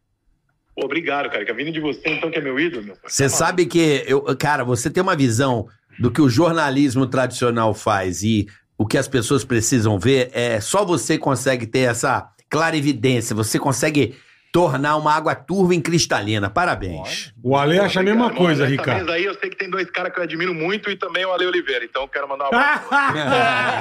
[SPEAKER 1] Pô, obrigado, cara. Que a vinda de você, então, que é meu ídolo, meu.
[SPEAKER 5] Você sabe que, eu, cara, você tem uma visão do que o jornalismo tradicional faz e o que as pessoas precisam ver. É só você consegue ter essa clarividência. Você consegue tornar uma água turva em cristalina. Parabéns.
[SPEAKER 3] O Ale acha a mesma
[SPEAKER 1] Obrigado.
[SPEAKER 3] coisa,
[SPEAKER 1] Nessa
[SPEAKER 3] Ricardo.
[SPEAKER 1] mesa aí eu sei que tem dois caras que eu admiro muito e também o Ale Oliveira. Então eu quero mandar um
[SPEAKER 3] Ah!
[SPEAKER 1] abraço.
[SPEAKER 3] (laughs)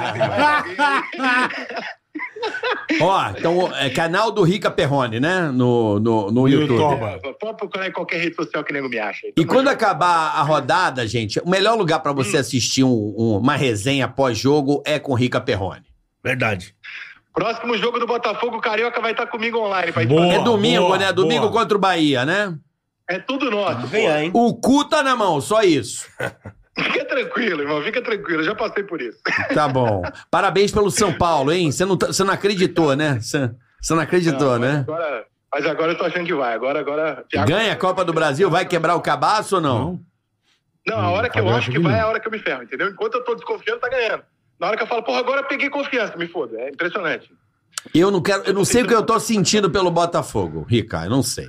[SPEAKER 3] Olha
[SPEAKER 5] Ó, então, é canal do Rica Perrone, né? No, no, no YouTube.
[SPEAKER 3] YouTube.
[SPEAKER 1] É, Pode procurar em qualquer rede social que nego me acha.
[SPEAKER 5] E quando acabar a rodada, gente, o melhor lugar pra você assistir um- um- uma resenha pós-jogo é com Rica Perrone.
[SPEAKER 4] Verdade.
[SPEAKER 1] Próximo jogo do Botafogo, o Carioca vai estar comigo online. Vai
[SPEAKER 3] Boa.
[SPEAKER 5] é domingo,
[SPEAKER 3] boa,
[SPEAKER 5] né? Domingo
[SPEAKER 3] boa.
[SPEAKER 5] contra o Bahia, né?
[SPEAKER 1] É tudo nosso.
[SPEAKER 6] ganhar, hein?
[SPEAKER 5] O cu tá na mão, só isso.
[SPEAKER 1] Fica tranquilo, irmão. Fica tranquilo. Eu já passei por isso.
[SPEAKER 5] Tá bom. Parabéns pelo São Paulo, hein? Você não, tá- você não acreditou, né? Você você não acreditou,
[SPEAKER 1] Mas
[SPEAKER 5] né?
[SPEAKER 1] Agora, mas agora eu tô achando que vai. Agora, agora. Thiago-
[SPEAKER 5] Ganha a Copa do Brasil, vai quebrar o cabaço ou não?
[SPEAKER 1] Não, a hora que eu
[SPEAKER 3] Agora
[SPEAKER 1] acho
[SPEAKER 3] eu
[SPEAKER 1] que
[SPEAKER 3] acho que
[SPEAKER 1] vai é
[SPEAKER 3] não.
[SPEAKER 1] a hora que eu me ferro, entendeu? Enquanto eu tô desconfiando, tá ganhando. Na hora que eu falo, porra, agora eu peguei confiança, me foda. É impressionante.
[SPEAKER 5] Eu não quero, eu não sei o que eu tô sentindo pelo Botafogo, Rica. Eu não sei.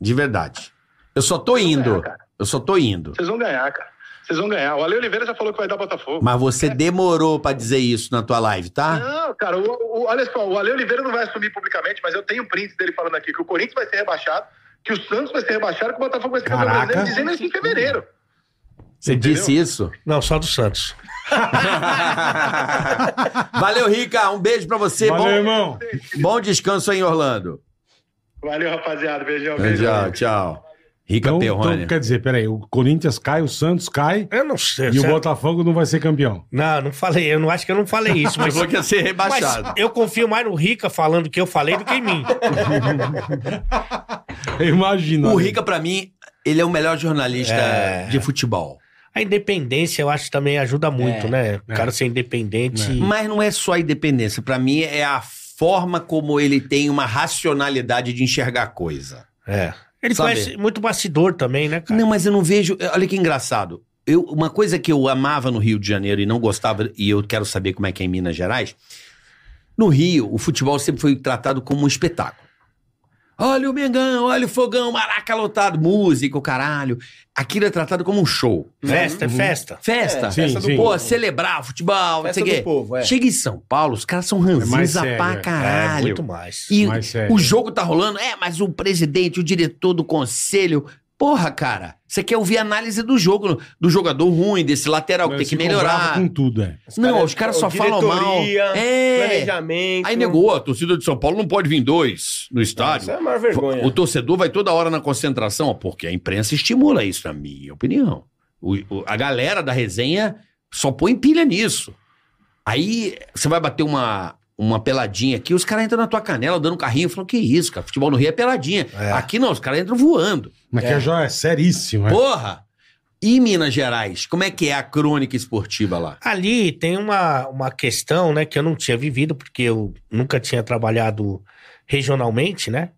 [SPEAKER 5] De verdade. Eu só tô indo. Eu só tô indo.
[SPEAKER 1] Vocês vão ganhar, cara. Vocês vão ganhar. O Ale Oliveira já falou que vai dar Botafogo.
[SPEAKER 5] Mas você demorou pra dizer isso na tua live, tá?
[SPEAKER 1] Não, cara, o, o- olha só, o Ale Oliveira não vai assumir publicamente, mas eu tenho prints dele falando aqui que o Corinthians vai ser rebaixado, que o Santos vai ser rebaixado, que o Botafogo vai ser campeão
[SPEAKER 3] Caraca.
[SPEAKER 1] brasileiro, dizendo isso em fevereiro.
[SPEAKER 5] Você disse isso? (laughs)
[SPEAKER 4] Não, só do Santos.
[SPEAKER 5] Valeu, Rica. Um beijo pra você.
[SPEAKER 3] Valeu,
[SPEAKER 5] bom,
[SPEAKER 3] irmão.
[SPEAKER 5] bom descanso aí em Orlando.
[SPEAKER 1] Valeu, rapaziada. Beijão,
[SPEAKER 5] Tchau,
[SPEAKER 1] beijão.
[SPEAKER 5] tchau. Rica
[SPEAKER 3] Então,
[SPEAKER 5] Perrone.
[SPEAKER 3] então, quer dizer, peraí, o Corinthians cai, o Santos cai
[SPEAKER 4] Eu não sei.
[SPEAKER 3] e o
[SPEAKER 4] sabe?
[SPEAKER 3] Botafogo não vai ser campeão. (laughs)
[SPEAKER 4] Não, não falei. Eu não acho que eu não falei isso.
[SPEAKER 5] Você
[SPEAKER 4] Mas,
[SPEAKER 5] falou que ia ser
[SPEAKER 4] mas
[SPEAKER 5] rebaixado.
[SPEAKER 4] eu confio mais no Rica falando o que eu falei do que em mim.
[SPEAKER 3] Imagina. né?
[SPEAKER 5] O
[SPEAKER 3] Ale.
[SPEAKER 5] Rica, pra mim, ele é o melhor jornalista
[SPEAKER 4] É.
[SPEAKER 5] de futebol.
[SPEAKER 4] A independência, eu acho, também ajuda muito, né? O cara ser independente.
[SPEAKER 5] Mas não é só a independência. Pra mim, é a forma como ele tem uma racionalidade de enxergar a coisa.
[SPEAKER 4] É. Ele
[SPEAKER 5] Saber.
[SPEAKER 4] conhece muito bastidor também, né, cara?
[SPEAKER 5] Não, mas eu não vejo. eh, Olha que engraçado. eu- uma coisa que eu amava no Rio de Janeiro e não gostava, e eu quero saber como é que é em Minas Gerais. No Rio, o futebol sempre foi tratado como um espetáculo. Olha o Mengão, olha o fogão, maraca lotado, música, o caralho. Aquilo é tratado como um show.
[SPEAKER 4] Festa, é
[SPEAKER 5] Uhum.
[SPEAKER 4] festa.
[SPEAKER 5] Festa.
[SPEAKER 6] É,
[SPEAKER 3] Sim,
[SPEAKER 6] festa do
[SPEAKER 3] sim.
[SPEAKER 5] Pô,
[SPEAKER 6] povo.
[SPEAKER 5] celebrar futebol, não
[SPEAKER 6] Festa
[SPEAKER 5] sei o
[SPEAKER 6] do
[SPEAKER 5] quê.
[SPEAKER 6] povo, é.
[SPEAKER 5] Chega em São Paulo, os caras são
[SPEAKER 3] mais
[SPEAKER 5] ranzinza
[SPEAKER 3] sério, é.
[SPEAKER 5] pra
[SPEAKER 3] É,
[SPEAKER 5] caralho.
[SPEAKER 4] É, muito mais.
[SPEAKER 5] E
[SPEAKER 3] Mais sério. né?
[SPEAKER 5] o jogo tá rolando, é, mas o presidente, o diretor do conselho. Porra, cara, você quer ouvir a análise do jogo, do jogador ruim, desse lateral que
[SPEAKER 3] Mas
[SPEAKER 5] tem que
[SPEAKER 3] ficam bravos
[SPEAKER 5] melhorar.
[SPEAKER 3] com tudo, é.
[SPEAKER 5] Não, os caras só falam mal.
[SPEAKER 6] Diretoria,
[SPEAKER 5] É.
[SPEAKER 6] Planejamento.
[SPEAKER 5] Aí negou, a torcida de São Paulo não pode vir dois no estádio.
[SPEAKER 6] Isso é a maior vergonha.
[SPEAKER 5] O torcedor vai toda hora na concentração, ó, porque a imprensa estimula isso, na minha opinião. O- o- a galera da resenha só põe pilha nisso. Aí você vai bater uma, uma peladinha aqui, os caras entram na tua canela dando um carrinho, falam, que isso, cara, futebol no Rio é peladinha. Aqui não, os caras entram voando.
[SPEAKER 3] Mas que a joia é seríssimo, é.
[SPEAKER 5] Porra! E Minas Gerais, como é que é a crônica esportiva lá?
[SPEAKER 4] Ali tem uma, uma questão, né, que eu não tinha vivido, porque eu nunca tinha trabalhado regionalmente, né?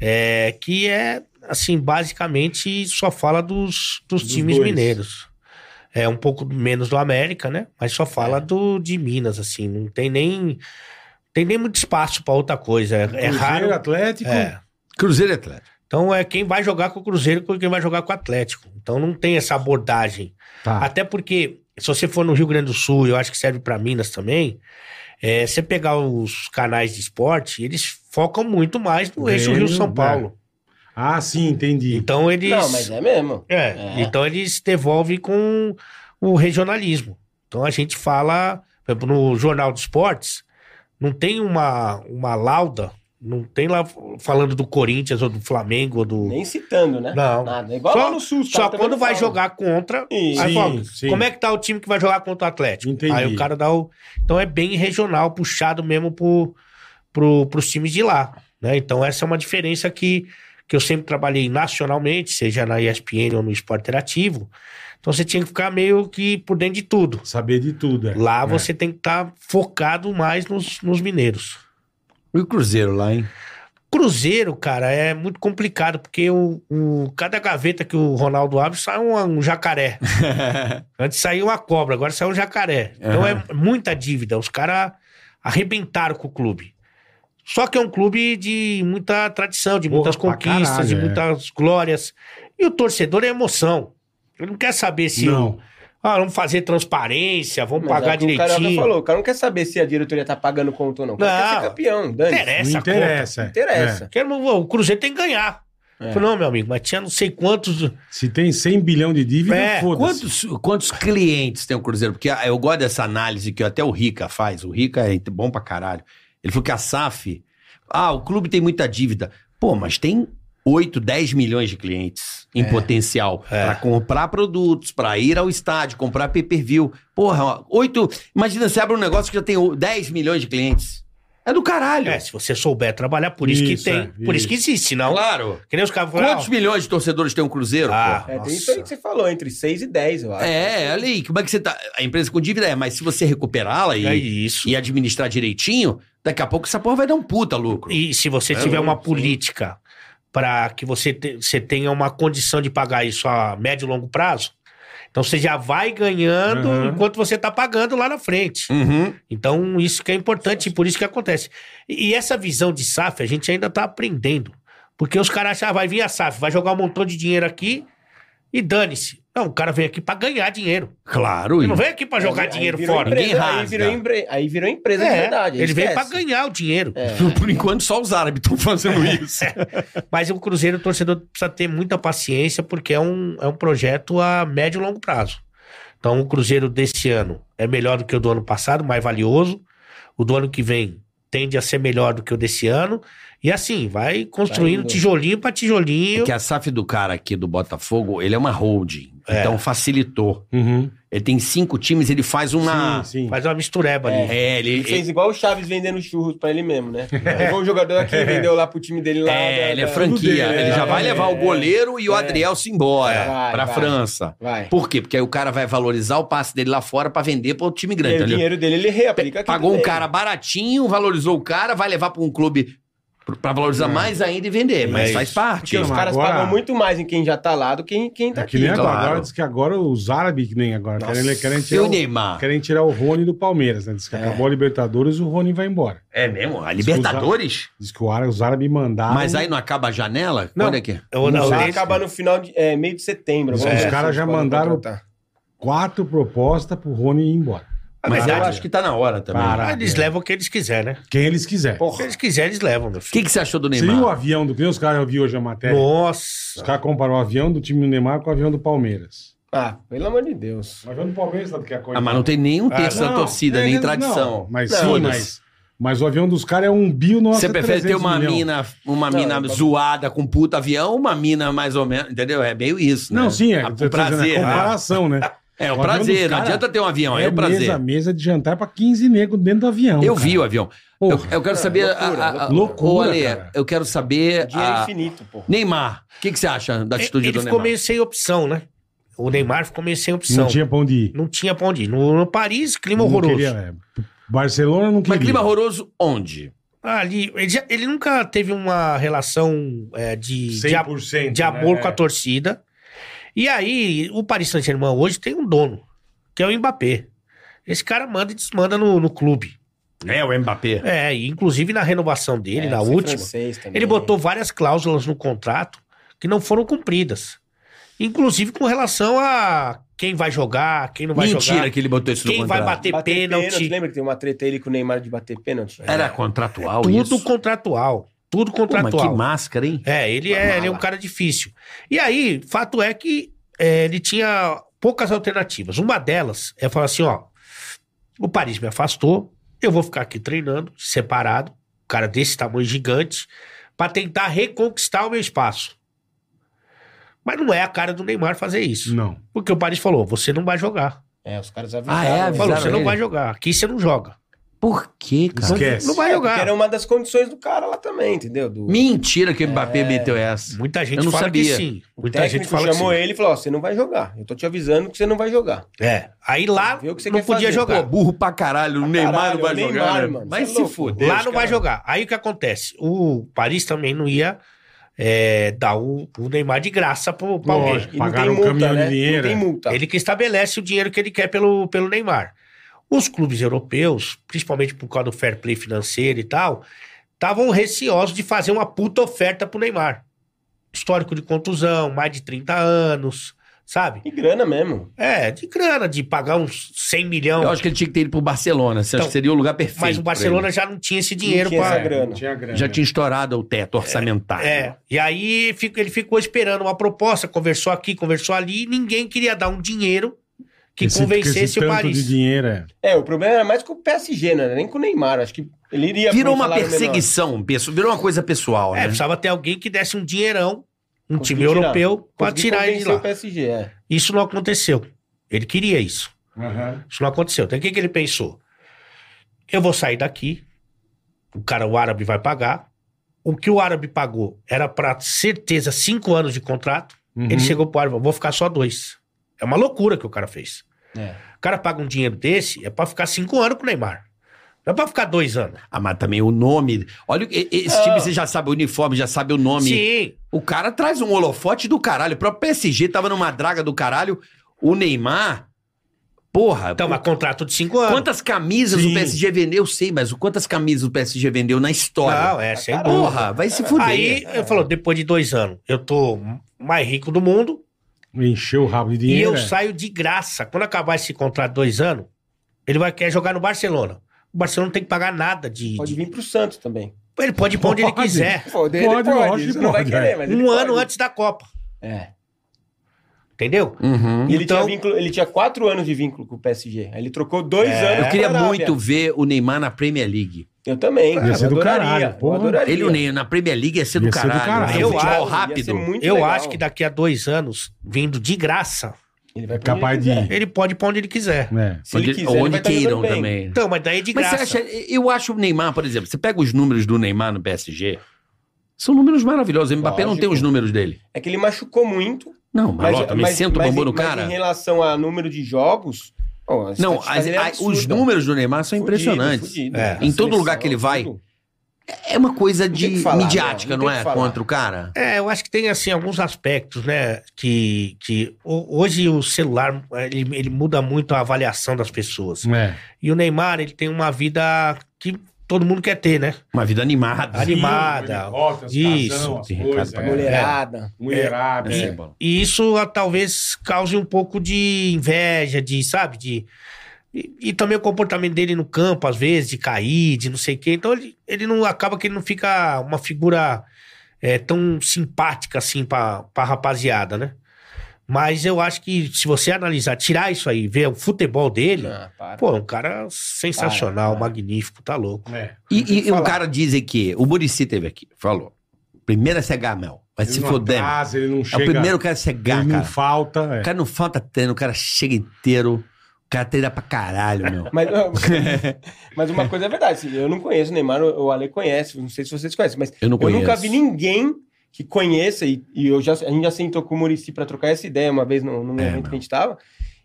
[SPEAKER 4] É, que é, assim, basicamente só fala dos, dos,
[SPEAKER 6] Dos
[SPEAKER 4] times
[SPEAKER 6] dois.
[SPEAKER 4] mineiros. É um pouco menos do América, né? Mas só fala do, de Minas, assim. Não tem nem, tem nem muito espaço pra outra coisa. É, é
[SPEAKER 3] Cruzeiro,
[SPEAKER 4] raro.
[SPEAKER 3] Atlético.
[SPEAKER 4] É,
[SPEAKER 5] Cruzeiro e Atlético.
[SPEAKER 4] Então é quem vai jogar com o Cruzeiro com quem vai jogar com o Atlético. Então não tem essa abordagem.
[SPEAKER 3] Tá.
[SPEAKER 4] Até porque, se você for no Rio Grande do Sul, eu acho que serve pra Minas também, é, você pegar os canais de esporte, eles focam muito mais no eixo
[SPEAKER 3] Grêmio,
[SPEAKER 4] Rio-São
[SPEAKER 3] né?
[SPEAKER 4] Paulo.
[SPEAKER 3] Ah, sim, entendi.
[SPEAKER 4] Então eles...
[SPEAKER 6] Não, mas é mesmo.
[SPEAKER 4] É,
[SPEAKER 6] É.
[SPEAKER 4] Então eles devolvem com o regionalismo. Então a gente fala, por exemplo, no Jornal de Esportes, não tem uma, uma lauda, não tem lá falando do Corinthians ou do Flamengo ou do.
[SPEAKER 6] Nem citando, né?
[SPEAKER 4] Não.
[SPEAKER 6] Nada. É igual
[SPEAKER 4] Só-
[SPEAKER 6] lá no Sul. os
[SPEAKER 4] Só
[SPEAKER 6] caras também
[SPEAKER 4] quando
[SPEAKER 6] não
[SPEAKER 4] vai
[SPEAKER 6] falam.
[SPEAKER 4] jogar contra.
[SPEAKER 6] Sim,
[SPEAKER 4] aí fala,
[SPEAKER 3] sim.
[SPEAKER 4] Como é que tá o time que vai jogar contra o Atlético?
[SPEAKER 3] Entendi.
[SPEAKER 4] Aí o cara dá o. Então é bem regional, puxado mesmo pro, pro, pros times de lá. Né? Então essa é uma diferença que, que eu sempre trabalhei nacionalmente, seja na ESPN ou no esporte interativo. Então você tinha que ficar meio que por dentro de tudo.
[SPEAKER 3] Saber de tudo, é.
[SPEAKER 4] Lá
[SPEAKER 3] É.
[SPEAKER 4] você tem que estar focado mais nos, nos mineiros.
[SPEAKER 5] E o Cruzeiro lá, hein?
[SPEAKER 4] Cruzeiro, cara, é muito complicado, porque o, o- cada gaveta que o Ronaldo abre sai um, um
[SPEAKER 3] (laughs)
[SPEAKER 4] jacaré. Antes saiu uma cobra, agora saiu um jacaré. Então
[SPEAKER 5] Aham.
[SPEAKER 4] é muita dívida. Os caras arrebentaram com o clube. Só que é um clube de muita tradição, de
[SPEAKER 3] Porra,
[SPEAKER 4] muitas
[SPEAKER 3] pra
[SPEAKER 4] conquistas,
[SPEAKER 3] caralho,
[SPEAKER 4] de
[SPEAKER 3] é.
[SPEAKER 4] muitas glórias. E o torcedor é emoção. Ele não quer saber se.
[SPEAKER 3] Não.
[SPEAKER 4] Ah, vamos fazer transparência, vamos
[SPEAKER 6] Mas
[SPEAKER 4] pagar
[SPEAKER 6] é o que O cara
[SPEAKER 4] direitinho.
[SPEAKER 6] já falou, o cara não quer saber se a diretoria tá pagando conta ou não. O cara
[SPEAKER 4] Não.
[SPEAKER 6] quer ser campeão, dane
[SPEAKER 4] Interessa.
[SPEAKER 3] não
[SPEAKER 4] Essa
[SPEAKER 3] interessa.
[SPEAKER 6] Não
[SPEAKER 3] é.
[SPEAKER 6] interessa.
[SPEAKER 4] Quero- O Cruzeiro tem que ganhar.
[SPEAKER 6] É.
[SPEAKER 4] Falei, não, meu amigo, mas tinha não sei quantos.
[SPEAKER 3] É. Se tem 100 bilhão de dívida,
[SPEAKER 4] É,
[SPEAKER 3] foda-se.
[SPEAKER 5] Quantos, quantos clientes tem o Cruzeiro? Porque ah, eu gosto dessa análise que até o Rica faz. O Rica é bom pra caralho. Ele falou que a SAF. Ah, o clube tem muita dívida. Pô, mas tem 8, 10 milhões de clientes em potencial
[SPEAKER 4] É.
[SPEAKER 5] pra comprar produtos, pra ir ao estádio, comprar pay per view. Porra, ó, 8. Imagina, você abre um negócio que já tem o- 10 milhões de clientes. É do caralho.
[SPEAKER 4] É, se você souber trabalhar, por isso,
[SPEAKER 3] Isso,
[SPEAKER 4] que tem.
[SPEAKER 3] é,
[SPEAKER 4] por
[SPEAKER 3] isso.
[SPEAKER 4] isso que existe, senão.
[SPEAKER 5] Claro.
[SPEAKER 4] Que nem os caras falam,
[SPEAKER 5] Quantos milhões de torcedores tem o Cruzeiro?
[SPEAKER 4] Ah,
[SPEAKER 5] pô?
[SPEAKER 6] É,
[SPEAKER 4] Nossa.
[SPEAKER 6] tem isso aí que você falou, entre 6 e 10, eu acho.
[SPEAKER 5] É, olha aí, como é que você tá. A empresa com dívida é, mas se você recuperá-la
[SPEAKER 4] "Ah,
[SPEAKER 5] e,
[SPEAKER 4] é isso.
[SPEAKER 5] e administrar direitinho, daqui a pouco essa porra vai dar um puta lucro.
[SPEAKER 4] E se você
[SPEAKER 5] É,
[SPEAKER 4] tiver uma
[SPEAKER 6] sim.
[SPEAKER 4] política para que você, te- você tenha uma condição de pagar isso a médio e longo prazo, então você já vai ganhando
[SPEAKER 3] Uhum.
[SPEAKER 4] enquanto você está pagando lá na frente.
[SPEAKER 5] Uhum.
[SPEAKER 4] Então, isso que é importante e por isso que acontece. E, e essa visão de SAF a gente ainda está aprendendo. Porque os caras acham, ah, vai vir a SAF, vai jogar um montão de dinheiro aqui e dane-se. Não, o cara vem aqui para ganhar dinheiro.
[SPEAKER 5] Claro.
[SPEAKER 4] Ele
[SPEAKER 5] e-
[SPEAKER 4] não vem aqui para jogar
[SPEAKER 6] É, Aí- aí
[SPEAKER 4] dinheiro
[SPEAKER 6] virou
[SPEAKER 4] fora.
[SPEAKER 5] Ninguém
[SPEAKER 6] Empresa,
[SPEAKER 5] rasga.
[SPEAKER 6] aí, virou empre... aí virou empresa de
[SPEAKER 4] É,
[SPEAKER 6] verdade.
[SPEAKER 4] ele veio para
[SPEAKER 6] esquece. É.
[SPEAKER 4] ganhar o dinheiro.
[SPEAKER 5] (laughs) Por enquanto, só os árabes estão fazendo isso.
[SPEAKER 4] Mas o Cruzeiro, o torcedor precisa ter muita paciência, porque é um, é um projeto a médio e longo prazo. Então, o Cruzeiro desse ano é melhor do que o do ano passado, mais valioso. O do ano que vem tende a ser melhor do que o desse ano. E assim, vai construindo
[SPEAKER 6] indo.
[SPEAKER 4] tijolinho para
[SPEAKER 5] É
[SPEAKER 4] tijolinho.
[SPEAKER 5] que a SAF do cara aqui do Botafogo, ele é uma holding.
[SPEAKER 4] É.
[SPEAKER 5] Então facilitou.
[SPEAKER 3] Uhum.
[SPEAKER 5] Ele tem cinco times, ele faz uma.
[SPEAKER 3] Sim, sim.
[SPEAKER 4] Faz uma mistureba ali.
[SPEAKER 5] É, ele,
[SPEAKER 6] Ele fez igual o Chaves vendendo churros pra ele
[SPEAKER 4] (laughs)
[SPEAKER 6] mesmo, né? Pegou um jogador aqui e vendeu lá pro time dele lá.
[SPEAKER 5] é,
[SPEAKER 6] da-
[SPEAKER 5] ele é
[SPEAKER 6] da-
[SPEAKER 5] franquia.
[SPEAKER 3] dele,
[SPEAKER 5] ele já
[SPEAKER 6] é,
[SPEAKER 5] vai levar o
[SPEAKER 6] é,
[SPEAKER 5] goleiro e o
[SPEAKER 6] é.
[SPEAKER 5] Adriel-se embora
[SPEAKER 6] Vai,
[SPEAKER 5] pra
[SPEAKER 6] vai.
[SPEAKER 5] França.
[SPEAKER 6] Vai.
[SPEAKER 5] Por quê? Porque aí o cara vai valorizar o passe dele lá fora pra vender pro time
[SPEAKER 4] Né,
[SPEAKER 6] E aí
[SPEAKER 5] grande.
[SPEAKER 6] o
[SPEAKER 5] entendeu?
[SPEAKER 6] dinheiro dele ele reaplica aqui
[SPEAKER 5] Pagou um
[SPEAKER 6] também.
[SPEAKER 5] cara baratinho, valorizou o cara, vai levar pra um clube Pra valorizar
[SPEAKER 3] É.
[SPEAKER 5] mais ainda e vender, mas
[SPEAKER 4] É
[SPEAKER 5] faz
[SPEAKER 4] isso.
[SPEAKER 5] parte.
[SPEAKER 6] Porque os
[SPEAKER 3] Mas
[SPEAKER 6] caras
[SPEAKER 3] agora-
[SPEAKER 6] pagam muito mais em quem já tá lá do que em quem tá
[SPEAKER 3] É que
[SPEAKER 6] aqui.
[SPEAKER 3] nem agora.
[SPEAKER 5] claro.
[SPEAKER 3] Agora diz que agora os árabes, que nem agora, querem, querem
[SPEAKER 5] e
[SPEAKER 3] tirar
[SPEAKER 5] o
[SPEAKER 3] o,
[SPEAKER 5] Neymar?
[SPEAKER 3] querem tirar o Rony do Palmeiras, né? Diz que acabou a Libertadores, o Rony vai embora.
[SPEAKER 5] É mesmo? A Libertadores?
[SPEAKER 3] Diz que o ára- os árabes mandaram.
[SPEAKER 5] Mas aí não acaba a janela?
[SPEAKER 3] Não.
[SPEAKER 5] Quando é que é?
[SPEAKER 4] Eu, não,
[SPEAKER 6] Vai
[SPEAKER 4] esse-
[SPEAKER 6] acabar no final de é, meio de setembro.
[SPEAKER 3] Os
[SPEAKER 6] vamos dizer
[SPEAKER 3] caras
[SPEAKER 6] assim,
[SPEAKER 3] já
[SPEAKER 6] pra não
[SPEAKER 3] mandaram-
[SPEAKER 6] contratar.
[SPEAKER 3] quatro propostas pro Rony ir embora.
[SPEAKER 4] a
[SPEAKER 5] Mas eu
[SPEAKER 4] verdade,
[SPEAKER 5] acho que tá na hora também.
[SPEAKER 3] É Para.
[SPEAKER 4] Ah, eles levam o que eles quiserem, né?
[SPEAKER 3] Quem eles quiserem.
[SPEAKER 4] O que eles quiserem, eles levam, meu
[SPEAKER 5] O
[SPEAKER 4] filho.
[SPEAKER 5] que, que você achou do
[SPEAKER 3] Você viu o
[SPEAKER 5] Neymar?
[SPEAKER 3] avião do que nem os caras eu vi hoje a matéria? Os
[SPEAKER 4] Nossa!
[SPEAKER 3] caras compararam o avião do time do Neymar com o avião do Palmeiras.
[SPEAKER 6] Ah, pelo amor de Deus.
[SPEAKER 3] O avião do Palmeiras sabe que é a coisa.
[SPEAKER 5] Ah, mas não tem nem um
[SPEAKER 4] Ah,
[SPEAKER 5] terço da
[SPEAKER 3] Não,
[SPEAKER 5] torcida,
[SPEAKER 3] é,
[SPEAKER 5] nem
[SPEAKER 3] não,
[SPEAKER 5] tradição.
[SPEAKER 3] Mas
[SPEAKER 5] Não,
[SPEAKER 3] sim,
[SPEAKER 5] foda-se.
[SPEAKER 3] mas, mas o avião dos caras é um bio nosso.
[SPEAKER 5] Você
[SPEAKER 3] é
[SPEAKER 5] prefere ter
[SPEAKER 3] 300
[SPEAKER 5] uma
[SPEAKER 3] milhão.
[SPEAKER 5] mina, uma mina
[SPEAKER 6] eu-
[SPEAKER 5] zoada com puta avião, ou uma mina mais ou menos, entendeu? É meio isso, né?
[SPEAKER 3] Não, sim, é,
[SPEAKER 5] Ah,
[SPEAKER 3] eu
[SPEAKER 5] o
[SPEAKER 3] tô dizendo,
[SPEAKER 5] prazer,
[SPEAKER 3] é
[SPEAKER 5] né?
[SPEAKER 3] comparação, né?
[SPEAKER 5] É, o
[SPEAKER 3] O avião
[SPEAKER 5] prazer.
[SPEAKER 3] dos
[SPEAKER 5] (laughs) Não
[SPEAKER 3] cara
[SPEAKER 5] adianta ter um avião, é, o
[SPEAKER 3] Mesa,
[SPEAKER 5] prazer.
[SPEAKER 3] mesa de jantar pra 15 negros dentro do avião.
[SPEAKER 5] Eu
[SPEAKER 3] cara.
[SPEAKER 5] vi o avião. Eu,
[SPEAKER 3] Porra,
[SPEAKER 5] eu
[SPEAKER 4] É,
[SPEAKER 5] quero saber. a-
[SPEAKER 6] loucura,
[SPEAKER 5] a- a- Ô,
[SPEAKER 3] loucura,
[SPEAKER 5] Ale,
[SPEAKER 3] cara.
[SPEAKER 5] eu quero saber.
[SPEAKER 6] Dinheiro
[SPEAKER 5] a-
[SPEAKER 6] infinito, pô.
[SPEAKER 5] Neymar, o que, que você acha da atitude
[SPEAKER 4] é ele
[SPEAKER 5] do
[SPEAKER 4] ficou
[SPEAKER 5] Neymar?
[SPEAKER 4] meio sem opção, né? O Neymar ficou meio sem opção.
[SPEAKER 3] não tinha pra onde ir.
[SPEAKER 4] Não tinha pra onde ir. No, no Paris, clima
[SPEAKER 3] Não
[SPEAKER 4] horroroso.
[SPEAKER 5] né?
[SPEAKER 3] queria, é. Barcelona não queria.
[SPEAKER 5] Mas clima horroroso onde?
[SPEAKER 4] Ah, Ali, ele, já- ele nunca teve uma relação é, de, de, a-
[SPEAKER 3] 100%,
[SPEAKER 4] de amor
[SPEAKER 3] né?
[SPEAKER 4] com a torcida. E aí, o Paris Saint-Germain hoje tem um dono, que é o Mbappé. Esse cara manda e desmanda no, no clube.
[SPEAKER 5] É, o Mbappé.
[SPEAKER 4] É, e inclusive na renovação dele,
[SPEAKER 6] É,
[SPEAKER 4] na
[SPEAKER 6] ser
[SPEAKER 4] última,
[SPEAKER 6] francês né? também.
[SPEAKER 4] ele botou várias cláusulas no contrato que não foram cumpridas. Inclusive com relação a quem vai jogar, quem não vai
[SPEAKER 5] Mentira
[SPEAKER 4] jogar,
[SPEAKER 5] que ele botou isso no
[SPEAKER 4] quem vai
[SPEAKER 5] contrato.
[SPEAKER 4] bater,
[SPEAKER 6] Bater
[SPEAKER 4] pênalti.
[SPEAKER 6] Lembra que tem uma treta ele com o Neymar de bater pênalti?
[SPEAKER 5] Era contratual
[SPEAKER 4] É tudo
[SPEAKER 5] isso?
[SPEAKER 4] contratual. Tudo
[SPEAKER 5] Pô, mas
[SPEAKER 4] contratual.
[SPEAKER 5] que máscara, hein?
[SPEAKER 4] É, ele é,
[SPEAKER 5] Mala.
[SPEAKER 4] ele é um cara difícil. E aí, fato é que é, ele tinha poucas alternativas. Uma delas é falar assim: ó, o Paris me afastou, eu vou ficar aqui treinando, separado, um cara desse tamanho gigante, pra tentar reconquistar o meu espaço. Mas não é a cara do Neymar fazer isso.
[SPEAKER 3] Não.
[SPEAKER 4] Porque o Paris falou: você não vai jogar.
[SPEAKER 6] É, os caras
[SPEAKER 5] Ah, é?
[SPEAKER 6] né?
[SPEAKER 4] Falou:
[SPEAKER 5] Avisaram
[SPEAKER 4] você não
[SPEAKER 5] ele?
[SPEAKER 4] vai jogar. Aqui você não joga.
[SPEAKER 5] Por que, cara?
[SPEAKER 3] Esquece.
[SPEAKER 4] Não vai
[SPEAKER 6] É, porque
[SPEAKER 4] jogar.
[SPEAKER 6] era uma das condições do cara lá também, entendeu? Do...
[SPEAKER 5] Mentira que o Mbappé meteu essa.
[SPEAKER 4] Muita gente
[SPEAKER 5] Eu não
[SPEAKER 4] fala que
[SPEAKER 5] sabia.
[SPEAKER 4] sim.
[SPEAKER 6] O
[SPEAKER 4] Muita
[SPEAKER 6] técnico
[SPEAKER 4] gente fala que
[SPEAKER 6] chamou
[SPEAKER 4] sim.
[SPEAKER 6] ele e falou: ó, você não vai jogar. Eu tô te avisando que você não vai jogar.
[SPEAKER 4] É. Aí lá
[SPEAKER 6] Vê o que você
[SPEAKER 4] não
[SPEAKER 6] quer
[SPEAKER 4] podia
[SPEAKER 6] fazer,
[SPEAKER 4] jogar.
[SPEAKER 5] Pô, É burro pra caralho. O Neymar
[SPEAKER 6] caralho,
[SPEAKER 5] não vai
[SPEAKER 6] o Neymar,
[SPEAKER 5] jogar. né?
[SPEAKER 6] mano,
[SPEAKER 5] Mas
[SPEAKER 6] cê é
[SPEAKER 5] se
[SPEAKER 6] louco.
[SPEAKER 5] fuder.
[SPEAKER 4] Lá não vai
[SPEAKER 6] cara.
[SPEAKER 4] jogar. Aí o que acontece? O Paris também não ia é, dar o, o Neymar de graça pro Palmeiras.
[SPEAKER 3] Lógico. Pagaram um caminhão de dinheiro,
[SPEAKER 6] né? Não tem
[SPEAKER 3] é.
[SPEAKER 6] multa.
[SPEAKER 4] Ele que estabelece o dinheiro que ele quer pelo, pelo Neymar. Os clubes europeus, principalmente por causa do fair play financeiro e tal, estavam receosos de fazer uma puta oferta pro Neymar. Histórico de contusão, mais de 30 anos, sabe?
[SPEAKER 6] E grana mesmo.
[SPEAKER 4] É, de grana, de pagar uns 100 milhões.
[SPEAKER 5] Eu acho que ele tinha que ter ido pro Barcelona. Você acha
[SPEAKER 4] Então,
[SPEAKER 5] que seria o lugar perfeito?
[SPEAKER 4] Mas o
[SPEAKER 5] pra
[SPEAKER 4] Barcelona já não tinha esse dinheiro
[SPEAKER 6] tinha
[SPEAKER 4] pra.
[SPEAKER 6] essa grana.
[SPEAKER 3] Não tinha grana.
[SPEAKER 5] ele. Já tinha estourado o teto orçamentário.
[SPEAKER 4] É, e aí fica- ele ficou esperando uma proposta, conversou aqui, conversou ali, e ninguém queria dar um dinheiro que
[SPEAKER 3] Esse-
[SPEAKER 4] convencesse
[SPEAKER 3] esse
[SPEAKER 4] o
[SPEAKER 3] tanto
[SPEAKER 4] Paris.
[SPEAKER 3] de dinheiro, é.
[SPEAKER 6] É, o problema era mais com o PSG, né? Era Nem com o Neymar. Acho que ele iria.
[SPEAKER 5] Virou
[SPEAKER 6] por um
[SPEAKER 5] uma
[SPEAKER 6] salário
[SPEAKER 5] perseguição, perso- virou uma coisa pessoal,
[SPEAKER 4] É,
[SPEAKER 5] né?
[SPEAKER 4] precisava ter alguém que desse um dinheirão, um
[SPEAKER 6] Conseguiu
[SPEAKER 4] time
[SPEAKER 6] tirar.
[SPEAKER 4] europeu,
[SPEAKER 6] menor.
[SPEAKER 4] pra
[SPEAKER 6] Conseguiu
[SPEAKER 4] tirar ele de
[SPEAKER 6] convencer
[SPEAKER 4] lá.
[SPEAKER 6] o PSG, é.
[SPEAKER 4] Isso não aconteceu. Ele queria isso.
[SPEAKER 5] Uhum.
[SPEAKER 3] Aham.
[SPEAKER 4] Isso não aconteceu. Então o que, que ele pensou? Eu vou sair daqui, o cara, o árabe vai pagar. O que o árabe pagou era pra certeza cinco anos de contrato.
[SPEAKER 3] Uhum.
[SPEAKER 4] Ele chegou pro árabe, vou ficar só dois. É uma loucura que o cara fez.
[SPEAKER 6] É.
[SPEAKER 4] O cara paga um dinheiro desse, é pra ficar cinco anos com o Neymar. Não é pra ficar dois anos.
[SPEAKER 5] Ah, mas também o nome. Olha, o- e- e- esse
[SPEAKER 6] Não.
[SPEAKER 5] time você já sabe o uniforme, já sabe o nome.
[SPEAKER 4] Sim.
[SPEAKER 5] O cara traz um holofote do caralho. O próprio PSG tava numa draga do caralho. O Neymar. Porra.
[SPEAKER 4] Então, mas contrato de cinco anos.
[SPEAKER 5] Quantas camisas
[SPEAKER 3] Sim.
[SPEAKER 5] o PSG vendeu? Eu sei, mas o- quantas camisas o PSG vendeu na história?
[SPEAKER 4] Não, é, sem
[SPEAKER 6] Caralho.
[SPEAKER 4] dúvida.
[SPEAKER 5] Porra, vai se fuder.
[SPEAKER 4] Aí, eu falo, depois de dois anos, eu tô mais rico do mundo,
[SPEAKER 3] Encheu o rabo de
[SPEAKER 4] E
[SPEAKER 3] dinheiro.
[SPEAKER 4] eu
[SPEAKER 3] é.
[SPEAKER 4] saio de graça. Quando acabar esse contrato de dois anos, ele vai querer jogar no Barcelona. O Barcelona não tem que pagar nada de.
[SPEAKER 6] Pode
[SPEAKER 4] de-
[SPEAKER 6] vir pro Santos também.
[SPEAKER 4] Ele pode ir pra onde ele
[SPEAKER 3] Pode.
[SPEAKER 4] quiser.
[SPEAKER 6] Pode,
[SPEAKER 3] ele pode, lógico
[SPEAKER 6] isso
[SPEAKER 3] que
[SPEAKER 6] não vai
[SPEAKER 3] pode,
[SPEAKER 6] querer,
[SPEAKER 3] é.
[SPEAKER 6] mas ele
[SPEAKER 4] Um ano
[SPEAKER 6] pode.
[SPEAKER 4] antes da Copa.
[SPEAKER 6] É.
[SPEAKER 4] Entendeu?
[SPEAKER 5] Uhum.
[SPEAKER 6] E ele,
[SPEAKER 4] Então-
[SPEAKER 6] tinha vínculo, ele tinha quatro anos de vínculo com o PSG. Aí ele trocou dois
[SPEAKER 4] É.
[SPEAKER 6] anos.
[SPEAKER 5] Eu queria
[SPEAKER 6] com a Arábia.
[SPEAKER 5] muito ver o Neymar na Premier League.
[SPEAKER 6] Eu também.
[SPEAKER 3] Ia ser
[SPEAKER 6] eu
[SPEAKER 3] do
[SPEAKER 6] adoraria,
[SPEAKER 3] caralho,
[SPEAKER 6] eu
[SPEAKER 3] porra.
[SPEAKER 6] adoraria.
[SPEAKER 5] Ele e o Neymar na Premier League ia ser do
[SPEAKER 3] Ia ser do
[SPEAKER 5] caralho.
[SPEAKER 3] caralho.
[SPEAKER 5] Eu futebol
[SPEAKER 4] acho,
[SPEAKER 6] Ia ser
[SPEAKER 5] rápido.
[SPEAKER 6] muito
[SPEAKER 4] eu
[SPEAKER 6] legal.
[SPEAKER 4] acho que daqui a dois anos, vindo de graça,
[SPEAKER 6] Ele
[SPEAKER 3] É
[SPEAKER 6] vai pra onde
[SPEAKER 3] capaz de
[SPEAKER 6] ele quiser.
[SPEAKER 3] ir.
[SPEAKER 4] ele pode ir pra onde ele quiser.
[SPEAKER 3] É.
[SPEAKER 6] Se ele
[SPEAKER 5] Onde-
[SPEAKER 6] quiser, ele
[SPEAKER 5] onde
[SPEAKER 6] vai tá
[SPEAKER 5] queiram
[SPEAKER 6] jogando bem.
[SPEAKER 5] também.
[SPEAKER 4] Então, mas daí é de
[SPEAKER 5] Mas
[SPEAKER 4] graça.
[SPEAKER 5] você acha, eu acho o Neymar, por exemplo, você pega os números do Neymar no PSG, são números maravilhosos. O Mbappé não
[SPEAKER 6] Lógico.
[SPEAKER 5] tem os números dele.
[SPEAKER 6] É que ele machucou muito.
[SPEAKER 5] Não, mas, ó, também senta o
[SPEAKER 6] mas-
[SPEAKER 5] bambu no
[SPEAKER 6] mas
[SPEAKER 5] cara.
[SPEAKER 6] Em relação a número de jogos. ó, a
[SPEAKER 5] Não,
[SPEAKER 6] estatística
[SPEAKER 5] as-
[SPEAKER 6] dele é
[SPEAKER 5] a- os
[SPEAKER 6] absurda.
[SPEAKER 5] números do Neymar são
[SPEAKER 6] Fudido,
[SPEAKER 5] impressionantes.
[SPEAKER 6] fudido.
[SPEAKER 4] É.
[SPEAKER 6] A
[SPEAKER 5] Em todo lugar
[SPEAKER 6] seleção,
[SPEAKER 5] que ele vai,
[SPEAKER 6] tudo.
[SPEAKER 5] É uma coisa
[SPEAKER 6] Não
[SPEAKER 5] de
[SPEAKER 6] tem o que falar,
[SPEAKER 5] midiática,
[SPEAKER 6] né?
[SPEAKER 5] não,
[SPEAKER 6] Não tem o
[SPEAKER 5] é?
[SPEAKER 6] que falar.
[SPEAKER 5] Contra o cara?
[SPEAKER 4] É, eu acho que tem, assim, alguns aspectos, né? Que, que ho- hoje o celular, ele, ele muda muito a avaliação das pessoas.
[SPEAKER 3] É.
[SPEAKER 4] E o Neymar, ele tem uma vida que todo mundo quer ter, né?
[SPEAKER 5] Uma vida animada.
[SPEAKER 4] Ali- Animada.
[SPEAKER 3] Filme, helicóptero,
[SPEAKER 4] Isso,
[SPEAKER 3] casão, as
[SPEAKER 5] tem
[SPEAKER 3] coisas,
[SPEAKER 5] recado pra
[SPEAKER 3] é.
[SPEAKER 6] Mulherada.
[SPEAKER 3] Mulherada.
[SPEAKER 5] É,
[SPEAKER 3] é.
[SPEAKER 5] bola.
[SPEAKER 4] E isso ah, talvez cause um pouco de inveja, de, sabe, de. E, e também o comportamento dele no campo, às vezes, de cair, de não sei o quê. Então ele, ele não acaba que ele não fica uma figura eh, tão simpática assim pra, pra rapaziada, né? Mas eu acho que se você analisar, tirar isso aí, ver o futebol dele,
[SPEAKER 6] Ah, para.
[SPEAKER 4] pô, é um cara sensacional,
[SPEAKER 6] Ah, é.
[SPEAKER 4] magnífico, tá louco.
[SPEAKER 3] É.
[SPEAKER 5] E, e o cara diz aqui, o Murici teve aqui, falou. Primeiro é cegar, Mel. Mas
[SPEAKER 3] Ele
[SPEAKER 5] se
[SPEAKER 3] não
[SPEAKER 5] foder. meu.
[SPEAKER 3] atrasa, ele não
[SPEAKER 5] É
[SPEAKER 3] chega.
[SPEAKER 5] o primeiro cara a
[SPEAKER 3] ele
[SPEAKER 5] cegar,
[SPEAKER 3] não
[SPEAKER 5] cara.
[SPEAKER 3] falta. é.
[SPEAKER 5] O cara não falta treino, o cara chega inteiro, o cara treina pra caralho, meu.
[SPEAKER 6] Mas, (laughs) mas uma coisa é verdade, assim, eu não conheço o Neymar, o o Ale conhece, não sei se vocês conhecem, mas
[SPEAKER 5] Eu não
[SPEAKER 6] eu
[SPEAKER 5] conheço.
[SPEAKER 6] nunca vi ninguém que conheça, e, e eu já, a gente já sentou com o Murici pra trocar essa ideia uma vez num, num
[SPEAKER 5] É, meu.
[SPEAKER 6] evento que a gente tava,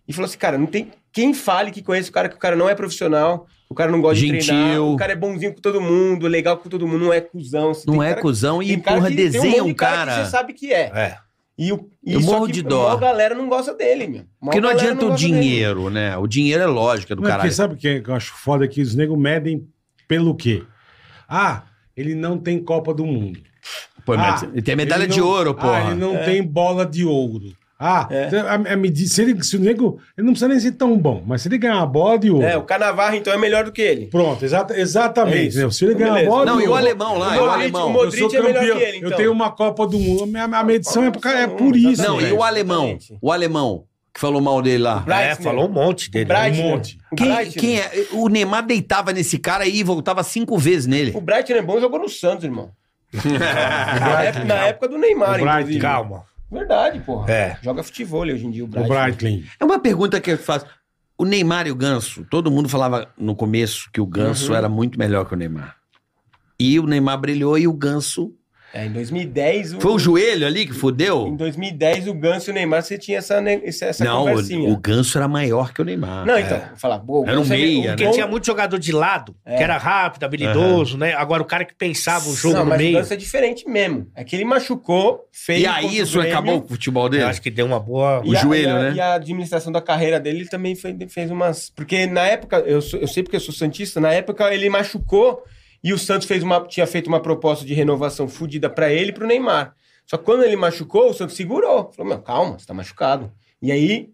[SPEAKER 6] e falou assim, cara, não tem quem fale que conhece o cara, que o cara não é profissional, o cara não gosta de
[SPEAKER 5] Gentil.
[SPEAKER 6] treinar, o cara é bonzinho com todo mundo, é legal com todo mundo, não é cuzão. assim,
[SPEAKER 5] Não
[SPEAKER 6] tem
[SPEAKER 5] é
[SPEAKER 6] cara-
[SPEAKER 5] cuzão e,
[SPEAKER 6] tem cara
[SPEAKER 5] porra,
[SPEAKER 6] que- tem
[SPEAKER 5] desenha
[SPEAKER 6] monte
[SPEAKER 5] um
[SPEAKER 6] de
[SPEAKER 5] cara.
[SPEAKER 6] que você sabe que é.
[SPEAKER 4] É.
[SPEAKER 6] E, o, e
[SPEAKER 5] Eu
[SPEAKER 6] só
[SPEAKER 5] morro
[SPEAKER 6] que
[SPEAKER 5] de dó.
[SPEAKER 6] A maior galera não gosta dele, meu. A maior
[SPEAKER 5] Porque não
[SPEAKER 6] galera
[SPEAKER 5] adianta o
[SPEAKER 6] gosta dele.
[SPEAKER 5] dinheiro, né? O dinheiro é lógica do
[SPEAKER 3] Não, porque
[SPEAKER 5] caralho.
[SPEAKER 3] sabe o que eu acho foda? É Que os negros medem pelo quê? Ah, ele não tem Copa do Mundo.
[SPEAKER 5] Pô, mas
[SPEAKER 3] Ah,
[SPEAKER 5] ele tem a medalha
[SPEAKER 3] Ele
[SPEAKER 5] de
[SPEAKER 3] não-
[SPEAKER 5] ouro,
[SPEAKER 3] Ah,
[SPEAKER 5] porra.
[SPEAKER 3] ele não
[SPEAKER 6] É.
[SPEAKER 3] tem bola de ouro. Ah, então, a- a medi- se, ele, se o nego. Ele não precisa nem ser tão bom, mas se ele ganhar uma bola de ouro.
[SPEAKER 6] É, o Canavarro, então, é melhor do que ele.
[SPEAKER 3] Pronto, exata- exatamente.
[SPEAKER 6] É isso.
[SPEAKER 3] né? Se ele ganhar uma
[SPEAKER 6] Beleza.
[SPEAKER 3] bola de
[SPEAKER 5] Não, e o
[SPEAKER 3] ouro,
[SPEAKER 5] alemão lá, é
[SPEAKER 6] Modric-
[SPEAKER 5] o alemão.
[SPEAKER 6] o Modric-
[SPEAKER 3] eu sou
[SPEAKER 6] é melhor
[SPEAKER 3] campeão,
[SPEAKER 6] que ele, então.
[SPEAKER 3] Eu tenho uma Copa do Mundo. Minha, minha medição é, por ca- é por isso.
[SPEAKER 5] Não, e
[SPEAKER 3] velho.
[SPEAKER 5] o alemão?
[SPEAKER 6] Exatamente.
[SPEAKER 5] O alemão que falou mal dele lá.
[SPEAKER 4] É,
[SPEAKER 6] Breitner.
[SPEAKER 4] falou um monte dele.
[SPEAKER 6] Breitner.
[SPEAKER 3] Um monte.
[SPEAKER 6] O
[SPEAKER 5] Quem,
[SPEAKER 6] Breitner.
[SPEAKER 5] quem é? O Neymar deitava nesse cara aí e voltava cinco vezes nele.
[SPEAKER 6] O Brighton é bom e jogou no Santos, irmão. na, época, na época do
[SPEAKER 3] O
[SPEAKER 6] Neymar,
[SPEAKER 3] Brighton,
[SPEAKER 6] inclusive.
[SPEAKER 4] Calma.
[SPEAKER 6] Verdade, porra.
[SPEAKER 4] É.
[SPEAKER 6] Joga futebol hoje em dia, o
[SPEAKER 3] O
[SPEAKER 6] Brighton.
[SPEAKER 3] Breitling.
[SPEAKER 5] É uma pergunta que eu faço. O Neymar e o Ganso, todo mundo falava no começo que o
[SPEAKER 6] Uhum.
[SPEAKER 5] Ganso era muito melhor que o Neymar. E o Neymar brilhou e o Ganso.
[SPEAKER 6] É, em 2010... O...
[SPEAKER 5] Foi o joelho ali que
[SPEAKER 6] Em
[SPEAKER 5] fudeu?
[SPEAKER 6] 2010, o Ganso e o Neymar, você tinha essa, ne- essa, Então, essa
[SPEAKER 5] Não,
[SPEAKER 6] conversinha.
[SPEAKER 5] o, o Ganso era maior que o Neymar.
[SPEAKER 6] Não,
[SPEAKER 5] É.
[SPEAKER 6] então, vou falar... pô, o
[SPEAKER 5] Era um
[SPEAKER 6] Ganso é
[SPEAKER 5] meia,
[SPEAKER 6] o
[SPEAKER 5] né?
[SPEAKER 4] Porque
[SPEAKER 6] bom-
[SPEAKER 4] tinha muito jogador de lado,
[SPEAKER 5] É.
[SPEAKER 4] que era rápido, habilidoso, né? Agora o cara que pensava o jogo
[SPEAKER 6] Não,
[SPEAKER 4] no
[SPEAKER 6] mas o
[SPEAKER 4] meio.
[SPEAKER 6] Ganso é diferente mesmo. É que ele machucou, fez...
[SPEAKER 5] E aí, isso acabou com o futebol dele?
[SPEAKER 4] Eu acho que deu uma boa.
[SPEAKER 5] O joelho,
[SPEAKER 6] e a,
[SPEAKER 5] né?
[SPEAKER 6] E a administração da carreira dele também foi- fez umas. Porque na época, eu, sou- eu sei porque eu sou Santista, na época ele machucou e o Santos fez uma, tinha feito uma proposta de renovação fodida pra ele e pro Neymar. Só que quando ele machucou, o Santos segurou. Falou, meu, calma, você tá machucado. E aí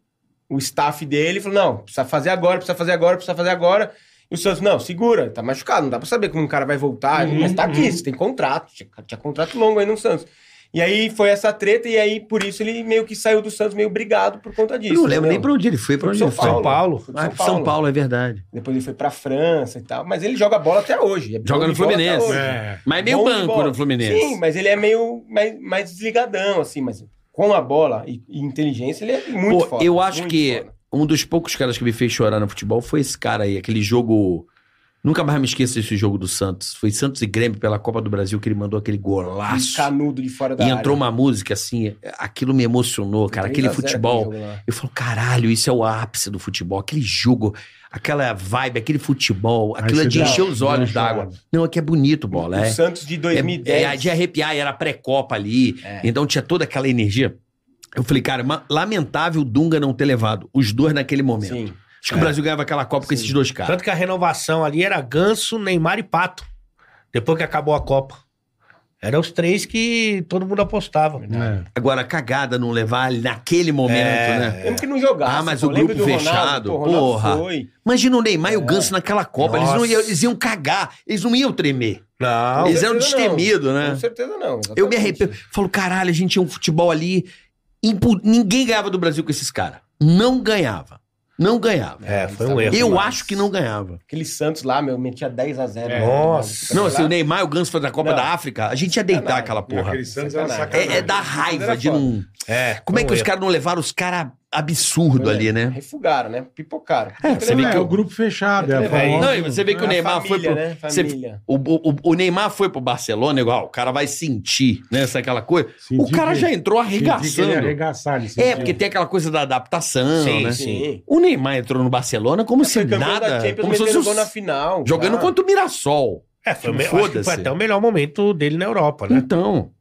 [SPEAKER 6] o staff dele falou: não, precisa fazer agora, precisa fazer agora, precisa fazer agora. E o Santos, não, segura, tá machucado, não dá pra saber como o cara vai voltar, mas tá aqui, você tem contrato, tinha, tinha contrato longo aí no Santos. E aí foi essa treta, e aí por isso ele meio que saiu do Santos meio brigado por conta disso.
[SPEAKER 5] Eu não lembro
[SPEAKER 6] entendeu?
[SPEAKER 5] nem pra onde ele foi, pra
[SPEAKER 6] Foi
[SPEAKER 5] onde
[SPEAKER 6] pro
[SPEAKER 5] ele foi.
[SPEAKER 4] São Paulo.
[SPEAKER 6] Foi pro
[SPEAKER 5] Ah, pro São Paulo, é verdade.
[SPEAKER 6] Depois ele foi pra França e tal, mas ele joga bola até hoje. é bom
[SPEAKER 5] Joga no
[SPEAKER 6] de bola
[SPEAKER 5] Fluminense.
[SPEAKER 6] até hoje.
[SPEAKER 3] É.
[SPEAKER 5] Mas é meio
[SPEAKER 6] Bom de
[SPEAKER 5] banco
[SPEAKER 6] bola.
[SPEAKER 5] no Fluminense.
[SPEAKER 6] Sim, mas ele é meio mais, mais desligadão, assim, mas com a bola e, e inteligência ele é muito
[SPEAKER 5] Pô,
[SPEAKER 6] foda.
[SPEAKER 5] eu acho
[SPEAKER 6] muito
[SPEAKER 5] que
[SPEAKER 6] foda.
[SPEAKER 5] um dos poucos caras que me fez chorar no futebol foi esse cara aí, aquele jogo. Nunca mais me esqueço desse jogo do Santos. Foi Santos e Grêmio pela Copa do Brasil que ele mandou aquele
[SPEAKER 6] Um
[SPEAKER 5] golaço.
[SPEAKER 6] canudo de fora da
[SPEAKER 5] e
[SPEAKER 6] área.
[SPEAKER 5] entrou uma música assim, aquilo me emocionou, cara. Aquele
[SPEAKER 6] 3 a 0
[SPEAKER 5] futebol.
[SPEAKER 6] aquele jogo lá.
[SPEAKER 5] Eu falo, caralho, isso é o ápice do futebol. Aquele jogo, aquela vibe, aquele futebol, aquilo é
[SPEAKER 3] você
[SPEAKER 5] de
[SPEAKER 3] dá-
[SPEAKER 5] encher os
[SPEAKER 3] dá uma
[SPEAKER 5] olhos
[SPEAKER 3] chorada.
[SPEAKER 5] d'água. Não, é que é bonito, bola.
[SPEAKER 6] O
[SPEAKER 5] É,
[SPEAKER 6] Santos de
[SPEAKER 5] é,
[SPEAKER 6] 2010.
[SPEAKER 5] é de arrepiar, e era pré-copa ali.
[SPEAKER 6] É.
[SPEAKER 5] Então tinha toda aquela energia. Eu falei, cara, ma- lamentável o Dunga não ter levado os dois naquele momento.
[SPEAKER 6] Sim.
[SPEAKER 5] Acho que
[SPEAKER 3] É.
[SPEAKER 5] o Brasil ganhava aquela Copa com esses dois caras.
[SPEAKER 4] Tanto que a renovação ali era Ganso, Neymar e Pato. Depois que acabou a Copa. Eram os três que todo mundo apostava.
[SPEAKER 3] É.
[SPEAKER 5] Agora, cagada não levar ele naquele momento,
[SPEAKER 4] É,
[SPEAKER 5] né?
[SPEAKER 6] Mesmo que não jogasse.
[SPEAKER 5] Ah, mas
[SPEAKER 6] pô,
[SPEAKER 5] o grupo
[SPEAKER 6] lembra do Ronaldo?
[SPEAKER 5] fechado,
[SPEAKER 6] Pô, o Ronaldo
[SPEAKER 5] porra.
[SPEAKER 6] Foi.
[SPEAKER 5] Imagina o Neymar
[SPEAKER 6] É.
[SPEAKER 5] e o Ganso naquela Copa. Eles, não
[SPEAKER 4] Nossa.
[SPEAKER 5] iam, eles iam cagar, eles não iam tremer.
[SPEAKER 3] Ah,
[SPEAKER 4] Não.
[SPEAKER 5] eles eram
[SPEAKER 6] certeza não.
[SPEAKER 5] destemidos, né?
[SPEAKER 6] Com certeza não. exatamente.
[SPEAKER 5] Eu me arrependo. Falo, caralho, a gente tinha um futebol ali. impu- Ninguém ganhava do Brasil com esses caras. Não ganhava. Não ganhava.
[SPEAKER 4] É, foi um erro.
[SPEAKER 5] Eu
[SPEAKER 6] demais.
[SPEAKER 5] acho que não ganhava.
[SPEAKER 6] Aquele Santos lá, meu, metia 10 a 0
[SPEAKER 3] É.
[SPEAKER 4] Nossa.
[SPEAKER 5] Não,
[SPEAKER 6] assim,
[SPEAKER 5] assim, o Neymar e o Ganso foi da Copa
[SPEAKER 6] Não.
[SPEAKER 5] da África, a gente ia deitar
[SPEAKER 6] Sacanagem.
[SPEAKER 5] aquela porra.
[SPEAKER 3] Aquele Santos era
[SPEAKER 6] Sacanagem.
[SPEAKER 3] sacanagem.
[SPEAKER 5] É, é da raiva de não.
[SPEAKER 4] É,
[SPEAKER 5] Como é
[SPEAKER 4] foi
[SPEAKER 5] que
[SPEAKER 4] um
[SPEAKER 5] os
[SPEAKER 4] erro.
[SPEAKER 5] caras não levaram os caras absurdo ali, né?
[SPEAKER 6] Refugaram, né? Pipocaram.
[SPEAKER 5] É, você vê
[SPEAKER 3] É,
[SPEAKER 5] que
[SPEAKER 3] o
[SPEAKER 5] o,
[SPEAKER 3] grupo fechado. É, a
[SPEAKER 6] É,
[SPEAKER 3] famosa-
[SPEAKER 5] não, e você vê que o
[SPEAKER 6] A
[SPEAKER 5] Neymar foi
[SPEAKER 6] família,
[SPEAKER 5] pro-
[SPEAKER 6] Né?
[SPEAKER 5] você-
[SPEAKER 6] Família.
[SPEAKER 5] o- o- o Neymar foi pro Barcelona, igual, o cara vai sentir, né? Sabe aquela coisa?
[SPEAKER 3] Senti
[SPEAKER 5] o cara
[SPEAKER 3] que-
[SPEAKER 5] já entrou
[SPEAKER 3] senti que ele ia
[SPEAKER 5] arregaçando.
[SPEAKER 3] Arregaçar, ele
[SPEAKER 5] É,
[SPEAKER 3] sentiu.
[SPEAKER 5] porque tem aquela coisa da adaptação,
[SPEAKER 4] Sim,
[SPEAKER 5] né?
[SPEAKER 4] sim.
[SPEAKER 5] O Neymar entrou no Barcelona como se
[SPEAKER 6] É, Foi campeão
[SPEAKER 5] nada.
[SPEAKER 6] da Champions,
[SPEAKER 5] Como se
[SPEAKER 6] metendo
[SPEAKER 5] fosse
[SPEAKER 6] gol na
[SPEAKER 5] os-
[SPEAKER 6] final.
[SPEAKER 5] jogando
[SPEAKER 6] tá?
[SPEAKER 5] contra o Mirassol.
[SPEAKER 4] É, foi, o me- eu acho que foi
[SPEAKER 5] Foda-se.
[SPEAKER 4] até o melhor momento dele na Europa, né?
[SPEAKER 5] Então.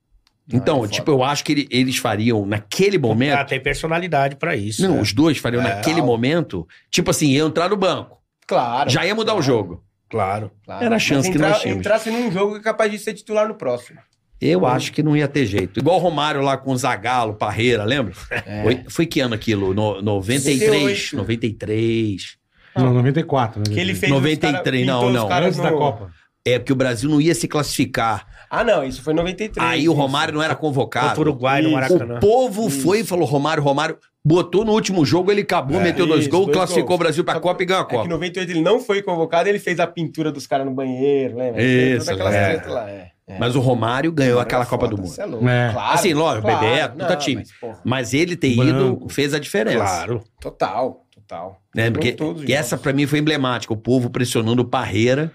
[SPEAKER 5] Então,
[SPEAKER 6] é
[SPEAKER 5] tipo, eu acho que ele- eles fariam naquele momento.
[SPEAKER 4] Ah, tem personalidade pra isso.
[SPEAKER 5] é. não,
[SPEAKER 4] né?
[SPEAKER 5] os dois fariam
[SPEAKER 4] É,
[SPEAKER 5] naquele
[SPEAKER 4] ó.
[SPEAKER 5] momento. Tipo assim, ia entrar no banco.
[SPEAKER 6] Claro.
[SPEAKER 5] Já ia mudar o jogo.
[SPEAKER 4] Claro.
[SPEAKER 6] claro.
[SPEAKER 5] Era a chance que
[SPEAKER 6] entrar,
[SPEAKER 5] nós tínhamos.
[SPEAKER 6] Entrasse num jogo é capaz de ser titular no próximo.
[SPEAKER 5] Eu acho que não ia ter jeito. Igual o Romário lá com o Zagalo, Parreira, lembra?
[SPEAKER 6] É.
[SPEAKER 5] Oi- Foi que ano aquilo? No, 93.
[SPEAKER 6] 68.
[SPEAKER 5] 93.
[SPEAKER 3] Não, 94. né?
[SPEAKER 6] Que ele fez os
[SPEAKER 5] 93,
[SPEAKER 6] cara-
[SPEAKER 5] não,
[SPEAKER 6] pintou os
[SPEAKER 5] não.
[SPEAKER 6] caras
[SPEAKER 3] Antes da
[SPEAKER 6] no-
[SPEAKER 3] Copa.
[SPEAKER 5] É, porque o Brasil não ia se classificar.
[SPEAKER 6] Ah, não, isso foi em 93.
[SPEAKER 5] Aí o Romário não era
[SPEAKER 4] Contra o
[SPEAKER 5] convocado.
[SPEAKER 4] Uruguai no
[SPEAKER 6] Isso.
[SPEAKER 4] Maracanã.
[SPEAKER 5] O povo foi e falou: Romário, Romário. Botou no último jogo, ele acabou, meteu dois
[SPEAKER 6] Isso,
[SPEAKER 5] gols,
[SPEAKER 6] dois
[SPEAKER 5] classificou
[SPEAKER 6] gols.
[SPEAKER 5] o Brasil pra
[SPEAKER 6] Só-
[SPEAKER 5] Copa e ganhou a
[SPEAKER 6] É que
[SPEAKER 5] Copa.
[SPEAKER 6] em 98 ele não foi convocado, ele fez a pintura dos caras no banheiro, lembra? Ele fez
[SPEAKER 5] Isso,
[SPEAKER 6] toda aquela
[SPEAKER 5] é.
[SPEAKER 6] treta lá, é. é.
[SPEAKER 5] Mas o Romário ganhou aquela
[SPEAKER 6] Era
[SPEAKER 5] Copa
[SPEAKER 6] foda,
[SPEAKER 5] do Mundo.
[SPEAKER 6] cê é louco.
[SPEAKER 3] É.
[SPEAKER 6] Claro,
[SPEAKER 5] Assim, lógico,
[SPEAKER 6] claro,
[SPEAKER 5] Bebeto,
[SPEAKER 6] não,
[SPEAKER 5] tá time.
[SPEAKER 6] mas, porra,
[SPEAKER 5] Mas ele ter
[SPEAKER 3] Branco.
[SPEAKER 5] ido fez a diferença.
[SPEAKER 4] Claro.
[SPEAKER 6] total, total.
[SPEAKER 5] Né? Porque-
[SPEAKER 6] Em todos os
[SPEAKER 5] e essa
[SPEAKER 6] jogos.
[SPEAKER 5] pra mim foi emblemática. O povo pressionando o Parreira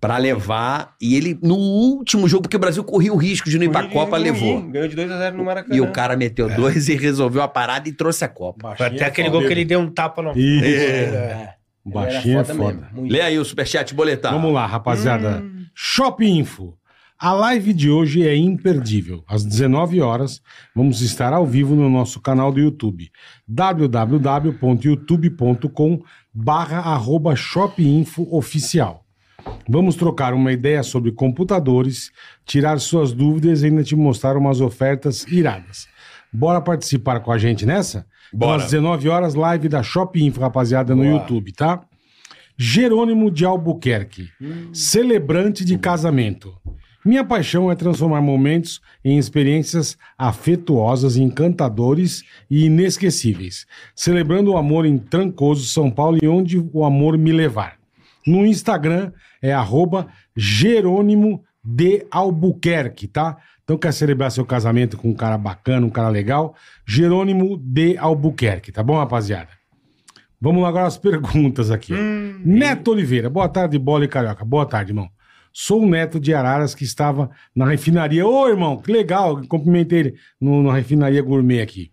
[SPEAKER 5] pra levar. E ele, no último jogo, porque o Brasil corria o risco de não ir pra
[SPEAKER 6] Corinthians
[SPEAKER 5] Copa,
[SPEAKER 6] ganhou
[SPEAKER 5] levou.
[SPEAKER 6] um, Ganhou de 2x0 no Maracanã.
[SPEAKER 5] E o cara meteu dois e resolveu a parada e trouxe a Copa.
[SPEAKER 4] Foi até aquele gol que ele deu um tapa no.
[SPEAKER 3] Isso. O
[SPEAKER 6] É, ele era
[SPEAKER 3] baixinho é foda.
[SPEAKER 6] mesmo, muito.
[SPEAKER 5] Lê aí o superchat boletar.
[SPEAKER 3] Vamos lá, rapaziada. Shop Info. A live de hoje é imperdível. Às 19 horas, vamos estar ao vivo no nosso canal do YouTube. www.youtube.com barra arroba Shop Info Oficial. Vamos trocar uma ideia sobre computadores, tirar suas dúvidas e ainda te mostrar umas ofertas iradas. Bora participar com a gente nessa? Então,
[SPEAKER 5] Bora.
[SPEAKER 3] às 19 horas, live da Shop Info, rapaziada, no
[SPEAKER 6] Boa.
[SPEAKER 3] YouTube, tá? Jerônimo de Albuquerque, celebrante de casamento. Minha paixão é transformar momentos em experiências afetuosas, encantadores e inesquecíveis, celebrando o amor em Trancoso, São Paulo e onde o amor me levar. No Instagram é arroba Jerônimo de Albuquerque, tá? Então quer celebrar seu casamento com um cara bacana, um cara legal? Jerônimo de Albuquerque, tá bom, rapaziada? Vamos lá agora as perguntas aqui. ó. Neto Oliveira, boa tarde, bola e carioca. Boa tarde, irmão. Sou o neto de Araras que estava na refinaria. Ô, irmão, que legal. Cumprimentei ele no, na refinaria gourmet aqui.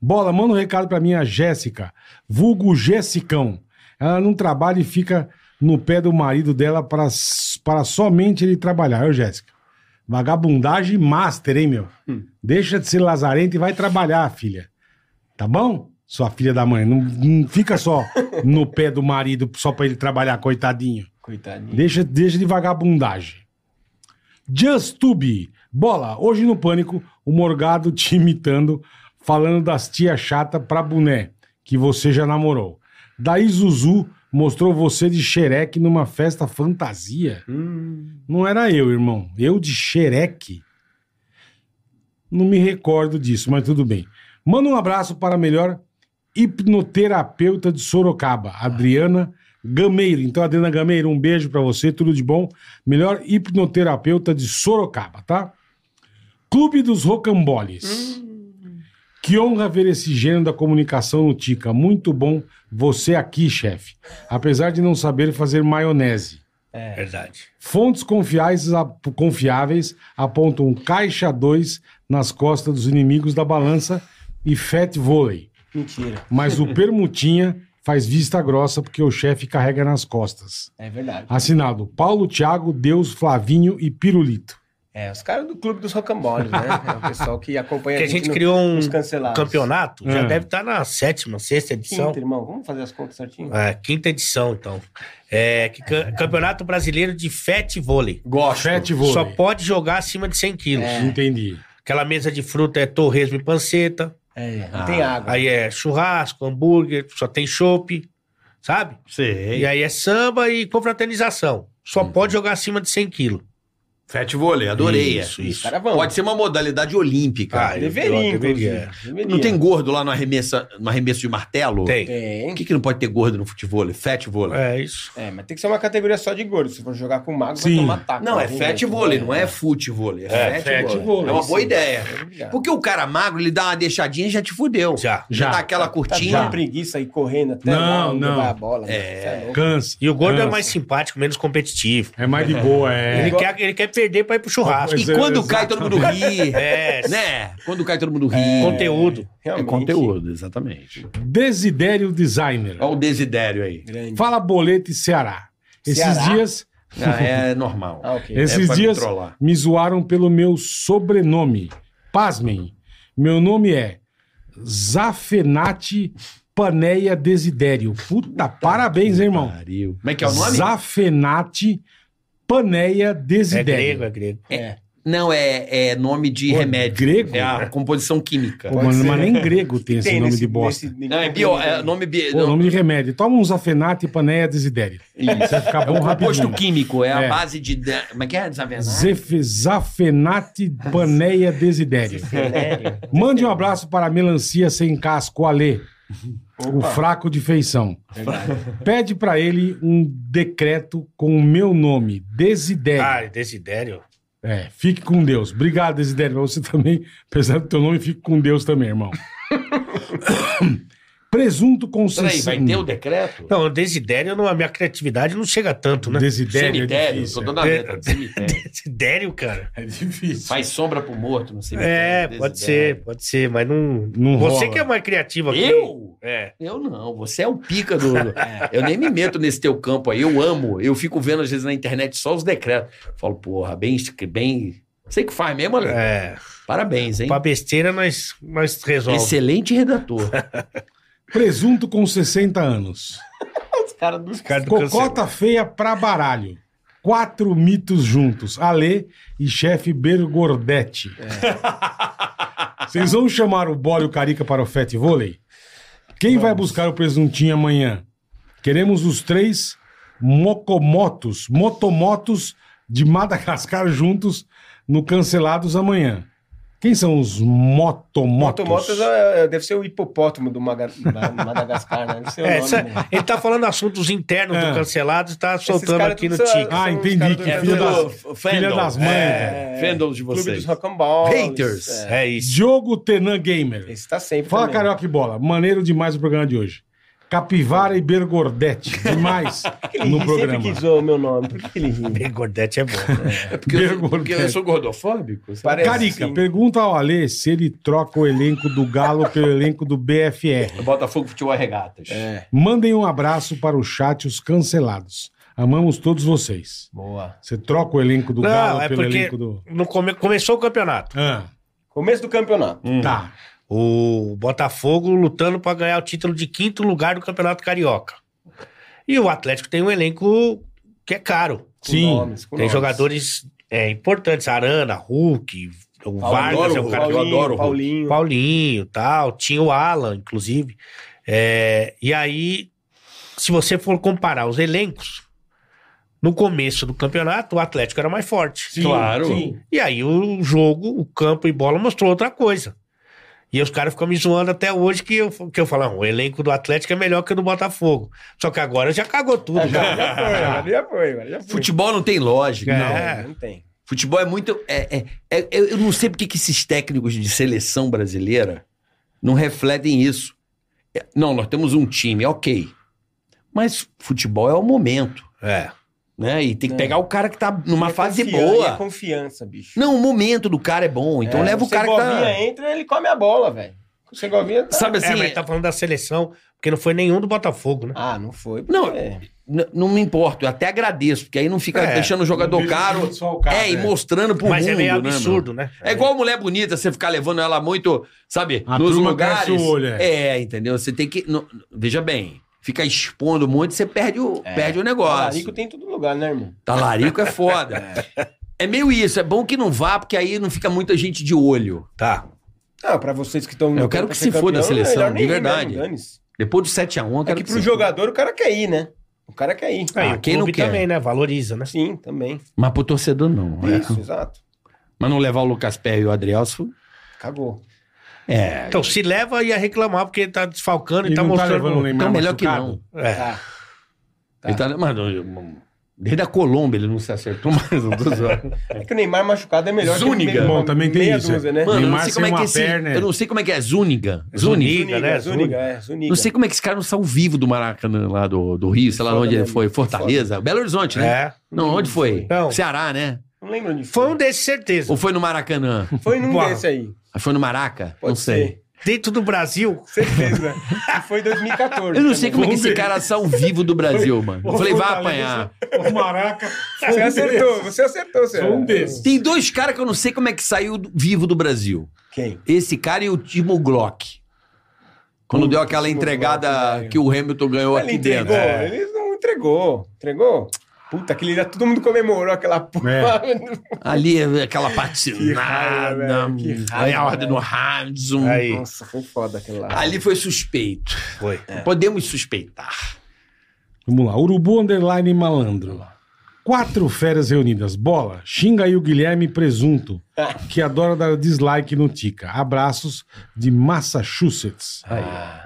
[SPEAKER 3] Bola, manda um recado pra minha Jéssica, vulgo Jessicão. Ela não trabalha e fica no pé do marido dela para, para somente ele trabalhar. Ô, Jéssica, vagabundagem master, hein, meu? Deixa de ser lazarento e vai trabalhar, filha. Tá bom? Sua filha da mãe. Não, não fica só no pé do marido só pra ele trabalhar, coitadinho.
[SPEAKER 6] Coitadinho.
[SPEAKER 3] Deixa, deixa de vagabundagem. Justube. Bola. Hoje no Pânico, o Morgado te imitando, falando das tia chata pra boné, que você já namorou. Daí Zuzu mostrou você de xereque numa festa fantasia. Não era eu, irmão. Eu de xereque? Não me recordo disso, mas tudo bem. Manda um abraço para a melhor hipnoterapeuta de Sorocaba, Adriana Gameiro. Então, Adriana Gameiro, um beijo para você, tudo de bom. Melhor hipnoterapeuta de Sorocaba, tá? Clube dos Rocamboles. Que honra ver esse gênio da comunicação no Tica. Muito bom você aqui, chefe. Apesar de não saber fazer maionese.
[SPEAKER 4] Verdade.
[SPEAKER 3] Fontes confiáveis, ap- confiáveis apontam caixa 2 nas costas dos inimigos da balança e fat vôlei.
[SPEAKER 6] Mentira,
[SPEAKER 3] Mas o permutinha faz vista grossa porque o chefe carrega nas costas.
[SPEAKER 6] é verdade.
[SPEAKER 3] Assinado Paulo Thiago, Deus, Flavinho e Pirulito.
[SPEAKER 6] É, os caras do clube dos rocamboles, né? É o pessoal que acompanha
[SPEAKER 4] Porque a gente
[SPEAKER 6] no-
[SPEAKER 4] criou um
[SPEAKER 6] nos cancelados.
[SPEAKER 4] campeonato, já
[SPEAKER 3] É.
[SPEAKER 4] deve estar na sétima, sexta
[SPEAKER 6] Quinta,
[SPEAKER 4] edição.
[SPEAKER 6] irmão, vamos fazer as contas certinho?
[SPEAKER 4] É, quinta edição, então. É, que ca- Campeonato Brasileiro de Fete Vôlei.
[SPEAKER 5] Gosto.
[SPEAKER 3] Fat vôlei.
[SPEAKER 4] Só pode jogar acima de 100 quilos.
[SPEAKER 3] É. Entendi.
[SPEAKER 4] Aquela mesa de fruta é torresmo e panceta.
[SPEAKER 6] É, não
[SPEAKER 5] Ah,
[SPEAKER 6] tem água.
[SPEAKER 4] Aí é churrasco, hambúrguer, só tem chopp, sabe? E
[SPEAKER 5] Sei.
[SPEAKER 4] aí é samba e confraternização. Só pode jogar acima de 100 quilos.
[SPEAKER 5] Fete vôlei, adorei.
[SPEAKER 4] Isso,
[SPEAKER 5] é.
[SPEAKER 6] Os
[SPEAKER 4] isso.
[SPEAKER 6] caras vão.
[SPEAKER 5] Pode ser uma modalidade olímpica.
[SPEAKER 4] Ah,
[SPEAKER 6] Deveria,
[SPEAKER 4] eu- eu deveria.
[SPEAKER 6] inclusive. Deveria.
[SPEAKER 5] não tem gordo lá no arremesso, no arremesso de martelo?
[SPEAKER 4] Tem.
[SPEAKER 5] Por
[SPEAKER 6] Tem.
[SPEAKER 5] que, que não pode ter gordo no futebol? Fete vôlei.
[SPEAKER 4] É isso.
[SPEAKER 6] É, mas tem que ser uma categoria só de gordo. Se for jogar com mago,
[SPEAKER 3] Sim.
[SPEAKER 6] vai tomar taco.
[SPEAKER 5] Não, é
[SPEAKER 6] tem
[SPEAKER 5] fat
[SPEAKER 6] jeito.
[SPEAKER 5] vôlei, não é fute vôlei. É,
[SPEAKER 4] É,
[SPEAKER 5] fat
[SPEAKER 4] fat
[SPEAKER 5] vôlei. É uma boa
[SPEAKER 6] Sim.
[SPEAKER 5] ideia.
[SPEAKER 6] Obrigado.
[SPEAKER 5] Porque o cara magro, ele dá uma deixadinha e já te fudeu.
[SPEAKER 4] Já.
[SPEAKER 5] Já,
[SPEAKER 3] Já.
[SPEAKER 5] dá aquela
[SPEAKER 6] Tá
[SPEAKER 5] curtinha.
[SPEAKER 6] dando preguiça aí correndo até lá
[SPEAKER 3] Não,
[SPEAKER 6] onde
[SPEAKER 3] não.
[SPEAKER 6] vai a bola. né?
[SPEAKER 5] É.
[SPEAKER 6] Cê louco.
[SPEAKER 3] Cansa.
[SPEAKER 4] E o gordo é
[SPEAKER 3] Cansa.
[SPEAKER 4] mais simpático, menos competitivo.
[SPEAKER 3] É mais de boa, é.
[SPEAKER 4] (laughs) Ele, quer, ele quer perder pra ir pro churrasco.
[SPEAKER 3] Pois
[SPEAKER 5] E quando
[SPEAKER 3] É,
[SPEAKER 5] cai, todo mundo ri.
[SPEAKER 4] É,
[SPEAKER 5] Né? Quando cai, todo mundo ri.
[SPEAKER 4] conteúdo.
[SPEAKER 5] É
[SPEAKER 6] Realmente.
[SPEAKER 5] conteúdo, exatamente.
[SPEAKER 3] Desidério Designer.
[SPEAKER 5] Olha o desidério aí.
[SPEAKER 6] Grande.
[SPEAKER 3] Fala Boleto e Ceará. Esses
[SPEAKER 6] Ceará?
[SPEAKER 3] dias
[SPEAKER 5] Ah, é normal.
[SPEAKER 6] (laughs) Ah, ok.
[SPEAKER 5] É
[SPEAKER 3] Esses
[SPEAKER 5] pra
[SPEAKER 3] dias
[SPEAKER 5] me trollar.
[SPEAKER 3] me zoaram pelo meu sobrenome. Pasmem. Meu nome é Zafenati Paneia Desidério. Puta, parabéns, hein, irmão.
[SPEAKER 5] Pariu. Como é que é o nome?
[SPEAKER 3] Zafenati Paneia
[SPEAKER 4] É
[SPEAKER 3] Desidério.
[SPEAKER 4] grego, é grego.
[SPEAKER 6] É.
[SPEAKER 5] Não, é, é nome de
[SPEAKER 3] Pô,
[SPEAKER 5] remédio.
[SPEAKER 3] grego?
[SPEAKER 5] É a composição química.
[SPEAKER 3] Pô,
[SPEAKER 6] Pode
[SPEAKER 3] mano,
[SPEAKER 6] ser.
[SPEAKER 3] mas nem grego
[SPEAKER 6] (laughs)
[SPEAKER 3] tem esse
[SPEAKER 6] Tem
[SPEAKER 3] nome
[SPEAKER 6] nesse-
[SPEAKER 3] de bosta.
[SPEAKER 6] nesse-
[SPEAKER 5] Não, é, bio, é nome... Bi,
[SPEAKER 3] Pô,
[SPEAKER 5] não,
[SPEAKER 3] nome de remédio. Toma um Zafenati Paneia Desidério.
[SPEAKER 5] Isso.
[SPEAKER 3] Vai ficar
[SPEAKER 5] É
[SPEAKER 3] bom
[SPEAKER 5] um composto
[SPEAKER 3] rapidinho.
[SPEAKER 5] químico, é, a
[SPEAKER 3] É.
[SPEAKER 5] base de... da- Como é que é? Desavenado?
[SPEAKER 3] Zef- Zafenati Paneia Desidério. Mande um abraço para a melancia sem casco, Alê, o fraco de feição. Pede para ele um decreto com o meu nome, Desidério.
[SPEAKER 4] Ah, Desidério.
[SPEAKER 3] É, fique com Deus. Obrigado, Desidério, pra você também. Apesar do teu nome, fique com Deus também,
[SPEAKER 5] (coughs)
[SPEAKER 3] irmão. Presunto com
[SPEAKER 5] Peraí,
[SPEAKER 3] ceci-
[SPEAKER 5] vai ter o decreto?
[SPEAKER 4] Não, Desidério, não, a minha criatividade não chega tanto, né?
[SPEAKER 3] Desidério.
[SPEAKER 5] cemitério,
[SPEAKER 3] é
[SPEAKER 5] tô
[SPEAKER 3] difícil,
[SPEAKER 5] dando a
[SPEAKER 4] é.
[SPEAKER 5] letra do cemitério.
[SPEAKER 4] Desidério, cara.
[SPEAKER 3] é. É difícil.
[SPEAKER 5] Faz sombra pro morto no cemitério.
[SPEAKER 4] É,
[SPEAKER 5] Desidério.
[SPEAKER 4] pode ser, pode ser, mas não.
[SPEAKER 3] Não
[SPEAKER 4] Você
[SPEAKER 3] rola.
[SPEAKER 4] que é mais criativa que
[SPEAKER 5] Eu?
[SPEAKER 4] É.
[SPEAKER 5] Eu não, você é o pica do. do- Eu nem me meto nesse teu campo aí, eu amo. Eu fico vendo às vezes na internet só os decretos. Falo, porra, bem. bem... Sei que faz mesmo, Ale.
[SPEAKER 4] É.
[SPEAKER 5] Parabéns, hein?
[SPEAKER 4] Pra besteira nós, nós resolvemos.
[SPEAKER 5] Excelente redator.
[SPEAKER 3] Presunto com 60 anos.
[SPEAKER 5] Os caras dos
[SPEAKER 4] Cara do cancelamento.
[SPEAKER 3] Cocota feia pra baralho. Quatro mitos juntos. Alê e chefe Bergordete. (laughs)
[SPEAKER 6] É.
[SPEAKER 3] Vocês vão chamar o Bólio Carica para o Fete Vôlei? Quem vai buscar o presuntinho amanhã? Queremos os três mocomotos, motomotos de Madagascar juntos no Cancelados amanhã. Quem são os motomotos?
[SPEAKER 6] Motomotos é, é- deve ser o hipopótamo do Maga- Ma- Madagascar, né? Deve
[SPEAKER 4] (laughs)
[SPEAKER 6] ser o
[SPEAKER 4] É,
[SPEAKER 6] nome,
[SPEAKER 4] essa-
[SPEAKER 6] né?
[SPEAKER 4] ele tá falando assuntos internos
[SPEAKER 3] É.
[SPEAKER 4] do cancelado e tá soltando
[SPEAKER 6] caras
[SPEAKER 4] aqui no
[SPEAKER 6] tudo são-
[SPEAKER 4] TIC.
[SPEAKER 3] Ah,
[SPEAKER 6] São os
[SPEAKER 3] entendi.
[SPEAKER 6] caras do
[SPEAKER 3] Que é
[SPEAKER 6] Brasil.
[SPEAKER 3] filha das, filha
[SPEAKER 5] Fandom.
[SPEAKER 3] das mães. velho.
[SPEAKER 5] É, Fandom de
[SPEAKER 6] Clube dos
[SPEAKER 5] vocês.
[SPEAKER 6] Rock'n'Balls.
[SPEAKER 5] Haters.
[SPEAKER 6] É.
[SPEAKER 4] É isso.
[SPEAKER 3] Diogo Tenan Gamer.
[SPEAKER 6] Esse tá sempre
[SPEAKER 3] Fala,
[SPEAKER 6] também.
[SPEAKER 3] Carioca e Bola. Maneiro demais o programa de hoje. Capivara e Bergordete. Demais
[SPEAKER 6] Ele
[SPEAKER 3] no
[SPEAKER 6] ri,
[SPEAKER 3] programa.
[SPEAKER 6] sempre (laughs) que zoa o meu nome. Por que que ele ri?
[SPEAKER 4] Bem, Gordete é bom. né?
[SPEAKER 5] É porque eu, sou-
[SPEAKER 3] Bergordete.
[SPEAKER 5] porque eu sou gordofóbico? sabe?
[SPEAKER 6] Parece
[SPEAKER 3] Carica,
[SPEAKER 6] sim.
[SPEAKER 3] pergunta ao Alê se ele troca o elenco do Galo pelo elenco do BFR.
[SPEAKER 5] Botafogo Futebol Regatas.
[SPEAKER 6] É,
[SPEAKER 3] Mandem um abraço para o chat Os Cancelados. Amamos todos vocês.
[SPEAKER 6] boa.
[SPEAKER 3] Você troca o elenco do
[SPEAKER 4] Não,
[SPEAKER 3] Galo
[SPEAKER 4] é
[SPEAKER 3] pelo
[SPEAKER 4] porque-
[SPEAKER 3] elenco do.
[SPEAKER 4] No come- começou o campeonato.
[SPEAKER 3] Ah,
[SPEAKER 6] Começo do campeonato.
[SPEAKER 3] Tá.
[SPEAKER 4] O Botafogo lutando pra ganhar o título de quinto lugar do Campeonato Carioca. E o Atlético tem um elenco que é caro.
[SPEAKER 6] Com
[SPEAKER 3] Sim.
[SPEAKER 6] nomes, com
[SPEAKER 4] Tem
[SPEAKER 6] nomes.
[SPEAKER 4] jogadores é, importantes, Arana, Hulk, o Vargas é
[SPEAKER 5] adoro
[SPEAKER 4] um
[SPEAKER 5] o
[SPEAKER 4] cara que
[SPEAKER 5] eu
[SPEAKER 6] Paulinho,
[SPEAKER 5] adoro o
[SPEAKER 6] Paulinho.
[SPEAKER 4] Paulinho tal, tinha o Alan, inclusive. É, e aí, se você for comparar os elencos, no começo do campeonato, o Atlético era mais forte.
[SPEAKER 3] Sim,
[SPEAKER 5] Claro.
[SPEAKER 3] sim.
[SPEAKER 4] E aí o jogo, o campo e bola mostrou outra coisa. E os caras ficam me zoando até hoje que eu, que eu falo, "Ah, o elenco do Atlético é melhor que o do Botafogo. Só que agora já cagou tudo.
[SPEAKER 6] É,
[SPEAKER 4] já.
[SPEAKER 6] já, já foi, agora já foi, agora já foi.
[SPEAKER 5] Futebol não tem lógica.
[SPEAKER 4] É.
[SPEAKER 6] Não tem.
[SPEAKER 5] Futebol é muito. É, é- é- eu eu não sei porque que esses técnicos de seleção brasileira não refletem isso. É, Não, nós temos um time, ok. Mas futebol é o momento,
[SPEAKER 4] É.
[SPEAKER 5] né? E tem que
[SPEAKER 6] É.
[SPEAKER 5] pegar o cara que tá numa
[SPEAKER 6] E é
[SPEAKER 5] fase
[SPEAKER 6] confian-
[SPEAKER 5] boa.
[SPEAKER 6] e é confiança, bicho.
[SPEAKER 5] Não, o momento do cara é bom. Então
[SPEAKER 6] É,
[SPEAKER 5] leva o cara que
[SPEAKER 6] Segovinha
[SPEAKER 5] tá.
[SPEAKER 6] entra, ele come a bola, velho. O Segovinha tá...
[SPEAKER 5] Sabe
[SPEAKER 4] é,
[SPEAKER 5] assim?
[SPEAKER 4] mas tá falando da seleção, porque não foi nenhum do Botafogo, né?
[SPEAKER 6] Ah, não foi.
[SPEAKER 5] Não,
[SPEAKER 6] é.
[SPEAKER 5] n- Não me importo, eu até agradeço, porque aí não fica
[SPEAKER 4] É.
[SPEAKER 5] deixando o jogador
[SPEAKER 3] Não deixa
[SPEAKER 5] caro.
[SPEAKER 3] só o cara,
[SPEAKER 5] é, e
[SPEAKER 3] né?
[SPEAKER 5] mostrando pro
[SPEAKER 4] Mas
[SPEAKER 5] mundo.
[SPEAKER 4] é meio
[SPEAKER 5] né,
[SPEAKER 4] absurdo, né?
[SPEAKER 5] É igual mulher bonita, você ficar levando ela muito, sabe,
[SPEAKER 3] A
[SPEAKER 5] nos
[SPEAKER 3] turma
[SPEAKER 5] lugares.
[SPEAKER 3] cresce o olho,
[SPEAKER 5] é. entendeu? Você tem que. não- veja bem, fica expondo muito, você perde o,
[SPEAKER 6] É.
[SPEAKER 5] perde o negócio.
[SPEAKER 6] Talarico tem em todo lugar, né, irmão?
[SPEAKER 5] Talarico é foda.
[SPEAKER 4] (laughs)
[SPEAKER 5] É. meio isso, é bom que não vá, porque aí não fica muita gente de olho.
[SPEAKER 4] Tá.
[SPEAKER 6] Ah, pra vocês que estão...
[SPEAKER 5] Eu quero que se foda a seleção, de verdade. Depois do 7x1, eu
[SPEAKER 6] né, É
[SPEAKER 5] quero
[SPEAKER 6] que
[SPEAKER 5] você-
[SPEAKER 6] pro jogador o cara quer ir, né? O cara quer ir.
[SPEAKER 4] Aí,
[SPEAKER 5] Ah,
[SPEAKER 4] o
[SPEAKER 5] quem não
[SPEAKER 4] clube
[SPEAKER 5] quer?
[SPEAKER 4] também, né? Valoriza, né?
[SPEAKER 6] Sim, também.
[SPEAKER 5] Mas pro torcedor não. é.
[SPEAKER 6] Isso, exato.
[SPEAKER 5] Mas não levar o Lucas Pé e o Adrielso.
[SPEAKER 6] Cagou.
[SPEAKER 5] É.
[SPEAKER 4] Então, se leva, ia reclamar, porque tá desfalcando e,
[SPEAKER 3] E
[SPEAKER 4] tá
[SPEAKER 3] não tá
[SPEAKER 4] mostrando.
[SPEAKER 3] levando o Neymar
[SPEAKER 5] Então melhor que
[SPEAKER 3] machucado?
[SPEAKER 5] não.
[SPEAKER 4] É.
[SPEAKER 6] Tá. Tá.
[SPEAKER 5] Ele tá, mano, desde a Colômbia ele não se acertou mais. Não tô zoando.
[SPEAKER 6] É que o Neymar machucado é melhor
[SPEAKER 5] Zúñiga.
[SPEAKER 6] que o Neymar-
[SPEAKER 3] Bom, também tem
[SPEAKER 6] meia
[SPEAKER 3] isso,
[SPEAKER 6] Dúzia,
[SPEAKER 5] (laughs)
[SPEAKER 6] né?
[SPEAKER 5] Mano, eu não
[SPEAKER 3] Neymar
[SPEAKER 5] sei como é
[SPEAKER 3] sem
[SPEAKER 5] que
[SPEAKER 3] uma
[SPEAKER 5] esse.
[SPEAKER 3] perna, é.
[SPEAKER 5] Eu não sei como é que é. Zuniga. Zuniga.
[SPEAKER 4] Zuniga, né?
[SPEAKER 6] Zúñiga, é, Zúñiga.
[SPEAKER 5] Não sei como é que esse cara não saiu vivo do Maracanã, lá do, do Rio, sei lá
[SPEAKER 6] Foda
[SPEAKER 5] onde ele
[SPEAKER 6] mesmo.
[SPEAKER 5] foi. Fortaleza? Belo Horizonte, né?
[SPEAKER 4] É.
[SPEAKER 5] Não, onde foi?
[SPEAKER 4] Não.
[SPEAKER 5] Ceará, né?
[SPEAKER 6] Não lembro onde
[SPEAKER 4] Foi
[SPEAKER 6] foi.
[SPEAKER 4] um desses, certeza.
[SPEAKER 5] Ou foi no Maracanã? Ah,
[SPEAKER 6] Foi num
[SPEAKER 4] Uau.
[SPEAKER 6] desse aí.
[SPEAKER 5] Foi no Maraca?
[SPEAKER 6] Pode
[SPEAKER 5] não sei.
[SPEAKER 6] ser.
[SPEAKER 4] dentro do Brasil.
[SPEAKER 5] (laughs)
[SPEAKER 6] Certeza. E foi 2014.
[SPEAKER 5] Eu não sei como é que esse
[SPEAKER 3] Vamos ver.
[SPEAKER 5] cara saiu vivo do Brasil, mano. Eu falei, vai apanhar.
[SPEAKER 3] O Maraca.
[SPEAKER 6] um Você acertou, você acertou, você. é.
[SPEAKER 3] Sou um desses.
[SPEAKER 5] Tem dois caras que eu não sei como é que saiu do- vivo do Brasil.
[SPEAKER 6] Quem?
[SPEAKER 5] Esse cara e o Timo Glock. Quando deu aquela
[SPEAKER 6] Timo Glock,
[SPEAKER 5] entregada
[SPEAKER 6] velho.
[SPEAKER 5] que o Hamilton ganhou
[SPEAKER 6] Ele
[SPEAKER 5] aqui dentro. É.
[SPEAKER 6] entregou,
[SPEAKER 4] É.
[SPEAKER 6] ele não entregou. Entregou? Puta, aquele dia todo mundo comemorou
[SPEAKER 4] É.
[SPEAKER 6] aquela porra.
[SPEAKER 4] (laughs)
[SPEAKER 5] Ali, aquela
[SPEAKER 6] Que raiva,
[SPEAKER 5] patinada.
[SPEAKER 6] velho, que raiva,
[SPEAKER 5] Aí a ordem do Hanson.
[SPEAKER 4] Aí.
[SPEAKER 6] Nossa, foi foda aquela.
[SPEAKER 5] Ali foi suspeito.
[SPEAKER 4] Foi.
[SPEAKER 6] É.
[SPEAKER 5] Podemos suspeitar.
[SPEAKER 3] Vamos lá. Urubu underline malandro. Quatro férias reunidas. Bola, xinga aí o Guilherme Presunto, que adora dar dislike no Tica. Abraços de Massachusetts.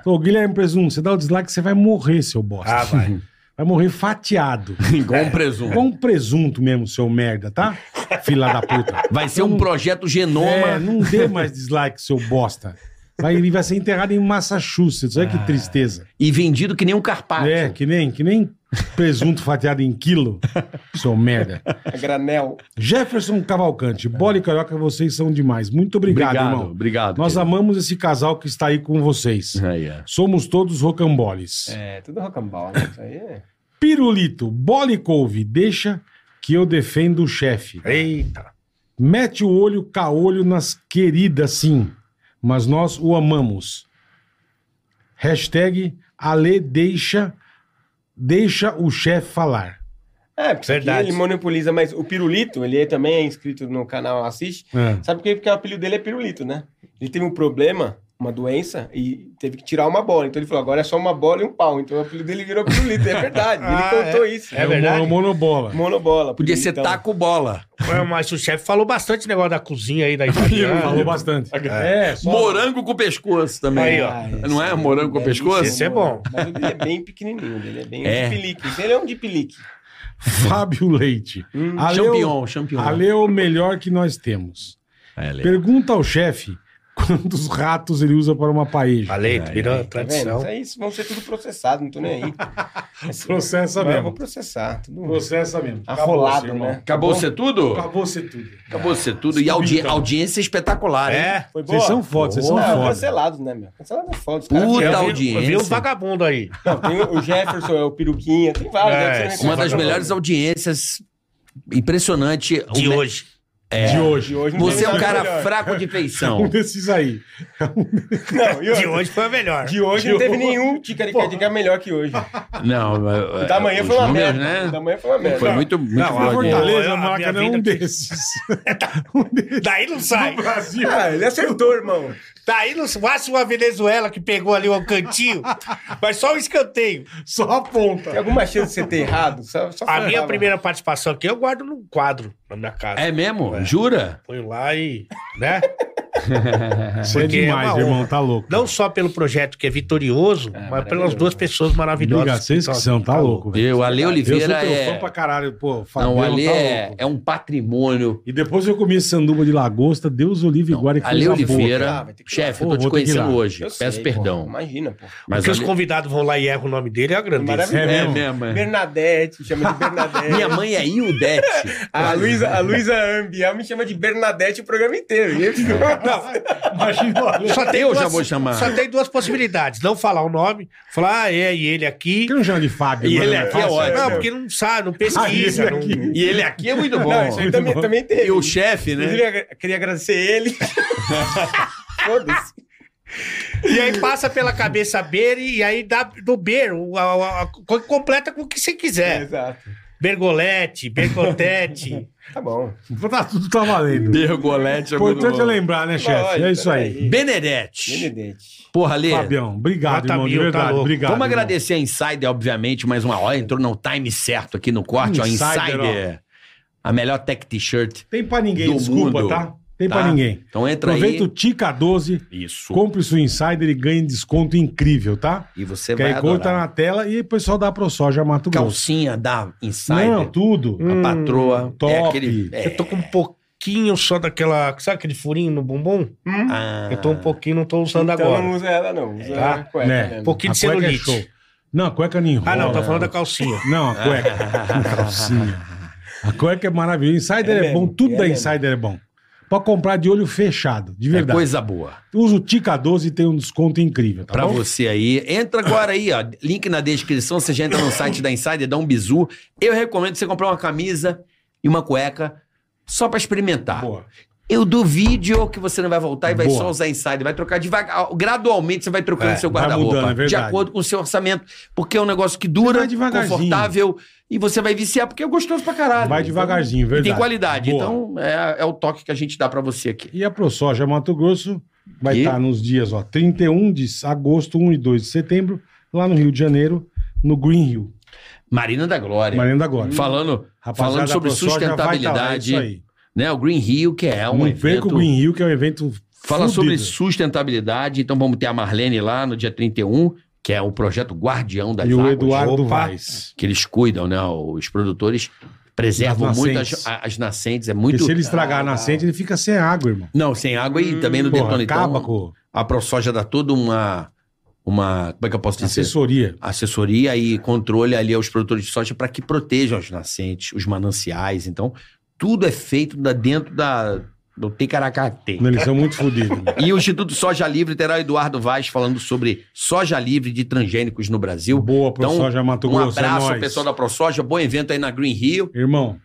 [SPEAKER 3] Ô, Guilherme Presunto, você dá o dislike, você vai morrer, seu bosta.
[SPEAKER 4] Ah, vai.
[SPEAKER 3] (laughs) Vai morrer fatiado.
[SPEAKER 5] Igual
[SPEAKER 6] É.
[SPEAKER 5] um presunto.
[SPEAKER 3] Com presunto mesmo, seu merda, tá? Fila da puta.
[SPEAKER 5] Vai ser um projeto genoma.
[SPEAKER 3] É, não dê mais dislike, seu bosta. Vai, ele vai ser enterrado em Massachusetts.
[SPEAKER 5] Ah.
[SPEAKER 3] Olha que tristeza.
[SPEAKER 5] e vendido que nem um carpaccio.
[SPEAKER 3] É, que nem, que nem presunto fatiado em (laughs) quilo, seu merda.
[SPEAKER 6] A granel.
[SPEAKER 3] Jefferson Cavalcante, Bola e Carioca, vocês são demais. Muito obrigado, irmão.
[SPEAKER 5] obrigado.
[SPEAKER 3] Nós
[SPEAKER 5] querido.
[SPEAKER 3] amamos esse casal que está aí com vocês.
[SPEAKER 5] Aí, é.
[SPEAKER 3] Somos todos rocamboles.
[SPEAKER 6] É, tudo rocambole. né? Isso aí é.
[SPEAKER 3] Pirulito, Bola e couve, deixa que eu defendo o chefe.
[SPEAKER 4] Eita.
[SPEAKER 3] Mete o olho, caolho nas queridas, sim. Mas nós o amamos. Hashtag Ale deixa, deixa o chefe falar.
[SPEAKER 6] É, porque
[SPEAKER 4] Verdade.
[SPEAKER 6] aqui ele monopoliza, mas o Pirulito, ele é- também é inscrito no canal Assiste.
[SPEAKER 3] É.
[SPEAKER 6] Sabe por quê? Porque o apelido dele é Pirulito, né? Ele teve um problema, uma doença, e teve que tirar uma bola. Então ele falou, agora é só uma bola e um pau. Então o apelido dele virou Pirulito. É verdade,
[SPEAKER 4] (laughs) Ah,
[SPEAKER 6] ele contou isso.
[SPEAKER 4] É verdade?
[SPEAKER 3] o monobola.
[SPEAKER 6] Monobola.
[SPEAKER 5] Podia ser
[SPEAKER 6] Piruliton.
[SPEAKER 5] taco bola.
[SPEAKER 4] Ué, Mas o chefe falou bastante negócio da cozinha aí da italiana.
[SPEAKER 3] Falou bastante. É, só-
[SPEAKER 5] Morango com pescoço também.
[SPEAKER 4] Aí, ó.
[SPEAKER 6] Ah,
[SPEAKER 5] Não é? Morango com
[SPEAKER 6] é
[SPEAKER 5] pescoço?
[SPEAKER 6] bom,
[SPEAKER 4] Esse é bom.
[SPEAKER 6] Mas ele é bem pequenininho, ele é bem
[SPEAKER 5] É.
[SPEAKER 6] de pelique. Ele é um de pelique.
[SPEAKER 3] É. Fábio Leite.
[SPEAKER 6] Hum.
[SPEAKER 3] Ale é o-
[SPEAKER 5] Champion, champion.
[SPEAKER 3] Ale é o melhor que nós temos.
[SPEAKER 5] É, Ale.
[SPEAKER 3] Pergunta ao chefe quantos ratos ele usa para uma paeja.
[SPEAKER 4] Falei, virou
[SPEAKER 6] Tá vendo?
[SPEAKER 4] tradição.
[SPEAKER 6] Isso aí isso vão ser tudo processado, não tô nem aí. Esse-
[SPEAKER 3] Processa
[SPEAKER 6] Mas Eu
[SPEAKER 3] mesmo.
[SPEAKER 6] vou processar. Tudo
[SPEAKER 3] Processa mesmo.
[SPEAKER 5] Tá
[SPEAKER 6] Arrolado,
[SPEAKER 3] Acabou-se,
[SPEAKER 6] né?
[SPEAKER 3] irmão.
[SPEAKER 5] Acabou ser tudo?
[SPEAKER 3] Acabou-se tudo.
[SPEAKER 5] Acabou-se tudo. E audi-
[SPEAKER 3] Então.
[SPEAKER 5] audiência espetacular, hein?
[SPEAKER 4] É.
[SPEAKER 6] Foi
[SPEAKER 3] Vocês são foda, vocês são
[SPEAKER 6] Não,
[SPEAKER 3] foda.
[SPEAKER 6] cancelados, né, meu? Cancelado é foda. os
[SPEAKER 5] Puta
[SPEAKER 6] caras-
[SPEAKER 5] (laughs)
[SPEAKER 4] Eu vi-
[SPEAKER 5] audiência.
[SPEAKER 4] Eu vi um vagabundo aí.
[SPEAKER 6] Não, tem o o Jefferson, é o Peruquinha, tem vários.
[SPEAKER 4] É,
[SPEAKER 6] né, que você não
[SPEAKER 5] Uma das
[SPEAKER 6] reconhece.
[SPEAKER 5] melhores audiências. Impressionante.
[SPEAKER 4] De
[SPEAKER 5] O me-
[SPEAKER 4] hoje.
[SPEAKER 3] De hoje.
[SPEAKER 6] De hoje não
[SPEAKER 5] Você é
[SPEAKER 6] tem
[SPEAKER 5] um cara
[SPEAKER 6] melhor.
[SPEAKER 5] fraco de
[SPEAKER 3] Um (laughs)
[SPEAKER 5] feição.
[SPEAKER 3] desses aí.
[SPEAKER 6] Não, e
[SPEAKER 4] De
[SPEAKER 6] hoje?
[SPEAKER 4] hoje foi a melhor.
[SPEAKER 6] De hoje não teve nenhum ticaricatica melhor que hoje.
[SPEAKER 5] (laughs) Não,
[SPEAKER 6] O da manhã
[SPEAKER 5] os
[SPEAKER 6] foi uma
[SPEAKER 5] números,
[SPEAKER 6] merda. O da
[SPEAKER 5] Né?
[SPEAKER 6] manhã foi uma merda.
[SPEAKER 5] Foi muito, muito
[SPEAKER 4] Não, a
[SPEAKER 5] boa
[SPEAKER 4] Olha,
[SPEAKER 5] audiência.
[SPEAKER 4] eu-
[SPEAKER 3] Fortaleza,
[SPEAKER 4] a minha
[SPEAKER 3] Maracanã,
[SPEAKER 4] vida
[SPEAKER 3] um
[SPEAKER 4] aqui.
[SPEAKER 3] desses. (laughs) um desses.
[SPEAKER 4] Daí não sai.
[SPEAKER 3] Brasil.
[SPEAKER 6] Ah, ele acertou, irmão.
[SPEAKER 4] Daí não sai. Basta uma Venezuela que pegou ali o cantinho, mas só o escanteio.
[SPEAKER 3] Só a
[SPEAKER 6] Tem
[SPEAKER 3] ponta.
[SPEAKER 6] alguma chance de você ter errado? Só, só
[SPEAKER 4] A
[SPEAKER 3] Tá
[SPEAKER 6] ferrava.
[SPEAKER 4] minha primeira participação aqui eu guardo num quadro na minha casa.
[SPEAKER 5] É mesmo?
[SPEAKER 4] (laughs)
[SPEAKER 5] Jura?
[SPEAKER 4] Ponho lá e. Né?
[SPEAKER 3] Você é
[SPEAKER 4] Porque é
[SPEAKER 3] demais,
[SPEAKER 4] uma
[SPEAKER 3] irmão.
[SPEAKER 4] honra.
[SPEAKER 3] Tá louco.
[SPEAKER 4] Não só pelo projeto que é vitorioso, mas pelas duas pessoas maravilhosas.
[SPEAKER 3] Obrigado, vocês que
[SPEAKER 4] estão
[SPEAKER 3] são.
[SPEAKER 4] aqui.
[SPEAKER 3] Tá louco, velho.
[SPEAKER 5] Eu, Ale
[SPEAKER 3] Eu sou
[SPEAKER 5] Oliveira
[SPEAKER 3] teu fã
[SPEAKER 5] é.
[SPEAKER 3] pra caralho, pô. Fabiano,
[SPEAKER 5] Não, Ale
[SPEAKER 3] tá
[SPEAKER 5] é,
[SPEAKER 3] louco.
[SPEAKER 5] é um patrimônio.
[SPEAKER 3] E depois eu comi sanduba de lagosta, Deus o livre e guarde que
[SPEAKER 5] Ale
[SPEAKER 3] coisa boa,
[SPEAKER 5] Oliveira,
[SPEAKER 6] Ah, vai ter que ir lá.
[SPEAKER 5] chefe, eu
[SPEAKER 3] Pô,
[SPEAKER 5] tô te
[SPEAKER 3] vou ter que ir
[SPEAKER 5] conhecendo
[SPEAKER 3] lá.
[SPEAKER 5] hoje.
[SPEAKER 6] Eu
[SPEAKER 5] Peço
[SPEAKER 6] sei,
[SPEAKER 5] perdão.
[SPEAKER 6] pô. Imagina, pô.
[SPEAKER 5] Mas
[SPEAKER 4] Porque os
[SPEAKER 5] Ale-
[SPEAKER 4] convidados vão lá e erram o nome dele, eu agradeço.
[SPEAKER 6] Maravilhoso.
[SPEAKER 3] É
[SPEAKER 5] É
[SPEAKER 3] mesmo?
[SPEAKER 5] mesmo, é.
[SPEAKER 6] Bernadette, chama de Bernadette.
[SPEAKER 5] Minha mãe é Ildete.
[SPEAKER 6] A Luísa, a Luísa Ambiel me chama de Bernadette o programa inteiro.
[SPEAKER 3] (laughs)
[SPEAKER 6] E eu fico-
[SPEAKER 3] Imagina o Ale.
[SPEAKER 4] Só tem
[SPEAKER 5] Eu
[SPEAKER 4] duas-
[SPEAKER 5] já vou chamar.
[SPEAKER 4] Só tem duas possibilidades. Não falar o nome, falar, ah, é, e ele aqui.
[SPEAKER 3] Por que não chama de Fábio?
[SPEAKER 5] E
[SPEAKER 3] mano?
[SPEAKER 5] ele aqui é
[SPEAKER 3] Fala
[SPEAKER 5] ótimo.
[SPEAKER 3] sério.
[SPEAKER 4] Não, porque não sabe, não
[SPEAKER 3] Ah, esse
[SPEAKER 4] pesquisa. não-
[SPEAKER 3] aqui.
[SPEAKER 5] E ele aqui é muito bom.
[SPEAKER 6] Não, isso aí também, também teve.
[SPEAKER 5] E o chefe,
[SPEAKER 6] Inclusive,
[SPEAKER 5] né?
[SPEAKER 6] eu agra- queria
[SPEAKER 3] (laughs)
[SPEAKER 6] agradecer ele. Foda-se.
[SPEAKER 4] E aí passa pela cabeça Beira e aí dá do Beira, o- a- a- a- completa com o que você
[SPEAKER 5] É.
[SPEAKER 3] É.
[SPEAKER 4] quiser.
[SPEAKER 6] Exato.
[SPEAKER 4] Bergolete, Bergotete.
[SPEAKER 6] Tá bom.
[SPEAKER 3] Tá, tudo tá valendo.
[SPEAKER 5] Bergolete é muito
[SPEAKER 3] Importante é
[SPEAKER 5] bom.
[SPEAKER 3] lembrar, né, chefe?
[SPEAKER 6] Lógico,
[SPEAKER 3] É isso aí.
[SPEAKER 6] peraí.
[SPEAKER 5] Benedete.
[SPEAKER 6] Benedete.
[SPEAKER 5] Porra, Ale.
[SPEAKER 3] Fabião, obrigado,
[SPEAKER 4] Nota
[SPEAKER 3] irmão. De
[SPEAKER 4] mil, tá
[SPEAKER 3] verdade,
[SPEAKER 4] louco.
[SPEAKER 3] obrigado.
[SPEAKER 5] Vamos
[SPEAKER 3] irmão.
[SPEAKER 5] agradecer a Insider, obviamente, mais uma hora. Entrou no time certo aqui no corte, ó.
[SPEAKER 3] Insider,
[SPEAKER 5] Insider. A melhor tech t-shirt.
[SPEAKER 3] Tem pra ninguém,
[SPEAKER 5] Do
[SPEAKER 3] desculpa,
[SPEAKER 5] mundo.
[SPEAKER 3] tá? Tem
[SPEAKER 5] tá?
[SPEAKER 3] pra ninguém.
[SPEAKER 5] Então entra
[SPEAKER 3] Aproveita
[SPEAKER 5] aí.
[SPEAKER 3] o Tica 12,
[SPEAKER 5] Isso.
[SPEAKER 3] compre o seu insider e ganhe desconto incrível, tá?
[SPEAKER 5] E você vai
[SPEAKER 3] QR Code tá
[SPEAKER 5] adorar.
[SPEAKER 3] na tela e o pessoal da ProSoja Mato Grosso.
[SPEAKER 5] Calcinha da Insider. Hum.
[SPEAKER 3] Não, tudo. Né?
[SPEAKER 5] A patroa.
[SPEAKER 3] top.
[SPEAKER 5] É aquele... é,
[SPEAKER 4] Eu tô com um pouquinho só daquela. Sabe aquele furinho no bumbum?
[SPEAKER 5] ah,
[SPEAKER 4] Eu tô um pouquinho, não tô usando
[SPEAKER 6] Então
[SPEAKER 4] agora.
[SPEAKER 6] não usa ela, não. Usa
[SPEAKER 4] Tá?
[SPEAKER 6] a cueca
[SPEAKER 3] Né.
[SPEAKER 6] mesmo.
[SPEAKER 4] Um pouquinho
[SPEAKER 3] A
[SPEAKER 4] de
[SPEAKER 3] cueca é
[SPEAKER 4] celulite.
[SPEAKER 3] show. Não, a cueca não enrola.
[SPEAKER 4] ah,
[SPEAKER 5] tá
[SPEAKER 4] não, tô falando da calcinha.
[SPEAKER 3] Não, a cueca.
[SPEAKER 5] (laughs)
[SPEAKER 3] Calcinha. A cueca é maravilhosa. Insider é,
[SPEAKER 6] É
[SPEAKER 3] bom,
[SPEAKER 6] mesmo,
[SPEAKER 3] tudo
[SPEAKER 6] é
[SPEAKER 3] da
[SPEAKER 6] mesmo.
[SPEAKER 3] Insider é bom. pra comprar de olho fechado, de
[SPEAKER 5] É
[SPEAKER 3] verdade.
[SPEAKER 5] coisa boa.
[SPEAKER 3] Usa o Tica 12 e tem um desconto incrível, tá
[SPEAKER 5] pra
[SPEAKER 3] bom?
[SPEAKER 5] você aí. Entra agora aí, ó. Link na descrição. Você já entra no site da Insider, dá um bizu. Eu recomendo você comprar uma camisa e uma cueca só pra experimentar.
[SPEAKER 3] Boa.
[SPEAKER 5] Eu duvido que você não vai voltar e vai
[SPEAKER 3] Boa.
[SPEAKER 5] só usar Insider. Vai trocar devagar. Gradualmente você vai trocando
[SPEAKER 4] É,
[SPEAKER 5] seu
[SPEAKER 3] vai mudando, é
[SPEAKER 5] guarda-roupa. de
[SPEAKER 3] verdade.
[SPEAKER 5] acordo com o seu orçamento. Porque é um negócio que dura,
[SPEAKER 3] Vai devagarzinho.
[SPEAKER 5] confortável. E você vai viciar, porque é gostoso pra caralho.
[SPEAKER 3] Vai devagarzinho,
[SPEAKER 5] Então, e
[SPEAKER 3] verdade.
[SPEAKER 5] tem qualidade.
[SPEAKER 3] Boa.
[SPEAKER 5] Então é, é o toque que a gente dá pra você aqui.
[SPEAKER 3] E a ProSoja Mato Grosso vai
[SPEAKER 5] E?
[SPEAKER 3] estar nos dias ó, 31 de agosto, 1 e 2 de setembro, lá no Rio de Janeiro, no Green Hill.
[SPEAKER 5] Marina da Glória.
[SPEAKER 3] Mariana agora.
[SPEAKER 5] Falando, falando sobre
[SPEAKER 3] tá,
[SPEAKER 5] sustentabilidade. né? O Green Rio, que é um
[SPEAKER 3] é Não perca
[SPEAKER 5] evento.
[SPEAKER 3] o Green Hill, que é um evento
[SPEAKER 5] Fala sobre
[SPEAKER 3] fudido.
[SPEAKER 5] sustentabilidade. Então vamos ter a Marlene lá no dia 31, que é o projeto Guardião das
[SPEAKER 3] E o
[SPEAKER 5] Águas.
[SPEAKER 3] Eduardo
[SPEAKER 4] Opa.
[SPEAKER 3] Vaz.
[SPEAKER 5] Que eles cuidam, né? Os produtores preservam
[SPEAKER 3] Das
[SPEAKER 5] muito
[SPEAKER 3] nascentes.
[SPEAKER 5] as, a- as nascentes. É
[SPEAKER 3] Porque
[SPEAKER 5] muito.
[SPEAKER 3] se ele estragar a
[SPEAKER 6] Ah,
[SPEAKER 3] nascente, ele fica sem água, irmão.
[SPEAKER 5] Não, sem água e
[SPEAKER 6] Hum,
[SPEAKER 5] também no
[SPEAKER 3] Porra,
[SPEAKER 5] detona.
[SPEAKER 3] acaba
[SPEAKER 5] Então,
[SPEAKER 3] com
[SPEAKER 5] a ProSoja dá toda uma. uma como é que eu posso dizer?
[SPEAKER 3] assessoria.
[SPEAKER 5] assessoria e controle ali aos produtores de soja para que protejam as nascentes, os mananciais. Então, tudo é feito da- dentro da, do Ticaracate.
[SPEAKER 3] Eles são muito fodidos. irmão.
[SPEAKER 5] E o Instituto Soja Livre terá o Eduardo Vaz falando sobre soja livre de transgênicos no Brasil.
[SPEAKER 3] Boa,
[SPEAKER 5] Então,
[SPEAKER 3] ProSoja Mato
[SPEAKER 5] Um
[SPEAKER 3] Grosso.
[SPEAKER 5] abraço
[SPEAKER 3] é
[SPEAKER 5] ao
[SPEAKER 3] nóis.
[SPEAKER 5] pessoal da ProSoja, bom evento aí na Green Rio.
[SPEAKER 3] Irmão,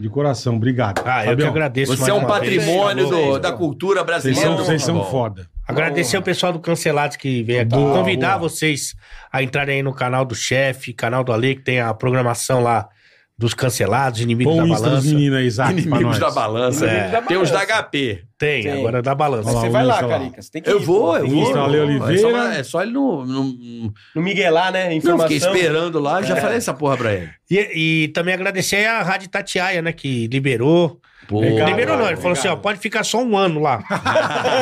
[SPEAKER 3] de coração, obrigado.
[SPEAKER 4] Ah, eu que
[SPEAKER 3] Fabião,
[SPEAKER 4] agradeço. um
[SPEAKER 5] Você
[SPEAKER 4] mais
[SPEAKER 5] é um
[SPEAKER 4] uma vez.
[SPEAKER 5] patrimônio
[SPEAKER 4] Falou.
[SPEAKER 5] do- da cultura
[SPEAKER 3] Vocês
[SPEAKER 5] brasileira. Tá
[SPEAKER 3] são, vocês são
[SPEAKER 5] Bom.
[SPEAKER 3] foda.
[SPEAKER 4] Agradecer o pessoal do Cancelados que veio aqui.
[SPEAKER 3] Boa,
[SPEAKER 4] Convidar
[SPEAKER 3] boa.
[SPEAKER 4] vocês a entrarem aí no canal do chefe, canal do Ale, que tem a programação lá dos Cancelados, Inimigos
[SPEAKER 3] Bom
[SPEAKER 4] da
[SPEAKER 3] Insta dos
[SPEAKER 4] Balança.
[SPEAKER 3] meninos aí, Isaac. pra
[SPEAKER 5] Inimigos
[SPEAKER 3] nós. É.
[SPEAKER 5] da balança.
[SPEAKER 4] Inimigos
[SPEAKER 6] da
[SPEAKER 5] Tem os da
[SPEAKER 6] balança.
[SPEAKER 5] HP.
[SPEAKER 4] Tem,
[SPEAKER 6] Tem.
[SPEAKER 4] agora é da Balança.
[SPEAKER 6] Mas
[SPEAKER 3] Olha lá,
[SPEAKER 6] você
[SPEAKER 3] o
[SPEAKER 6] vai lá,
[SPEAKER 3] Insta lá.
[SPEAKER 6] Carica. Você tem que
[SPEAKER 5] Eu
[SPEAKER 6] ir,
[SPEAKER 5] vou,
[SPEAKER 6] pô.
[SPEAKER 5] eu
[SPEAKER 3] Insta,
[SPEAKER 5] vou.
[SPEAKER 3] Ale
[SPEAKER 5] É só,
[SPEAKER 3] Oliveira.
[SPEAKER 5] é só ele não, não,
[SPEAKER 6] No Miguelar, né?
[SPEAKER 5] não
[SPEAKER 6] Informação.
[SPEAKER 5] fiquei esperando lá.
[SPEAKER 3] É.
[SPEAKER 5] Já falei essa porra pra ele.
[SPEAKER 4] E, e também agradecer a Rádio Tatiaia, né, que liberou.
[SPEAKER 5] Pô,
[SPEAKER 3] Legal.
[SPEAKER 4] liberou não, ele
[SPEAKER 3] obrigado.
[SPEAKER 4] falou assim, ó, pode ficar só um ano lá.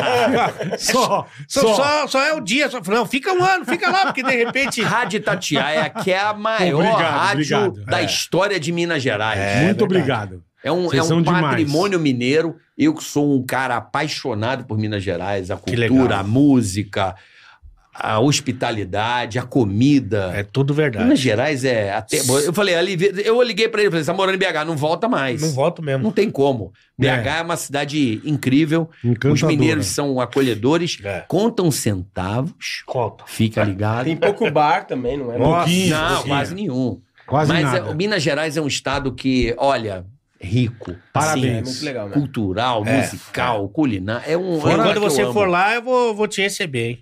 [SPEAKER 5] (laughs)
[SPEAKER 3] Só,
[SPEAKER 4] só,
[SPEAKER 3] só.
[SPEAKER 4] só, só é o dia. Só, não, fica um ano, fica lá, porque de repente...
[SPEAKER 5] Rádio Itatiaia, que é a maior
[SPEAKER 3] Obrigado,
[SPEAKER 5] rádio
[SPEAKER 3] obrigado.
[SPEAKER 5] da
[SPEAKER 3] É.
[SPEAKER 5] história de Minas Gerais.
[SPEAKER 3] Muito obrigado.
[SPEAKER 5] É um,
[SPEAKER 3] Vocês
[SPEAKER 5] é um
[SPEAKER 3] são demais.
[SPEAKER 5] patrimônio mineiro. Eu que sou um cara apaixonado por Minas Gerais, a
[SPEAKER 4] Que legal.
[SPEAKER 5] cultura, a música, a hospitalidade, a
[SPEAKER 4] (laughs)
[SPEAKER 5] comida.
[SPEAKER 4] É tudo
[SPEAKER 5] Minas
[SPEAKER 4] verdade.
[SPEAKER 5] Gerais é até. Eu falei, ali, eu liguei pra ele, falei, você tá morando em BH, não volta mais.
[SPEAKER 4] Não volto mesmo.
[SPEAKER 5] Não tem como. BH
[SPEAKER 3] É.
[SPEAKER 5] é, uma cidade incrível. Os
[SPEAKER 3] Encantador. né?
[SPEAKER 5] mineiros são acolhedores,
[SPEAKER 4] É.
[SPEAKER 5] contam centavos.
[SPEAKER 4] Conta.
[SPEAKER 5] Fica ligado.
[SPEAKER 6] Tem pouco bar também, não é?
[SPEAKER 3] Nossa. pouquinho,
[SPEAKER 5] um não,
[SPEAKER 3] pouquinho.
[SPEAKER 5] quase nenhum.
[SPEAKER 3] Quase
[SPEAKER 5] Mas
[SPEAKER 3] nada.
[SPEAKER 5] é, o Minas Gerais é um estado que, olha, rico.
[SPEAKER 6] É
[SPEAKER 3] Parabéns.
[SPEAKER 5] assim,
[SPEAKER 6] muito legal, né?
[SPEAKER 5] cultural,
[SPEAKER 4] É,
[SPEAKER 5] musical, culinário. É um.
[SPEAKER 4] E
[SPEAKER 5] é um
[SPEAKER 4] quando
[SPEAKER 5] lugar que eu
[SPEAKER 4] você
[SPEAKER 5] amo.
[SPEAKER 4] for lá, eu vou, vou te receber, hein?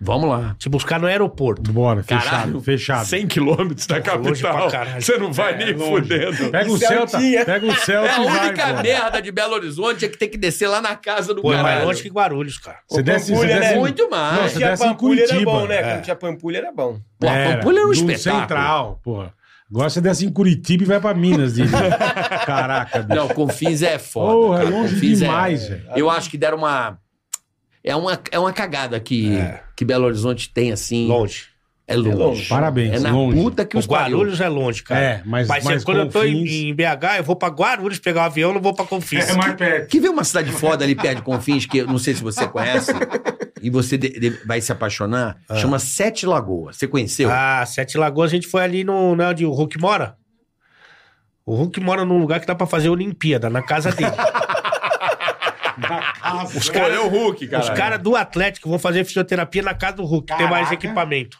[SPEAKER 5] Vamos lá.
[SPEAKER 4] Te buscar no aeroporto.
[SPEAKER 3] Bora, fechado,
[SPEAKER 5] Caralho,
[SPEAKER 3] fechado.
[SPEAKER 5] quilômetros da
[SPEAKER 4] longe pra caralho.
[SPEAKER 5] não vai nem fudendo.
[SPEAKER 3] Pega o Celta,
[SPEAKER 6] Celtinha.
[SPEAKER 3] pega o
[SPEAKER 5] É
[SPEAKER 3] Celta
[SPEAKER 5] a
[SPEAKER 3] e vai,
[SPEAKER 5] única
[SPEAKER 3] pô.
[SPEAKER 5] merda de Belo Horizonte é que tem que descer lá na casa do
[SPEAKER 4] Pô, é mais
[SPEAKER 5] caralho. é
[SPEAKER 4] longe que Guarulhos, cara.
[SPEAKER 3] Você
[SPEAKER 6] Ô,
[SPEAKER 3] desce, você
[SPEAKER 6] Pampulha,
[SPEAKER 3] desce
[SPEAKER 6] né?
[SPEAKER 3] em-
[SPEAKER 5] Muito
[SPEAKER 3] Não,
[SPEAKER 5] mais.
[SPEAKER 6] Quando
[SPEAKER 3] você
[SPEAKER 6] tinha
[SPEAKER 3] desce em
[SPEAKER 6] Pampulha era
[SPEAKER 3] Curitiba.
[SPEAKER 6] bom, né?
[SPEAKER 4] É.
[SPEAKER 6] Quando tinha Pampulha era bom.
[SPEAKER 5] Pô, a
[SPEAKER 3] Era,
[SPEAKER 5] Pampulha é um
[SPEAKER 3] do
[SPEAKER 5] espetáculo.
[SPEAKER 3] Central, pô. Agora você desce em Curitiba e vai pra Minas,
[SPEAKER 5] (laughs)
[SPEAKER 3] de Caraca, bicho.
[SPEAKER 5] Não, Confins é foda.
[SPEAKER 3] Porra, é
[SPEAKER 5] cara.
[SPEAKER 3] longe
[SPEAKER 5] Confins é-
[SPEAKER 3] demais, velho.
[SPEAKER 5] Eu acho que deram uma. É uma, é uma cagada que, que Belo Horizonte tem, assim.
[SPEAKER 4] Longe.
[SPEAKER 5] É longe.
[SPEAKER 6] É longe.
[SPEAKER 3] Parabéns,
[SPEAKER 5] É na
[SPEAKER 3] longe.
[SPEAKER 5] puta que
[SPEAKER 4] O
[SPEAKER 5] os Guarulhos.
[SPEAKER 4] Guarulhos é longe, cara.
[SPEAKER 3] É, mas,
[SPEAKER 4] Mas,
[SPEAKER 3] mas,
[SPEAKER 4] se- quando eu tô em,
[SPEAKER 3] Confins-
[SPEAKER 4] em BH, eu vou pra Guarulhos pegar o avião, não vou pra
[SPEAKER 5] É,
[SPEAKER 4] Confins.
[SPEAKER 5] (laughs)
[SPEAKER 3] perto.
[SPEAKER 5] Que vê uma cidade foda ali perto de Confins, que eu não sei se você conhece, e você de- de- vai se apaixonar, chama Sete Lagoas. Você conheceu?
[SPEAKER 4] Ah, Sete Lagoas, a gente foi ali no, né, onde o Hulk mora. O Hulk mora num lugar que dá pra fazer Olimpíada, na casa
[SPEAKER 5] (laughs)
[SPEAKER 4] dele.
[SPEAKER 3] Os
[SPEAKER 4] caras-
[SPEAKER 5] o Hulk,
[SPEAKER 4] Os caras do Atlético vão fazer fisioterapia na casa do Hulk, que tem mais
[SPEAKER 3] Caraca.
[SPEAKER 4] equipamento.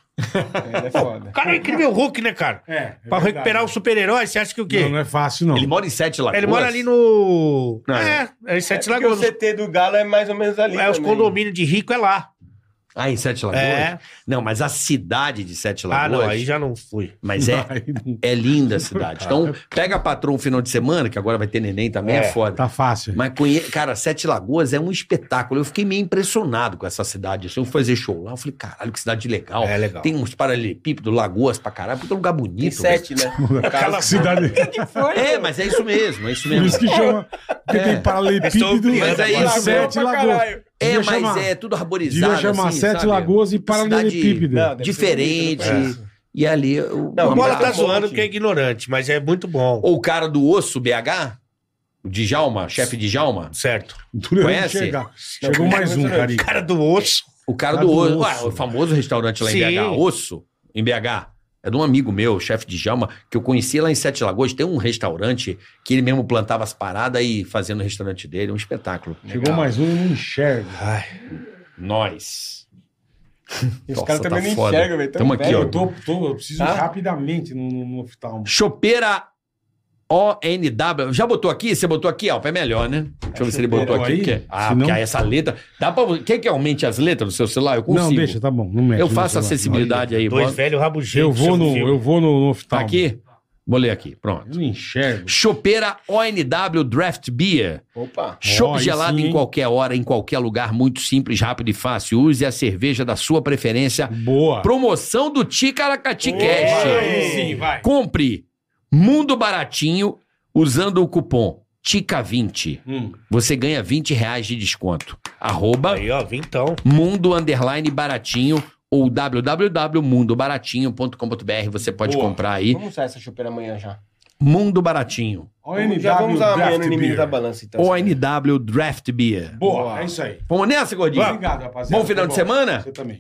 [SPEAKER 6] Ela é foda.
[SPEAKER 4] O cara é incrível Hulk, né, cara?
[SPEAKER 3] É, é
[SPEAKER 4] pra
[SPEAKER 3] verdade.
[SPEAKER 4] recuperar o super-herói, você acha que o quê?
[SPEAKER 3] Não, é não é fácil, não.
[SPEAKER 5] Ele mora em Sete Lagoas.
[SPEAKER 4] Ele mora ali no.
[SPEAKER 5] Não.
[SPEAKER 4] É, é em Sete
[SPEAKER 6] Porque o
[SPEAKER 4] Lagoas.
[SPEAKER 6] CT do Galo é mais ou menos ali.
[SPEAKER 4] É, os
[SPEAKER 6] também.
[SPEAKER 4] condomínios de rico é lá.
[SPEAKER 5] Ah, em Sete Lagoas?
[SPEAKER 4] É.
[SPEAKER 5] Não, mas a cidade de Sete
[SPEAKER 4] Ah,
[SPEAKER 5] Lagoas.
[SPEAKER 4] não, aí já não fui.
[SPEAKER 5] Mas é,
[SPEAKER 3] Aí não-
[SPEAKER 5] é linda a cidade. Então, pega patrão final de semana, que agora vai ter neném também, é,
[SPEAKER 4] É,
[SPEAKER 5] foda.
[SPEAKER 3] Tá fácil.
[SPEAKER 5] Mas, conhe- cara, Sete Lagoas é um espetáculo. Eu fiquei meio impressionado com essa cidade. Assim, eu fui fazer show lá, eu falei, caralho, que cidade legal.
[SPEAKER 4] É legal.
[SPEAKER 5] Tem uns paralelepípedos, lagoas pra caralho, puta lugar bonito.
[SPEAKER 6] Tem sete, né?
[SPEAKER 5] (laughs)
[SPEAKER 3] Aquela cidade.
[SPEAKER 5] velho. É, mas é isso mesmo, é isso
[SPEAKER 3] Por isso
[SPEAKER 5] mesmo.
[SPEAKER 3] que chama. Porque
[SPEAKER 5] É.
[SPEAKER 3] tem paralelepípedo.
[SPEAKER 4] Mas é
[SPEAKER 3] e
[SPEAKER 5] isso.
[SPEAKER 3] Sete lagoas.
[SPEAKER 5] É,
[SPEAKER 3] Devia
[SPEAKER 5] mas
[SPEAKER 3] chamar-
[SPEAKER 5] é tudo arborizado.
[SPEAKER 3] Devia chamar
[SPEAKER 5] assim,
[SPEAKER 3] Sete
[SPEAKER 5] sabe?
[SPEAKER 3] Lagoas e Paralelepípedo.
[SPEAKER 6] Não, deve
[SPEAKER 5] né?
[SPEAKER 6] ser
[SPEAKER 5] Diferente.
[SPEAKER 6] bonito, né?
[SPEAKER 5] E ali. o-
[SPEAKER 6] Não,
[SPEAKER 5] um
[SPEAKER 4] O Bola
[SPEAKER 5] abraço.
[SPEAKER 4] tá
[SPEAKER 6] Abraço.
[SPEAKER 4] zoando porque é ignorante, mas é muito bom.
[SPEAKER 5] Ou o cara do osso BH, o Djalma, chefe Djalma.
[SPEAKER 4] Certo.
[SPEAKER 3] Tudo bem,
[SPEAKER 5] Conhece?
[SPEAKER 3] chega. Chegou mais um, Carica.
[SPEAKER 4] Cara do osso.
[SPEAKER 5] O cara
[SPEAKER 3] Cara
[SPEAKER 5] do
[SPEAKER 3] do
[SPEAKER 5] osso.
[SPEAKER 3] osso.
[SPEAKER 5] Ué, o famoso restaurante lá em
[SPEAKER 4] Sim.
[SPEAKER 5] BH, osso, em BH. É de um amigo meu, chefe de Jalma, que eu conheci lá em Sete Lagoas. Tem um restaurante que ele mesmo plantava as paradas e fazia no restaurante dele. Um espetáculo.
[SPEAKER 3] Chegou mais um, eu não enxergo.
[SPEAKER 5] Nós.
[SPEAKER 6] E os
[SPEAKER 5] Nossa,
[SPEAKER 6] caras
[SPEAKER 5] tá
[SPEAKER 6] também não
[SPEAKER 5] foda.
[SPEAKER 6] enxergam, velho. Tamo
[SPEAKER 5] Tamo aqui,
[SPEAKER 6] velho.
[SPEAKER 5] ó.
[SPEAKER 3] É, Eu, tô, tô- eu preciso
[SPEAKER 6] Tá?
[SPEAKER 3] ir rapidamente no, no, no oftalmo.
[SPEAKER 5] Chopeira ONW. Já botou aqui? Você botou aqui, Alpa? É melhor, né? Deixa eu ver se ele botou
[SPEAKER 3] Botou
[SPEAKER 5] aqui.
[SPEAKER 3] aí?
[SPEAKER 5] porque- Ah,
[SPEAKER 3] Se não-
[SPEAKER 5] porque aí essa letra. Dá pra. Quer que aumente as letras do seu celular? Eu consigo.
[SPEAKER 3] Não, deixa, tá bom. Não mexe
[SPEAKER 5] Eu
[SPEAKER 3] no
[SPEAKER 5] faço
[SPEAKER 3] celular.
[SPEAKER 5] acessibilidade aí.
[SPEAKER 4] Dois
[SPEAKER 5] É, bota-
[SPEAKER 4] velhos rabugentos.
[SPEAKER 3] Eu vou no,
[SPEAKER 4] filme.
[SPEAKER 3] eu vou no, no
[SPEAKER 5] Tá
[SPEAKER 3] oftalmo.
[SPEAKER 5] aqui? Vou ler aqui. Pronto.
[SPEAKER 3] Eu não enxergo.
[SPEAKER 5] Chopeira ONW Draft Beer.
[SPEAKER 6] Opa.
[SPEAKER 5] Chopp
[SPEAKER 3] Ó, aí
[SPEAKER 5] gelado
[SPEAKER 3] sim,
[SPEAKER 5] em
[SPEAKER 3] hein?
[SPEAKER 5] qualquer hora, em qualquer lugar, muito simples, rápido e fácil. Use a cerveja da sua preferência.
[SPEAKER 3] Boa.
[SPEAKER 5] Promoção do Ticaracati Cash.
[SPEAKER 3] Boa, aí sim, vai.
[SPEAKER 5] Compre Mundo Baratinho usando o cupom TICA20.
[SPEAKER 3] Hum.
[SPEAKER 5] Você ganha 20 reais de desconto. Arroba
[SPEAKER 4] Aí, ó, então. vintão.
[SPEAKER 5] Mundo Underline Baratinho ou www.mundobaratinho.com.br. Você pode
[SPEAKER 3] Boa.
[SPEAKER 5] comprar aí.
[SPEAKER 6] Vamos usar essa chupeira amanhã já.
[SPEAKER 5] Mundo Baratinho.
[SPEAKER 3] ONW
[SPEAKER 6] já vamos usar amanhã no
[SPEAKER 3] Draft
[SPEAKER 6] inimigo
[SPEAKER 3] Beer.
[SPEAKER 6] da balança, então.
[SPEAKER 5] ONW Draft Beer.
[SPEAKER 3] Tá Boa, é isso aí.
[SPEAKER 5] Vamos nessa, gordinho?
[SPEAKER 3] Obrigado, rapaziada.
[SPEAKER 5] Bom final de
[SPEAKER 3] Foi
[SPEAKER 5] semana?
[SPEAKER 3] Você também.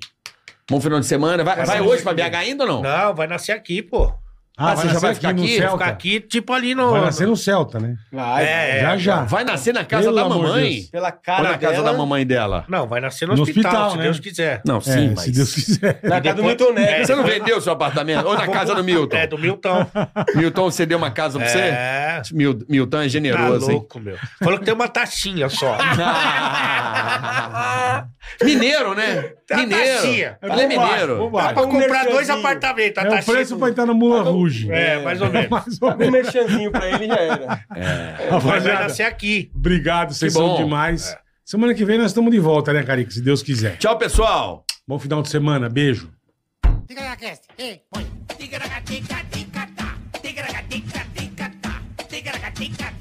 [SPEAKER 5] Bom final de semana. Vai,
[SPEAKER 3] Vai
[SPEAKER 5] vai
[SPEAKER 3] ser
[SPEAKER 5] hoje pra
[SPEAKER 3] muito
[SPEAKER 5] BH ainda ou não?
[SPEAKER 4] Não, vai nascer aqui, pô.
[SPEAKER 5] Ah, você
[SPEAKER 3] vai
[SPEAKER 5] já vai
[SPEAKER 3] nascer
[SPEAKER 5] ficar
[SPEAKER 3] no
[SPEAKER 5] aqui?
[SPEAKER 3] Celta.
[SPEAKER 4] Ficar aqui, tipo ali no.
[SPEAKER 3] Vai nascer no Celta, né?
[SPEAKER 6] Vai.
[SPEAKER 4] É,
[SPEAKER 3] já, já.
[SPEAKER 5] Vai nascer na casa
[SPEAKER 3] Pelo
[SPEAKER 5] da
[SPEAKER 3] amor de
[SPEAKER 5] mamãe?
[SPEAKER 3] Deus.
[SPEAKER 6] Pela
[SPEAKER 5] Ou
[SPEAKER 6] cara
[SPEAKER 5] na casa
[SPEAKER 6] dela,
[SPEAKER 5] da mamãe dela?
[SPEAKER 4] Não, vai nascer no,
[SPEAKER 3] No
[SPEAKER 4] hospital,
[SPEAKER 3] hospital,
[SPEAKER 4] se
[SPEAKER 3] né?
[SPEAKER 4] Deus quiser.
[SPEAKER 5] Não, sim,
[SPEAKER 3] É,
[SPEAKER 5] mas...
[SPEAKER 3] Se Deus
[SPEAKER 5] (laughs)
[SPEAKER 3] quiser.
[SPEAKER 6] Na casa do Milton Neves.
[SPEAKER 5] Você não vendeu seu apartamento? Ou na casa do Milton?
[SPEAKER 4] É, do Milton.
[SPEAKER 5] Milton cedeu uma casa pra
[SPEAKER 4] É.
[SPEAKER 5] (laughs) você? Mil- Milton é
[SPEAKER 4] Tá
[SPEAKER 5] generoso, hein?
[SPEAKER 4] louco, meu. Falou que tem uma taxinha (laughs) só.
[SPEAKER 5] (laughs)
[SPEAKER 3] Ah,
[SPEAKER 5] mineiro, né?
[SPEAKER 4] Tá
[SPEAKER 5] mineiro.
[SPEAKER 4] bacia.
[SPEAKER 5] Ele é mineiro.
[SPEAKER 4] Dá pra
[SPEAKER 6] Um
[SPEAKER 4] comprar dois
[SPEAKER 6] merchanzinho.
[SPEAKER 4] apartamentos. A
[SPEAKER 3] É o
[SPEAKER 4] taxinha.
[SPEAKER 3] preço pra entrar na Mula Ruge.
[SPEAKER 4] É, mais ou menos.
[SPEAKER 3] Mais ou
[SPEAKER 6] Um
[SPEAKER 3] menos.
[SPEAKER 6] merchanzinho pra ele já era.
[SPEAKER 4] Mas vai
[SPEAKER 3] Rapaziada,
[SPEAKER 4] nascer aqui.
[SPEAKER 3] obrigado, vocês
[SPEAKER 5] Que
[SPEAKER 3] são
[SPEAKER 5] bom. É.
[SPEAKER 3] demais. Semana que vem nós estamos de volta, né, Carica? Se Deus quiser.
[SPEAKER 5] Tchau, pessoal.
[SPEAKER 3] Bom final de semana, beijo.
[SPEAKER 2] Ticaracast, ei, põe. Ticaracatica, ticatá. Ticaracatica, ticatá. Ticaracatica,